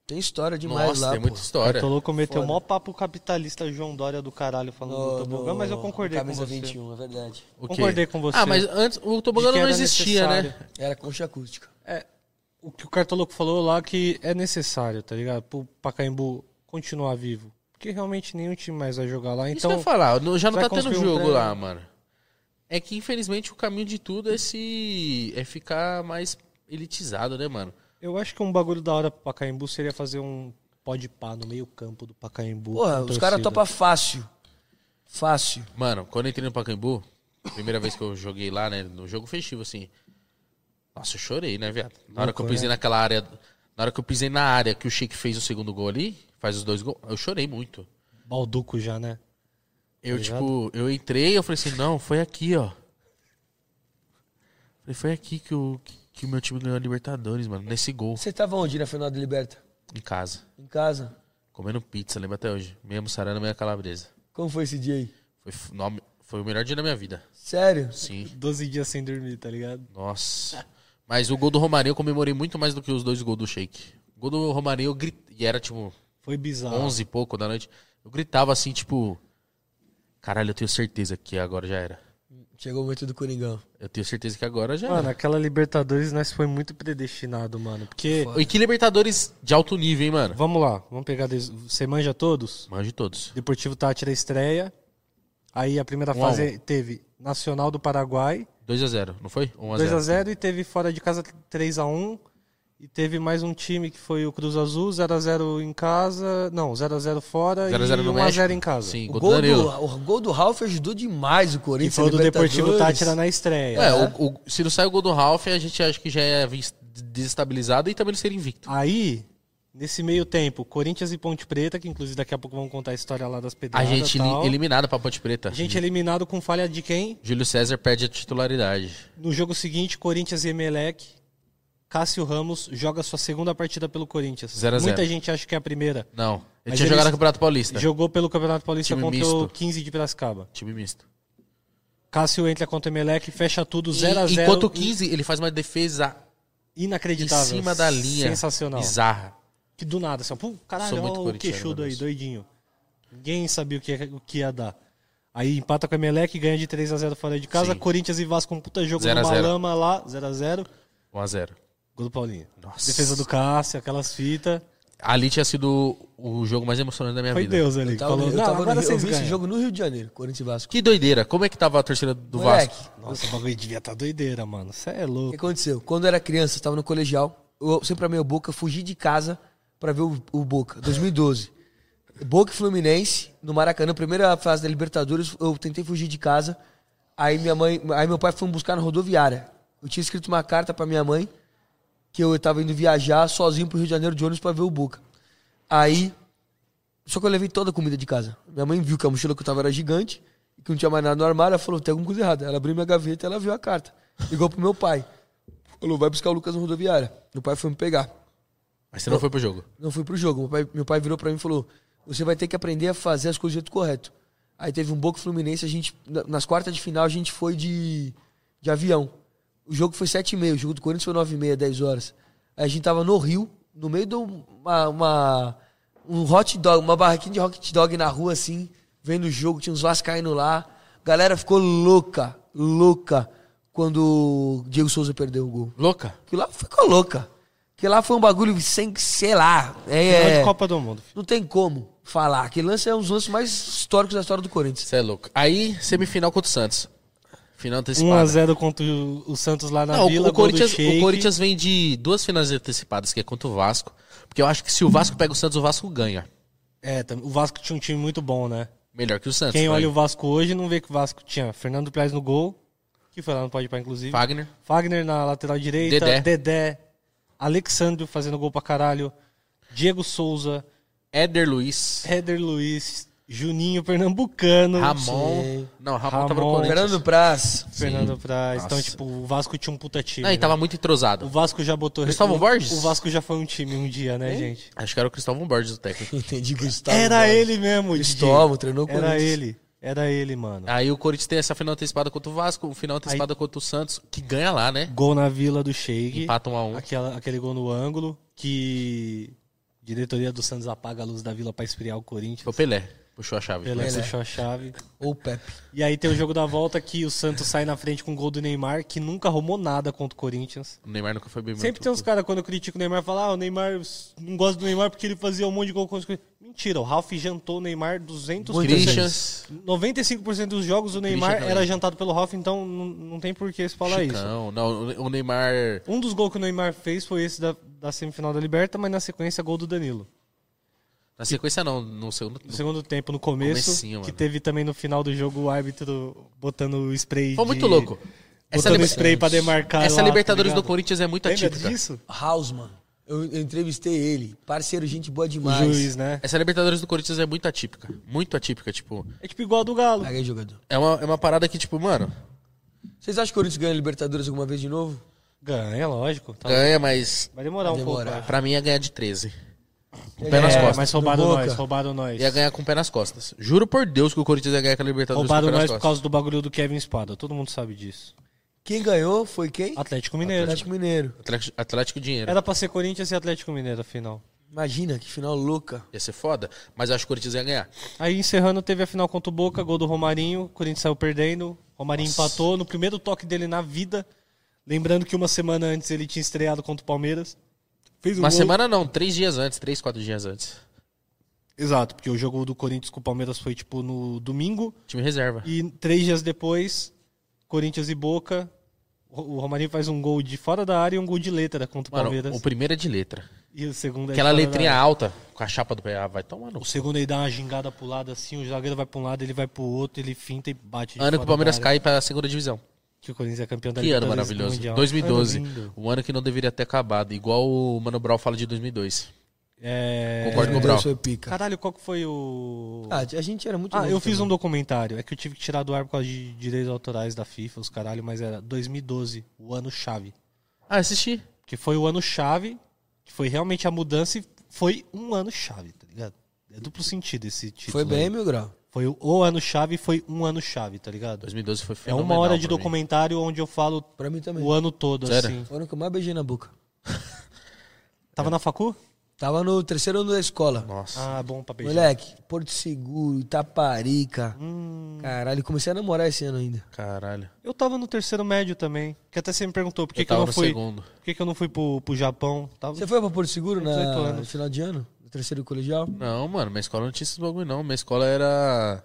Speaker 3: Tem história demais
Speaker 2: Nossa,
Speaker 3: lá,
Speaker 2: tem
Speaker 3: pô.
Speaker 2: muita história.
Speaker 1: Cartoloco meteu o maior papo capitalista João Dória do caralho falando
Speaker 3: No-
Speaker 1: do tobogã,
Speaker 3: no-
Speaker 1: mas eu concordei com
Speaker 3: camisa
Speaker 1: você.
Speaker 3: 21, é verdade.
Speaker 2: O quê?
Speaker 1: Concordei com você.
Speaker 2: Ah, mas antes o um. Tobogã
Speaker 1: De que
Speaker 2: não
Speaker 1: era
Speaker 2: existia, né?
Speaker 1: necessário.
Speaker 3: Era concha acústica.
Speaker 1: O que o Cartoloco falou lá que é necessário, tá ligado? Pro Pacaembu continuar vivo. Porque realmente nenhum time mais vai jogar lá,
Speaker 2: Isso que eu
Speaker 1: então...
Speaker 2: ia falar, não- já não
Speaker 1: vai
Speaker 2: tá tendo
Speaker 1: construir um
Speaker 2: jogo
Speaker 1: prédio.
Speaker 2: lá, mano. É que infelizmente o caminho de tudo é se. é ficar mais elitizado, né, mano?
Speaker 1: Eu acho que um bagulho da hora pro Pacaembu seria fazer um pó de pá no meio campo do Pacaembu.
Speaker 3: Porra,
Speaker 1: com
Speaker 3: os caras
Speaker 1: torcida.
Speaker 3: topam fácil. Fácil.
Speaker 2: Mano, quando eu entrei no Pacaembu, primeira vez que eu joguei lá, né, no jogo festivo, assim. Nossa, eu chorei, né, viado? Na hora que eu pisei naquela área. Na hora que eu pisei na área que o Sheik fez o segundo gol ali, faz os dois gols, eu chorei muito.
Speaker 1: Balduco já, né?
Speaker 2: Eu,
Speaker 1: ligado?
Speaker 2: tipo, eu entrei, eu falei assim, não, foi aqui, ó. Falei, foi aqui que o, que, que o meu time ganhou a Libertadores, mano, nesse gol,
Speaker 3: Você tava onde na final da Liberta?
Speaker 2: em casa.
Speaker 3: Em casa?
Speaker 2: Comendo pizza, lembro até hoje. Meia mussarana, meia calabresa.
Speaker 3: Como foi esse dia aí?
Speaker 2: Foi, f- no- foi o melhor dia da minha vida.
Speaker 3: Sério?
Speaker 2: Sim.
Speaker 1: 12 dias sem dormir, tá ligado?
Speaker 2: Nossa. Mas o gol do Romarinho eu comemorei muito mais do que os dois gols do Shake. O gol do Romarinho eu gritei. E era tipo
Speaker 1: Foi bizarro.
Speaker 2: 11 e pouco da noite. Eu gritava assim, tipo. Caralho, eu tenho certeza que agora já era.
Speaker 3: Chegou o momento do Coringão.
Speaker 2: Eu tenho certeza que agora já
Speaker 1: Mano,
Speaker 2: era.
Speaker 1: aquela Libertadores nós foi muito predestinado, mano. Porque,
Speaker 2: E que Libertadores de alto nível, hein, mano?
Speaker 1: vamos lá, vamos pegar. des- Você manja todos?
Speaker 2: Mano de todos.
Speaker 1: Deportivo Tátira estreia. Aí a primeira
Speaker 2: Um a
Speaker 1: fase teve Nacional do Paraguai,
Speaker 2: 2x0, não foi? 1x0.
Speaker 1: 2x0, e teve fora de casa 3x1. E teve mais um time que foi o Cruz Azul, 0x0 em casa. Não, 0x0 fora
Speaker 2: 0x0
Speaker 1: e
Speaker 2: no
Speaker 1: 1x0
Speaker 2: México.
Speaker 1: em casa.
Speaker 2: Sim,
Speaker 3: O
Speaker 2: gol do
Speaker 3: gol, do,
Speaker 2: Danilo.
Speaker 3: o gol do Ralf ajudou demais o
Speaker 1: E
Speaker 3: Corinthians.
Speaker 1: foi o do
Speaker 3: Libertadores.
Speaker 1: Deportivo Tátira na estreia.
Speaker 2: É, o- o- se não sai o gol do Ralf, a gente acha que já é vis- desestabilizado e também não seria invicto.
Speaker 1: Aí, nesse meio tempo, Corinthians e Ponte Preta, que inclusive daqui a pouco vamos contar a história lá das
Speaker 2: A
Speaker 1: pedradas.
Speaker 2: gente
Speaker 1: tal.
Speaker 2: eliminada eliminado pra Ponte Preta.
Speaker 1: A gente é eliminado com falha de quem?
Speaker 2: Júlio César perde a titularidade.
Speaker 1: No jogo seguinte, Corinthians e Emelec. Cássio Ramos joga sua segunda partida pelo Corinthians.
Speaker 2: Zero a zero.
Speaker 1: Muita gente acha que é a primeira.
Speaker 2: Não. Ele
Speaker 1: Mas
Speaker 2: tinha
Speaker 1: eles-
Speaker 2: jogado no Campeonato Paulista.
Speaker 1: Jogou pelo Campeonato Paulista
Speaker 2: Time
Speaker 1: contra o
Speaker 2: misto.
Speaker 1: 15 de Piracicaba.
Speaker 2: Time misto.
Speaker 1: Cássio entra contra o Emelec, fecha tudo
Speaker 2: E-
Speaker 1: 0 a 0
Speaker 2: enquanto o 15, ele faz uma defesa em
Speaker 1: inacreditável.
Speaker 2: cima da linha.
Speaker 1: Sensacional.
Speaker 2: Bizarra.
Speaker 1: Que do nada, assim, ó, pô, caralho,
Speaker 2: Sou muito
Speaker 1: olha o
Speaker 2: corintiano,
Speaker 1: queixudo
Speaker 2: meu
Speaker 1: aí,
Speaker 2: Deus.
Speaker 1: doidinho. Ninguém sabia o que, ia- o que ia dar. Aí empata com a Emelec, ganha de 3x0 fora de casa.
Speaker 2: Sim.
Speaker 1: Corinthians e Vasco, um puta jogo
Speaker 2: Zero a
Speaker 1: numa
Speaker 2: zero.
Speaker 1: lama lá, 0x0.
Speaker 2: 1x0.
Speaker 1: Gol do Paulinho.
Speaker 2: Nossa.
Speaker 1: Defesa do Cássio, aquelas fitas.
Speaker 2: Ali tinha sido o jogo mais emocionante da minha
Speaker 1: Foi
Speaker 2: vida.
Speaker 1: Deus né? ali.
Speaker 3: Eu
Speaker 1: que
Speaker 3: tava,
Speaker 1: falou,
Speaker 3: eu
Speaker 1: não,
Speaker 3: tava no
Speaker 1: agora
Speaker 3: Rio- eu
Speaker 1: vocês
Speaker 3: vi esse
Speaker 1: ganham.
Speaker 3: jogo no Rio de Janeiro, Corinthians e Vasco.
Speaker 2: Que doideira. Como é que tava a torcida do
Speaker 3: Moleque,
Speaker 2: Vasco?
Speaker 1: Nossa, o bagulho devia estar doideira, mano. Você é
Speaker 3: O que
Speaker 1: louco.
Speaker 3: aconteceu? Quando eu era criança, eu tava no colegial, eu sempre amei o Boca, fugi de casa pra ver o, o Boca, 2012. Boca e Fluminense, no Maracanã, primeira fase da Libertadores, eu tentei fugir de casa. Aí minha mãe, aí meu pai foi me buscar na rodoviária. Eu tinha escrito uma carta pra minha mãe que eu tava indo viajar sozinho pro Rio de Janeiro de ônibus pra ver o Boca. Aí só que eu levei toda a comida de casa. Minha mãe viu que a mochila que eu tava era gigante e que não tinha mais nada no armário. Ela falou: tem alguma coisa errada. Ela abriu minha gaveta ela viu a carta. Ligou pro meu pai. Falou: vai buscar o Lucas na rodoviária. Meu pai foi me pegar.
Speaker 2: Mas você não foi pro jogo.
Speaker 3: Não fui pro jogo. Meu pai, meu pai virou pra mim e falou: você vai ter que aprender a fazer as coisas do jeito correto. Aí teve um Boca e Fluminense, a gente, na- nas quartas de final a gente foi de, de avião. O jogo foi 7h30, o jogo do Corinthians foi 9h30, 10 horas. Aí a gente tava no Rio, no meio de um, uma, uma- um hot dog, uma barraquinha de hot dog na rua, assim, vendo o jogo, tinha uns vascaíno lá. Galera ficou louca, louca, quando o Diego Souza perdeu o gol.
Speaker 2: Louca?
Speaker 3: Que lá ficou louca. Que lá foi um bagulho sem, sei lá.
Speaker 1: Final
Speaker 3: É,
Speaker 1: de Copa do Mundo.
Speaker 3: Não tem como falar. Aquele lance é um dos lances mais históricos da história do Corinthians.
Speaker 2: Você é louco. Aí, semifinal contra o Santos. Final antecipada.
Speaker 1: 1x0 contra o o Santos lá na
Speaker 2: Não, o-
Speaker 1: Vila,
Speaker 2: o, Corinthians,
Speaker 1: gol do Sheik.
Speaker 2: o Corinthians vem de duas finais antecipadas, que é contra o Vasco. Porque eu acho que se o Vasco pega o Santos, o Vasco ganha.
Speaker 1: É, tam- o Vasco tinha um time muito bom, né?
Speaker 2: Melhor que o Santos.
Speaker 1: Quem
Speaker 2: vai.
Speaker 1: olha o Vasco hoje não vê que o Vasco tinha Fernando Praz no gol, que foi lá no Pode Pá, inclusive.
Speaker 2: Fagner.
Speaker 1: Fagner na lateral direita,
Speaker 2: Dedé.
Speaker 1: Dedé. Alexandre fazendo gol pra caralho, Diego Souza,
Speaker 2: Éder Luiz.
Speaker 1: Éder Luiz, Juninho Pernambucano,
Speaker 2: Ramon. Não, Ramon, tava no
Speaker 1: Ramon.
Speaker 2: Corinthians.
Speaker 3: Fernando Praz.
Speaker 1: Fernando Praz. Então,
Speaker 2: Nossa.
Speaker 1: tipo, o Vasco tinha um puta time.
Speaker 2: Não, e
Speaker 1: né?
Speaker 2: tava muito
Speaker 1: O
Speaker 2: entrosado.
Speaker 1: Vasco já botou.
Speaker 2: Cristóvão
Speaker 1: o,
Speaker 2: Borges?
Speaker 1: O Vasco já foi um time um dia, né, gente?
Speaker 2: Acho que era o Cristóvão Borges o técnico.
Speaker 3: Entendi que
Speaker 2: Tá
Speaker 3: Gustavo.
Speaker 1: Era
Speaker 3: Borges.
Speaker 1: ele mesmo, Didi.
Speaker 3: Cristóvão, treinou com
Speaker 1: Era ele. Era ele, mano.
Speaker 2: Aí o Corinthians tem essa final antecipada contra o Vasco, o final antecipada contra o Santos, que ganha lá, né?
Speaker 1: Gol na vila do Sheik.
Speaker 2: Empata um a um.
Speaker 1: Aquela, aquele gol no ângulo que diretoria do Santos apaga a luz da vila pra esfriar o
Speaker 2: Foi o
Speaker 1: Corinthians.
Speaker 2: Pelé. Puxou a chave.
Speaker 1: Pelé
Speaker 3: Pelé.
Speaker 1: puxou a chave.
Speaker 3: Ou o Pepe.
Speaker 1: E aí tem o jogo da volta que o Santos sai na frente com o gol do Neymar, que nunca arrumou nada contra o Corinthians.
Speaker 2: O Neymar nunca foi bem
Speaker 1: Sempre
Speaker 2: muito-
Speaker 1: tem uns caras, quando eu critico o Neymar, falar ah, o Neymar, não gosto do Neymar porque ele fazia um monte de gol contra o Corinthians. Mentira, o Ralf jantou o Neymar 200
Speaker 2: Christians,
Speaker 1: 95% dos jogos o
Speaker 2: Christian
Speaker 1: Neymar
Speaker 2: também.
Speaker 1: era jantado pelo Ralf, então não, não tem por que se falar isso.
Speaker 2: Chicão. Não, o Neymar
Speaker 1: Um dos gols que o Neymar fez foi esse da, da semifinal da Liberta, mas na sequência gol do Danilo.
Speaker 2: Na sequência não, no segundo.
Speaker 1: No segundo tempo, no começo,
Speaker 2: Comecinho,
Speaker 1: que
Speaker 2: mano.
Speaker 1: teve também no final do jogo o árbitro botando o spray
Speaker 2: Foi
Speaker 1: de-
Speaker 2: muito louco. Essa,
Speaker 1: Botando
Speaker 2: liber-
Speaker 1: spray pra demarcar
Speaker 2: Essa
Speaker 1: lá, tá
Speaker 2: Libertadores do
Speaker 1: ligado?
Speaker 2: Corinthians é muito
Speaker 1: Lembra
Speaker 2: atípica.
Speaker 1: disso?
Speaker 3: Hausmann. Eu, eu entrevistei ele. Parceiro, gente boa
Speaker 1: O
Speaker 3: demais.
Speaker 1: juiz, né?
Speaker 2: Essa Libertadores do Corinthians é muito atípica. Muito atípica, tipo.
Speaker 1: É tipo igual a do Galo.
Speaker 3: Paguei jogador.
Speaker 2: É uma, é uma parada que, tipo, mano,
Speaker 3: Vocês acham que o Corinthians ganha a Libertadores alguma vez de novo?
Speaker 1: Ganha, lógico. tá.
Speaker 2: ganha, mas
Speaker 1: Vai demorar
Speaker 3: Vai
Speaker 1: um pouco.
Speaker 3: demorar.
Speaker 1: eu acho.
Speaker 2: pra mim ia ganhar de 13. Com o pé nas
Speaker 1: É,
Speaker 2: costas.
Speaker 1: mas roubaram
Speaker 3: Do
Speaker 1: nós,
Speaker 3: Boca.
Speaker 1: roubaram nós.
Speaker 2: Ia ganhar com o pé nas costas. Juro por Deus que o Corinthians ia ganhar com a Libertadores
Speaker 1: Roubaram
Speaker 2: com o pé
Speaker 1: nós
Speaker 2: nas
Speaker 1: por
Speaker 2: costas.
Speaker 1: causa do bagulho do Kevin Espada. Todo mundo sabe disso.
Speaker 3: Quem ganhou foi quem?
Speaker 1: Atlético Mineiro.
Speaker 3: Atlético Mineiro.
Speaker 2: Atlético, Atlético Dinheiro.
Speaker 1: Era pra ser Corinthians e Atlético Mineiro, afinal.
Speaker 3: Imagina, que final louca.
Speaker 2: Ia ser foda, mas eu acho que o Corinthians ia ganhar.
Speaker 1: Aí encerrando, teve a final contra o Boca, gol do Romarinho, o Corinthians saiu perdendo, Romarinho empatou no primeiro toque dele na vida. Lembrando que uma semana antes ele tinha estreado contra o Palmeiras. Fez um
Speaker 2: Uma
Speaker 1: gol.
Speaker 2: semana não, três dias antes, três, quatro dias antes.
Speaker 1: Exato, porque o jogo do Corinthians com o Palmeiras foi tipo no domingo
Speaker 2: Time reserva.
Speaker 1: e três dias depois, Corinthians e Boca, o o Romarinho faz um gol de fora da área e um gol de letra contra o
Speaker 2: Mano,
Speaker 1: Palmeiras.
Speaker 2: o primeiro é de letra.
Speaker 1: E o segundo é de
Speaker 2: Aquela
Speaker 1: fora da
Speaker 2: letrinha
Speaker 1: área.
Speaker 2: alta, com a chapa do pé, ah, vai tomar no
Speaker 1: O segundo ele dá uma gingada pro lado assim, o zagueiro vai pra um lado, ele vai pro outro, ele finta e bate de
Speaker 2: Ano
Speaker 1: fora
Speaker 2: que o
Speaker 1: da
Speaker 2: Palmeiras
Speaker 1: área.
Speaker 2: cai pra segunda divisão.
Speaker 1: Que o Corinthians é campeão da
Speaker 2: Que ano
Speaker 1: Libertadores do
Speaker 2: maravilhoso.
Speaker 1: Mundial.
Speaker 2: 2012.
Speaker 1: Ano lindo.
Speaker 2: um ano que não deveria ter acabado. Igual o Mano Brown fala de 2002.
Speaker 1: É...
Speaker 2: Concordo com o Brown.
Speaker 3: Deus foi pica.
Speaker 1: Caralho, qual que foi o...
Speaker 3: Ah, a gente era muito
Speaker 1: Ah,
Speaker 3: novo
Speaker 1: eu fiz um
Speaker 3: também.
Speaker 1: documentário. É que eu tive que tirar do ar por causa de direitos autorais da FIFA, os caralho, mas era 2012, o ano chave.
Speaker 2: Ah, assisti.
Speaker 1: Que foi o ano chave, que foi realmente a mudança e foi um ano chave, tá ligado? É duplo sentido esse título.
Speaker 3: Foi
Speaker 1: aí.
Speaker 3: bem, meu grau.
Speaker 1: Foi o, o ano chave e foi um ano chave, tá ligado?
Speaker 2: 2012 foi
Speaker 1: É
Speaker 2: fenomenal.
Speaker 1: uma hora de
Speaker 2: pra mim.
Speaker 1: documentário onde eu falo
Speaker 3: Pra mim também.
Speaker 1: o ano todo,
Speaker 2: Sério? É.
Speaker 1: assim.
Speaker 3: Foi o ano que eu mais beijei na boca.
Speaker 1: Tava na facu?
Speaker 3: Tava no terceiro ano da escola.
Speaker 2: Nossa.
Speaker 1: Ah, bom pra beijar.
Speaker 3: Moleque, Porto Seguro, Itaparica.
Speaker 1: Hum.
Speaker 3: Caralho, comecei a namorar esse ano ainda.
Speaker 2: Caralho.
Speaker 1: Eu tava no terceiro médio também. Que até você me perguntou por que,
Speaker 2: eu
Speaker 1: que eu
Speaker 2: tava
Speaker 1: não
Speaker 2: no
Speaker 1: fui.
Speaker 2: segundo.
Speaker 1: Por que, que eu não fui pro, pro Japão? Tava...
Speaker 3: Você foi pra Porto Seguro na
Speaker 1: 18 anos.
Speaker 3: final de ano? No terceiro colegial?
Speaker 2: Não, mano, minha escola não tinha esses bagulho, não. Minha escola era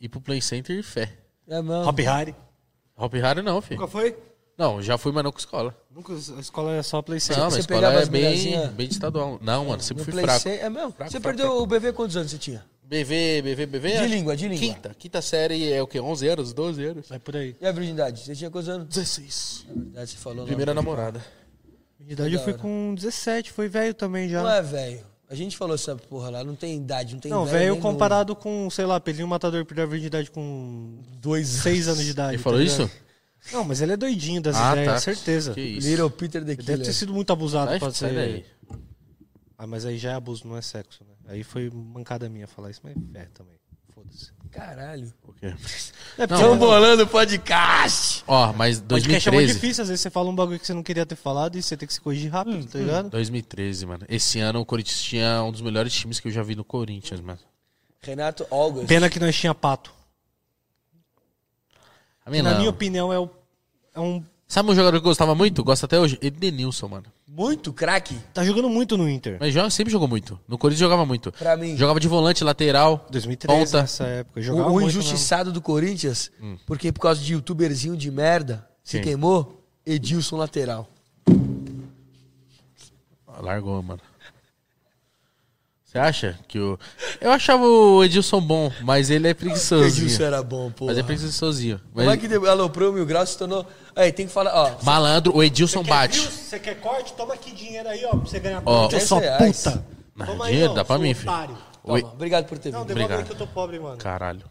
Speaker 2: ir pro Play Center e fé.
Speaker 3: É, mano.
Speaker 1: Hop Harry.
Speaker 2: Hop Harry não, filho.
Speaker 1: foi?
Speaker 2: Não, já fui, mas não com escola.
Speaker 1: Nunca, a escola era só Play
Speaker 2: não,
Speaker 1: Center.
Speaker 2: minha
Speaker 3: você
Speaker 2: escola
Speaker 3: pegava
Speaker 2: é
Speaker 3: as
Speaker 2: bem,
Speaker 3: mirazinha?
Speaker 2: bem de estadual. Não, mano, sempre
Speaker 3: No
Speaker 2: fui
Speaker 3: Play
Speaker 2: fraco.
Speaker 3: Center- É mesmo?
Speaker 2: fraco,
Speaker 3: você perdeu o BV quantos anos você tinha?
Speaker 2: BV, BV, BV?
Speaker 3: De
Speaker 2: acho-
Speaker 3: língua, de língua.
Speaker 2: é Quinta. Quinta série é o quê? 11 anos? 12 anos?
Speaker 1: Vai É por aí.
Speaker 3: E a virgindade? Você tinha quantos anos?
Speaker 2: 16.
Speaker 3: Na verdade, você falou. não.
Speaker 2: Primeira namorada.
Speaker 1: Na idade eu fui com 17, foi velho também já.
Speaker 3: Não é, velho. A gente falou essa porra lá. Não tem idade, não tem
Speaker 1: não,
Speaker 3: velho
Speaker 1: velho
Speaker 3: nem
Speaker 1: comparado com, sei lá, Pelinho Matador Perdeu a Virgindade com
Speaker 3: novo. Dois
Speaker 1: 6 anos de idade.
Speaker 2: Ele
Speaker 1: tá
Speaker 2: falou
Speaker 1: ligado?
Speaker 2: isso?
Speaker 1: Não, mas ele é doidinho das
Speaker 2: Ah,
Speaker 1: ideias,
Speaker 2: tá.
Speaker 1: certeza.
Speaker 2: Que
Speaker 1: Ele
Speaker 2: isso. é
Speaker 3: Little Peter the
Speaker 1: deve ter
Speaker 3: Killer.
Speaker 1: sido muito abusado
Speaker 2: Sai-
Speaker 1: pra
Speaker 2: sai
Speaker 1: ser
Speaker 2: daí.
Speaker 1: Ah, mas aí já é abuso, não é sexo, né? Aí foi mancada minha falar isso, mas é também. Foda-se.
Speaker 3: Caralho.
Speaker 1: É, porque
Speaker 3: Estão bolando podcast.
Speaker 2: Ó, mas
Speaker 1: podcast é muito
Speaker 2: 2013.
Speaker 1: difícil, às vezes você fala um bagulho que você não queria ter falado e você tem que se corrigir rápido,
Speaker 2: Hum,
Speaker 1: tá ligado?
Speaker 2: 2013, mano. Esse ano o Corinthians tinha um dos melhores times que eu já vi no Corinthians, mano.
Speaker 3: Renato August.
Speaker 1: Pena que nós tinha pato.
Speaker 2: A minha
Speaker 1: Na
Speaker 2: não.
Speaker 1: minha opinião, é, o- é um.
Speaker 2: Sabe um jogador que eu gostava muito? Gosto até hoje? Edenilson, mano.
Speaker 3: Muito craque.
Speaker 1: Tá jogando muito no Inter.
Speaker 2: Mas joga, sempre jogou muito. No Corinthians jogava muito.
Speaker 3: Pra mim.
Speaker 2: Jogava de volante, lateral.
Speaker 1: 2013,
Speaker 2: Ponta.
Speaker 1: nessa época.
Speaker 3: O,
Speaker 1: Jogava
Speaker 2: né?
Speaker 3: o
Speaker 1: muito
Speaker 3: injustiçado do Corinthians,
Speaker 2: Hum.
Speaker 3: porque por causa de youtuberzinho de merda, se
Speaker 2: Quem?
Speaker 3: queimou, Edilson lateral.
Speaker 2: Ah, Largou, mano. Você acha que o. Eu achava o Edilson bom, mas ele é preguiçosinho.
Speaker 3: Edilson era bom, pô.
Speaker 2: Mas é preguiçosinho. Mas-
Speaker 3: Como é que de- aloprou mil graus se tornou... Aí, tem que falar, ó...
Speaker 2: Malandro, o Edilson
Speaker 1: mesmo.
Speaker 2: bate.
Speaker 1: Quer views? Você quer corte? Toma aqui dinheiro aí, ó, pra você ganhar
Speaker 2: Ó.
Speaker 1: ponto, sua
Speaker 3: 10 reais.
Speaker 1: puta.
Speaker 2: Não,
Speaker 1: Toma
Speaker 2: dinheiro
Speaker 1: ó,
Speaker 2: dá pra
Speaker 1: seu
Speaker 2: mim, filho.
Speaker 1: otário.
Speaker 2: O E-
Speaker 3: Toma, obrigado por ter vindo.
Speaker 1: Não, devolve aí
Speaker 2: Obrigado.
Speaker 1: que eu tô pobre, mano.
Speaker 2: Caralho.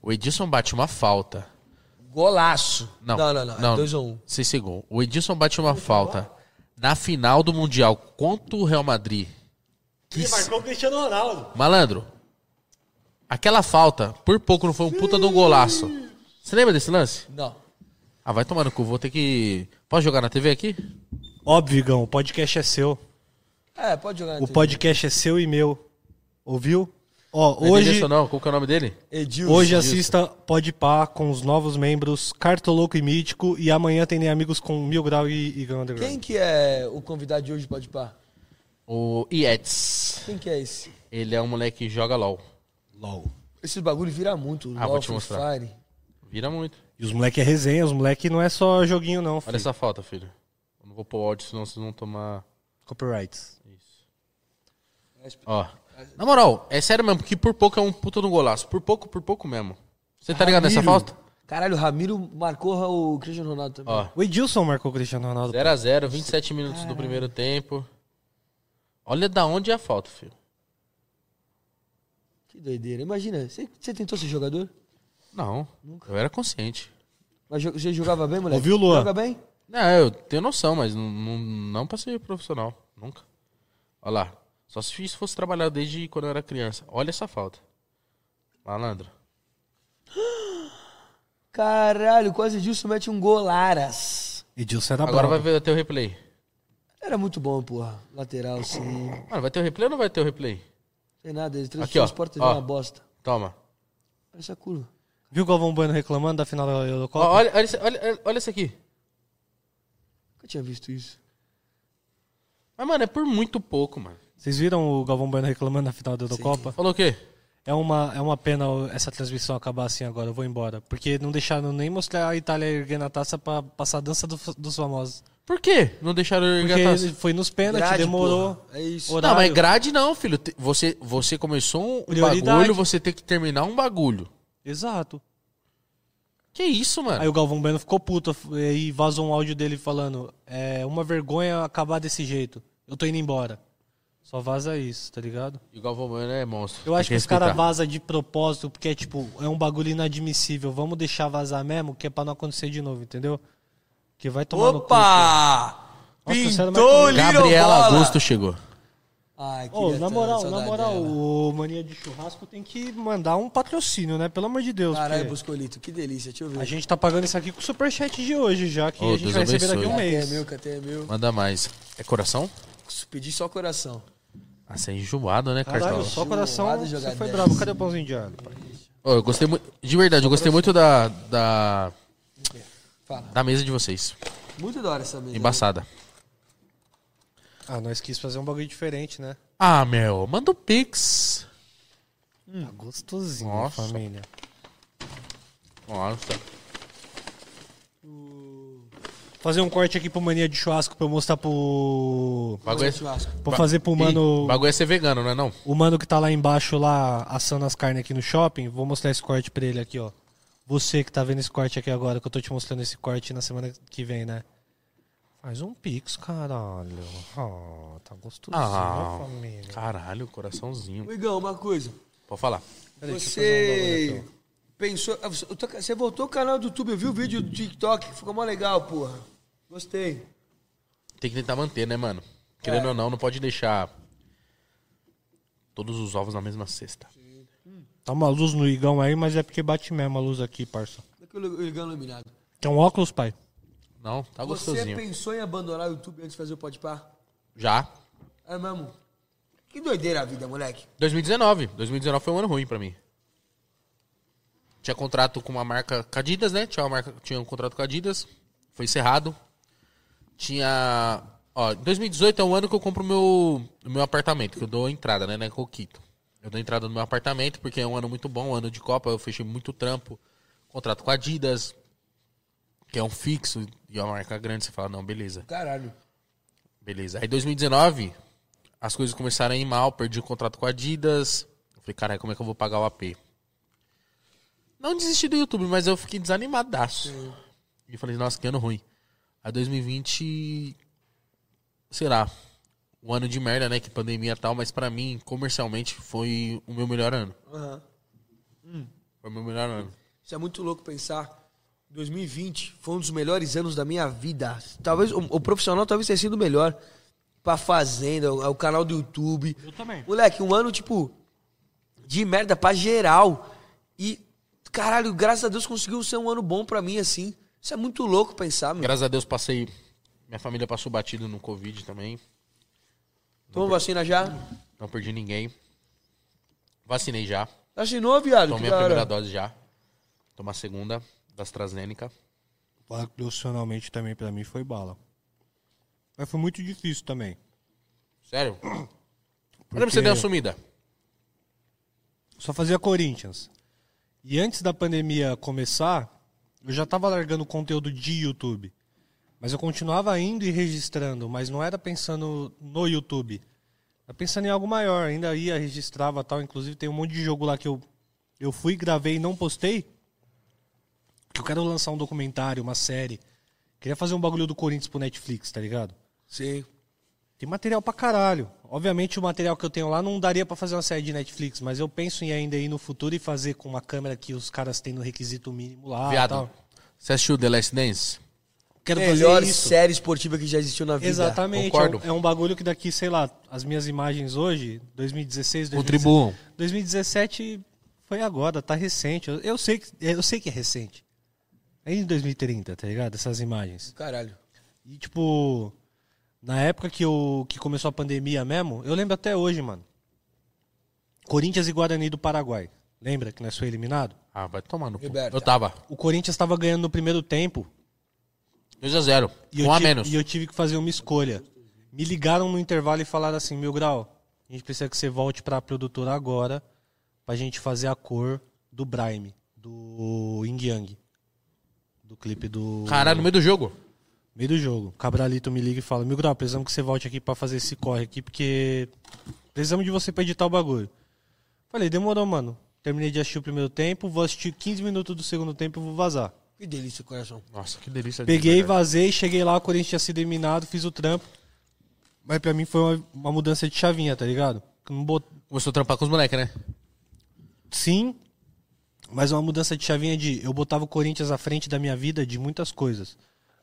Speaker 2: O Edilson bate uma falta.
Speaker 3: Golaço.
Speaker 2: Não,
Speaker 3: não, não. não. É dois ou um.
Speaker 2: Sem ser gol. O Edilson bate uma falta na final do Mundial contra o Real Madrid. Que
Speaker 1: Ele
Speaker 2: s-
Speaker 1: marcou o Cristiano Ronaldo.
Speaker 2: Malandro, aquela falta, por pouco não foi um puta de um golaço. Você lembra desse lance?
Speaker 3: Não.
Speaker 2: Ah, vai tomar no cu, vou ter que. Posso jogar na TV aqui?
Speaker 1: Óbvio, Igão, o podcast é seu.
Speaker 3: É, pode jogar.
Speaker 1: O
Speaker 3: Antônio.
Speaker 1: podcast é seu e meu. Ouviu? Ó,
Speaker 2: Não é
Speaker 1: hoje,
Speaker 2: Edilson, não, qual que é o nome dele?
Speaker 3: Edilson.
Speaker 1: hoje
Speaker 2: é assim.
Speaker 3: Edilson.
Speaker 1: assista Pode Pá com os novos membros Cartoloco e Mítico. E amanhã tem Nem Amigos com Mil Grau e Igão Underground.
Speaker 3: Quem que é o convidado de hoje, pode pá?
Speaker 2: O Ietz.
Speaker 3: Quem que é esse?
Speaker 2: Ele é um moleque que joga LOL.
Speaker 3: Esses bagulho vira muito.
Speaker 2: Ah,
Speaker 3: LOL,
Speaker 2: vou te
Speaker 3: Free
Speaker 2: mostrar.
Speaker 3: Fire.
Speaker 2: Vira muito.
Speaker 1: E os moleque é resenha, os moleque não é só joguinho não,
Speaker 2: Olha
Speaker 1: filho.
Speaker 2: essa falta, filho. Eu não vou pôr o áudio, senão vocês vão tomar.
Speaker 1: Copyrights.
Speaker 2: Ó. Na moral, é sério mesmo, porque por pouco é um puta no golaço. Por pouco, por pouco mesmo. Você
Speaker 3: É
Speaker 2: tá ligado nessa
Speaker 3: Ramiro.
Speaker 2: falta?
Speaker 3: Caralho, o Ramiro marcou o Cristiano Ronaldo também.
Speaker 2: Ó.
Speaker 1: O Edilson marcou o Cristiano Ronaldo.
Speaker 2: 0x0, 27 minutos do primeiro tempo. Olha da onde é a falta, filho.
Speaker 3: Que doideira. Imagina, você você tentou ser jogador?
Speaker 2: Não, eu era consciente.
Speaker 3: Mas jo- você jogava bem, moleque?
Speaker 1: Ouviu, Luan?
Speaker 3: Joga bem?
Speaker 2: Não, eu tenho noção, mas não, não, não pra ser profissional. Nunca. Olha lá. Só se isso fosse trabalhar desde quando eu era criança. Olha essa falta. Malandro.
Speaker 3: Caralho, quase Edilson mete um golaras.
Speaker 1: Edilson era
Speaker 2: Agora
Speaker 1: brabo.
Speaker 2: vai ver até o replay.
Speaker 3: Era muito bom, porra. Lateral, sim.
Speaker 2: Mano, vai ter o replay ou não vai ter o replay?
Speaker 3: Tem nada, ele
Speaker 2: Aqui,
Speaker 3: transformou
Speaker 2: ó.
Speaker 3: o Sport TV
Speaker 2: Ó.
Speaker 3: uma bosta.
Speaker 2: Toma.
Speaker 3: Olha essa curva.
Speaker 1: Viu o Galvão Bueno reclamando da final da
Speaker 2: Ó,
Speaker 1: Eurocopa?
Speaker 2: olha, olha, esse- olha, olha isso aqui.
Speaker 3: Nunca tinha visto isso.
Speaker 2: Mas, mano, é por muito pouco, mano.
Speaker 1: Vocês viram o Galvão Bueno reclamando da final da Eurocopa?
Speaker 2: Falou o quê?
Speaker 1: É uma, é uma pena o- essa transmissão acabar assim agora, eu vou embora. Porque não deixaram nem mostrar a Itália erguendo a taça pra passar a dança do- dos famosos.
Speaker 2: Por quê? Não deixaram eu assim?
Speaker 1: Porque
Speaker 2: erguer a taça?
Speaker 1: ele foi nos pênaltis,
Speaker 3: Grade,
Speaker 1: demorou.
Speaker 3: porra. É isso.
Speaker 2: Não,
Speaker 1: Horário.
Speaker 2: mas grade não, filho. Te- Você, você começou um
Speaker 1: Prioridade.
Speaker 2: bagulho, você tem que terminar um bagulho.
Speaker 1: Exato.
Speaker 2: Que isso, mano?
Speaker 1: Aí o Galvão Bueno ficou puto f- e aí vazou um áudio dele falando: É uma vergonha acabar desse jeito. Eu tô indo igual Só vaza isso, tá ligado?
Speaker 2: E o Galvão Bueno é monstro.
Speaker 1: Eu
Speaker 2: Tem
Speaker 1: acho que, os caras
Speaker 2: respeitar.
Speaker 1: vazam de propósito, porque é tipo, é um bagulho inadmissível. Vamos deixar vazar mesmo, que é pra não acontecer de novo, entendeu? Que vai tomar no cu. cara.
Speaker 3: Opa!
Speaker 1: Nossa, você era
Speaker 3: Pintou o
Speaker 1: mais
Speaker 3: Little
Speaker 2: Gabriela
Speaker 3: Bola.
Speaker 2: Augusto chegou.
Speaker 3: Ai, Ah, que
Speaker 1: Ô, na moral, na moral,
Speaker 3: Dela.
Speaker 1: o Mania de Churrasco tem que mandar um patrocínio, né? Pelo amor de Deus.
Speaker 3: Caralho, é
Speaker 1: porque
Speaker 3: Buscolito, que delícia. Deixa eu ver.
Speaker 1: A gente tá pagando isso aqui com o superchat de hoje, já que
Speaker 2: Ô,
Speaker 1: a gente
Speaker 2: Deus
Speaker 1: vai receber
Speaker 2: abençoe.
Speaker 1: daqui a um
Speaker 3: KT é
Speaker 1: mês.
Speaker 3: meu, KT é meu.
Speaker 2: Manda mais. É coração?
Speaker 3: Pedi só coração.
Speaker 2: Ah, você é enjoado, né,
Speaker 1: Caralho,
Speaker 2: Cartola?
Speaker 1: Tá, só o coração.
Speaker 3: Joada e
Speaker 1: Você
Speaker 3: jogar
Speaker 1: foi
Speaker 3: 10.
Speaker 1: bravo. Cadê o pãozinho de alho?
Speaker 2: Ô, eu gostei muito. De verdade, eu gostei muito da. Da,
Speaker 3: Fala.
Speaker 2: da mesa de vocês.
Speaker 3: Muito da hora essa mesa. né?
Speaker 2: Embaçada.
Speaker 1: Ah, nós quis fazer um bagulho diferente, né?
Speaker 2: Ah, meu, manda o Pix.
Speaker 1: Tá gostosinho,
Speaker 2: Hum. Nossa.
Speaker 1: família.
Speaker 2: Nossa.
Speaker 1: Fazer um corte aqui pro Mania de Churrasco pra eu mostrar pro.
Speaker 2: Bagulho é...
Speaker 3: Churrasco.
Speaker 1: Pra fazer pro mano.
Speaker 2: Ih, bagulho é ser vegano, não é não?
Speaker 1: O mano que tá lá embaixo, lá, assando as carnes aqui no shopping, vou mostrar esse corte pra ele aqui, ó. Você que tá vendo esse corte aqui agora, que eu tô te mostrando esse corte na semana que vem, né? Faz um pix, caralho. Ah, tá gostosinho,
Speaker 2: Ah.
Speaker 1: né, família.
Speaker 2: Caralho, coraçãozinho.
Speaker 3: Ô, Igão, uma coisa.
Speaker 2: Pode falar. um
Speaker 3: Você pensou... ah, Você eu tô- você voltou o canal do YouTube, eu vi o vídeo do TikTok, ficou mó legal, porra. Gostei.
Speaker 2: Tem que tentar manter, né, mano? Querendo ou não, não pode deixar todos os ovos na mesma cesta.
Speaker 1: Tá uma luz no igão aí, mas é porque bate mesmo a luz aqui, parça.
Speaker 3: Olha que o ligão iluminado.
Speaker 1: Tem um óculos, pai?
Speaker 2: Não, tá
Speaker 3: Você
Speaker 2: gostosinho.
Speaker 3: pensou em abandonar o YouTube antes de fazer o podpar?
Speaker 2: Já.
Speaker 3: É mesmo? Que doideira a vida, moleque.
Speaker 2: 2019. 2019 foi um ano ruim pra mim. Tinha contrato com uma marca com a Adidas, né? Tinha, uma marca, tinha um contrato com a Adidas. Foi encerrado. Tinha. Ó, 2018 é um ano que eu compro o meu, o meu apartamento, que eu dou entrada, né? Na Coquito. Eu dou entrada no meu apartamento, porque é um ano muito bom, um ano de Copa, eu fechei muito trampo. Contrato com a Adidas, que é um fixo, e é uma marca grande, você fala, não, beleza.
Speaker 3: Caralho.
Speaker 2: Beleza. Aí 2019, as coisas começaram a ir mal, perdi o contrato com a Adidas. Eu falei, caralho, como é que eu vou pagar o AP? Não desisti do YouTube, mas eu fiquei desanimadaço. E falei, nossa, que ano ruim. Aí 2020, sei lá, um ano de merda, né? Que pandemia e tal, mas pra mim, comercialmente, foi o meu melhor ano.
Speaker 3: Aham.
Speaker 2: Foi o meu melhor ano.
Speaker 3: Isso é muito louco pensar. 2020 foi um dos melhores anos da minha vida. Talvez o, o profissional talvez tenha sido o melhor. Pra Fazenda, o, o canal do YouTube. Eu
Speaker 1: também.
Speaker 3: Moleque, um ano, tipo, de merda pra geral. E, caralho, graças a Deus conseguiu ser um ano bom pra mim, assim. Isso é muito louco pensar, meu.
Speaker 2: Graças a Deus, passei. Minha família passou batido no Covid também.
Speaker 3: Tomou vacina já?
Speaker 2: Não perdi ninguém. Vacinei já.
Speaker 3: Vacinou, Tá viado?
Speaker 2: Tomei
Speaker 3: Que
Speaker 2: a
Speaker 3: da hora.
Speaker 2: primeira dose já. Tomar a segunda da AstraZeneca.
Speaker 1: Profissionalmente também pra mim foi bala. Mas foi muito difícil também.
Speaker 2: Sério? Olha pra você dar uma sumida.
Speaker 1: Só fazia Corinthians. E antes da pandemia começar, eu já tava largando conteúdo de YouTube. Mas eu continuava indo e registrando, mas não era pensando no YouTube. Era pensando em algo maior, ainda ia, registrava tal. Inclusive tem um monte de jogo lá que eu, eu fui, gravei e não postei. Que eu quero lançar um documentário, uma série. Queria fazer um bagulho do Corinthians pro Netflix, tá ligado?
Speaker 3: Sim.
Speaker 1: Tem material pra caralho. Obviamente o material que eu tenho lá não daria pra fazer uma série de Netflix, mas eu penso em ainda ir no futuro e fazer com uma câmera que os caras têm no requisito mínimo lá.
Speaker 2: Viado.
Speaker 1: Tal.
Speaker 2: Você assistiu The Last Dance?
Speaker 1: Quero
Speaker 3: Melhor
Speaker 1: fazer isso.
Speaker 3: série esportiva que já existiu na vida.
Speaker 1: Exatamente.
Speaker 2: Concordo.
Speaker 1: É um, é um bagulho que daqui, sei lá, as minhas imagens hoje, 2016, 2017,
Speaker 2: Contribuam.
Speaker 1: 2017 foi agora, tá recente. Eu, eu sei que, eu sei que é recente. É em 2030, tá ligado? Essas imagens.
Speaker 3: Caralho.
Speaker 1: E tipo, na época que, eu, que começou a pandemia mesmo, eu lembro até hoje, mano. Corinthians e Guarani do Paraguai. Lembra que nós foi eliminado?
Speaker 2: Ah, vai tomar no cu.
Speaker 3: Liberta.
Speaker 2: Eu tava.
Speaker 1: O Corinthians estava ganhando no primeiro tempo
Speaker 2: 2x0.
Speaker 1: e,
Speaker 2: Um
Speaker 1: eu
Speaker 2: a
Speaker 1: tive,
Speaker 2: menos.
Speaker 1: e eu tive que fazer uma escolha. Me ligaram no intervalo e falaram assim: Mil Grau, a gente precisa que você volte pra produtora agora pra gente fazer a cor do Brime, do Ying Yang. Do clipe do.
Speaker 2: Caralho, no meio do jogo.
Speaker 1: Meio do jogo. Cabralito me liga e fala: Mil Grau, precisamos que você volte aqui pra fazer esse corre aqui, porque precisamos de você pra editar o bagulho. Falei: demorou, mano. Terminei de assistir o primeiro tempo, vou assistir 15 minutos do segundo tempo e vou vazar.
Speaker 3: Que delícia, coração.
Speaker 2: Nossa, que delícia. de
Speaker 1: Peguei,
Speaker 2: verdade.
Speaker 1: vazei, cheguei lá, o Corinthians tinha sido eliminado, fiz o trampo. Mas pra mim foi uma, uma mudança de chavinha, tá ligado? Não bot-
Speaker 2: Começou a trampar com os moleques, né?
Speaker 1: Sim, mas é uma mudança de chavinha de eu botava o Corinthians à frente da minha vida de muitas coisas.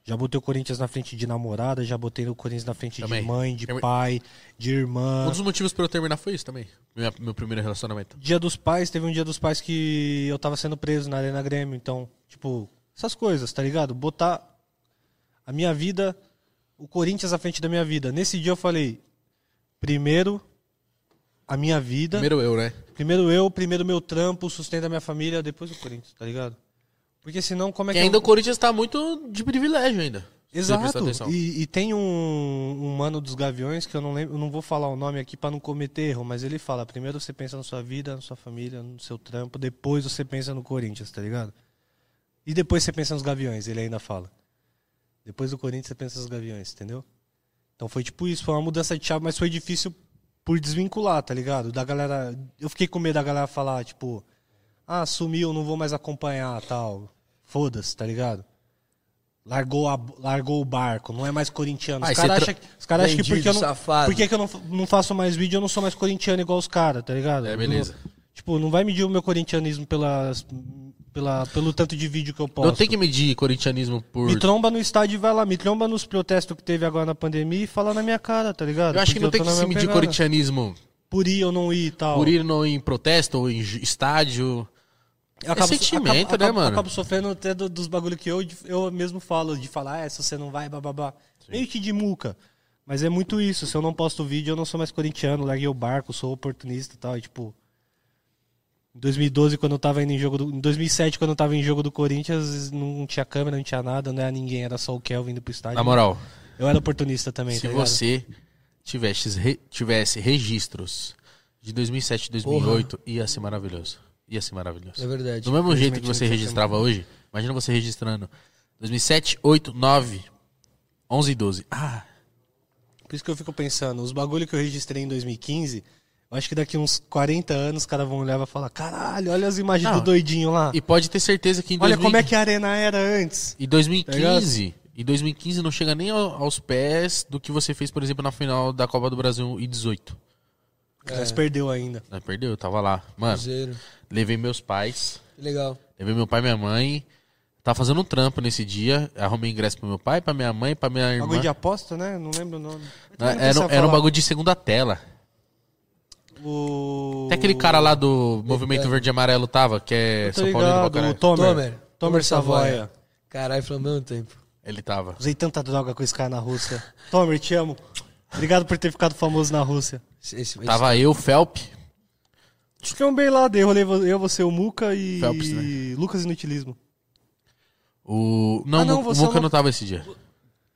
Speaker 1: Já botei o Corinthians na frente de namorada, já botei o Corinthians na frente
Speaker 2: Também.
Speaker 1: de mãe, de
Speaker 2: Termi-
Speaker 1: pai, de irmã.
Speaker 2: Um dos motivos pra eu terminar foi isso também. Minha- meu primeiro relacionamento.
Speaker 1: Dia dos pais, teve um dia dos pais que eu tava sendo preso na Arena Grêmio, então, tipo, essas coisas, tá ligado? Botar a minha vida, o Corinthians à frente da minha vida. Nesse dia eu falei, primeiro a minha vida, primeiro,
Speaker 2: Primeiro eu, né?
Speaker 1: é eu, primeiro meu trampo, o sustento da minha família, depois o Corinthians, tá ligado? Porque senão como é
Speaker 2: E
Speaker 1: que
Speaker 2: ainda
Speaker 1: eu...
Speaker 2: o Corinthians tá muito de privilégio ainda. Se você prestar
Speaker 1: Exato.
Speaker 2: atenção.
Speaker 1: E, e tem um, um mano dos Gaviões que eu não lembro, eu não vou falar o nome aqui pra não cometer erro, mas ele fala: primeiro você pensa na sua vida, na sua família, no seu trampo, depois você pensa no Corinthians, tá ligado? E depois você pensa nos Gaviões, ele ainda fala. Depois do Corinthians você pensa nos Gaviões, entendeu? Então foi tipo isso, foi uma mudança de chave, mas foi difícil por desvincular, tá ligado? Da galera, eu fiquei com medo da galera falar tipo: "Ah, sumiu, não vou mais acompanhar", tal. Foda-se, tá ligado? Largou, a- largou o barco, não é mais corintiano. Os
Speaker 2: Ah, e
Speaker 1: caras
Speaker 2: você
Speaker 1: acham que, os cara acha que
Speaker 3: Bandido,
Speaker 1: porque eu, não,
Speaker 3: safado.
Speaker 1: porque que eu não, fa- não faço mais vídeo, eu não sou mais corintiano igual os caras, tá ligado?
Speaker 2: É, beleza.
Speaker 1: Não- tipo, não vai medir o meu corintianismo pelas, pela, pelo tanto de vídeo que eu posto.
Speaker 2: Não tem Então que medir corintianismo por.
Speaker 1: Me tromba no estádio e vai lá. Me tromba nos protestos que teve agora na pandemia e fala na minha cara, tá ligado?
Speaker 2: Eu acho que
Speaker 1: Porque
Speaker 2: não tem
Speaker 1: tô
Speaker 2: que
Speaker 1: na
Speaker 2: se
Speaker 1: mesma
Speaker 2: medir
Speaker 1: pegada.
Speaker 2: corintianismo
Speaker 1: por ir ou não ir e tal.
Speaker 2: Por ir no, em protesto ou em ju- estádio.
Speaker 1: Acabo-
Speaker 2: sentimento,
Speaker 1: acabo-
Speaker 2: né,
Speaker 1: acabo-
Speaker 2: mano?
Speaker 1: Acabo sofrendo até do- dos bagulho que eu, eu mesmo falo, de falar, é, se você não vai, bababá. Meio que de muca. Mas é muito isso. Se eu não posto vídeo, eu não sou mais corintiano, larguei o barco, sou oportunista e tal. E, tipo. Em 2012, quando eu tava indo em jogo do. Em 2007, quando eu tava em jogo do Corinthians, não tinha câmera, não tinha nada, não era ninguém, era só o Kelvin indo pro estádio.
Speaker 2: Na moral,
Speaker 1: Eu era oportunista também,
Speaker 2: se
Speaker 1: tá ligado?
Speaker 2: você tivesse, re- tivesse registros de 2007 e 2008, ia ser maravilhoso. Ia ser maravilhoso.
Speaker 3: É verdade.
Speaker 2: Do mesmo jeito
Speaker 1: Infelizmente,
Speaker 2: que
Speaker 1: não
Speaker 2: você
Speaker 1: tinha
Speaker 2: registrava hoje, imagina você registrando 2007, 8, 9, 11 e 12. Ah,
Speaker 1: Por isso que eu fico pensando, os bagulho que eu registrei em 2015, eu acho que daqui uns 40 anos os caras vão olhar e vai falar, caralho, olha as imagens
Speaker 2: Não.
Speaker 1: do doidinho lá.
Speaker 2: e pode ter certeza que em
Speaker 1: Olha
Speaker 2: 2000
Speaker 1: como é que é. Tá a arena era antes.
Speaker 2: E 2015, e 2015 não chega nem ao- aos pés do que você fez, por exemplo, na final da Copa do Brasil um e 18. É.
Speaker 1: Mas perdeu ainda.
Speaker 2: Não, perdeu, eu tava lá. Mano,
Speaker 3: Cruzeiro.
Speaker 2: levei meus pais,
Speaker 3: Que legal.
Speaker 2: levei meu pai e minha mãe. Tava fazendo um trampo nesse dia, arrumei ingresso pro meu pai, pra minha mãe, pra minha irmã.
Speaker 1: Bagulho de é aposta, né? Não lembro o nome.
Speaker 2: Uhum. Não, era, um- era um bagulho de segunda tela.
Speaker 1: O... É.
Speaker 2: Até aquele cara lá do Movimento Verde e Amarelo tava, que é
Speaker 1: Tô
Speaker 2: São Paulino pra
Speaker 1: tá ligado, o
Speaker 2: caralho.
Speaker 1: Tomer.
Speaker 3: Tomer.
Speaker 1: Tomer, Savoia.
Speaker 3: Caralho, falando ao mesmo tempo.
Speaker 2: Ele tava.
Speaker 1: Usei tanta droga com esse cara na Rússia. Tomer, te amo. Obrigado por ter ficado famoso na Rússia.
Speaker 3: Esse- esse-
Speaker 2: Tava eu, Felp.
Speaker 1: Fiquei um bem lá, dei rolê vo- eu, você, o Muca e
Speaker 2: Phelps, né?
Speaker 1: Lucas Inutilismo.
Speaker 2: O. Não,
Speaker 1: Ah, não,
Speaker 2: o
Speaker 1: você
Speaker 2: Muca
Speaker 1: não-
Speaker 2: não tava esse dia.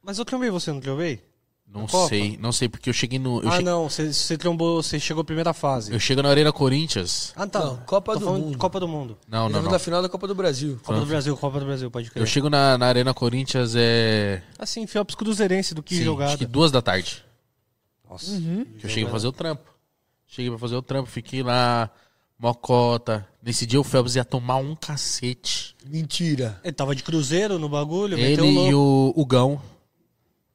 Speaker 1: Mas eu trombei você, não trombei?
Speaker 2: Não
Speaker 1: Na Copa?
Speaker 2: sei, não sei, porque eu cheguei no. Eu
Speaker 1: Ah,
Speaker 2: che-
Speaker 1: não, você- você trombou, você chegou à primeira fase.
Speaker 2: Eu chego na Arena Corinthians.
Speaker 1: Ah, tá.
Speaker 3: Não, Copa
Speaker 1: Tô
Speaker 3: do
Speaker 1: falando de
Speaker 3: Mundo.
Speaker 1: Copa do Mundo.
Speaker 2: Não,
Speaker 3: Ele
Speaker 2: não,
Speaker 3: tava
Speaker 2: não. um
Speaker 3: da final da Copa do Brasil.
Speaker 1: Copa do Brasil, Copa do Brasil, pode
Speaker 2: Eu
Speaker 1: crer.
Speaker 2: chego na, na Arena Corinthians é.
Speaker 1: Assim, Felps Cruzeirense do que
Speaker 2: sim, acho
Speaker 1: jogada. Uhum.
Speaker 2: que duas da tarde.
Speaker 1: Nossa.
Speaker 2: Que eu cheguei pra fazer o trampo. Cheguei pra fazer o trampo, fiquei lá, mocota. Nesse dia o Phelps ia tomar um cacete.
Speaker 3: Mentira.
Speaker 1: Ele tava de cruzeiro no bagulho, meteu
Speaker 2: Ele
Speaker 1: louco.
Speaker 2: e o Hugão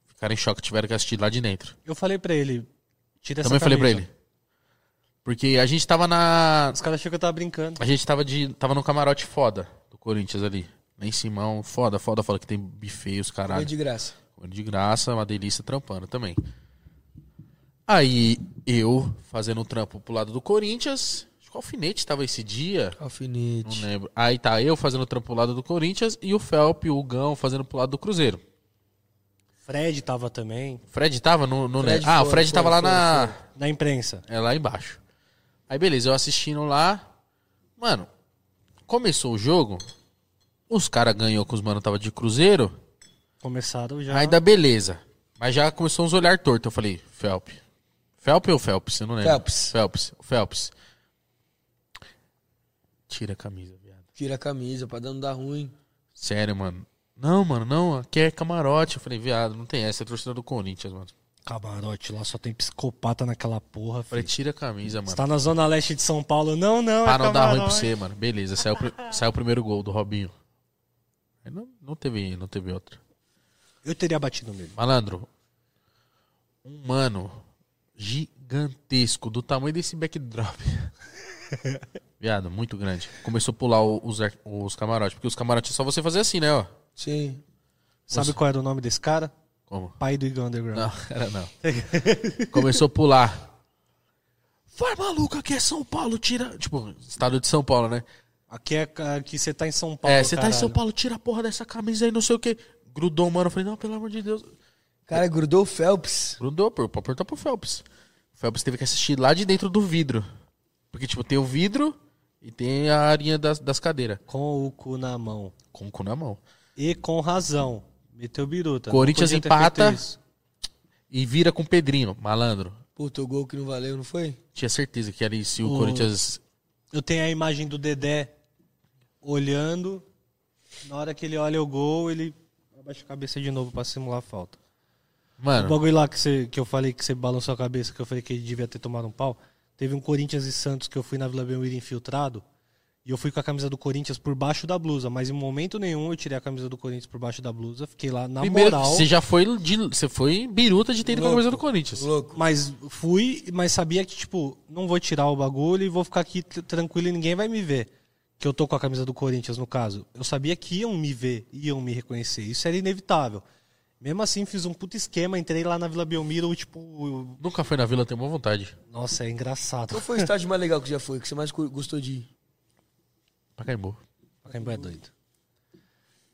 Speaker 2: ficaram em choque, tiveram que assistir lá de dentro.
Speaker 1: Eu falei pra ele, tira essa
Speaker 2: Também falei pra
Speaker 1: camisa.
Speaker 2: ele. Porque a gente tava na.
Speaker 1: Os caras achou que eu tava brincando.
Speaker 2: A gente tava de. tava num camarote foda do Corinthians ali. Lá em Simão, foda, foda, foda, que tem buffet, os
Speaker 3: Foi
Speaker 2: caralho.
Speaker 3: de graça.
Speaker 2: Comendo De graça, uma delícia trampando também. Aí eu fazendo um trampo pro lado do Corinthians. Acho que o alfinete tava esse dia. Não
Speaker 3: Alfinete.
Speaker 2: lembro. Aí tá eu fazendo trampo pro lado do Corinthians e o Felp, o Gão fazendo pro lado do Cruzeiro.
Speaker 1: Fred tava também,
Speaker 2: O Fred tava no. no
Speaker 3: Fred
Speaker 2: né? Ah, o
Speaker 3: foi,
Speaker 2: Fred
Speaker 3: foi,
Speaker 2: tava lá
Speaker 3: foi,
Speaker 2: na.
Speaker 1: na imprensa.
Speaker 2: É lá embaixo. Aí beleza, eu assistindo lá. Mano, começou o jogo. Os caras ganhou com os mano tava de Cruzeiro.
Speaker 1: Começaram já.
Speaker 2: Aí dá beleza. Mas já começou uns olhar torto. Eu falei, Felp. Felp ou Felps? Eu não lembro.
Speaker 3: Phelps.
Speaker 2: Felps. Felps. Tira a camisa, viado.
Speaker 3: Tira a camisa pra não dar ruim.
Speaker 2: Sério, mano. Não, mano, não. Aqui é camarote. Eu falei, viado, não tem essa. É torcida do Corinthians, mano. Eu
Speaker 1: Camarote lá, só tem psicopata naquela porra,
Speaker 2: falei,
Speaker 1: filho.
Speaker 2: tira a camisa,
Speaker 1: Você
Speaker 2: mano.
Speaker 1: tá na zona leste de São Paulo? Não, não,
Speaker 2: Pra
Speaker 1: é
Speaker 2: não dar ruim pra
Speaker 1: camarote.
Speaker 2: você, mano. Beleza, saiu, o pri- saiu o primeiro gol do Robinho. Aí Não, não teve, não teve outro.
Speaker 1: Eu teria batido nele.
Speaker 2: Malandro, um mano gigantesco, do tamanho desse backdrop. Viado, muito grande. Começou a pular o- os, ar- os camarotes. Porque os camarotes é só você fazer assim, né, ó.
Speaker 3: Sim.
Speaker 1: Sabe
Speaker 2: Você-
Speaker 1: qual era o nome desse cara?
Speaker 2: Como?
Speaker 1: Pai do Igor Underground.
Speaker 2: Não, era não. Começou a pular. Vai, maluco, aqui é São Paulo, tira... Tipo, estado de São Paulo, né?
Speaker 1: Aqui é aqui você tá em São Paulo.
Speaker 2: É, você tá em
Speaker 1: caralho.
Speaker 2: São Paulo, tira a porra dessa camisa aí, não sei o quê. Grudou, mano. Eu falei, não, pelo amor de Deus.
Speaker 3: Cara, grudou o Phelps.
Speaker 2: Grudou, pô, pra apertar pro Phelps. O Phelps teve que assistir lá de dentro do vidro. Porque, tipo, tem o vidro e tem a arinha das, das cadeiras.
Speaker 1: Com o cu na mão.
Speaker 2: Com o cu na mão.
Speaker 1: E com razão. Meteu biruta. Não
Speaker 2: Corinthians
Speaker 1: podia ter feito
Speaker 2: empata.
Speaker 1: isso.
Speaker 2: E vira com o Pedrinho, malandro.
Speaker 3: Puta, o gol que não valeu, não foi?
Speaker 2: Tinha certeza que ali se o
Speaker 1: O-
Speaker 2: Corinthians.
Speaker 1: Eu tenho a imagem do Dedé olhando. Na hora que ele olha o gol, ele abaixa a cabeça de novo pra simular a falta. O
Speaker 2: Mano,
Speaker 1: bagulho lá que, você, que eu falei que você balançou a cabeça, que eu falei que ele devia ter tomado um pau. Teve um Corinthians e Santos que eu fui na Vila Belmiro infiltrado. E eu fui com a camisa do Corinthians por baixo da blusa. Mas em momento nenhum eu tirei a camisa do Corinthians por baixo da blusa. Fiquei lá na
Speaker 2: primeiro,
Speaker 1: moral.
Speaker 2: você já foi. de- Você foi biruta de ter ido com a camisa do Corinthians.
Speaker 3: Louco.
Speaker 1: Mas fui, mas sabia que, tipo, não vou tirar o bagulho e vou ficar aqui tr- tranquilo e ninguém vai me ver. Que eu tô com a camisa do Corinthians, no caso. Eu sabia que iam me ver, iam me reconhecer. Isso era inevitável. Mesmo assim, fiz um puto esquema, entrei lá na Vila Belmiro, tipo.
Speaker 2: Nunca foi na vila, tenho boa vontade.
Speaker 1: Nossa, é engraçado.
Speaker 3: Qual foi o estádio mais legal que já foi, que você mais cu- gostou de ir?
Speaker 2: Pacaembu.
Speaker 1: Pacaembu é doido.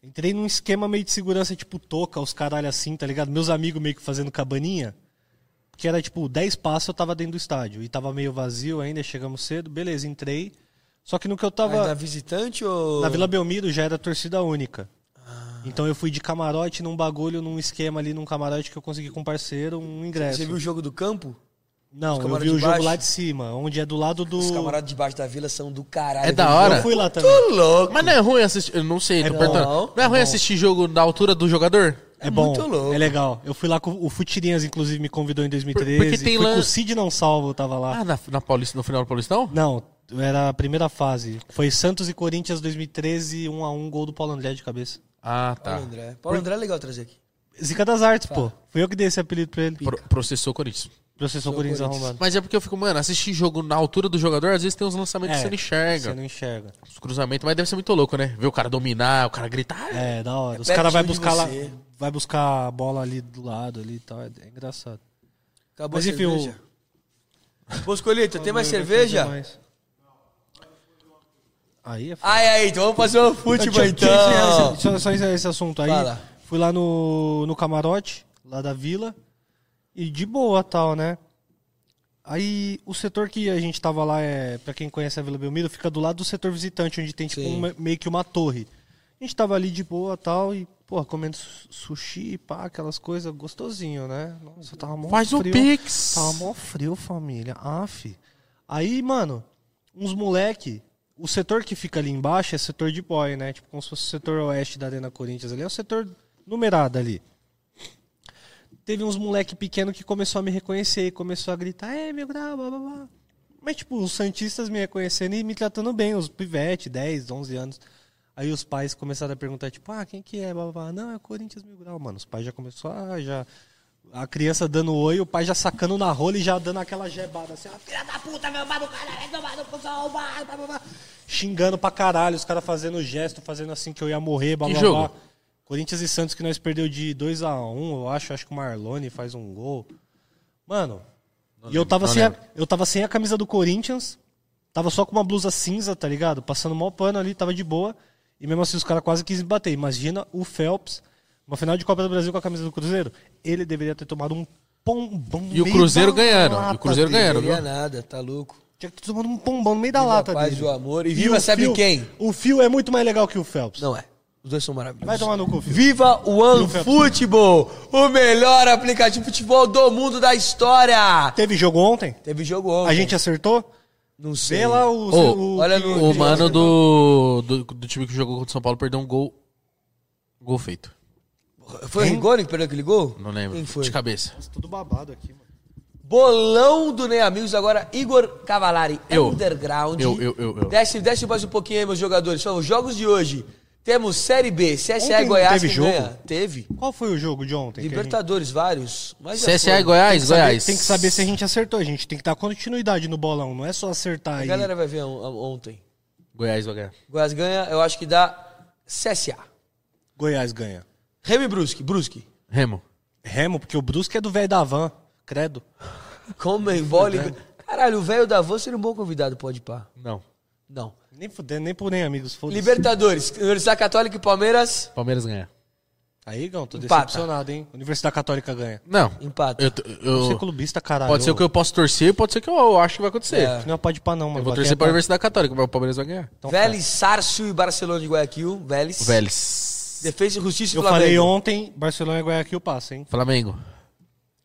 Speaker 1: Entrei num esquema meio de segurança, tipo toca, os caralho assim, tá ligado? Meus amigos meio que fazendo cabaninha. Que era tipo 10 passos, eu tava dentro do estádio. E tava meio vazio ainda, chegamos cedo, beleza, entrei. Só que no que eu
Speaker 3: Mas na
Speaker 1: tava.
Speaker 3: visitante ou.
Speaker 1: Na Vila Belmiro já era torcida única.
Speaker 3: Ah.
Speaker 1: Então eu fui de camarote num bagulho, num esquema ali, num camarote que eu consegui com um parceiro, um ingresso.
Speaker 3: Você viu o jogo do campo?
Speaker 1: Não,
Speaker 3: Os
Speaker 1: eu
Speaker 3: camarotes
Speaker 1: vi o
Speaker 3: de
Speaker 1: jogo
Speaker 3: baixo?
Speaker 1: lá de cima, onde é do lado do.
Speaker 3: Os camaradas de baixo da vila são do caralho.
Speaker 2: É da
Speaker 3: velho.
Speaker 2: hora.
Speaker 1: Eu fui lá também.
Speaker 3: Tô louco.
Speaker 2: Mas não é ruim assistir. Eu não sei, tô
Speaker 1: bom.
Speaker 2: perguntando.
Speaker 3: Não,
Speaker 2: Não é ruim assistir jogo na altura do jogador?
Speaker 1: É bom.
Speaker 3: muito louco.
Speaker 1: É legal. Eu fui lá com o Futirinhas, inclusive, me convidou em 2013.
Speaker 2: Por- porque tem
Speaker 1: Fui
Speaker 2: lan-
Speaker 1: com o Cid Não Salvo, eu tava lá.
Speaker 2: Ah, na, na Paulista, no final do Paulistão?
Speaker 1: Não, era a primeira fase. Foi Santos e Corinthians 2013, 1x1, gol do Paulo André de cabeça.
Speaker 2: Ah, tá.
Speaker 3: Paulo André. Paulo André é legal trazer aqui.
Speaker 1: Zica das Artes, pô. Fui eu que dei esse apelido pra ele.
Speaker 2: Pro- processou o Corinthians.
Speaker 1: Processou o Corinthians
Speaker 3: Corinthians.
Speaker 1: arrombado.
Speaker 2: Mas é porque eu fico, mano, assistir jogo na altura do jogador, às vezes tem uns lançamentos que você não enxerga.
Speaker 1: É, Você não enxerga.
Speaker 2: Os cruzamentos, mas deve ser muito louco, né? Ver o cara dominar, o cara gritar. "Ah!"
Speaker 1: É, da hora. Os
Speaker 3: pertinho
Speaker 1: caras vão
Speaker 3: de
Speaker 1: buscar lá.
Speaker 3: você.
Speaker 1: Vai buscar a bola ali do lado ali e tal. É engraçado.
Speaker 3: Acabou
Speaker 1: Mas
Speaker 3: a
Speaker 1: enfim, o-
Speaker 3: cerveja. Boscolito, tem mais cerveja?
Speaker 1: Aí é foda.
Speaker 3: Ai, ai, então vamos fazer um futebol
Speaker 1: Deixa eu- deixa eu encerrar
Speaker 3: então.
Speaker 1: esse- Só, só encerrar esse assunto aí.
Speaker 3: Fala.
Speaker 1: Fui lá no, no camarote, lá da vila. E de boa tal, né? Aí o setor que a gente tava lá, é, pra quem conhece a Vila Belmiro, fica do lado do setor visitante, onde tem tipo,
Speaker 3: Sim.
Speaker 1: uma- meio que uma torre. A gente tava ali de boa tal e, porra, comendo su- sushi, pá, aquelas coisas, gostosinho, né? Nossa, tava mó
Speaker 2: Faz um o
Speaker 1: frio. Tá
Speaker 2: Pix.
Speaker 1: Tava mó frio, família. Aff. Aí, mano, uns moleque. O setor que fica ali embaixo é setor de boy, né? Tipo, como se fosse o setor oeste da Arena Corinthians ali. É o setor numerado ali. Teve uns moleque pequeno que começou a me reconhecer e começou a gritar, é, meu grau, blá, blá, blá. Mas, tipo, os Santistas me reconhecendo e me tratando bem, os pivete, 10, 11 anos. Aí os pais começaram a perguntar, tipo, ah, quem que é, blá, blá, blá. Não, é o Corinthians Mil Grau, mano. Os pais já começou a, já... A criança dando oi, o pai já sacando na rola e já dando aquela jebada assim, ó, filha da puta, meu bar do caralho, meu bar do cuzão, bar, blá, blá, blá. Xingando pra caralho, os caras fazendo gesto, fazendo assim que eu ia morrer, blá,
Speaker 2: Que
Speaker 1: blá,
Speaker 2: jogo?
Speaker 1: blá. Corinthians e Santos que nós perdeu de 2 a 1 eu acho. Acho que o Marlone faz um gol. Mano, e eu tava,
Speaker 2: não
Speaker 1: sem a,
Speaker 2: lembro.
Speaker 1: eu tava sem a camisa do Corinthians, tava só com uma blusa cinza, tá ligado? Passando mal pano ali, tava de boa. E mesmo assim os caras quase quis me bater. Imagina o Phelps, uma final de Copa do Brasil com a camisa do Cruzeiro. Ele deveria ter tomado um pombão. no
Speaker 2: E o
Speaker 1: meio
Speaker 2: Cruzeiro
Speaker 1: da
Speaker 2: ganhando, e o
Speaker 1: lata é
Speaker 2: Cruzeiro
Speaker 1: dele.
Speaker 2: ganhando,
Speaker 3: Não
Speaker 2: viu?
Speaker 3: queria nada, tá louco.
Speaker 1: Tinha que ter tomado um pombão no meio da
Speaker 3: Viva a
Speaker 1: lata
Speaker 3: paz
Speaker 1: dele.
Speaker 3: e o amor, e viva
Speaker 1: o
Speaker 3: sabe
Speaker 1: Phil-
Speaker 3: quem?
Speaker 1: O Fio é muito mais legal que o Phelps.
Speaker 3: Não é. Os dois são maravilhosos.
Speaker 1: Vai tomar no cu, Phil.
Speaker 3: Viva o OneFootball, o melhor aplicativo de futebol do mundo da história.
Speaker 1: Teve jogo ontem?
Speaker 3: Teve jogo ontem.
Speaker 1: A gente acertou?
Speaker 3: não sei.
Speaker 1: Vê lá o.
Speaker 2: Ô,
Speaker 1: o-
Speaker 3: olha
Speaker 1: que-
Speaker 3: no-
Speaker 2: O
Speaker 1: é
Speaker 2: mano do, do, do time que jogou contra o São Paulo perdeu um gol. Gol feito.
Speaker 3: Foi o Rigoni que perdeu aquele gol?
Speaker 2: Não lembro.
Speaker 3: Quem foi?
Speaker 2: De cabeça.
Speaker 1: Tudo babado aqui, mano.
Speaker 3: Bolão do Ney Amigos agora, Igor Cavalari,
Speaker 2: Eu.
Speaker 3: Underground.
Speaker 2: Eu, eu, eu, eu.
Speaker 3: Desce, desce mais um pouquinho aí, meus jogadores. Só os jogos de hoje. Temos Série B, CSA
Speaker 1: Ontem
Speaker 3: e Goiás.
Speaker 1: teve
Speaker 3: quem
Speaker 1: jogo?
Speaker 3: ganha? Teve.
Speaker 1: Qual foi o jogo de ontem? que a gente-
Speaker 3: Libertadores, vários. Mas já
Speaker 2: CSA
Speaker 3: foi.
Speaker 2: e Goiás, Goiás.
Speaker 1: é Tem que saber se é a gente acertou. A gente tem que dar continuidade no bolão. Não é só acertar
Speaker 3: A
Speaker 1: aí.
Speaker 3: galera vai ver on- ontem.
Speaker 2: Goiás vai ganhar.
Speaker 3: Goiás ganha, eu acho que dá CSA.
Speaker 1: Goiás ganha.
Speaker 3: Remy Brusque, Brusque.
Speaker 2: Remo.
Speaker 1: Remo, porque o Brusque é do velho da van. Credo.
Speaker 3: Comembol.
Speaker 1: Né?
Speaker 3: Caralho, o velho da Van seria um bom convidado, pode pá.
Speaker 2: Não.
Speaker 3: Não.
Speaker 1: Nem fudendo, nem por nem, amigos. Foda-se.
Speaker 3: Libertadores, Universidade Católica e Palmeiras.
Speaker 2: Palmeiras ganha.
Speaker 1: Aí, Gão, tô
Speaker 3: Empata.
Speaker 1: decepcionado, hein? Universidade Católica ganha.
Speaker 2: Não.
Speaker 3: Empata.
Speaker 2: Eu t- eu-
Speaker 1: Você é clubista, caralho.
Speaker 2: pode ser o que eu posso torcer, pode ser que eu, eu acho que vai acontecer.
Speaker 3: É.
Speaker 1: Não é pode pá, não, mano.
Speaker 2: Eu vou
Speaker 1: Bater
Speaker 2: torcer
Speaker 1: é
Speaker 2: para a
Speaker 1: pá.
Speaker 2: Universidade Católica, mas o Palmeiras vai ganhar.
Speaker 1: Então,
Speaker 3: Vélez, Sárcio e Barcelona de Guayaquil. Vélez.
Speaker 2: Vélez.
Speaker 3: Defesa e Justiça e
Speaker 1: Eu
Speaker 3: Flamengo.
Speaker 1: falei ontem, Barcelona e Guayaquil passa, hein?
Speaker 2: Flamengo.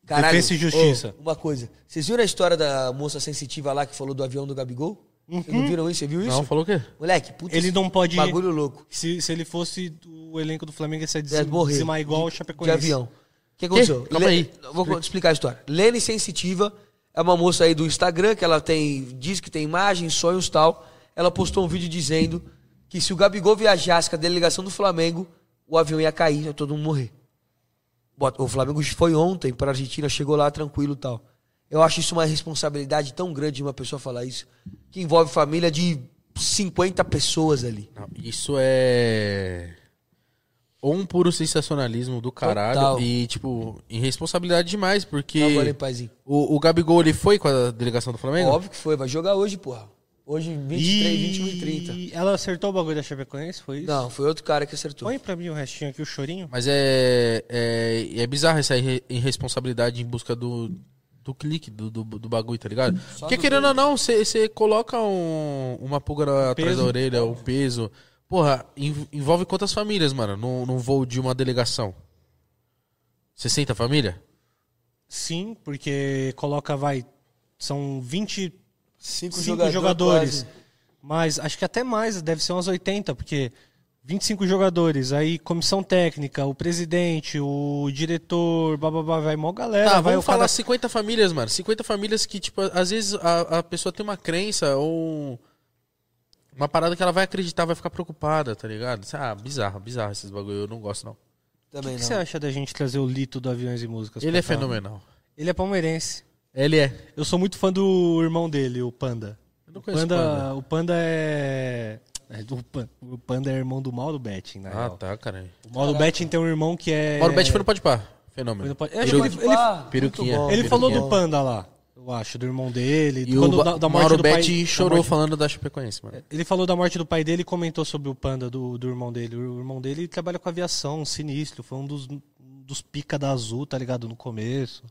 Speaker 1: Defesa e Justiça.
Speaker 3: ô, uma coisa. Vocês viram a história da moça sensitiva lá que falou do avião do Gabigol? Vocês não viram isso? Você viu isso?
Speaker 2: Não, falou o quê?
Speaker 3: Moleque, puta.
Speaker 1: Uhum. Ele não pode ir.
Speaker 3: Bagulho louco.
Speaker 1: Se, se ele fosse o elenco do Flamengo, ia ser
Speaker 3: Deve morrer.
Speaker 1: dizimar igual o
Speaker 3: De
Speaker 1: Chapecoense.
Speaker 3: avião. O que aconteceu?
Speaker 2: Calma
Speaker 3: Le-
Speaker 2: aí.
Speaker 3: Vou co- explicar a história. Lene Sensitiva é uma moça aí do Instagram que ela tem, diz que tem imagens, sonhos e tal. Ela postou um vídeo dizendo que se o Gabigol viajasse com a delegação do Flamengo, o avião ia cair e todo mundo morrer. Bota- O Flamengo foi ontem para a Argentina, chegou lá tranquilo e tal. Eu acho isso uma responsabilidade tão grande de uma pessoa falar isso, que envolve família de 50 pessoas ali.
Speaker 2: Não, isso é ou um puro sensacionalismo do caralho
Speaker 3: Total.
Speaker 2: e, tipo, irresponsabilidade demais,
Speaker 3: Agora, hein,
Speaker 2: porque
Speaker 3: paizinho.
Speaker 2: o, o Gabigol, ele foi com a delegação do
Speaker 1: Tá
Speaker 2: Flamengo?
Speaker 3: Óbvio que foi, vai jogar hoje, porra. Hoje, 23, 21 e 30.
Speaker 1: E ela acertou o bagulho da Chapecoense, foi isso?
Speaker 3: Não, foi outro cara que acertou.
Speaker 1: Põe pra mim o restinho aqui, o chorinho.
Speaker 2: Mas é, é, é bizarro essa irre- irresponsabilidade em busca do, do clique, do, do, do bagulho, tá ligado? Porque querendo ou não, você coloca um- uma pulga na- atrás da orelha, um peso. Porra, en- envolve quantas famílias, mano, num, num voo de uma delegação? 60 família?
Speaker 1: Sim, porque coloca, vai. São 25
Speaker 3: Cinco,
Speaker 1: jogadores.
Speaker 3: quase.
Speaker 1: Mas acho que até mais, deve ser umas 80, porque 25 jogadores, aí comissão técnica, o presidente, o diretor, bababá, vai mó galera.
Speaker 2: Tá,
Speaker 1: É, vai o
Speaker 2: vamos
Speaker 1: cara-
Speaker 2: falar 50 famílias, mano. 50 famílias que, tipo, às vezes a, a pessoa tem uma crença ou uma parada que ela vai acreditar, vai ficar preocupada, tá ligado? Ah, bizarro, bizarro esses bagulho, eu não gosto, não.
Speaker 1: O
Speaker 3: Também
Speaker 1: que que
Speaker 3: não.
Speaker 1: você acha da gente trazer o Lito do Aviões e Músicas?
Speaker 2: Ele
Speaker 1: pra
Speaker 2: é
Speaker 1: cá?
Speaker 2: fenomenal.
Speaker 1: Ele é palmeirense.
Speaker 2: Ele é.
Speaker 1: Eu sou muito fã do irmão dele, o Panda.
Speaker 2: Eu não
Speaker 1: O
Speaker 2: conheço
Speaker 1: Panda,
Speaker 2: Panda.
Speaker 1: O Panda é... é do Pan- O Panda é irmão do Mauro Betting, na
Speaker 2: Ah,
Speaker 1: real.
Speaker 2: tá, caralho.
Speaker 1: O Mauro Betting tem um irmão que é...
Speaker 2: Mauro Betti foi no Pode
Speaker 1: Foi no
Speaker 2: Fenômeno.
Speaker 1: Pod- Eu acho que ele- ele-
Speaker 3: Ah, muito
Speaker 2: peruquinha.
Speaker 3: bom.
Speaker 1: Ele
Speaker 2: Ele
Speaker 1: falou
Speaker 2: falou.
Speaker 1: do Panda lá, eu acho, do irmão dele.
Speaker 2: E
Speaker 1: do-
Speaker 2: o
Speaker 1: quando-
Speaker 2: Ba-
Speaker 1: da, da morte
Speaker 2: Mauro
Speaker 1: do pai-
Speaker 2: Betti
Speaker 1: da
Speaker 2: chorou
Speaker 1: morte-
Speaker 2: falando da Chapecoense, mano.
Speaker 1: Ele falou da morte do pai dele e comentou sobre o Panda do, do irmão dele. O irmão dele trabalha com aviação, sinistro. Foi um dos, um dos pica da Azul, tá ligado? No começo.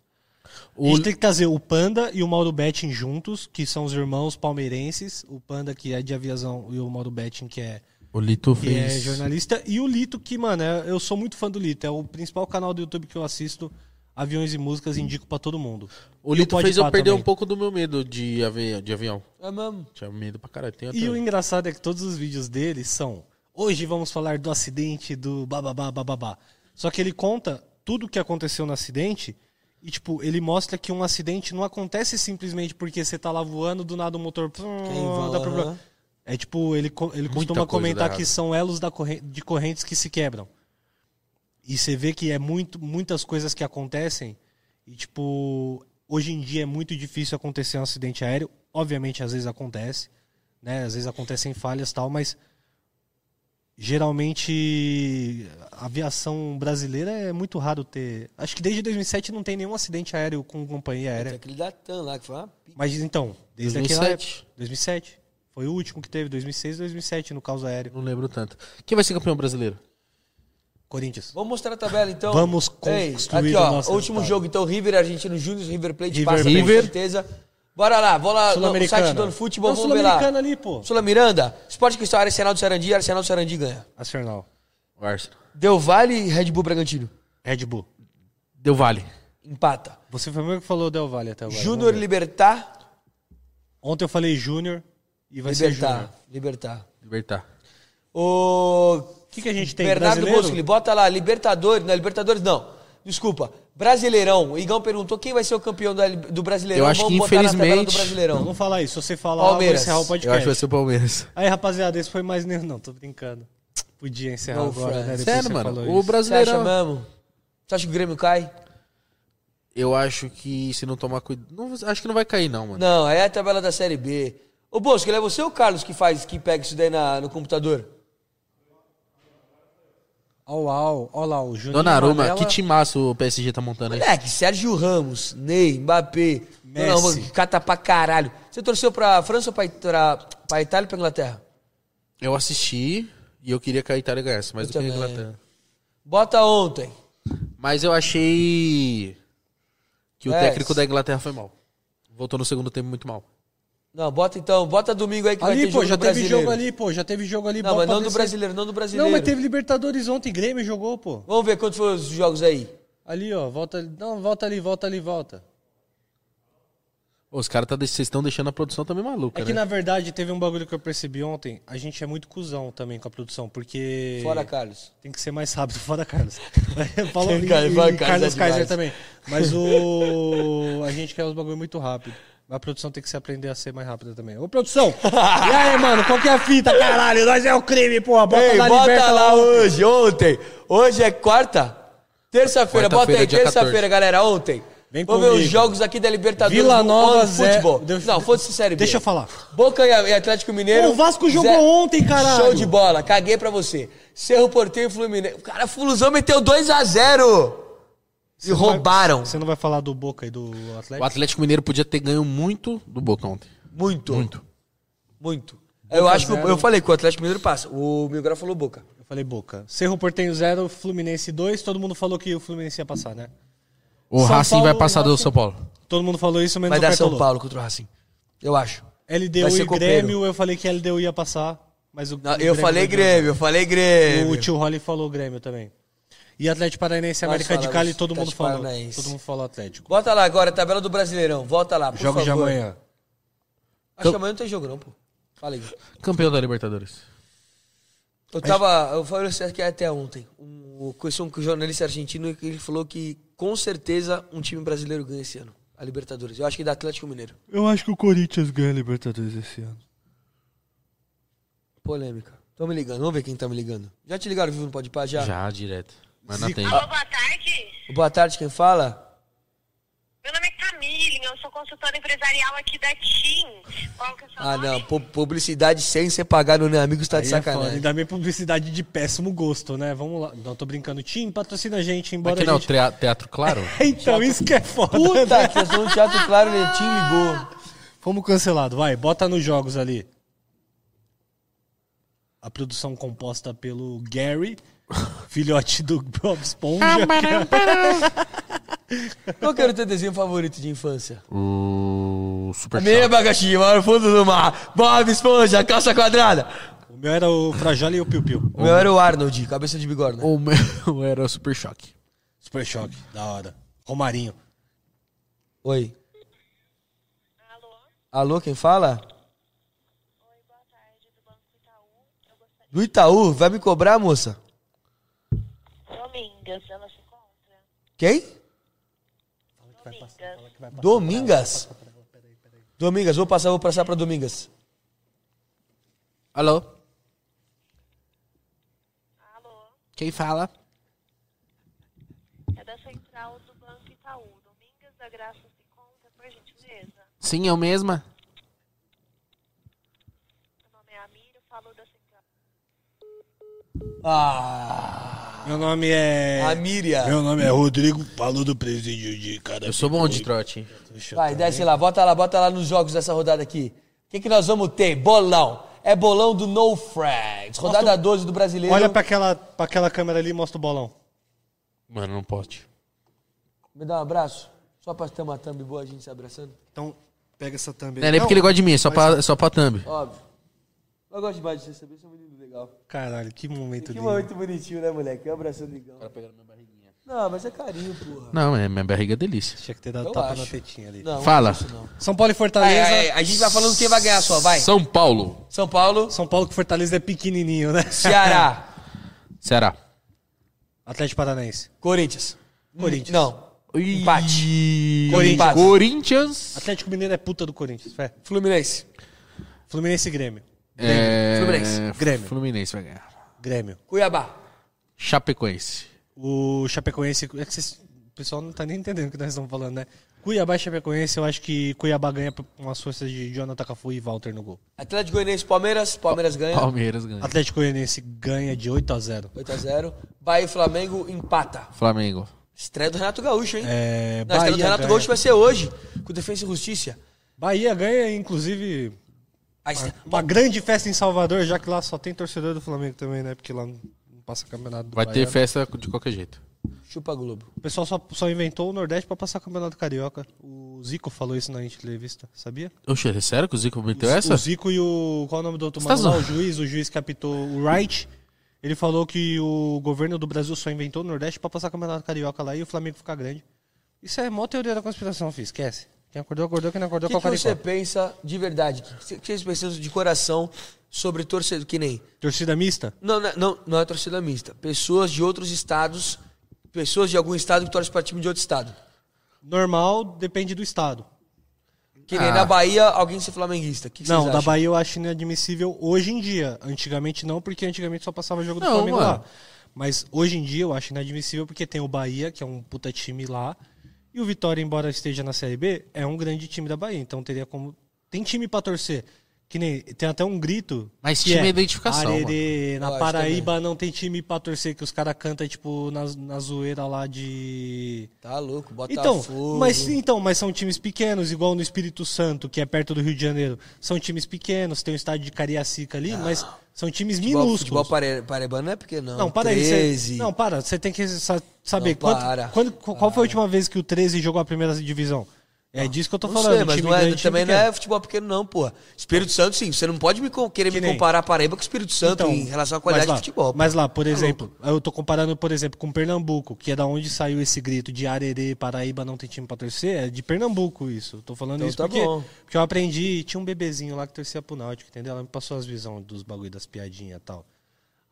Speaker 1: A
Speaker 2: O,
Speaker 1: gente tem que trazer o Panda e o Mauro Betting juntos, que são os irmãos palmeirenses. O Panda, que é de aviação, e o Mauro Betting, que é,
Speaker 2: o Lito
Speaker 1: que é
Speaker 2: fez.
Speaker 1: jornalista. E o Lito, que, mano, é- eu sou muito fã do Lito. É o principal canal do YouTube que eu assisto. Aviões e músicas, indico pra todo mundo.
Speaker 2: O
Speaker 1: E
Speaker 2: Lito
Speaker 1: Pode
Speaker 2: fez eu
Speaker 1: Pá
Speaker 2: perder
Speaker 1: também.
Speaker 2: um pouco do meu medo de, avi... de avião.
Speaker 3: É mesmo.
Speaker 2: Tinha medo pra caralho. Tenho até
Speaker 1: E o
Speaker 2: hoje.
Speaker 1: engraçado é que todos os vídeos dele são. Hoje vamos falar do acidente do bababá, bababá. Só que ele conta tudo o que aconteceu no acidente. E, tipo, ele mostra que um acidente não acontece simplesmente porque você tá lá voando, do nada o motor.
Speaker 3: voa,
Speaker 1: dá problema.
Speaker 3: aham.
Speaker 1: É tipo, ele, co- ele
Speaker 2: Muita
Speaker 1: costuma
Speaker 2: coisa
Speaker 1: comentar
Speaker 2: dá
Speaker 1: que
Speaker 2: errado.
Speaker 1: são elos da corren- de correntes que se quebram. E você vê que é muito, muitas coisas que acontecem. E, tipo, hoje em dia é muito difícil acontecer um acidente aéreo. Obviamente, às vezes acontece. Né? Às vezes acontecem falhas e tal, mas geralmente a aviação brasileira é muito raro ter. Acho que desde 2007 não tem nenhum acidente aéreo com companhia
Speaker 3: Tem
Speaker 1: aérea.
Speaker 3: aquele da TAM lá que foi uma pica.
Speaker 1: Mas então, desde aquela época.
Speaker 2: 2007.
Speaker 1: 2007. Foi o último que teve, 2006 2007, no caos aéreo.
Speaker 2: Não lembro tanto. Quem vai ser campeão brasileiro?
Speaker 1: Corinthians.
Speaker 3: Vamos mostrar a tabela então.
Speaker 1: Vamos
Speaker 3: Ei,
Speaker 1: construir
Speaker 3: aqui,
Speaker 1: o
Speaker 3: ó,
Speaker 1: nosso
Speaker 3: último
Speaker 1: resultado.
Speaker 3: jogo então River Argentino Júnior River Plate
Speaker 1: River
Speaker 3: passa
Speaker 1: Plate.
Speaker 3: com certeza. Bora lá, vou lá no
Speaker 1: Sul-Americana.
Speaker 3: Ah, site do futebol,
Speaker 1: Não,
Speaker 3: vamos ver lá.
Speaker 1: Sul-Americana ali, pô.
Speaker 3: Sula Miranda, Sport Cristal, Arsenal do Sarandi, Arsenal do Sarandi ganha.
Speaker 1: Arsenal.
Speaker 2: O Arsenal.
Speaker 3: Deu Vale e Red Bull Bragantino.
Speaker 1: Red Bull.
Speaker 2: Deu vale.
Speaker 3: Empata.
Speaker 1: Você foi o meu que falou Del Valle até agora.
Speaker 3: Júnior
Speaker 1: vamos ver.
Speaker 3: Libertar,
Speaker 1: Ontem eu falei Júnior e vai ser Júnior.
Speaker 3: Libertar, Libertar.
Speaker 2: Libertar.
Speaker 3: O
Speaker 1: que que a gente tem?
Speaker 3: Bernardo
Speaker 1: Brasileiro?
Speaker 3: Bosco, bota lá Libertadores, não, é Libertadores não. Desculpa. Brasileirão. O Igão perguntou quem vai ser o campeão da- do Brasileirão.
Speaker 2: Eu acho
Speaker 3: Vamos
Speaker 2: que,
Speaker 3: botar na tabela do
Speaker 2: infelizmente,
Speaker 1: Não,
Speaker 3: Brasileirão.
Speaker 1: vamos falar isso. Se você falar, eu vou
Speaker 3: Palmeiras.
Speaker 1: encerrar o
Speaker 2: Eu acho que vai
Speaker 1: podcast.
Speaker 2: ser o Palmeiras.
Speaker 1: Aí, rapaziada, esse foi mais... nenhum. Não, tô brincando. Podia encerrar
Speaker 3: Não,
Speaker 1: agora,
Speaker 3: Fran.
Speaker 1: né? depois
Speaker 2: Sério,
Speaker 1: você
Speaker 2: mano.
Speaker 1: falou
Speaker 2: O
Speaker 1: isso.
Speaker 3: Você acha
Speaker 2: brasileirão.
Speaker 3: mesmo? Você acha que o Grêmio cai?
Speaker 2: Eu acho que se não tomar cuidado. não- Acho que não vai cair, não, mano.
Speaker 3: Não, aí é a tabela da Série B. Ô, Bosco, é você ou o Carlos que faz, que pega isso daí na- no computador?
Speaker 1: Ó, ó, ó lá, o Júnior.
Speaker 2: Donnarumma,
Speaker 1: Varela.
Speaker 2: que timaço o PSG tá montando aí.
Speaker 3: Moleque, Sérgio Ramos, Ney, Mbappé,
Speaker 1: Messi.
Speaker 3: Messi. cata pra caralho. Você torceu pra França ou pra, Ita- pra Itália ou pra Inglaterra?
Speaker 2: Eu assisti e eu queria que a Itália ganhasse, mas do
Speaker 3: Eu
Speaker 2: que a
Speaker 3: também.
Speaker 2: Inglaterra.
Speaker 3: Bota ontem.
Speaker 2: Mas eu achei que o
Speaker 3: É.
Speaker 2: técnico da Inglaterra foi mal. Voltou no segundo tempo muito mal.
Speaker 3: Não, bota então, bota domingo aí que vai ter
Speaker 1: Ali, pô,
Speaker 3: jogo
Speaker 1: já
Speaker 3: do
Speaker 1: teve
Speaker 3: brasileiro.
Speaker 1: jogo ali, pô. Já teve jogo ali.
Speaker 3: Não,
Speaker 1: bom
Speaker 3: mas
Speaker 1: pra
Speaker 3: não do
Speaker 1: descer.
Speaker 3: brasileiro, não do brasileiro.
Speaker 1: Não, mas teve Libertadores ontem. Grêmio jogou, pô.
Speaker 3: Vamos ver quantos foram os jogos aí.
Speaker 1: Ali, ó. Volta ali. Não, volta ali, volta ali, volta.
Speaker 2: Ô, Os caras tá, de- vocês estão deixando a produção também maluca,
Speaker 1: É que
Speaker 2: né?
Speaker 1: na verdade teve um bagulho que eu percebi ontem. A gente é muito cuzão também com a produção, porque.
Speaker 3: Fora, Carlos.
Speaker 1: Tem que ser mais rápido, fora Carlos. Fala
Speaker 3: Quem
Speaker 1: e,
Speaker 3: cai,
Speaker 1: e
Speaker 3: vai,
Speaker 1: Carlos
Speaker 3: Carlos, é
Speaker 1: Kaiser
Speaker 3: demais.
Speaker 1: também. Mas o. A gente quer os bagulho muito rápido. A produção tem que se aprender a ser mais rápida também. Ô, produção! e aí, mano, qual que é a fita, caralho? Nós é o crime, porra! Bota
Speaker 3: Ei,
Speaker 1: lá,
Speaker 3: bota
Speaker 1: liberta
Speaker 3: lá
Speaker 1: lá. o-
Speaker 3: hoje, ontem. Hoje é quarta? Terça-feira, bota
Speaker 2: Quarta-feira,
Speaker 3: aí,
Speaker 2: dia
Speaker 3: terça-feira, galera, ontem.
Speaker 1: Vem
Speaker 3: Vou ver
Speaker 1: comigo.
Speaker 3: os jogos aqui da Libertadores.
Speaker 1: Vila
Speaker 3: do
Speaker 1: Nova,
Speaker 3: ano,
Speaker 1: Zé-
Speaker 3: futebol.
Speaker 1: Deixa-
Speaker 3: Não, foda-se Série B.
Speaker 1: Deixa eu falar.
Speaker 3: Boca e e Atlético Mineiro.
Speaker 1: Pô, o Vasco jogou ontem, caralho.
Speaker 3: Show de bola, caguei pra você. Cerro Porteiro e Fluminense. Cara, Fuluzão meteu 2x0. E roubaram.
Speaker 1: Você não vai falar do Boca e do Atlético?
Speaker 2: O Atlético Mineiro podia ter ganho muito do Boca ontem.
Speaker 3: Muito.
Speaker 2: Muito.
Speaker 3: Muito. Eu acho que eu- eu falei que o Atlético Mineiro passa. O Miguel falou boca.
Speaker 1: Eu falei Boca. Cerro Portenho 0, Fluminense 2. Todo mundo falou que o Fluminense ia passar, né?
Speaker 2: O
Speaker 1: São
Speaker 2: Racing
Speaker 1: Paulo-
Speaker 2: vai passar do São Paulo.
Speaker 1: Todo mundo falou isso, menos
Speaker 3: Vai
Speaker 1: o
Speaker 3: dar São
Speaker 1: Cartolo.
Speaker 3: Paulo contra o Racing. Eu acho. Vai
Speaker 1: LDU
Speaker 3: ser
Speaker 1: e
Speaker 3: copeiro.
Speaker 1: Grêmio, eu falei que LDU ia passar, mas o
Speaker 3: Não,
Speaker 1: o
Speaker 3: eu falei
Speaker 1: ganhou.
Speaker 3: Grêmio, eu falei Grêmio.
Speaker 1: O tio Rolly falou Grêmio também. E Atlético Paranaense,
Speaker 3: Nós
Speaker 1: América de
Speaker 3: falamos
Speaker 1: Cali, todo mundo
Speaker 3: Atlético
Speaker 1: falou.
Speaker 3: Paranaense.
Speaker 1: Todo mundo falou Atlético.
Speaker 3: Bota lá agora, tabela do Brasileirão. Volta lá, por
Speaker 1: Jogos de
Speaker 3: favor. É
Speaker 1: amanhã. é
Speaker 3: Acho que amanhã não tem jogo não, pô. Fala aí.
Speaker 2: Campeão da Libertadores.
Speaker 3: Eu tava. Eu falei isso aqui até ontem. Um, eu conheci um jornalista argentino que ele falou que com certeza um time brasileiro ganha esse ano. A Libertadores. Eu acho que é da Atlético Mineiro.
Speaker 4: Eu acho que o Corinthians ganha a Libertadores esse ano.
Speaker 3: Polêmica. Tô me ligando, vamos ver quem tá me ligando. Já te ligaram vivo no Pode Pá? Já?
Speaker 2: Já, direto. Mas não tem.
Speaker 1: Ah,
Speaker 6: Alô, boa tarde.
Speaker 3: Boa tarde, quem fala?
Speaker 6: Meu nome é Camille, eu sou consultora empresarial aqui da TIM. Qual que é o seu
Speaker 3: Ah,
Speaker 6: nome?
Speaker 3: não. pu- Publicidade sem ser pagar no Ney Amigos tá de
Speaker 1: Aí é foda.
Speaker 3: sacanagem.
Speaker 1: Ainda bem publicidade de péssimo gosto, né? Vamos lá. Não, tô brincando. Tim, patrocina a gente, embora
Speaker 2: Mas que
Speaker 1: a
Speaker 2: não,
Speaker 1: gente...
Speaker 2: teatro, teatro claro?
Speaker 1: Então, isso que é foda.
Speaker 3: Puta que eu sou no Teatro Claro, ele te ligou.
Speaker 1: Fomos cancelados, vai. Bota nos jogos ali. A produção composta pelo Gary, filhote do Bob Esponja.
Speaker 3: Qual que era o teu desenho favorito de infância?
Speaker 2: o Super
Speaker 3: Meia
Speaker 2: Choque.
Speaker 3: abacaxi, mora no fundo do mar. Bob Esponja, calça quadrada.
Speaker 1: o meu era o Frajola e o Piu Piu.
Speaker 3: O meu era o Arnold, cabeça de bigorna.
Speaker 2: O meu era o Super Choque.
Speaker 1: Super choque, da hora. Romarinho.
Speaker 3: Oi.
Speaker 6: Alô?
Speaker 3: Alô, quem fala?
Speaker 6: Oi, boa tarde, do Banco Itaú. Eu gostaria...
Speaker 3: Do Itaú, vai me cobrar, moça?
Speaker 6: é Domingas, ela se encontra?
Speaker 3: Quem?
Speaker 6: Domingas.
Speaker 3: Domingas. Domingas, vou passar, vou passar pra Domingas.
Speaker 2: Alô?
Speaker 6: Alô?
Speaker 2: Quem fala?
Speaker 6: É da central do Banco Itaú. Domingas da Graça se encontra, por gentileza.
Speaker 2: Sim, eu mesma.
Speaker 6: Meu nome é Amílio, falo da central.
Speaker 3: Ah,
Speaker 1: Meu nome é.
Speaker 3: a Miriam.
Speaker 1: Meu nome é Rodrigo, falou do presídio de cada.
Speaker 2: Eu sou bom de trote. hein?
Speaker 3: Vai, desce lá, bota lá, bota lá nos jogos dessa rodada aqui. O que, que nós vamos ter? Bolão. É bolão do No Frags. Rodada 12 do brasileiro.
Speaker 1: Olha pra aquela, pra aquela câmera ali e mostra o bolão.
Speaker 2: Mano, não pode.
Speaker 3: Me dá um abraço. Só pra ter uma thumb boa, a gente se abraçando.
Speaker 4: Então, pega essa thumb
Speaker 2: Não é nem porque ele gosta de mim, é só pra, só pra thumb.
Speaker 3: Óbvio. Eu gosto demais de você saber, você é um menino legal.
Speaker 1: Caralho, que momento
Speaker 3: Que
Speaker 1: lindo.
Speaker 3: momento bonitinho, né, moleque? Um abraço legal. Não, mas é carinho, porra.
Speaker 2: Não, é, minha barriga é delícia.
Speaker 1: Tinha que ter dado
Speaker 3: Eu
Speaker 1: tapa
Speaker 3: acho.
Speaker 1: na tetinha ali.
Speaker 3: Não,
Speaker 2: Fala.
Speaker 3: não é isso, não.
Speaker 1: São Paulo e Fortaleza.
Speaker 3: Ai, ai, É, a gente vai falando quem vai ganhar só, vai.
Speaker 2: São Paulo,
Speaker 3: São Paulo,
Speaker 1: São Paulo que Fortaleza é pequenininho, né?
Speaker 3: Ceará,
Speaker 2: Ceará.
Speaker 1: Atlético Paranaense.
Speaker 3: Corinthians.
Speaker 1: Corinthians.
Speaker 3: Não. Empate.
Speaker 2: E-
Speaker 3: Corinthians.
Speaker 2: Corinthians.
Speaker 1: Atlético Mineiro é puta do Corinthians, fé.
Speaker 3: Fluminense.
Speaker 1: Fluminense e Grêmio.
Speaker 2: É,
Speaker 3: Fluminense.
Speaker 1: Grêmio.
Speaker 2: Fluminense vai ganhar.
Speaker 1: Grêmio.
Speaker 3: Cuiabá.
Speaker 2: Chapecoense.
Speaker 1: O Chapecoense. É que vocês- o pessoal não tá nem entendendo o que nós estamos falando, né? Cuiabá e Chapecoense, eu acho que Cuiabá ganha por umas forças de Jonathan Cafu e Walter no gol.
Speaker 3: Atlético Goianiense, Palmeiras. Palmeiras ganha.
Speaker 2: Palmeiras ganha.
Speaker 1: Atlético Goianiense ganha de 8 a 0.
Speaker 3: 8x0. Bahia e Flamengo empata.
Speaker 2: Flamengo.
Speaker 3: Estreia do Renato Gaúcho, hein?
Speaker 1: É,
Speaker 3: Não, a estreia
Speaker 1: Bahia
Speaker 3: do Renato
Speaker 1: ganha.
Speaker 3: Gaúcho vai ser hoje, com Defesa e Justiça.
Speaker 1: Bahia ganha, inclusive,
Speaker 3: A estre-
Speaker 1: uma grande festa em Salvador, já que lá só tem torcedor do Flamengo também, né? Porque lá não não passa campeonato do
Speaker 2: Vai ter
Speaker 1: Baiano.
Speaker 2: festa de qualquer jeito.
Speaker 3: Chupa Globo.
Speaker 1: O pessoal só, só inventou o Nordeste pra passar campeonato carioca. O Zico falou isso na entrevista, sabia?
Speaker 2: Oxe, é sério que o Zico meteu
Speaker 1: O
Speaker 2: essa?
Speaker 1: Zico e o. Qual é o nome do outro
Speaker 2: Você
Speaker 1: mano?
Speaker 2: tá
Speaker 1: lá, o
Speaker 2: zoando?
Speaker 1: juiz, o juiz que apitou o Wright. Ele falou que o governo do Brasil só inventou o Nordeste pra passar campeonato carioca lá e o Flamengo ficar grande. Isso é mó teoria da conspiração, filho. Esquece. Quem acordou, acordou. Quem não
Speaker 3: O
Speaker 1: acordou,
Speaker 3: que,
Speaker 1: com
Speaker 3: que
Speaker 1: o
Speaker 3: você
Speaker 1: você...
Speaker 3: pensa de verdade? O que, que vocês pensam de coração sobre torcedor? Que nem.
Speaker 1: Torcida mista?
Speaker 3: Não, não, não, não é torcida mista. Pessoas de outros estados, pessoas de algum estado que torcem para time de outro estado.
Speaker 1: Normal, depende do estado.
Speaker 3: Que nem
Speaker 2: Ah.
Speaker 3: na Bahia, alguém ser flamenguista. O que, que
Speaker 1: não,
Speaker 3: vocês
Speaker 1: da
Speaker 3: acham?
Speaker 1: Bahia eu acho inadmissível hoje em dia. Antigamente não, porque antigamente só passava jogo do
Speaker 2: Não,
Speaker 1: Flamengo
Speaker 2: mano.
Speaker 1: lá. Mas hoje em dia eu acho inadmissível porque tem o Bahia, que é um puta time lá, E o Vitória, embora esteja na Série B, é um grande time da Bahia. Então teria como. Tem time pra torcer. Que nem. Tem até um grito.
Speaker 2: Mas
Speaker 1: que
Speaker 2: time é identificação,
Speaker 1: Arerê, na
Speaker 3: Eu acho
Speaker 1: Paraíba não tem time pra torcer, que os caras cantam, tipo, na, na zoeira lá de.
Speaker 3: Tá louco,
Speaker 1: Então,
Speaker 3: Botafogo.
Speaker 1: mas, então, mas são times pequenos, igual no Espírito Santo, que é perto do Rio de Janeiro. São times pequenos, tem o estádio de Cariacica ali, mas são times
Speaker 3: Futebol,
Speaker 1: minúsculos.
Speaker 3: futebol pare- paraibano não é porque não.
Speaker 1: Não, para aí.
Speaker 3: 13.
Speaker 1: Cê, não, para. Você tem que sa- saber.
Speaker 3: Não,
Speaker 1: quanto-
Speaker 3: para. Ah.
Speaker 1: quando- qual foi a última vez que o 13 jogou a primeira divisão? É disso que eu tô
Speaker 3: Não
Speaker 1: falando.
Speaker 3: sei, mas
Speaker 1: time
Speaker 3: não é-
Speaker 1: grande, time
Speaker 3: também não
Speaker 1: pequeno.
Speaker 3: é futebol pequeno, não, porra. Espírito Santo, sim. Você não pode me com- querer
Speaker 1: Que
Speaker 3: me
Speaker 1: nem- Então,
Speaker 3: comparar a Paraíba com o Espírito Santo em relação à qualidade
Speaker 1: mas lá,
Speaker 3: de futebol. pô. Tá
Speaker 1: Mas lá, por exemplo, eu tô comparando, por exemplo, com Pernambuco, que é da onde saiu esse grito de Arerê, Paraíba não tem time pra torcer, é de Pernambuco isso. Eu Tô falando
Speaker 3: Então
Speaker 1: isso
Speaker 3: tá
Speaker 1: porque,
Speaker 3: bom.
Speaker 1: porque eu aprendi, tinha um bebezinho lá que torcia pro Náutico, entendeu? Ela me passou as visões dos bagulho das piadinhas e tal.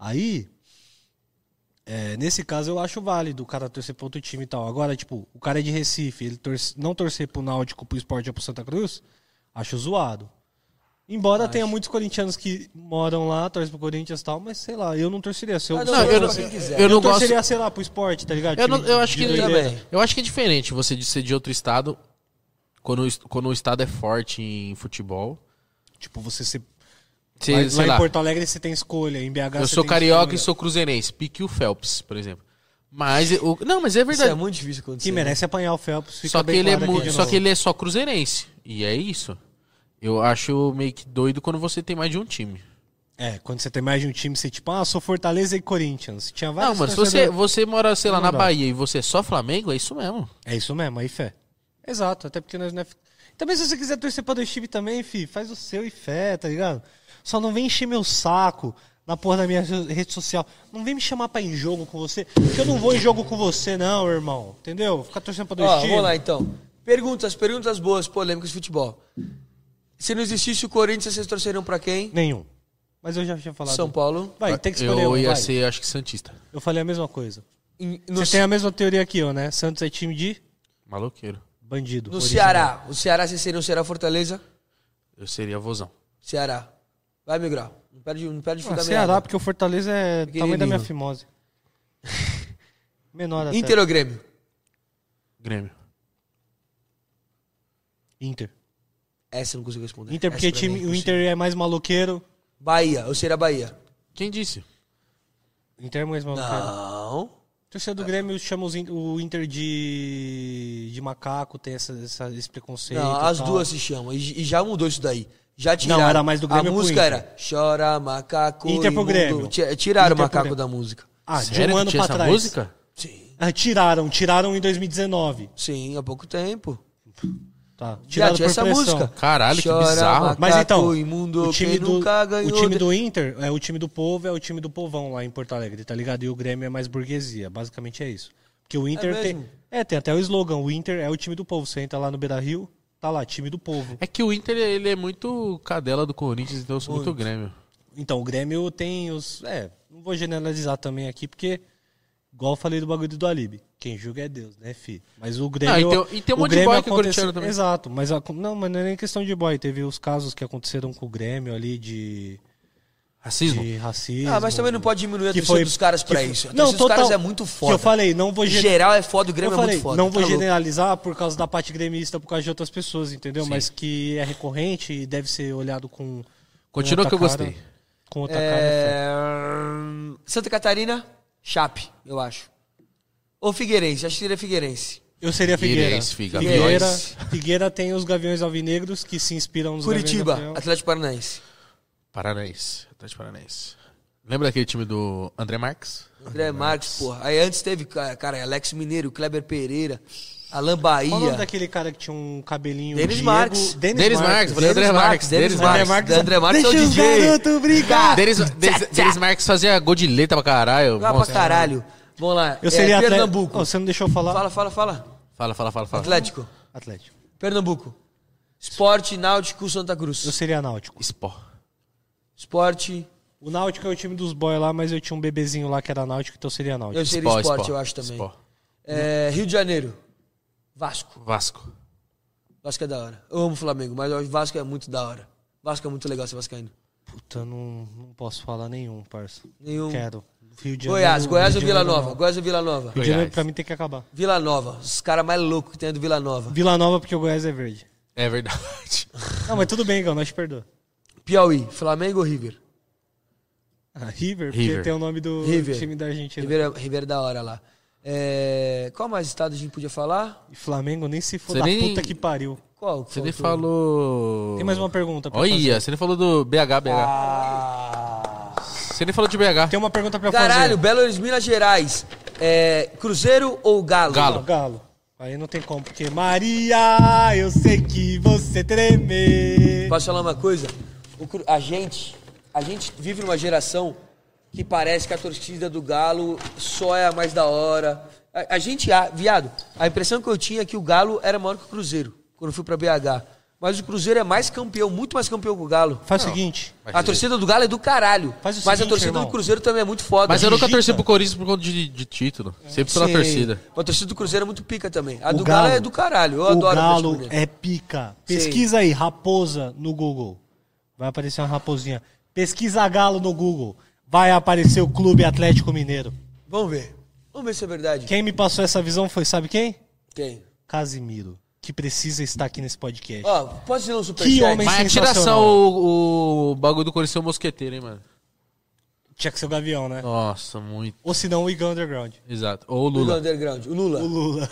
Speaker 1: Aí, é, nesse caso eu acho válido o cara torcer pra outro time e tal. Agora, tipo, o cara é de Recife, ele torce- não torcer pro Náutico, pro Esporte ou pro Santa Cruz, acho zoado. Embora tenha muitos corintianos que moram lá, torcem pro Corinthians e tal, mas sei lá, eu não torceria. Se eu,
Speaker 3: Ah,
Speaker 1: se
Speaker 3: não,
Speaker 1: eu,
Speaker 2: eu não,
Speaker 3: quem quiser.
Speaker 2: eu não gosto.
Speaker 1: torceria, sei lá, pro esporte, tá ligado?
Speaker 2: Eu,
Speaker 1: Time
Speaker 2: não- eu acho
Speaker 1: de
Speaker 2: que
Speaker 1: doideira.
Speaker 3: também.
Speaker 2: eu acho que é diferente você de ser de outro estado quando, o est- quando o estado é forte em futebol.
Speaker 1: Tipo, você se.
Speaker 2: Você,
Speaker 1: lá
Speaker 2: sei
Speaker 1: lá em
Speaker 2: lá,
Speaker 1: Porto Alegre você tem escolha, em BH
Speaker 2: eu
Speaker 1: você
Speaker 2: sou
Speaker 1: tem né?
Speaker 2: carioca
Speaker 1: escolha.
Speaker 2: e sou cruzeirense, pique o Phelps, por exemplo. Mas o, não, mas é
Speaker 3: Isso é
Speaker 2: verdade.
Speaker 3: muito difícil acontecer.
Speaker 1: Que merece apanhar o Phelps. Fica
Speaker 2: só que
Speaker 1: bem
Speaker 2: ele é
Speaker 1: claro aqui
Speaker 2: mu-
Speaker 1: de
Speaker 2: só
Speaker 1: novo.
Speaker 2: que ele é só cruzeirense e é isso. Eu acho meio que doido quando você tem mais de um time.
Speaker 1: É, quando você tem mais de um time, você tipo, ah, sou Fortaleza e Corinthians. Tinha
Speaker 2: Não,
Speaker 1: vários.
Speaker 2: mano, se você,
Speaker 1: torcedores-
Speaker 2: você mora, sei lá,
Speaker 1: Não
Speaker 2: na
Speaker 1: dá.
Speaker 2: Bahia e você é só Flamengo, é isso mesmo.
Speaker 1: É isso mesmo, aí fé. Exato, até porque nós não é. fi- Também se você quiser torcer pra dois times também, fi, faz o seu e fé, tá ligado? Só não vem encher meu saco na porra da minha re- rede social. Não vem me chamar pra ir em jogo com você, porque eu não vou em jogo com você, não, irmão. Entendeu? Ficar torcendo pra dois
Speaker 3: Ó,
Speaker 1: times.
Speaker 3: vamos lá então. Perguntas, perguntas boas, polêmicas de futebol. Se não existisse o Corinthians, vocês torceriam pra quem?
Speaker 1: Nenhum. Mas eu já tinha falado.
Speaker 3: São Paulo.
Speaker 1: Vai, tem que escolher
Speaker 2: eu
Speaker 1: um,
Speaker 2: ia
Speaker 1: vai.
Speaker 2: ser, acho que Santista.
Speaker 1: Eu falei a mesma coisa.
Speaker 3: Em- no
Speaker 1: Você tem a mesma teoria que eu, né? Santos é time de
Speaker 2: Maloqueiro.
Speaker 1: bandido.
Speaker 3: no
Speaker 1: original.
Speaker 3: Ceará. O Ceará, vocês seriam o Ceará Fortaleza?
Speaker 2: Eu seria vozão.
Speaker 3: Ceará. Vai, migrar. Não perde, não perde
Speaker 1: Ah,
Speaker 3: fundamento.
Speaker 1: Ceará, porque o Fortaleza é do tamanho da minha
Speaker 3: Pequenininho. Então,
Speaker 1: fimose. Menor até.
Speaker 3: Inter ou Grêmio?
Speaker 2: Grêmio.
Speaker 1: Inter.
Speaker 3: Essa eu não consigo responder.
Speaker 1: Inter,
Speaker 3: Essa
Speaker 1: porque
Speaker 3: pra
Speaker 1: time-
Speaker 3: mim é
Speaker 1: o
Speaker 3: impossível.
Speaker 1: Inter é mais maloqueiro.
Speaker 3: Bahia. Eu seria Bahia.
Speaker 2: Quem disse?
Speaker 1: Inter é mais maloqueiro.
Speaker 3: Não.
Speaker 1: Torcedor do Grêmio chama os in- o Inter de, de macaco, tem essa, essa- esse preconceito.
Speaker 3: Não,
Speaker 1: e
Speaker 3: as
Speaker 1: tal.
Speaker 3: duas se chamam. E, e já mudou isso daí. Já tiraram.
Speaker 1: era mais do Grêmio
Speaker 3: A
Speaker 1: pro
Speaker 3: música
Speaker 1: Inter.
Speaker 3: era Chora Macaco.
Speaker 1: Inter pro
Speaker 3: imundo.
Speaker 1: Grêmio.
Speaker 3: Ti- Tiraram
Speaker 1: Inter
Speaker 3: o
Speaker 1: pro
Speaker 3: macaco
Speaker 1: Grêmio.
Speaker 3: da música.
Speaker 1: Ah, de
Speaker 2: que
Speaker 1: um ano
Speaker 2: tinha
Speaker 1: pra
Speaker 2: essa
Speaker 1: trás.
Speaker 2: música?
Speaker 3: Sim.
Speaker 1: Ah, tiraram, tiraram em 2019.
Speaker 3: Sim, há pouco tempo.
Speaker 1: Tá.
Speaker 3: Já
Speaker 1: Tiraram
Speaker 3: tinha
Speaker 1: por
Speaker 3: essa
Speaker 1: pressão.
Speaker 3: música.
Speaker 2: Caralho, que
Speaker 3: Chora,
Speaker 2: bizarro.
Speaker 3: Macaco,
Speaker 1: Mas então,
Speaker 3: imundo,
Speaker 1: o time,
Speaker 3: quem
Speaker 1: do,
Speaker 3: nunca
Speaker 1: o
Speaker 3: ganhou
Speaker 1: time
Speaker 3: de-
Speaker 1: do Inter é o time do povo, é o time do povão lá em Porto Alegre, tá ligado? E o Grêmio é mais burguesia, basicamente é isso. Porque o Inter
Speaker 3: mesmo?
Speaker 1: tem. É, tem até o slogan, o Inter é o time do povo. Você entra lá no Beira Rio, tá lá, time do povo.
Speaker 2: É que o Inter ele é muito cadela do Corinthians, então eu sou muito, Grêmio.
Speaker 1: Então, o Grêmio tem os. É, não vou generalizar também aqui, porque. Igual eu falei do bagulho do Alib. Quem julga é Deus, né, fi? Mas o Grêmio.
Speaker 2: e tem- e tem um
Speaker 1: o
Speaker 2: monte de
Speaker 1: Grêmio
Speaker 2: boy que é
Speaker 1: aconteceu-
Speaker 2: corintiano também.
Speaker 1: Exato, mas. a- não, mas não é nem questão de boy. Teve os casos que aconteceram com o Grêmio ali de.
Speaker 2: Racismo?
Speaker 1: de racismo.
Speaker 3: Ah, mas também não pode diminuir a
Speaker 1: Que
Speaker 3: torcida
Speaker 1: foi-
Speaker 3: dos caras
Speaker 1: que
Speaker 3: pra
Speaker 1: foi-
Speaker 3: isso. A
Speaker 1: Não,
Speaker 3: torcida dos
Speaker 1: total.
Speaker 3: caras é muito
Speaker 1: Que
Speaker 3: foda.
Speaker 1: eu falei, não vou gen-
Speaker 3: Geral é foda, o Grêmio
Speaker 1: eu falei,
Speaker 3: é muito foda.
Speaker 1: não vou
Speaker 3: tá louco.
Speaker 1: generalizar por causa da parte gremista, por causa de outras pessoas, entendeu? Mas que é recorrente e deve ser olhado com. com
Speaker 2: Continua
Speaker 1: outra
Speaker 2: que eu
Speaker 1: cara-
Speaker 2: gostei.
Speaker 1: Com outra cara.
Speaker 3: É... Santa Catarina, Chape, eu acho. Ou Figueirense, acho que seria Figueirense.
Speaker 1: Eu seria Figueira.
Speaker 2: Figueirense, Figa-
Speaker 1: Figueira,
Speaker 3: é Gaviões.
Speaker 1: Figueira tem os Gaviões Alvinegros que se inspiram nos
Speaker 3: Curitiba,
Speaker 1: Gaviões Alvinegros.
Speaker 3: Atlético Paranaense.
Speaker 2: Paranaense. Atlético Paranaense. Lembra daquele time do André Marques?
Speaker 3: André Marques, porra. Aí antes teve, ca- cara, Alex Mineiro, Kleber Pereira, Alain Bahia.
Speaker 1: Qual o nome daquele cara que tinha um cabelinho?
Speaker 3: Denis
Speaker 1: Diego-
Speaker 3: Marques.
Speaker 1: Denis,
Speaker 2: Denis Marques,
Speaker 1: Marques.
Speaker 2: falei André Marques.
Speaker 3: Denis Marques. André Marques é o
Speaker 1: Deixa os
Speaker 3: DJ.
Speaker 1: garotos brigar.
Speaker 2: Denis, Denis, Denis Marques fazia gol de letra pra caralho.
Speaker 3: Ah, pra
Speaker 2: monstro.
Speaker 3: caralho. Vamos lá.
Speaker 1: Eu seria
Speaker 3: é,
Speaker 1: atleta-
Speaker 3: Pernambuco.
Speaker 1: Oh, você não deixou eu falar?
Speaker 3: Fala, fala, fala.
Speaker 2: Fala, fala, fala, fala.
Speaker 3: Atlético.
Speaker 1: Atlético.
Speaker 3: Pernambuco. Esporte, Náutico, Santa Cruz.
Speaker 1: Eu seria Náutico.
Speaker 2: Sport.
Speaker 3: Esporte,
Speaker 1: O Náutico é o time dos boys lá, mas eu tinha um bebezinho lá que era Náutico, então seria Náutico.
Speaker 3: eu seria esporte, eu acho também.
Speaker 2: Sport.
Speaker 3: É, Rio de Janeiro. Vasco.
Speaker 2: Vasco.
Speaker 3: Vasco é da hora. Eu amo o Flamengo, mas eu acho que Vasco é muito da hora. Vasco é muito legal ser vascaíno.
Speaker 1: Puta, não, não posso falar nenhum, parça.
Speaker 3: Nenhum.
Speaker 1: Quero. Rio de
Speaker 3: Goiás,
Speaker 1: Janeiro-
Speaker 3: Goiás
Speaker 1: Rio
Speaker 3: ou
Speaker 1: de
Speaker 3: Vila
Speaker 1: Janeiro
Speaker 3: Nova? Goiás ou Vila Nova?
Speaker 1: Rio de Janeiro pra mim tem que acabar.
Speaker 3: Vila Nova. Os caras mais loucos que tem é do Vila Nova.
Speaker 1: Vila Nova porque o Goiás é verde.
Speaker 2: É verdade.
Speaker 1: Não, mas tudo bem, Gão, nós te perdoa.
Speaker 3: Piauí, Flamengo ou River?
Speaker 1: Ah, River, porque
Speaker 2: River.
Speaker 1: tem o nome do
Speaker 3: River.
Speaker 1: time da Argentina.
Speaker 3: River, é- River é da hora lá. É, qual mais estado a gente podia falar?
Speaker 1: E Flamengo nem se for
Speaker 2: Você
Speaker 1: da
Speaker 2: nem-
Speaker 1: puta que pariu.
Speaker 3: Qual? que
Speaker 2: Você nem
Speaker 3: faltou?
Speaker 2: falou.
Speaker 1: Tem mais uma pergunta pra fazer.
Speaker 2: Olha, você nem falou do BH, BH. Você nem falou de BH.
Speaker 1: Tem uma pergunta pra
Speaker 3: Caralho,
Speaker 1: fazer.
Speaker 3: Belo Horizonte, Minas Gerais. É, Cruzeiro ou Galo?
Speaker 2: Galo.
Speaker 1: Galo. Aí não tem como, porque Maria, eu sei que você treme.
Speaker 3: Posso falar uma coisa? O Cru- a gente, a gente vive numa geração que parece que a torcida do Galo só é a mais da hora. A, a gente, a- viado, a impressão que eu tinha é que o Galo era maior que o Cruzeiro quando eu fui pra BH. Mas o Cruzeiro é mais campeão, muito mais campeão que o Galo.
Speaker 1: Faz o seguinte,
Speaker 3: A torcida do Galo é do caralho.
Speaker 1: Faz o
Speaker 3: mas a
Speaker 1: seguinte,
Speaker 3: torcida
Speaker 1: irmão.
Speaker 3: do Cruzeiro também é muito foda.
Speaker 2: Mas eu nunca
Speaker 1: Digita.
Speaker 2: torci pro Corinthians por conta de, de título. Sempre pela
Speaker 3: Sim.
Speaker 2: torcida.
Speaker 3: Mas A torcida do Cruzeiro é muito pica também. A
Speaker 1: O
Speaker 3: do Galo,
Speaker 1: Galo-
Speaker 3: é do caralho. Eu
Speaker 1: o
Speaker 3: adoro a
Speaker 1: Galo
Speaker 3: torcida do
Speaker 1: é pica.
Speaker 3: Sim.
Speaker 1: Pesquisa aí, raposa no Google. Vai aparecer uma raposinha. Pesquisa Galo no Google. Vai aparecer o Clube Atlético Mineiro.
Speaker 3: Vamos ver. Vamos ver se é verdade.
Speaker 1: Quem me passou essa visão foi, sabe quem?
Speaker 3: Quem?
Speaker 1: Casimiro, que precisa estar aqui nesse podcast.
Speaker 3: Ó, posso ler um superchat?
Speaker 1: Que homem
Speaker 2: Mas é
Speaker 1: Sensacional.
Speaker 2: tiração o, o bagulho do Corinthians é o mosqueteiro, hein, mano?
Speaker 1: Tinha que ser o Gavião, né?
Speaker 2: Nossa, muito.
Speaker 1: Ou se não, o Igão Underground.
Speaker 2: Exato. Ou o
Speaker 3: Lula
Speaker 2: Lula.
Speaker 3: Underground. O Lula.
Speaker 1: O Lula.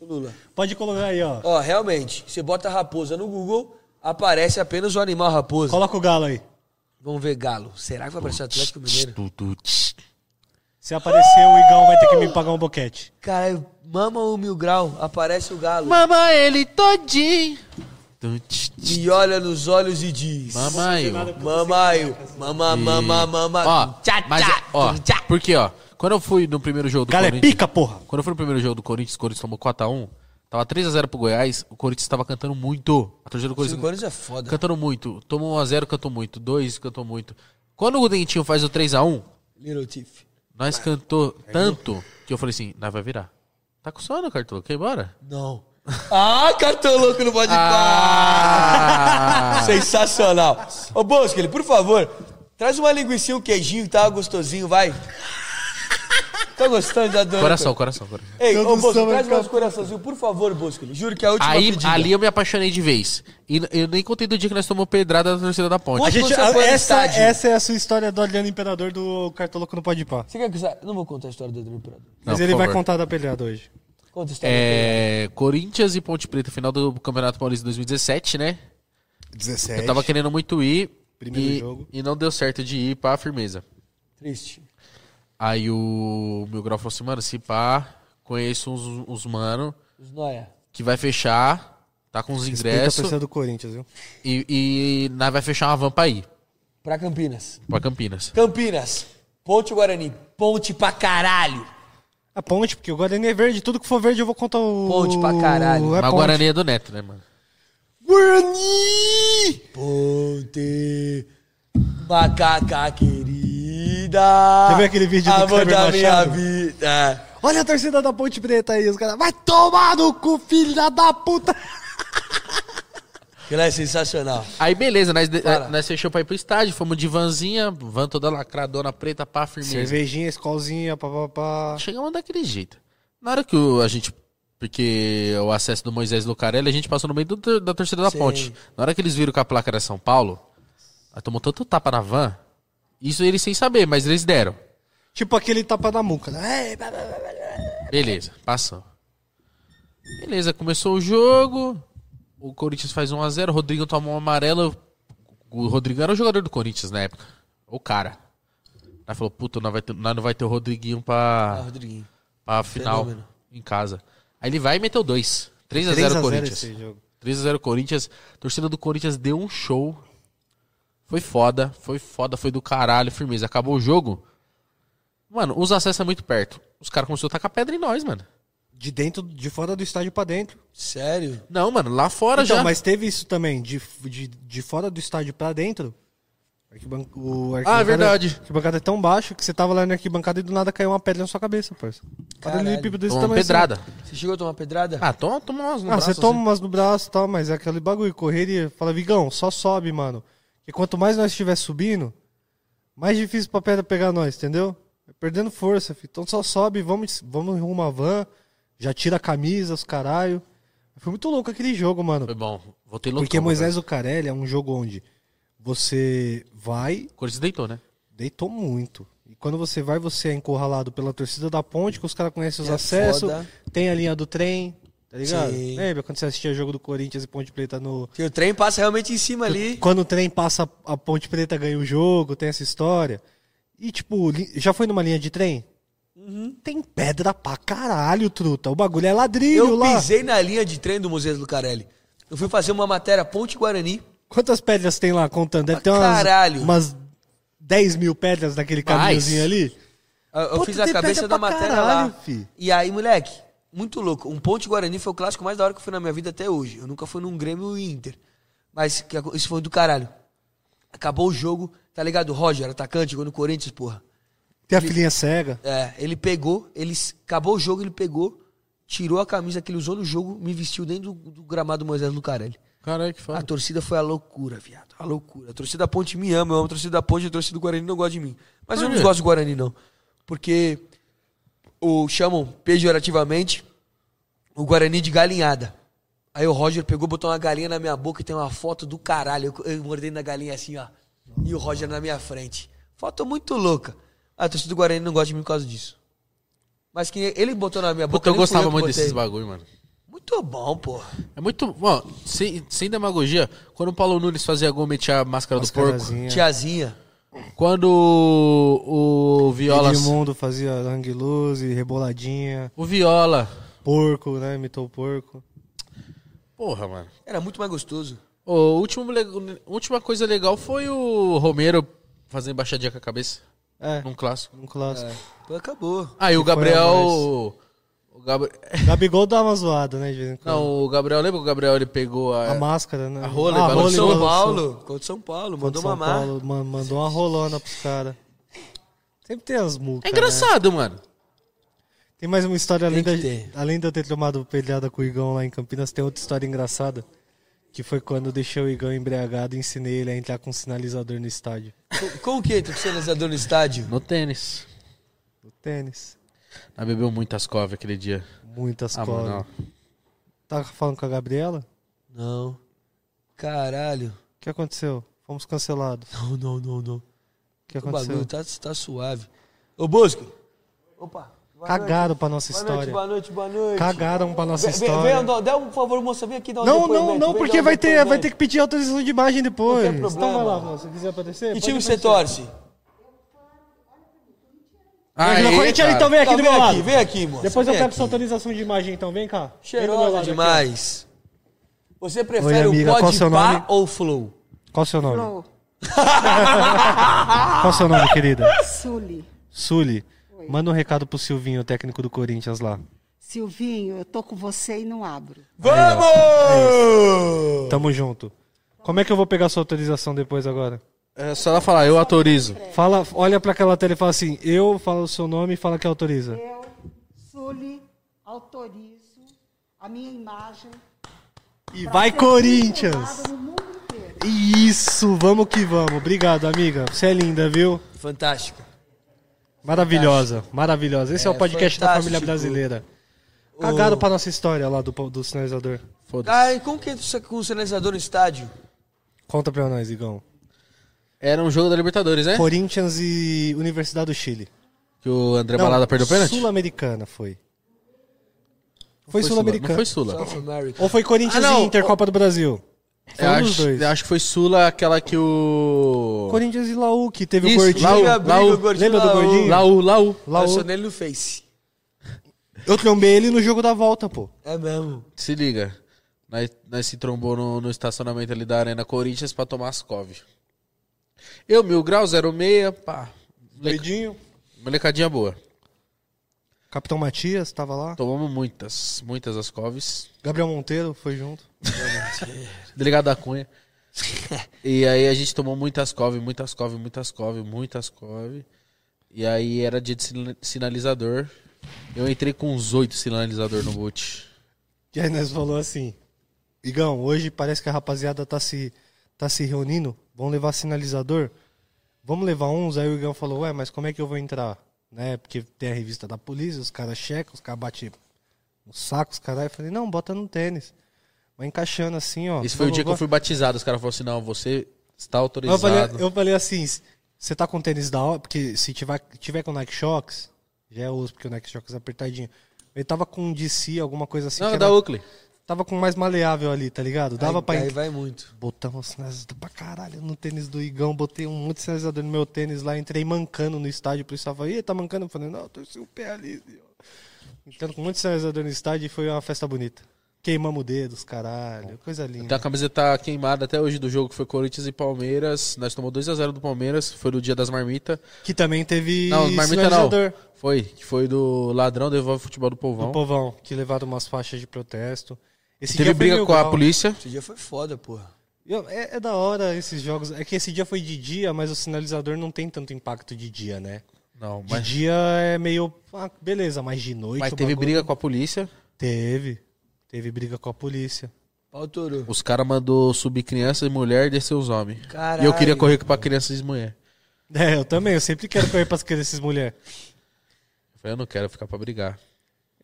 Speaker 3: O Lula.
Speaker 1: Pode colocar aí, ó.
Speaker 3: Ó, realmente, você bota raposa no Google, aparece apenas o animal raposa.
Speaker 1: Coloca o Galo aí.
Speaker 3: Vamos ver galo. Será que vai aparecer Atlético Mineiro?
Speaker 2: Tu, tu, tch.
Speaker 1: Se aparecer, o Igão vai ter que me pagar um boquete.
Speaker 3: Caralho, mama o mil grau, aparece o galo.
Speaker 2: Mama ele todinho. Tu, tch, tch.
Speaker 3: E olha nos olhos e diz...
Speaker 2: Mama eu.
Speaker 3: Mamaio. Mama, mama, mama.
Speaker 2: Ó, mas, é, ó, porque, ó, quando eu fui no primeiro jogo do
Speaker 1: Galo é
Speaker 2: Corinthians...
Speaker 1: pica, porra.
Speaker 2: Quando eu fui no primeiro jogo do Corinthians, o Corinthians tomou 4x1. Tava 3x0 pro Goiás, o Corinthians tava cantando muito. A torcida do
Speaker 3: Esse
Speaker 2: Corinthians
Speaker 3: Corinthians é foda.
Speaker 2: cantando muito. Tomou 1x0, cantou muito. 2, cantou muito. Quando o Dentinho faz o 3x1,
Speaker 3: Little Tiff.
Speaker 2: nós cantou tanto que eu falei assim, nós vai virar. Tá com sono, Cartolo? Quer ir embora?
Speaker 3: Não. Ah, cartão louco no pode
Speaker 2: Ah!
Speaker 3: Sensacional. Ô, Bosco, por favor, traz uma linguiça, um queijinho, tá gostosinho, vai. Tá gostando da dona?
Speaker 2: coração, coração, coração.
Speaker 3: Ei, ô, Bosco,
Speaker 1: Produção vai
Speaker 3: traz
Speaker 1: ficar-
Speaker 3: mais coraçãozinho, por favor, Bosco. Juro que é a última
Speaker 2: Aí,
Speaker 3: pedida.
Speaker 2: ali eu me apaixonei de vez. E n- eu nem contei do dia que nós tomamos pedrada da torcida da ponte.
Speaker 1: A
Speaker 3: Quando
Speaker 1: gente,
Speaker 3: você foi no
Speaker 1: essa,
Speaker 3: estádio?
Speaker 1: essa é a sua história do Adriano Imperador do Cartoloco no Pode Pá.
Speaker 3: Você quer que eu... sa- Não vou contar a história do Adriano Imperador.
Speaker 2: Não,
Speaker 1: Mas
Speaker 2: por
Speaker 1: ele vai
Speaker 2: favor.
Speaker 1: contar da peleada hoje.
Speaker 3: Conta a história.
Speaker 2: É, Corinthians e Ponte Preta, final do Campeonato Paulista 2017, né?
Speaker 4: 17.
Speaker 2: Eu tava querendo muito ir.
Speaker 4: Primeiro
Speaker 2: e,
Speaker 4: jogo.
Speaker 2: E não deu certo de ir pra firmeza.
Speaker 3: Triste.
Speaker 2: Aí o meu grau falou assim, mano, se pá, conheço uns, uns mano
Speaker 3: Os noia.
Speaker 2: que vai fechar, tá com os
Speaker 1: Respeita a
Speaker 2: ingressos
Speaker 1: torcida do Corinthians, viu?
Speaker 2: e, e nós vai fechar uma van pra ir,
Speaker 3: Pra Campinas.
Speaker 2: pra Campinas.
Speaker 3: Campinas. Ponte Guarani. Ponte pra caralho.
Speaker 1: A ponte, porque o Guarani é verde. Tudo que for verde eu vou contar o...
Speaker 3: Ponte pra caralho.
Speaker 1: É
Speaker 2: Mas
Speaker 1: ponte.
Speaker 2: o Guarani é do Neto, né, mano?
Speaker 1: Guarani!
Speaker 3: Ponte, macaca querida.
Speaker 1: Você viu aquele vídeo do
Speaker 3: Amor
Speaker 1: Kleber
Speaker 3: da minha
Speaker 1: Machado?
Speaker 3: vida. É.
Speaker 1: Olha a torcida da Ponte Preta aí, os caras. Vai tomar no cu, filha da puta!
Speaker 3: Que lá é sensacional.
Speaker 2: Aí beleza, nós, de-
Speaker 3: Fala.
Speaker 2: nós fechou pra ir pro estádio, fomos de vanzinha, van toda lacradona preta, pá, firmeza.
Speaker 1: Cervejinha, escolzinha, papapá.
Speaker 2: Chegamos daquele jeito. Na hora que o- a gente. Porque o acesso do Moisés Lucarelli, a gente passou no meio do tor- da torcida da
Speaker 3: Sim.
Speaker 2: ponte. Na hora que eles viram que a placa era São Paulo, aí tomou tanto tapa na van. Isso eles sem saber, mas eles deram.
Speaker 1: Tipo aquele tapa na muca, né? É,
Speaker 2: Beleza, passou. Beleza, começou o jogo. O Corinthians faz 1x0. O Rodrigo tomou um amarelo. O Rodrigo era o jogador do Corinthians na época. O cara. Aí falou, puta, nós, vai ter- nós não vai ter o Rodriguinho pra.
Speaker 3: Ah, Rodriguinho.
Speaker 2: pra final
Speaker 3: Fenômeno.
Speaker 2: em casa. Aí ele vai e meteu dois. 3 a
Speaker 1: 3 a
Speaker 2: 0
Speaker 1: 0
Speaker 2: Corinthians.
Speaker 1: esse jogo.
Speaker 2: 3 a 0 Corinthians. A torcida do Corinthians deu um show. Foi foda, foi foda, foi do caralho, firmeza. Acabou o jogo. Mano, os acessos é muito perto. Os caras começaram a tacar pedra em nós, mano.
Speaker 1: De dentro, de fora do estádio pra dentro.
Speaker 3: Sério?
Speaker 2: Não, mano, lá fora
Speaker 1: Então,
Speaker 2: já.
Speaker 1: mas teve isso também, de, de, de fora do estádio pra dentro. Arquiban- o
Speaker 2: Ah,
Speaker 1: arquibancada-
Speaker 2: é verdade.
Speaker 1: A arquibancada é tão baixo que você tava lá na arquibancada e do nada caiu uma pedra na sua cabeça, parça. Paralelepípedo desse
Speaker 2: Tomou uma
Speaker 1: tamanho, assim.
Speaker 2: pedrada.
Speaker 3: Você chegou a tomar pedrada?
Speaker 2: Ah, toma, toma umas no
Speaker 1: Ah,
Speaker 2: braço,
Speaker 1: você toma
Speaker 2: assim.
Speaker 1: umas no braço e tal, mas é aquele bagulho, correria. Fala, Vigão, só sobe, mano. Porque quanto mais nós estiver subindo, mais difícil pra pedra pegar nós, entendeu? Vai Perdendo força, filho. Então só sobe, vamos, vamos em uma van, já tira a camisa, os caralho. Foi muito louco aquele jogo, mano.
Speaker 2: Foi bom. Voltei louco.
Speaker 1: Porque Moisés Zucarelli é um jogo onde você vai,
Speaker 2: O Corinthians deitou, né?
Speaker 1: deitou muito. E quando você vai, você é encurralado pela torcida da ponte, que os caras conhecem os
Speaker 3: É
Speaker 1: acessos,
Speaker 3: foda.
Speaker 1: tem a linha do trem, tá ligado?
Speaker 3: Sim.
Speaker 1: Lembra quando você assistia jogo do Corinthians e Ponte Preta no.
Speaker 3: Que o trem passa realmente em cima ali.
Speaker 1: Quando o trem passa, a Ponte Preta ganha o jogo, tem essa história. E, tipo, li- já foi numa linha de trem?
Speaker 3: Uhum.
Speaker 1: Tem pedra pra caralho, truta. O bagulho é ladrilho
Speaker 3: Eu
Speaker 1: lá.
Speaker 3: pisei na linha de trem do Museu do Carelli. Eu fui fazer uma matéria Ponte Guarani.
Speaker 1: Quantas pedras tem lá contando? Deve
Speaker 3: Ah,
Speaker 1: ter umas,
Speaker 3: caralho.
Speaker 1: umas 10 mil pedras naquele
Speaker 2: Mais.
Speaker 1: caminhozinho ali.
Speaker 3: Eu, eu
Speaker 1: Puta,
Speaker 3: fiz a
Speaker 1: tem
Speaker 3: cabeça
Speaker 1: pedra
Speaker 3: da
Speaker 1: pra
Speaker 3: matéria
Speaker 1: caralho,
Speaker 3: lá.
Speaker 1: fi.
Speaker 3: E aí, moleque, muito louco. Um Ponte Guarani foi o clássico mais da hora que eu fui na minha vida até hoje. Eu nunca fui num Grêmio e Inter. Mas que aco- isso foi do caralho. Acabou o jogo, tá ligado? Roger, atacante, jogou no Corinthians, porra.
Speaker 1: Tem a filhinha cega.
Speaker 3: É, ele pegou, ele s- acabou o jogo, ele pegou, tirou a camisa que ele usou no jogo, me vestiu dentro do, do gramado Moisés Lucarelli.
Speaker 2: Caralho, que
Speaker 3: A torcida foi a loucura, viado. A loucura. A torcida da Ponte me ama, eu amo a torcida da Ponte, a torcida do Guarani não gosta de mim. Mas eu não gosto do Guarani, não. Porque o chamam pejorativamente o Guarani de galinhada. Aí o Roger pegou, botou uma galinha na minha boca e tem uma foto do caralho. Eu, eu mordei na galinha assim, ó. E o Roger na minha frente. Foto muito louca. A torcida do Guarani não gosta de mim por causa disso. Mas que ele botou na minha boca.
Speaker 2: Puta, eu
Speaker 3: nem fui
Speaker 2: gostava
Speaker 3: que
Speaker 2: muito
Speaker 3: botei.
Speaker 2: desses bagulho, mano.
Speaker 3: Muito bom, porra.
Speaker 2: É muito. Ó, sem, sem demagogia, quando o Paulo Nunes fazia gol, metia a máscara do porco.
Speaker 1: Mascarazinha.
Speaker 3: Tiazinha.
Speaker 2: Quando o, o Viola.
Speaker 1: Edmundo fazia hang loose, reboladinha,
Speaker 2: O Viola.
Speaker 1: porco, né? Imitou o porco.
Speaker 2: Porra, mano.
Speaker 3: Era muito mais gostoso.
Speaker 2: O último, le- última coisa legal foi o Romero fazendo baixadinha com a cabeça.
Speaker 1: É,
Speaker 2: Num clássico.
Speaker 1: um clássico.
Speaker 3: Pô, acabou.
Speaker 2: Ah, e
Speaker 1: Que
Speaker 2: o
Speaker 1: foi
Speaker 2: Gabriel. O Gabriel.
Speaker 1: Gabigol dá uma zoada, né? De vez em quando.
Speaker 2: É. Não, o Gabriel, lembra que o Gabriel ele pegou a.
Speaker 1: A máscara, né?
Speaker 2: A rola,
Speaker 1: Ah,
Speaker 2: ele
Speaker 3: Contra o São
Speaker 1: balançou.
Speaker 3: Paulo. Contra o São Paulo.
Speaker 1: Contra
Speaker 3: Mandou
Speaker 1: São
Speaker 3: uma marca.
Speaker 1: Paulo, man- mandou uma rolona pros caras. Sempre tem as multas.
Speaker 2: É engraçado, mano.
Speaker 1: Tem mais uma história,
Speaker 3: Tem
Speaker 1: além,
Speaker 3: que
Speaker 1: da-
Speaker 3: ter.
Speaker 1: além de eu ter tomado pelhada com o Igão lá em Campinas, tem outra história engraçada. Que foi quando eu deixei o Igão embriagado e ensinei ele a entrar com um sinalizador no estádio.
Speaker 3: Com o que tu sinalizador no estádio?
Speaker 2: No tênis.
Speaker 1: O tênis.
Speaker 2: Ela bebeu muitas covas aquele dia.
Speaker 1: Muitas
Speaker 2: Ah,
Speaker 1: colas.
Speaker 2: mano.
Speaker 1: Tá falando com a Gabriela?
Speaker 3: Não. Caralho.
Speaker 1: O que aconteceu? Fomos cancelados.
Speaker 3: Não, não, não, não.
Speaker 1: O que
Speaker 3: O bagulho
Speaker 1: aconteceu?
Speaker 3: tá, tá suave. Ô, Bosco. Opa. Boa
Speaker 1: Cagaram pra nossa
Speaker 3: noite. Boa noite,
Speaker 1: história.
Speaker 3: boa noite, boa noite.
Speaker 1: Cagaram pra nossa
Speaker 3: Vem, vem,
Speaker 1: história.
Speaker 3: vem, dá- dá um por favor, moça, vem aqui dar um
Speaker 1: Não,
Speaker 3: depoimento,
Speaker 1: não, não,
Speaker 3: vem
Speaker 1: porque
Speaker 3: dar um
Speaker 1: vai ter, vai
Speaker 3: depoimento.
Speaker 1: ter que pedir autorização de imagem depois.
Speaker 3: Não tem problema.
Speaker 1: Então vai lá, moça, se quiser aparecer.
Speaker 3: Que
Speaker 1: pode
Speaker 3: time você
Speaker 1: aparecer.
Speaker 3: torce?
Speaker 1: Ajuda a Corinthians, então vem aqui
Speaker 3: Tá,
Speaker 1: do meu
Speaker 3: vem
Speaker 1: lado.
Speaker 3: aqui, vem aqui, moça.
Speaker 1: Depois eu
Speaker 3: vem
Speaker 1: peço sua
Speaker 3: aqui.
Speaker 1: autorização de imagem, então. Vem cá. Vem do meu
Speaker 3: Cheirosa
Speaker 1: lado aqui,
Speaker 3: demais. Você prefere
Speaker 1: amiga,
Speaker 3: o
Speaker 1: qual
Speaker 3: Pode
Speaker 1: seu
Speaker 3: Pá
Speaker 1: nome?
Speaker 3: ou Flow?
Speaker 1: ó. Qual o seu nome? Qual o seu nome, querida?
Speaker 7: Suli.
Speaker 1: Sully. Manda um recado pro Silvinho, o técnico do Corinthians lá.
Speaker 7: Silvinho, eu tô com você e não abro.
Speaker 3: Vamos!
Speaker 1: Tamo junto. Como é que eu vou pegar sua autorização depois agora?
Speaker 2: É só ela falar, eu autorizo.
Speaker 3: É.
Speaker 1: Fala, olha pra aquela tela e fala assim: eu falo o seu nome e fala que autoriza.
Speaker 7: Eu, Suli, autorizo a minha imagem.
Speaker 1: E
Speaker 7: pra
Speaker 1: vai
Speaker 7: ser
Speaker 1: Corinthians!
Speaker 7: divulgada No mundo inteiro.
Speaker 1: Isso, vamos que vamos. Obrigado, amiga. Você é linda, viu?
Speaker 3: Fantástico.
Speaker 1: Maravilhosa, maravilhosa. Esse é,
Speaker 3: É,
Speaker 1: o podcast da
Speaker 3: fantástico.
Speaker 1: família brasileira. Cagaram pra nossa história lá do, do sinalizador.
Speaker 3: Ah,
Speaker 2: Foda-se.
Speaker 3: e como que entra com o sinalizador no estádio?
Speaker 1: Conta pra nós, Igão.
Speaker 2: Era um jogo da Libertadores,
Speaker 3: É?
Speaker 2: né?
Speaker 1: Corinthians e Universidade do Chile.
Speaker 2: Que o André Balada perdeu o pênalti?
Speaker 1: Sul-Americana foi. Foi,
Speaker 2: Sula. Não
Speaker 1: Sul-Americana.
Speaker 2: foi Sula.
Speaker 3: South America.
Speaker 1: Ou foi Corinthians
Speaker 2: Ah, não.
Speaker 1: e Inter, Copa do Brasil. Foi
Speaker 2: Eu
Speaker 1: um dos
Speaker 2: acho,
Speaker 1: dois.
Speaker 2: eu acho que foi Sula aquela que o.
Speaker 1: Corinthians e Laú, que teve
Speaker 2: Isso,
Speaker 1: o gordinho.
Speaker 2: Laú,
Speaker 3: Briga, briga,
Speaker 2: Laú.
Speaker 3: o gordinho
Speaker 1: Lembra do
Speaker 3: Laú.
Speaker 1: gordinho?
Speaker 2: Laú, Laú.
Speaker 1: Laú.
Speaker 3: Eu sou nele no Face.
Speaker 1: Eu trombei ele no jogo da volta, pô.
Speaker 3: É mesmo.
Speaker 2: Se liga. Nós, nós se trombou no, no estacionamento ali da Arena Corinthians pra tomar as cove. Eu, mil grau, 06, pá. Moleca-
Speaker 1: Gordinho.
Speaker 2: Molecadinha boa.
Speaker 1: Capitão Matias tava lá.
Speaker 2: Tomamos muitas, muitas as coves.
Speaker 1: Gabriel Monteiro foi junto.
Speaker 2: Delegado da Cunha. e aí a gente tomou muitas cove, muitas cove, muitas cove, muitas cove. E aí era dia de sina- sinalizador. Eu entrei com uns oito sinalizador no boot.
Speaker 1: E aí nós falou assim: Igão, hoje parece que a rapaziada tá se, tá se reunindo, vão levar sinalizador? Vamos levar uns? Aí o Igão falou: Ué, mas como é que eu vou entrar? né? Porque tem a revista da polícia, os caras checam, os caras batem os sacos, caralho. Eu falei, não, bota no tênis. Vai encaixando assim, ó.
Speaker 2: Esse foi o
Speaker 1: Blá,
Speaker 2: dia que
Speaker 1: blá,
Speaker 2: eu fui batizado. Os caras falaram assim: não, você está
Speaker 1: eu
Speaker 2: autorizado.
Speaker 1: falei, eu falei assim, você tá com tênis da hora, porque se tiver, tiver com Nike Shox, já é osso, porque o Nike Shox é apertadinho. Ele tava com um DC, alguma coisa assim.
Speaker 2: não,
Speaker 1: que
Speaker 2: é da
Speaker 1: era-
Speaker 2: Oakley.
Speaker 1: Tava com mais maleável ali, tá ligado? Dava
Speaker 3: aí,
Speaker 1: pra
Speaker 3: Aí
Speaker 1: en-
Speaker 3: vai muito.
Speaker 1: Botamos sinalizador pra caralho no tênis do Igão. Botei um monte de sinalizador no meu tênis lá. Entrei mancando no estádio. O policial falou, Ih, tá mancando? Eu falei, não, eu torci o pé ali. Entrando com um monte de sinalizador no estádio e foi uma festa bonita. Queimamos dedos, caralho. Coisa
Speaker 2: Tem
Speaker 1: linda.
Speaker 2: Então, a camiseta queimada até hoje do jogo que foi Corinthians e Palmeiras. Nós tomamos 2x0 do Palmeiras. Foi no dia das marmitas.
Speaker 1: Que também teve
Speaker 2: Tá. Não, marmita não.
Speaker 1: sinalizador
Speaker 2: Foi. Que foi do ladrão devolve o futebol do povão.
Speaker 1: do povão, que levaram umas faixas de protesto. Esse
Speaker 2: Teve
Speaker 1: dia foi
Speaker 2: briga
Speaker 1: mil
Speaker 2: com a
Speaker 1: grau. né?
Speaker 2: polícia.
Speaker 3: Esse dia foi foda, porra.
Speaker 1: Eu- é, é da hora esses jogos. É que esse dia foi de dia, mas o sinalizador não tem tanto impacto de dia, né?
Speaker 2: Não,
Speaker 1: De dia é meio. ah, beleza, mas de noite.
Speaker 2: Mas
Speaker 1: o
Speaker 2: teve
Speaker 1: bagulho-
Speaker 2: briga com a polícia.
Speaker 1: Teve. Teve briga com a polícia.
Speaker 3: Pau Toro.
Speaker 2: Os caras mandou subir criança e mulher e descer os homens.
Speaker 3: Caralho.
Speaker 2: E eu queria correr pra crianças e mulher.
Speaker 1: É, eu também. Eu sempre quero correr pras crianças mulheres.
Speaker 2: Eu falei, eu não quero ficar pra brigar.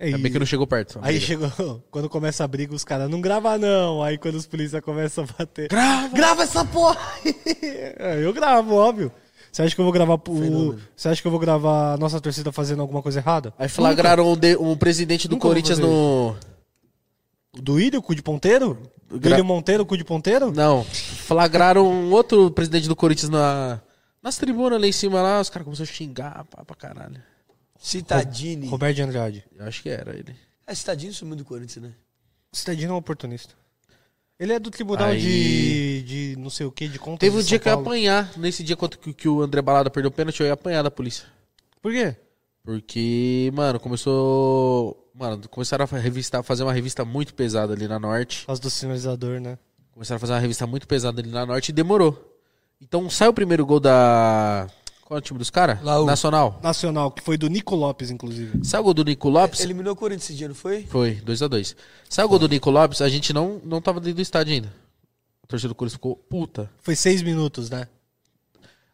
Speaker 1: É
Speaker 2: Ainda bem que não chegou perto.
Speaker 1: Aí
Speaker 2: briga.
Speaker 1: chegou, quando começa a briga, os caras não grava não. Aí quando os polícia começam a bater.
Speaker 2: Grava!
Speaker 1: Grava essa porra! aí." É, eu gravo, óbvio. Você acha que eu vou gravar pro- Você acha que eu vou gravar a nossa torcida fazendo alguma coisa errada?
Speaker 2: Aí flagraram um, de- um presidente do
Speaker 1: Nunca vou
Speaker 2: Corinthians
Speaker 1: fazer
Speaker 2: no.
Speaker 1: Do Ilho, cu de ponteiro? Do
Speaker 2: Gra-
Speaker 1: Ilho Monteiro, cu de ponteiro?
Speaker 2: Não. Flagraram um outro presidente do Corinthians na. Nas tribunas lá em cima lá, os caras começaram a xingar pá, pra caralho.
Speaker 3: Citadini.
Speaker 1: Roberto de Andrade.
Speaker 2: Eu acho que era ele.
Speaker 3: É, Citadini sumiu do Corinthians, né?
Speaker 1: O Cidadino é um oportunista. Ele é do tribunal
Speaker 2: Aí-
Speaker 1: de, de não sei o que, de contas
Speaker 2: Teve um
Speaker 1: de
Speaker 2: dia
Speaker 1: São
Speaker 2: que eu ia
Speaker 1: Paulo.
Speaker 2: apanhar. Nesse dia quanto que, que o André Balada perdeu o pênalti, eu ia apanhar da polícia.
Speaker 1: Por quê?
Speaker 2: Porque, mano, começou. Mano, começaram a fa- revistar, fazer uma revista muito pesada ali na norte.
Speaker 1: Por causa do sinalizador, né?
Speaker 2: Começaram a fazer uma revista muito pesada ali na norte e demorou. Então sai o primeiro gol da. Qual é o time dos caras?
Speaker 3: Laú.
Speaker 2: Nacional.
Speaker 1: Nacional, que foi do Nico Lopes, inclusive.
Speaker 2: Sai o gol do Nico Lopes.
Speaker 3: Eliminou o Corinthians esse dia, não foi?
Speaker 2: Foi, 2x2. Sai o gol do Nico Lopes, a gente não, não tava dentro do estádio ainda. A torcida do Corinthians ficou puta.
Speaker 1: Foi seis minutos, né?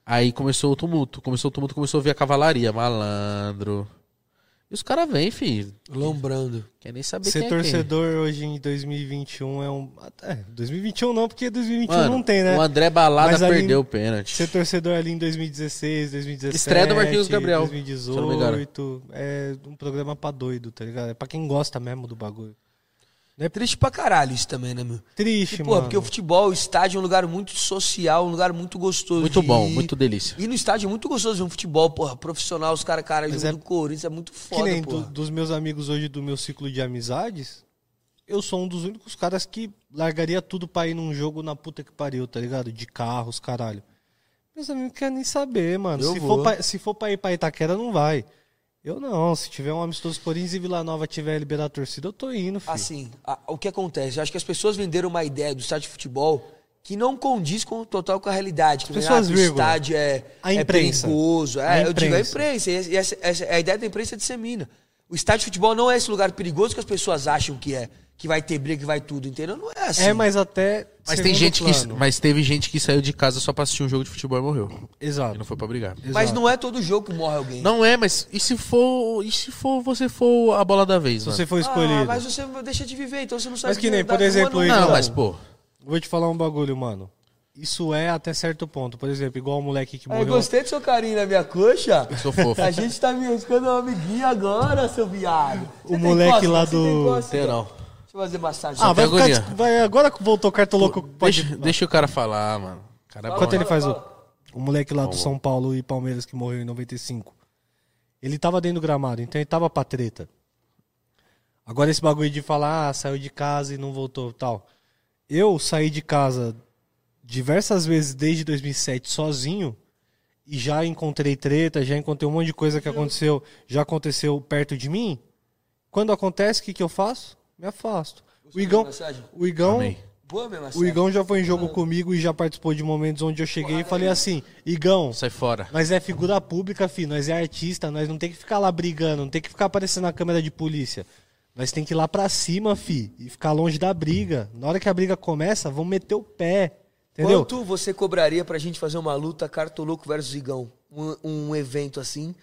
Speaker 2: Aí começou o tumulto. Começou o tumulto, começou a vir a cavalaria. Malandro. E os caras vêm, filho.
Speaker 3: Lombrando.
Speaker 2: Quer nem saber
Speaker 1: Ser
Speaker 2: quem é
Speaker 1: torcedor hoje em 2021 é um. É, 2021 não, porque
Speaker 2: é quem.
Speaker 1: 2021
Speaker 2: Mano,
Speaker 1: não tem, né?
Speaker 2: O André Balada
Speaker 1: Mas ali-
Speaker 2: perdeu o pênalti.
Speaker 1: Ser torcedor ali em 2016, 2017.
Speaker 2: Estreia do Marquinhos Gabriel, se eu não me
Speaker 1: 2018. É um programa pra doido, tá ligado? É pra quem gosta mesmo do bagulho.
Speaker 3: É triste pra caralho isso também, né, meu?
Speaker 1: Triste,
Speaker 3: Porque,
Speaker 1: mano.
Speaker 3: porra, porque o futebol, o estádio é um lugar muito social, um lugar muito gostoso.
Speaker 2: Muito
Speaker 3: de
Speaker 2: bom,
Speaker 3: ir.
Speaker 2: muito delícia.
Speaker 3: E no estádio é muito gostoso ver um futebol, porra, profissional, os caras, cara,
Speaker 1: Mas
Speaker 3: jogo
Speaker 1: é-
Speaker 3: do Corinthians, é muito
Speaker 1: Que
Speaker 3: foda,
Speaker 1: nem do-
Speaker 3: porra.
Speaker 1: dos meus amigos hoje do meu ciclo de amizades, eu sou um dos únicos caras que largaria tudo pra ir num jogo na puta que pariu, tá ligado? De carros, caralho. Meus amigos não querem nem saber, mano.
Speaker 3: Eu
Speaker 1: Se
Speaker 3: vou.
Speaker 1: for, pra, se for pra ir pra Itaquera, não vai. Eu não. Se tiver um amistoso Corinthians e Vila Nova tiver liberar a torcida, eu tô indo, filho.
Speaker 3: Assim, a- o que acontece? Eu acho que as pessoas venderam uma ideia do estádio de futebol que não condiz com o total com a realidade. Que ah,
Speaker 1: As pessoas,
Speaker 3: que o
Speaker 1: vírgula.
Speaker 3: estádio é,
Speaker 1: A
Speaker 3: é
Speaker 1: imprensa.
Speaker 3: perigoso. É,
Speaker 1: A
Speaker 3: eu digo a
Speaker 1: imprensa.
Speaker 3: imprensa. E essa- e essa- essa- a ideia da imprensa é dissemina. O estádio de futebol não é esse lugar perigoso que as pessoas acham que é. Que vai ter briga, que vai tudo, entendeu? Não é assim.
Speaker 1: É, mas até.
Speaker 2: Mas tem
Speaker 1: segundo
Speaker 2: gente que.
Speaker 1: plano.
Speaker 2: Mas teve gente que saiu de casa só pra assistir um jogo de futebol e morreu. E
Speaker 1: Exato.
Speaker 2: não foi pra brigar.
Speaker 3: Mas não é todo jogo que morre alguém.
Speaker 2: Não é, mas e se for. E se for você for a bola da vez,
Speaker 1: Se
Speaker 2: mano?
Speaker 1: você for é escolhido.
Speaker 3: Ah, mas você deixa de viver, então você não sabe
Speaker 1: Mas que
Speaker 3: o
Speaker 1: nem,
Speaker 3: da
Speaker 1: por
Speaker 3: rua
Speaker 1: exemplo,
Speaker 3: não-
Speaker 1: o
Speaker 2: Não,
Speaker 1: Igão.
Speaker 2: mas, pô.
Speaker 1: Vou te falar um bagulho, mano. Isso é até certo ponto. Por exemplo, igual o moleque que
Speaker 3: Aí,
Speaker 1: morreu.
Speaker 3: gostei do seu carinho na minha coxa.
Speaker 2: Sou fofo.
Speaker 3: A gente tá me riscando uma amiguinha agora, seu viado.
Speaker 1: O
Speaker 3: tem
Speaker 1: moleque
Speaker 3: cócega?
Speaker 1: lá
Speaker 3: Você tem
Speaker 1: do-
Speaker 3: cócega?
Speaker 2: Tem não.
Speaker 3: Deixa eu fazer massagem.
Speaker 1: Ah, vai,
Speaker 2: Tem agonia.
Speaker 1: ficar, vai agora que voltou o cartoloco. Pode...
Speaker 2: Deixa, deixa o cara falar, mano. O Cara, é bom,
Speaker 1: Enquanto
Speaker 2: né?
Speaker 1: ele faz o, o moleque lá do São Paulo e Palmeiras que morreu em 95. Ele tava dentro do gramado, então ele tava pra treta. Agora esse bagulho de falar, ah, saiu de casa e não voltou tal. Eu saí de casa diversas vezes desde 2007 sozinho e já encontrei treta, já encontrei um monte de coisa que aconteceu, já aconteceu perto de mim. Quando acontece, o que, que eu faço? Me afasto. O Igão,
Speaker 3: Massagem.
Speaker 1: o Igão,
Speaker 2: Amei.
Speaker 3: Boa minha massagem.
Speaker 1: o Igão já foi em jogo comigo e já participou de momentos onde eu cheguei e falei assim: Igão,
Speaker 2: Sai fora.
Speaker 1: nós é figura pública, fi, nós é artista, nós não tem que ficar lá brigando, não tem que ficar aparecendo na câmera de polícia. Nós tem que ir lá pra cima, fi, e ficar longe da briga. Na hora que a briga começa, vão meter o pé. Entendeu?
Speaker 3: Quanto você cobraria pra gente fazer uma luta Cartoloco versus Igão? Um, um evento assim,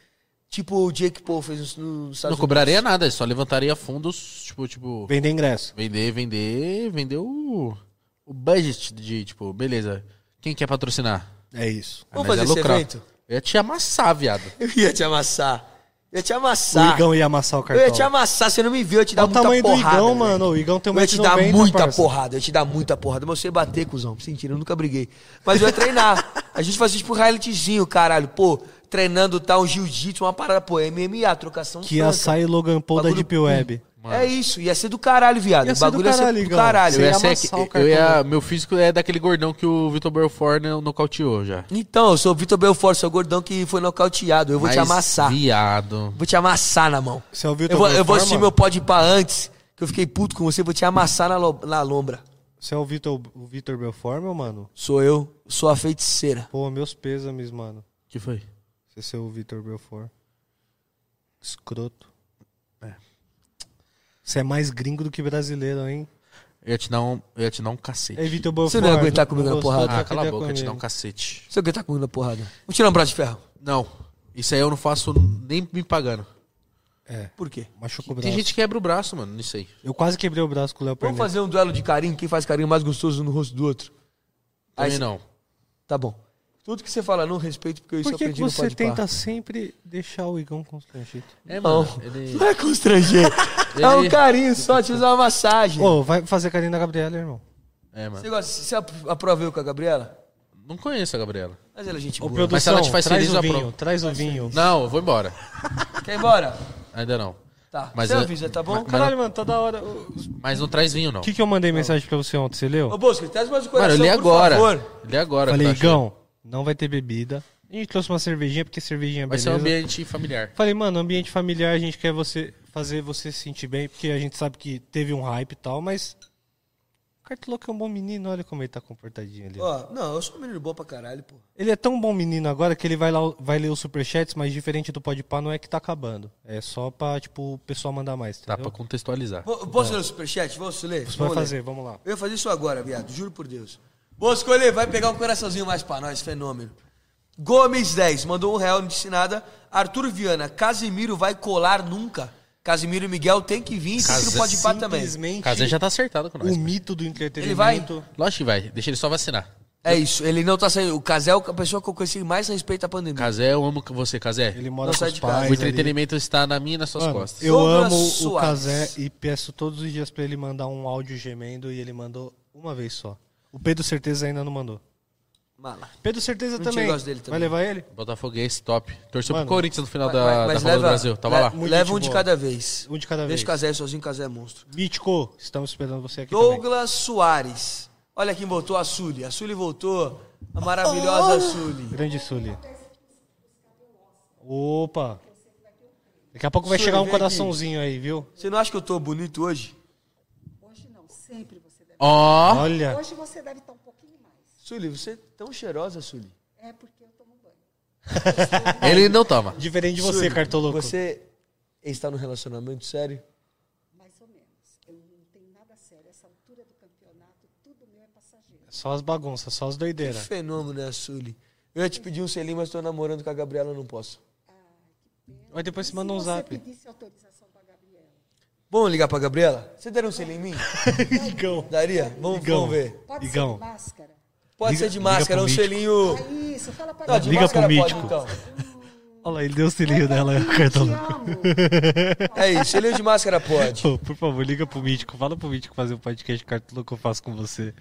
Speaker 3: Tipo o Jake Paul fez nos, nos Estados
Speaker 2: Não cobraria nada, só levantaria fundos, tipo, tipo,
Speaker 1: Vender ingresso.
Speaker 2: vender, vender, vender o, o budget de, tipo, beleza, quem quer patrocinar?
Speaker 1: É isso.
Speaker 2: Ah,
Speaker 3: Vamos
Speaker 2: mas
Speaker 3: fazer esse
Speaker 2: lucrar.
Speaker 3: evento?
Speaker 2: Eu ia te amassar, viado.
Speaker 3: Eu ia te amassar. Eu ia te
Speaker 1: O
Speaker 3: amassar.
Speaker 1: Igão ia amassar o
Speaker 3: Eu
Speaker 1: cartão.
Speaker 3: ia te amassar, se eu não me viu, eu ia te dar
Speaker 1: Olha o
Speaker 3: muita
Speaker 1: tamanho do
Speaker 3: porrada.
Speaker 1: Igão,
Speaker 3: velho.
Speaker 1: mano. O Igão tem
Speaker 3: Eu ia te dar
Speaker 1: 1,90m,
Speaker 3: muita
Speaker 1: parça.
Speaker 3: porrada, eu ia te dar muita porrada. Mas você ia bater, cuzão. Sentindo, eu nunca briguei. Mas eu ia treinar. A gente fazia tipo um realityzinho, caralho. Pô, treinando tal, um jiu-jitsu, uma parada, pô, é MMA, trocação
Speaker 1: Que ia
Speaker 3: franca.
Speaker 1: sair Logan Paul da
Speaker 3: Bagulho
Speaker 1: Deep Web.
Speaker 3: É isso, ia ser do caralho, viado.
Speaker 1: Ia
Speaker 3: o
Speaker 1: ser do
Speaker 3: bagulho ia ser
Speaker 1: caralho,
Speaker 3: do
Speaker 1: Igão.
Speaker 3: caralho. é
Speaker 2: Eu ia
Speaker 1: ia
Speaker 2: ser,
Speaker 1: amassar o
Speaker 2: eu
Speaker 1: cartão
Speaker 2: ia, meu físico é daquele gordão que o Vitor Belfort no- nocauteou já.
Speaker 3: Então, eu sou o Vitor Belfort, sou o gordão que foi nocauteado. Eu vou te
Speaker 2: Mas,
Speaker 3: amassar.
Speaker 2: Viado.
Speaker 3: Vou te amassar na mão.
Speaker 1: Você ouviu o Vitor
Speaker 3: eu vou, eu vou
Speaker 1: Belfort,
Speaker 3: assistir
Speaker 1: mano?
Speaker 3: meu pod pra antes, que eu fiquei puto com você, vou te amassar na, lo- na lombra.
Speaker 1: Você é o Vitor, o Vitor Belfort, meu mano?
Speaker 3: Sou eu, sou a feiticeira.
Speaker 1: Pô, meus pêsames, mano.
Speaker 2: que foi?
Speaker 1: Você ser o Vitor Belfort. Escroto.
Speaker 2: É.
Speaker 1: Você é mais gringo do que brasileiro, hein?
Speaker 2: Eu ia te dar um, eu ia te dar um cacete.
Speaker 1: Ei, Vitor Belfort.
Speaker 3: Você não ia aguentar comigo
Speaker 1: não
Speaker 3: na
Speaker 1: gostou,
Speaker 3: porrada?
Speaker 2: Ah,
Speaker 1: troca
Speaker 2: cala a
Speaker 1: ideia
Speaker 2: boca, eu ia te dar um
Speaker 1: comigo.
Speaker 2: cacete.
Speaker 3: Você que tá comigo na porrada. Vamos tirar um braço de ferro.
Speaker 2: Não, isso aí eu não faço nem me pagando.
Speaker 3: Por quê?
Speaker 1: Machucou o
Speaker 2: Tem
Speaker 1: braço.
Speaker 2: gente que quebra o braço, mano, nisso aí.
Speaker 1: Eu quase quebrei o braço com o Léo
Speaker 3: Vamos
Speaker 1: Pernambuco.
Speaker 3: fazer um duelo de carinho, quem faz carinho mais gostoso no rosto do outro.
Speaker 2: Também
Speaker 3: Aí-
Speaker 2: não.
Speaker 3: Tá bom. Tudo que você fala não respeito, porque eu isso
Speaker 1: Por que,
Speaker 3: aprendi
Speaker 1: que
Speaker 3: no
Speaker 1: você
Speaker 3: Podpah.
Speaker 1: tenta sempre deixar o Igão constrangido?
Speaker 2: É,
Speaker 3: Não,
Speaker 2: mano. Ele...
Speaker 3: não é constranger. É um carinho só, te fiz uma massagem.
Speaker 1: Ô, vai fazer carinho da Gabriela, irmão.
Speaker 2: É,
Speaker 3: Você,
Speaker 2: mano.
Speaker 3: gosta, você apro- aproveu com a Gabriela?
Speaker 2: Não conheço a Gabriela.
Speaker 3: Mas ela é gente
Speaker 1: Ô,
Speaker 3: boa.
Speaker 1: produção,
Speaker 2: Mas se ela te faz
Speaker 1: traz
Speaker 2: feliz,
Speaker 1: o
Speaker 2: eu
Speaker 1: vinho,
Speaker 2: aprovo.
Speaker 1: traz o vinho.
Speaker 2: Não, eu vou embora.
Speaker 3: Quer ir embora?
Speaker 2: Ainda não.
Speaker 3: Tá.
Speaker 2: Mas
Speaker 3: você
Speaker 2: eu-
Speaker 3: avisa, tá bom?
Speaker 2: mas-
Speaker 1: Caralho, mano, tá da hora. O
Speaker 2: Mas não traz vinho, não.
Speaker 1: que, que eu mandei mensagem pra você ontem, você
Speaker 3: Ô,
Speaker 1: leu?
Speaker 3: Bosco, traz mais um
Speaker 2: Mano,
Speaker 3: coração,
Speaker 2: eu li
Speaker 3: por
Speaker 2: agora.
Speaker 3: favor.
Speaker 2: Eu Li agora.
Speaker 1: Falei,
Speaker 2: que tá achando.
Speaker 1: Igão, não vai ter bebida. A gente trouxe uma cervejinha, porque cervejinha é
Speaker 2: Vai
Speaker 1: beleza.
Speaker 2: ser um ambiente familiar.
Speaker 1: Falei, mano, ambiente familiar, a gente quer você fazer você se sentir bem, porque a gente sabe que teve um hype e tal, mas. O Cartoloco é um bom menino, olha como ele tá comportadinho ali.
Speaker 3: Ó, não, eu sou um menino bom pra caralho, pô.
Speaker 1: Ele é tão bom menino agora que ele vai, lá, vai ler os superchats, mas diferente do Podpah não é que tá acabando. É só pra, tipo, o pessoal mandar mais, tá?
Speaker 2: Dá pra contextualizar.
Speaker 3: Po- Posso ler o superchat? Posso ler?
Speaker 1: Você vai fazer, vamos lá.
Speaker 3: Eu ia fazer isso agora, viado, juro por Deus. Bosco, olha, vai pegar um coraçãozinho mais pra nós, fenômeno. Gomes 10, mandou um real, não disse nada. Arthur Viana, Casimiro vai colar nunca. Casimiro e Miguel tem que vir,
Speaker 2: Casa-
Speaker 3: Casimiro pode pá também.
Speaker 1: Simplesmente
Speaker 2: Casé já tá acertado com nós.
Speaker 1: o mito do entretenimento.
Speaker 3: Ele vai?
Speaker 2: Lógico que vai. Deixa ele só vacinar.
Speaker 3: É isso, ele não tá saindo. O Casé é a pessoa que eu conheci que mais respeita a pandemia.
Speaker 2: Casé, eu amo você, Casé.
Speaker 1: Ele mora
Speaker 3: Não
Speaker 1: com
Speaker 3: sai
Speaker 1: os
Speaker 3: de casa. né?
Speaker 1: pais.
Speaker 2: O
Speaker 1: ali.
Speaker 2: entretenimento está na minha e nas suas
Speaker 1: Mano,
Speaker 2: costas.
Speaker 1: eu
Speaker 3: Douglas
Speaker 1: amo o
Speaker 3: Soares.
Speaker 1: Casé e peço todos os dias pra ele mandar um áudio gemendo e ele mandou uma vez só. O Pedro Certeza ainda não mandou.
Speaker 3: Mala.
Speaker 1: Pedro Certeza
Speaker 3: Não
Speaker 1: também.
Speaker 3: tinha gosto dele
Speaker 1: Vai
Speaker 3: também.
Speaker 1: levar ele?
Speaker 2: Botafoguense, top. Torceu
Speaker 1: Mano,
Speaker 2: pro Corinthians no final da, da Copa do Brasil. Tava
Speaker 3: le-
Speaker 2: lá.
Speaker 1: Muito
Speaker 3: leva
Speaker 1: gente
Speaker 3: um de
Speaker 1: boa.
Speaker 3: cada vez.
Speaker 1: Um de cada
Speaker 3: Deixa o
Speaker 1: vez.
Speaker 3: Casé sozinho, Casé é monstro.
Speaker 1: Mítico, estamos esperando você aqui também.
Speaker 3: Douglas Soares. Olha quem voltou, a Sully. A Sully voltou. A maravilhosa Sully.
Speaker 1: Grande Sully. Opa. Daqui a pouco vai
Speaker 3: Sully,
Speaker 1: chegar um
Speaker 3: vem aqui.
Speaker 1: coraçãozinho aí, viu?
Speaker 3: Você não acha que eu tô bonito hoje?
Speaker 7: Hoje não, sempre você deve.
Speaker 3: Ah!
Speaker 2: Ó,
Speaker 1: Olha.
Speaker 7: Hoje você deve estar um pouquinho mais.
Speaker 3: Sully, você é tão cheirosa, Sully.
Speaker 7: É porque eu tomo banho.
Speaker 2: ele não toma.
Speaker 1: Diferente de você,
Speaker 3: Sully,
Speaker 1: Cartoloco.
Speaker 3: Você está num relacionamento sério?
Speaker 7: Mais ou menos. Eu não tenho nada sério. Essa altura do campeonato, tudo meu é passageiro.
Speaker 1: Só as bagunças, só as
Speaker 3: Que
Speaker 1: doideiras.
Speaker 3: fenômeno, né, Sully? Eu ia te pedir um selinho, mas tô namorando com a Gabriela, não posso.
Speaker 1: Mas depois
Speaker 7: E
Speaker 1: você manda um
Speaker 7: se
Speaker 1: zap.
Speaker 7: você pedisse autorização para Gabriela?
Speaker 3: Vamos ligar pra Gabriela? Você daria um selinho em mim?
Speaker 1: Igão.
Speaker 3: Daria? Vamos,
Speaker 1: Igão.
Speaker 3: vamos ver.
Speaker 7: Pode
Speaker 1: Igão.
Speaker 7: ser de máscara?
Speaker 3: Pode
Speaker 1: Liga-
Speaker 3: ser de
Speaker 1: liga
Speaker 3: máscara,
Speaker 1: pro
Speaker 3: um
Speaker 1: Mítico.
Speaker 3: selinho...
Speaker 7: É isso, fala para
Speaker 3: Não, de
Speaker 1: Liga pro
Speaker 3: máscara pode,
Speaker 1: Mítico.
Speaker 3: então.
Speaker 1: Olha lá, ele deu o selinho dela,
Speaker 7: um
Speaker 1: Cartoloco.
Speaker 3: É isso, selinho de máscara pode.
Speaker 1: Ô, por favor, liga pro Mítico. Fala pro Mítico fazer um podcast Cartoloco que eu faço com você.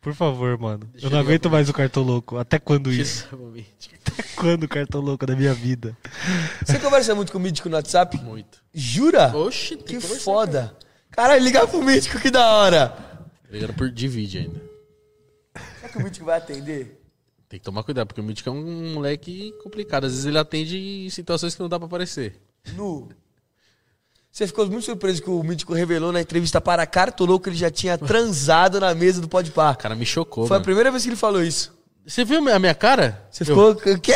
Speaker 1: Por favor, mano. eu não aguento mais o Cartoloco. Até quando isso? Até quando o Cartoloco da minha vida?
Speaker 3: Você conversa muito com o Mítico no WhatsApp?
Speaker 2: Muito.
Speaker 3: Jura?
Speaker 2: Oxi, tem
Speaker 3: Que
Speaker 2: que conversar,
Speaker 3: foda. Caralho, ligar pro Mítico, que da hora.
Speaker 2: Ligando por divide ainda.
Speaker 3: Será que o Mítico vai atender?
Speaker 2: Tem que tomar cuidado, porque o Mítico é um moleque complicado. Às vezes ele atende em situações que não dá pra aparecer.
Speaker 3: Nu. Você ficou muito surpreso que o Mítico revelou na entrevista para Cartolou que ele já tinha transado na mesa do Podpah.
Speaker 2: Cara, me chocou,
Speaker 3: Foi a
Speaker 2: mano.
Speaker 3: primeira vez que ele falou isso.
Speaker 2: Você viu a minha cara?
Speaker 3: Você
Speaker 2: Eu
Speaker 3: ficou. O quê?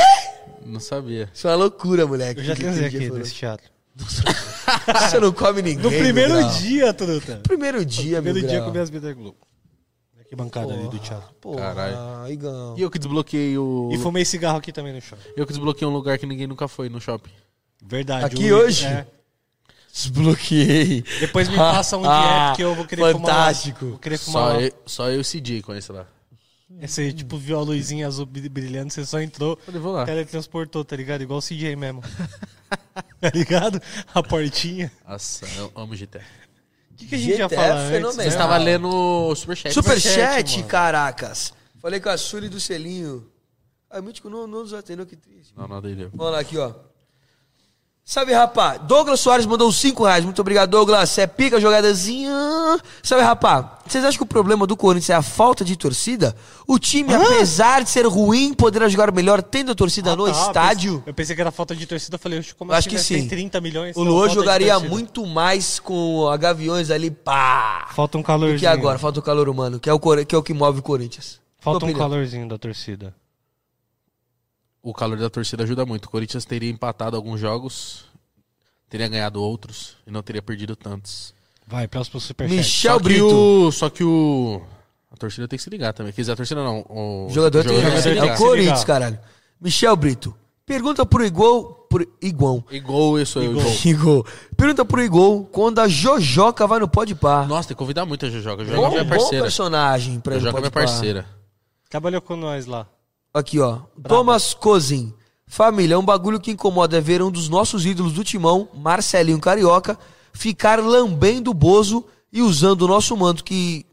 Speaker 2: Não sabia.
Speaker 3: Isso é uma loucura, moleque.
Speaker 1: Eu já
Speaker 3: Que
Speaker 1: transei
Speaker 3: um dia
Speaker 1: aqui
Speaker 3: falou.
Speaker 1: nesse teatro.
Speaker 3: Você não come ninguém.
Speaker 1: No primeiro
Speaker 3: Mil Grau.
Speaker 1: dia, Truta.
Speaker 3: Primeiro dia, meu
Speaker 1: Primeiro dia
Speaker 3: Grau.
Speaker 1: com minhas vidas Globo. Que bancada ali do teatro.
Speaker 3: Pô,
Speaker 2: Caralho.
Speaker 3: Igão.
Speaker 2: E eu que desbloqueei o.
Speaker 1: E fumei cigarro aqui também no shopping.
Speaker 2: Eu que desbloqueei um lugar que ninguém nunca foi no shopping.
Speaker 1: Verdade.
Speaker 3: Aqui
Speaker 1: o-
Speaker 3: hoje?
Speaker 1: é.
Speaker 3: Desbloqueei.
Speaker 1: Depois me passa onde é, porque eu vou querer
Speaker 3: Ah, fantástico.
Speaker 1: fumar. Vou querer fumar.
Speaker 2: Só
Speaker 1: lá.
Speaker 2: eu, só eu e o CJ conheço lá.
Speaker 1: Você, tipo, viu a luzinha azul bri- brilhando, você só entrou,
Speaker 3: Ah.
Speaker 2: Falei, vou lá.
Speaker 1: teletransportou, tá ligado? Igual o CJ mesmo. tá ligado? A portinha.
Speaker 2: Nossa, eu amo GTA.
Speaker 3: Ah.
Speaker 1: O que, que a gente ia
Speaker 3: GTA
Speaker 1: falar
Speaker 3: é
Speaker 1: antes?
Speaker 3: fenomenal.
Speaker 1: né?
Speaker 2: Você tava lendo o Superchat.
Speaker 3: Superchat,
Speaker 1: mano.
Speaker 3: caracas. Falei com a Sully do selinho. Ah, Mítico não, não nos atendeu, que triste.
Speaker 2: Não, não dele.
Speaker 3: Vamos lá aqui, ó. Salve, rapá. Douglas Soares mandou 5 reais. Muito obrigado, Douglas. Você é pica, jogadazinha. Salve, rapá. Vocês acham que o problema do Corinthians é a falta de torcida? O time, apesar de ser ruim, poderá jogar melhor tendo a torcida no
Speaker 1: Ah,
Speaker 3: estádio?
Speaker 1: Eu pensei que era falta de torcida, eu falei, oxe, como
Speaker 3: Eu
Speaker 1: assim
Speaker 3: acho que
Speaker 1: nós tem
Speaker 3: sim.
Speaker 1: 30 milhões?
Speaker 3: O
Speaker 1: não,
Speaker 3: Luan
Speaker 1: falta de
Speaker 3: jogaria
Speaker 1: torcida.
Speaker 3: muito mais com a Gaviões ali, pá.
Speaker 1: Falta um calorzinho.
Speaker 3: do que é agora. Falta o calor humano, que é o, Cor- que, é o que move o Corinthians.
Speaker 1: Falta
Speaker 3: Tua
Speaker 1: um
Speaker 3: opinião.
Speaker 1: calorzinho da torcida.
Speaker 2: O calor da torcida ajuda muito. O Corinthians teria empatado alguns jogos, teria ganhado outros e não teria perdido tantos.
Speaker 1: Vai, próximo superchat.
Speaker 3: Michel
Speaker 2: só que
Speaker 3: Brito.
Speaker 2: o, só que o a torcida tem que se ligar também. Quer dizer, a torcida não, o
Speaker 3: O jogador tem,
Speaker 2: que se
Speaker 3: é,
Speaker 1: tem
Speaker 2: ligar.
Speaker 3: o
Speaker 1: que se
Speaker 3: Corinthians,
Speaker 1: ligar.
Speaker 3: caralho. Michel Brito. Pergunta pro Igol. Pro Iguão.
Speaker 2: E gol, isso aí, o gol.
Speaker 3: Igol. Pergunta pro Igol quando a Jojoca vai no Pode Par.
Speaker 2: Nossa, tem que convidar muito a Jojoca. A Jojoca é
Speaker 3: Bom,
Speaker 2: minha
Speaker 3: bom
Speaker 2: parceira.
Speaker 3: personagem
Speaker 2: A
Speaker 3: pra ir no
Speaker 2: Jojoca é minha
Speaker 3: Podpah.
Speaker 2: parceira.
Speaker 1: Trabalhou com nós lá.
Speaker 3: Aqui, ó. Thomas Cozin. Família, um bagulho que incomoda é ver um dos nossos ídolos do timão, Marcelinho Carioca, ficar lambendo o Bozo e usando o nosso manto que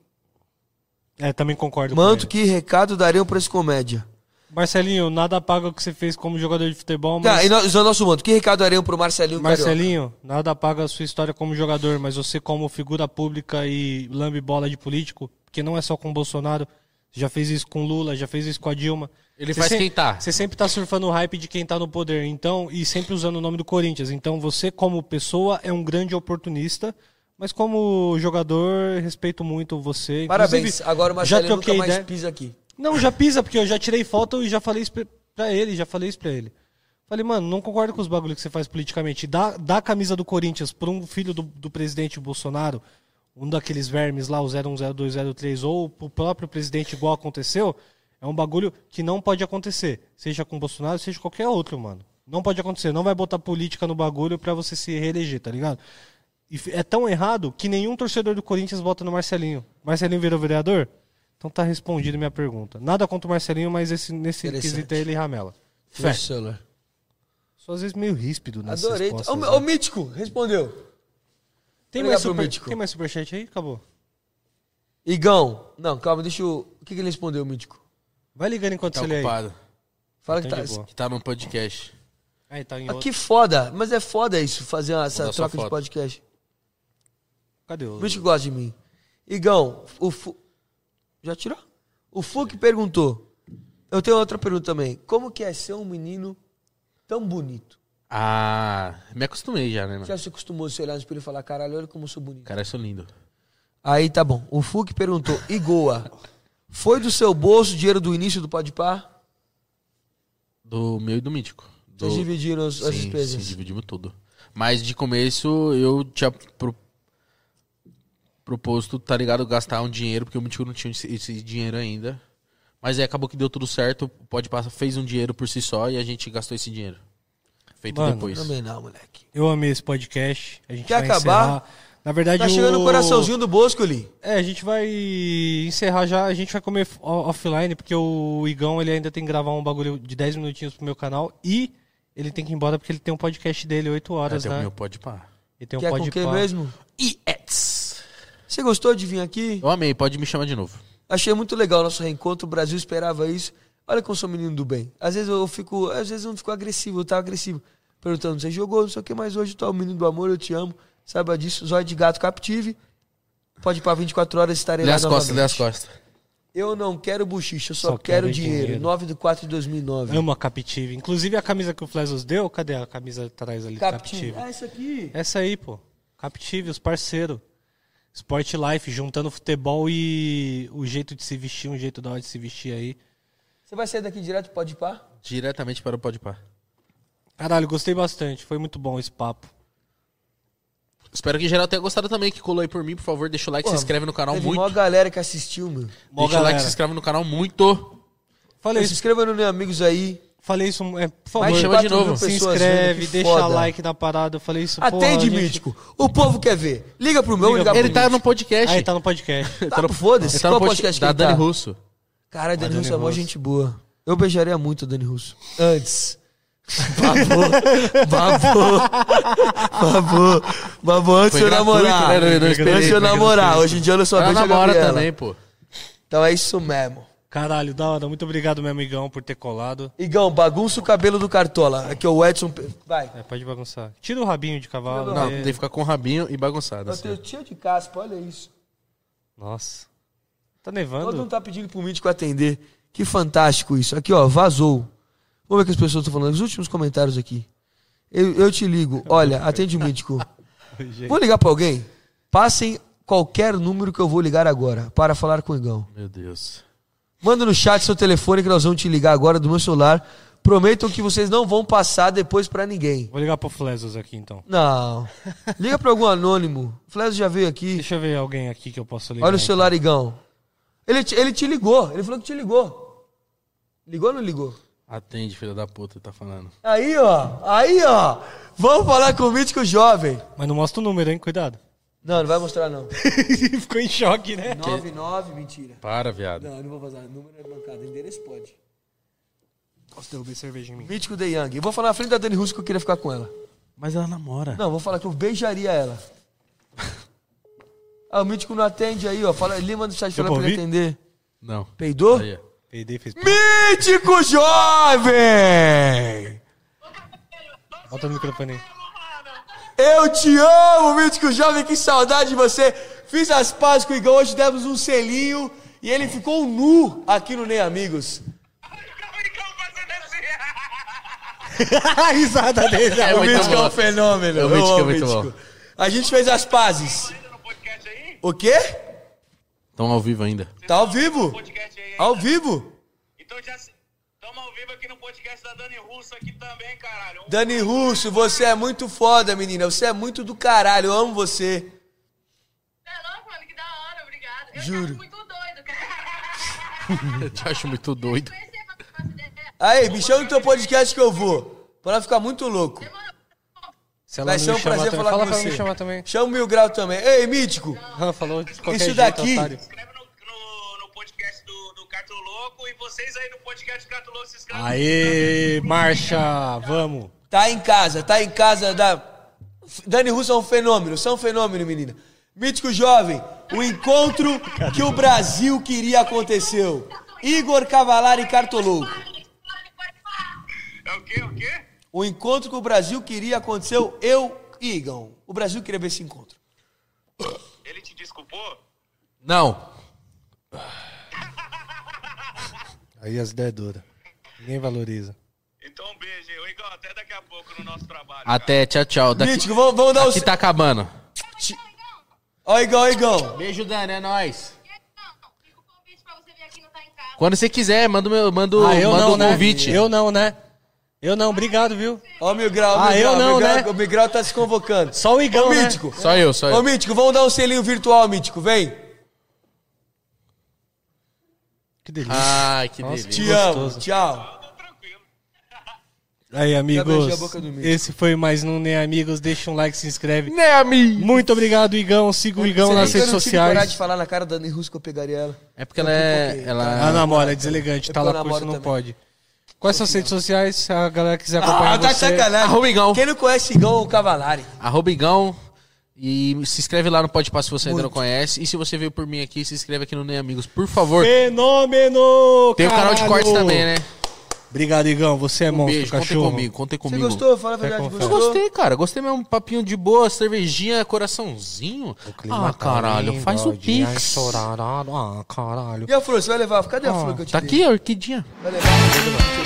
Speaker 1: É, também concordo
Speaker 3: Manto,
Speaker 1: com
Speaker 3: que recado dariam pra esse comédia?
Speaker 1: ele. Marcelinho, nada paga o que você fez como jogador de futebol,
Speaker 3: Cara,
Speaker 1: mas...
Speaker 3: e no, isso é o nosso manto. Que recado dariam pro Marcelinho Carioca?
Speaker 1: Marcelinho, nada paga a sua história como jogador, mas você como figura pública e lambe bola de político, porque não é só com o Bolsonaro, já fez isso com o Lula, já fez isso com a Dilma.
Speaker 2: Ele faz quem tá.
Speaker 1: Você sempre tá surfando o hype de quem tá no poder, então, e sempre usando o nome do Corinthians. Então, você como pessoa é um grande oportunista, mas como jogador, respeito muito você.
Speaker 3: Parabéns.
Speaker 1: Inclusive,
Speaker 3: Agora o Marcelinho
Speaker 1: já né?
Speaker 3: nunca
Speaker 1: troquei
Speaker 3: mais
Speaker 1: ideia.
Speaker 3: pisa aqui.
Speaker 1: Não, já pisa, porque eu já tirei foto e já falei isso pra- pra ele, já falei isso pra ele. Falei, mano, não concordo com os bagulhos que você faz politicamente. Dá, dá a camisa do Corinthians pra um filho do, do presidente Bolsonaro, um daqueles vermes lá, o 010203, ou pro próprio presidente, igual aconteceu, é um bagulho que não pode acontecer. Seja com Bolsonaro, seja qualquer outro, mano. Não pode acontecer. Não vai botar política no bagulho pra você se reeleger, tá ligado? E f- é tão errado que nenhum torcedor do Corinthians vota no Marcelinho. Marcelinho virou vereador? Então tá respondido minha pergunta. Nada contra o Marcelinho, mas esse, nesse
Speaker 3: Interessante.
Speaker 1: quesito aí ele ramela. Fé.
Speaker 3: Fecha o celular.
Speaker 1: Só às vezes meio ríspido nessas
Speaker 3: Adorei.
Speaker 1: respostas,
Speaker 3: Ô,
Speaker 1: né?
Speaker 3: o Mítico, respondeu.
Speaker 1: tem,
Speaker 3: Obrigado
Speaker 1: mais
Speaker 3: pro
Speaker 1: super,
Speaker 3: Mítico.
Speaker 1: tem mais superchat aí? Acabou.
Speaker 3: Igão. Não, calma, deixa eu... O que, que ele respondeu, Mítico?
Speaker 1: Vai ligando enquanto
Speaker 2: Tá
Speaker 1: você lê aí.
Speaker 2: ocupado.
Speaker 3: Fala que
Speaker 1: Tá
Speaker 3: tá...
Speaker 1: de boa.
Speaker 2: Que tá no podcast.
Speaker 1: Aí tá em
Speaker 3: Ah,
Speaker 1: outro.
Speaker 3: que foda. Mas é foda isso, fazer uma- essa
Speaker 2: dar sua
Speaker 3: troca de
Speaker 2: foto.
Speaker 3: podcast.
Speaker 1: Cadê o...
Speaker 3: O Mítico gosta de mim. Igão, o Fu... Já tirou? O Fuque perguntou. Eu tenho outra pergunta também. Como que é ser um menino tão bonito?
Speaker 2: Ah, me acostumei já, né, mano?
Speaker 3: Já se acostumou a se olhar no espelho e falar, caralho, olha como eu sou bonito.
Speaker 2: Cara, eu sou lindo.
Speaker 3: Aí tá bom. O Fuque perguntou, Igoa, foi do seu bolso o dinheiro do início do Podpar?
Speaker 2: Do meu e do mítico. Do...
Speaker 3: Vocês dividiram as, as
Speaker 2: Sim,
Speaker 3: despesas.
Speaker 2: sim, dividimos tudo. Mas de começo eu tinha pro- proposto, tá ligado, gastar um dinheiro, porque o Mítico não tinha esse, esse dinheiro ainda. Mas aí acabou que deu tudo certo, o Pode Passar fez um dinheiro por si só e a gente gastou esse dinheiro. Feito
Speaker 1: Mano,
Speaker 2: depois.
Speaker 3: Também não, moleque.
Speaker 1: Eu amei esse podcast. A gente
Speaker 3: Quer
Speaker 1: vai
Speaker 3: acabar?
Speaker 1: encerrar. Na verdade,
Speaker 3: Tá chegando
Speaker 1: o
Speaker 3: o coraçãozinho do Bosco ali.
Speaker 1: É, a gente vai encerrar já, a gente vai comer o- offline, porque o Igão ele ainda tem que gravar um bagulho de 10 minutinhos pro meu canal e ele tem que ir embora porque ele tem um podcast dele 8 horas,
Speaker 2: Até
Speaker 3: É,
Speaker 2: o
Speaker 1: né?
Speaker 2: um meu Pode Par.
Speaker 1: E tem um
Speaker 3: que é um com
Speaker 1: podcast.
Speaker 3: quem mesmo?
Speaker 2: Ets.
Speaker 3: Você gostou de vir aqui?
Speaker 2: Eu amei, pode me chamar de novo.
Speaker 3: Achei muito legal o nosso reencontro. O Brasil esperava isso. Olha como eu sou menino do bem. Às vezes eu fico. Às vezes eu não fico agressivo, eu tava agressivo. Perguntando, você jogou, não sei o que, mas hoje tu é o menino do amor, eu te amo. Saiba disso, zóio de gato captive. Pode ir pra 24 horas, estarei
Speaker 2: Lê
Speaker 3: lá
Speaker 2: as costas, lê
Speaker 3: novamente.
Speaker 2: as costas.
Speaker 3: Eu não quero buchicha, eu só, quero, dinheiro. 9 de 4 de 2009.
Speaker 1: Amo a Captive. Inclusive a camisa que o Flesos deu, cadê a camisa atrás ali?
Speaker 3: Captive.
Speaker 1: Captive.
Speaker 3: Ah, isso aqui.
Speaker 1: Essa aí, pô. Captive, os parceiros. Sport Life, juntando futebol e o jeito de se vestir, um jeito da hora de se vestir aí.
Speaker 3: Você vai sair daqui direto, pode ir pá?
Speaker 2: Diretamente para o Pode Par.
Speaker 1: Caralho, gostei bastante. Foi muito bom esse papo.
Speaker 2: Espero que em geral tenha gostado também, que colou aí por mim, por favor. Deixa o like,
Speaker 3: Porra,
Speaker 2: se inscreve no canal
Speaker 3: Teve
Speaker 2: muito.
Speaker 3: maior galera que assistiu, meu.
Speaker 1: Mó
Speaker 2: Deixa o like,
Speaker 1: galera.
Speaker 2: se inscreve no canal muito.
Speaker 1: Falei
Speaker 3: se
Speaker 1: isso.
Speaker 3: inscreva no Meu Amigos aí.
Speaker 1: Falei isso, é, por favor.
Speaker 2: Vai, chama de
Speaker 3: 4 mil
Speaker 2: novo.
Speaker 1: Se
Speaker 3: pessoas
Speaker 1: inscreve,
Speaker 3: vendo, que
Speaker 1: deixa
Speaker 3: foda.
Speaker 1: like na parada. Eu falei isso,
Speaker 3: Atende,
Speaker 1: porra, gente-
Speaker 3: mítico. O povo quer ver. Liga pro meu, liga, pro
Speaker 2: Ele tá
Speaker 3: mítico.
Speaker 2: no podcast.
Speaker 1: Aí tá no podcast.
Speaker 3: Tá, pô, foda-se.
Speaker 2: Ele tá
Speaker 3: Qual
Speaker 2: no
Speaker 3: é o
Speaker 2: podcast
Speaker 3: podcast que
Speaker 2: da
Speaker 3: ele
Speaker 2: Dani
Speaker 3: tá?
Speaker 2: Russo.
Speaker 3: Cara, Dani Russo é mó gente boa. Eu beijaria muito o Dani Russo. Antes. Babou, babou, babou, babou antes de
Speaker 2: Foi
Speaker 3: eu
Speaker 2: gratuito,
Speaker 3: namorar.
Speaker 2: né? Eu não esperei,
Speaker 3: antes de eu
Speaker 2: foi
Speaker 3: namorar.
Speaker 2: gratuito.
Speaker 3: Hoje em dia eu só
Speaker 2: Ela
Speaker 3: beijo a
Speaker 2: namora
Speaker 3: Gabriela.
Speaker 2: também, pô.
Speaker 3: Então é isso mesmo.
Speaker 1: Caralho, da hora. Muito obrigado, meu amigão, por ter colado.
Speaker 3: Igão, bagunça o cabelo do Cartola. Aqui é o Edson. Pe- Vai.
Speaker 1: É, pode bagunçar. Tira o rabinho de cavalo.
Speaker 2: Não,
Speaker 1: né?
Speaker 2: tem que ficar com o rabinho e bagunçado.
Speaker 3: Eu
Speaker 2: Assim.
Speaker 3: tenho tio de caspa, olha isso.
Speaker 1: Nossa. Tá
Speaker 3: Todo mundo
Speaker 1: nevando?
Speaker 3: tá pedindo pro Mítico atender. Que fantástico isso. Aqui, ó, vazou. Vamos ver o que as pessoas estão falando. Os últimos comentários aqui. Eu, eu te ligo. Olha, atende o Mítico. Vou ligar pra alguém? Passem qualquer número que eu vou ligar agora para falar com o Igão.
Speaker 2: Meu Deus.
Speaker 3: Manda no chat seu telefone que nós vamos te ligar agora do meu celular. Prometam que vocês não vão passar depois pra ninguém.
Speaker 1: Vou ligar pro Flesos aqui, então.
Speaker 3: Não. Liga pra algum anônimo. O Fleso já veio aqui.
Speaker 1: Deixa eu ver alguém aqui que eu posso ligar.
Speaker 3: Olha o
Speaker 1: então.
Speaker 3: celular, Igão. Ele te, ele te ligou. Ele falou que te ligou. Ligou ou não ligou?
Speaker 2: Atende, filha da puta, tá falando.
Speaker 3: Aí, ó. Aí, ó. Vamos falar com o mítico jovem.
Speaker 1: Mas não mostra o número, hein? Cuidado.
Speaker 3: Não, não vai mostrar, não.
Speaker 1: Ficou em choque, né?
Speaker 3: 99, mentira.
Speaker 2: Para, viado.
Speaker 3: Não, eu não vou vazar. Número é bancada. Endereço pode.
Speaker 1: Posso derrubar cerveja em mim?
Speaker 3: Mítico de Young. Eu vou falar na frente da Dani Russo que eu queria ficar com ela.
Speaker 2: Mas ela namora.
Speaker 3: Não, vou falar que eu beijaria ela. Ah, o Mítico não atende aí, ó. Fala, ele manda o chat pra ela pra ele
Speaker 1: pra
Speaker 3: atender.
Speaker 2: Não.
Speaker 3: Peidou?
Speaker 2: Aí, ó.
Speaker 1: Peidei, fez...
Speaker 3: Mítico Jovem!
Speaker 1: Bota no microfone aí.
Speaker 3: Eu te amo, Mítico Jovem, que saudade de você. Fiz as pazes com o Igão, hoje demos um selinho e ele ficou nu aqui no Nem Amigos.
Speaker 1: A risada dele.
Speaker 2: É
Speaker 3: o
Speaker 2: muito
Speaker 3: Mítico é um
Speaker 2: bom.
Speaker 3: fenômeno.
Speaker 2: É, o
Speaker 3: Eu
Speaker 2: Mítico é
Speaker 3: amo
Speaker 2: muito
Speaker 3: Mítico.
Speaker 2: bom.
Speaker 3: A gente fez as pazes. O quê?
Speaker 2: Estão ao vivo ainda.
Speaker 3: Tá ao vivo? Ao vivo?
Speaker 5: Então já estamos ao vivo aqui no podcast da Dani Russo aqui também, caralho. Um
Speaker 3: Dani Russo, você é muito foda, menina. Você é muito do caralho. Eu amo você.
Speaker 6: Tá louco, mano? Que da hora, obrigado. Eu
Speaker 3: Juro.
Speaker 6: Juro. muito doido, cara.
Speaker 2: Eu te acho muito doido.
Speaker 6: Conhecer pra fazer ideia.
Speaker 3: Aí, me chama no teu podcast que eu vou. Pra não ficar muito louco.
Speaker 1: Se ela
Speaker 3: Vai
Speaker 1: não
Speaker 3: ser
Speaker 1: me
Speaker 3: um prazer
Speaker 1: também-
Speaker 3: falar
Speaker 1: Fala
Speaker 3: com
Speaker 1: pra ela me
Speaker 3: você.
Speaker 1: chamar também.
Speaker 3: Chama o Mil Grau também. Ei, Mítico.
Speaker 1: Ah, falou de qualquer
Speaker 3: Isso
Speaker 1: jeito,
Speaker 3: daqui-
Speaker 1: otário.
Speaker 5: Inscreve no, no, no podcast do, do Gato Louco e vocês aí no podcast do Gato Louco se inscrevem.
Speaker 1: Aê, marcha, vamos.
Speaker 3: Tá em casa, tá em casa da. Dani Russo é um fenômeno, você é um fenômeno, menina. Mítico Jovem, o encontro que o Brasil queria aconteceu. Igor Cavalari e Cartolouco.
Speaker 5: É o quê? O quê?
Speaker 3: O encontro que o Brasil queria aconteceu, eu e Igão. O Brasil queria ver esse encontro.
Speaker 5: Ele te desculpou?
Speaker 2: Não.
Speaker 1: Aí as ideias duras. Ninguém valoriza.
Speaker 5: Então um beijo, hein? Ô, Igor, até daqui a pouco no nosso trabalho.
Speaker 2: Até, tchau, tchau. Daqui,
Speaker 3: Mítico, vamos, vamos dar
Speaker 2: aqui
Speaker 3: os.
Speaker 2: tá acabando.
Speaker 3: Ó, Igão, ó, Igão.
Speaker 2: Beijo, Dani, é nóis.
Speaker 6: Fica o convite pra você vir aqui no Tá em Casa.
Speaker 2: Quando você quiser, manda o meu, manda, o-
Speaker 1: Ah, eu
Speaker 2: manda
Speaker 1: não,
Speaker 2: um
Speaker 1: né?
Speaker 2: convite.
Speaker 1: Eu não, né? Eu não, obrigado, viu?
Speaker 3: Ó, o Mil Grau. o
Speaker 1: Ah,
Speaker 3: Mil
Speaker 1: eu
Speaker 3: Grau, o
Speaker 1: não,
Speaker 3: Mil Grau,
Speaker 1: né?
Speaker 3: O Mil Grau tá se convocando.
Speaker 1: Só o Igão,
Speaker 3: Ô,
Speaker 1: né?
Speaker 3: Mítico.
Speaker 2: Só eu, só
Speaker 3: Ô,
Speaker 2: eu.
Speaker 3: Mítico, vamos dar um selinho virtual, Mítico, vem.
Speaker 1: Que delícia.
Speaker 2: Ai, que delícia.
Speaker 3: Te amo, tchau.
Speaker 1: Aí,
Speaker 3: beijei a
Speaker 1: amigos,
Speaker 3: boca do Mítico.
Speaker 1: esse foi mais um Nem Amigos. Deixa um like, se inscreve.
Speaker 2: Né, amigo?
Speaker 1: Muito obrigado, Igão. Siga o Igão
Speaker 3: Você
Speaker 1: nas
Speaker 3: vê que eu
Speaker 1: redes
Speaker 3: não tive coragem
Speaker 1: sociais.
Speaker 3: de falar na cara da Dani Russo que eu pegaria ela.
Speaker 2: É porque ela é.
Speaker 1: Ah,
Speaker 2: Ela...
Speaker 1: namora, é deselegante,
Speaker 3: É
Speaker 1: tá
Speaker 3: porque eu
Speaker 1: lá curso,
Speaker 3: namoro
Speaker 1: não
Speaker 3: também. Ah,
Speaker 1: pode. Quais são as redes sociais, se a galera quiser acompanhar você?
Speaker 2: Arroba Igão.
Speaker 3: tá Quem não conhece Igão é o Cavalari.
Speaker 2: Arroba Igão. E se inscreve lá no Pode Pass se você ainda não conhece. E se você veio por mim aqui, se inscreve aqui no Nem Amigos, por favor.
Speaker 1: Fenômeno!
Speaker 2: Tem o canal de
Speaker 1: caralho!
Speaker 2: cortes também, né?
Speaker 1: Obrigado, Igão. Você é
Speaker 2: Um
Speaker 1: monstro,
Speaker 2: beijo, contem
Speaker 1: cachorro.
Speaker 2: comigo, contem
Speaker 3: Você
Speaker 2: comigo.
Speaker 3: gostou? Fala a verdade,
Speaker 1: confere.
Speaker 2: Eu
Speaker 3: gostou?
Speaker 2: gostei, cara. Gostei mesmo. Papinho de boa, cervejinha, coraçãozinho.
Speaker 1: tá
Speaker 2: Ah, caralho, faz o pix.
Speaker 1: Ah, caralho.
Speaker 3: E a flor, você vai levar? Cadê a flor que eu te
Speaker 2: Tá
Speaker 3: dei?
Speaker 2: aqui, a orquidinha.
Speaker 3: Vai levar, vai levar.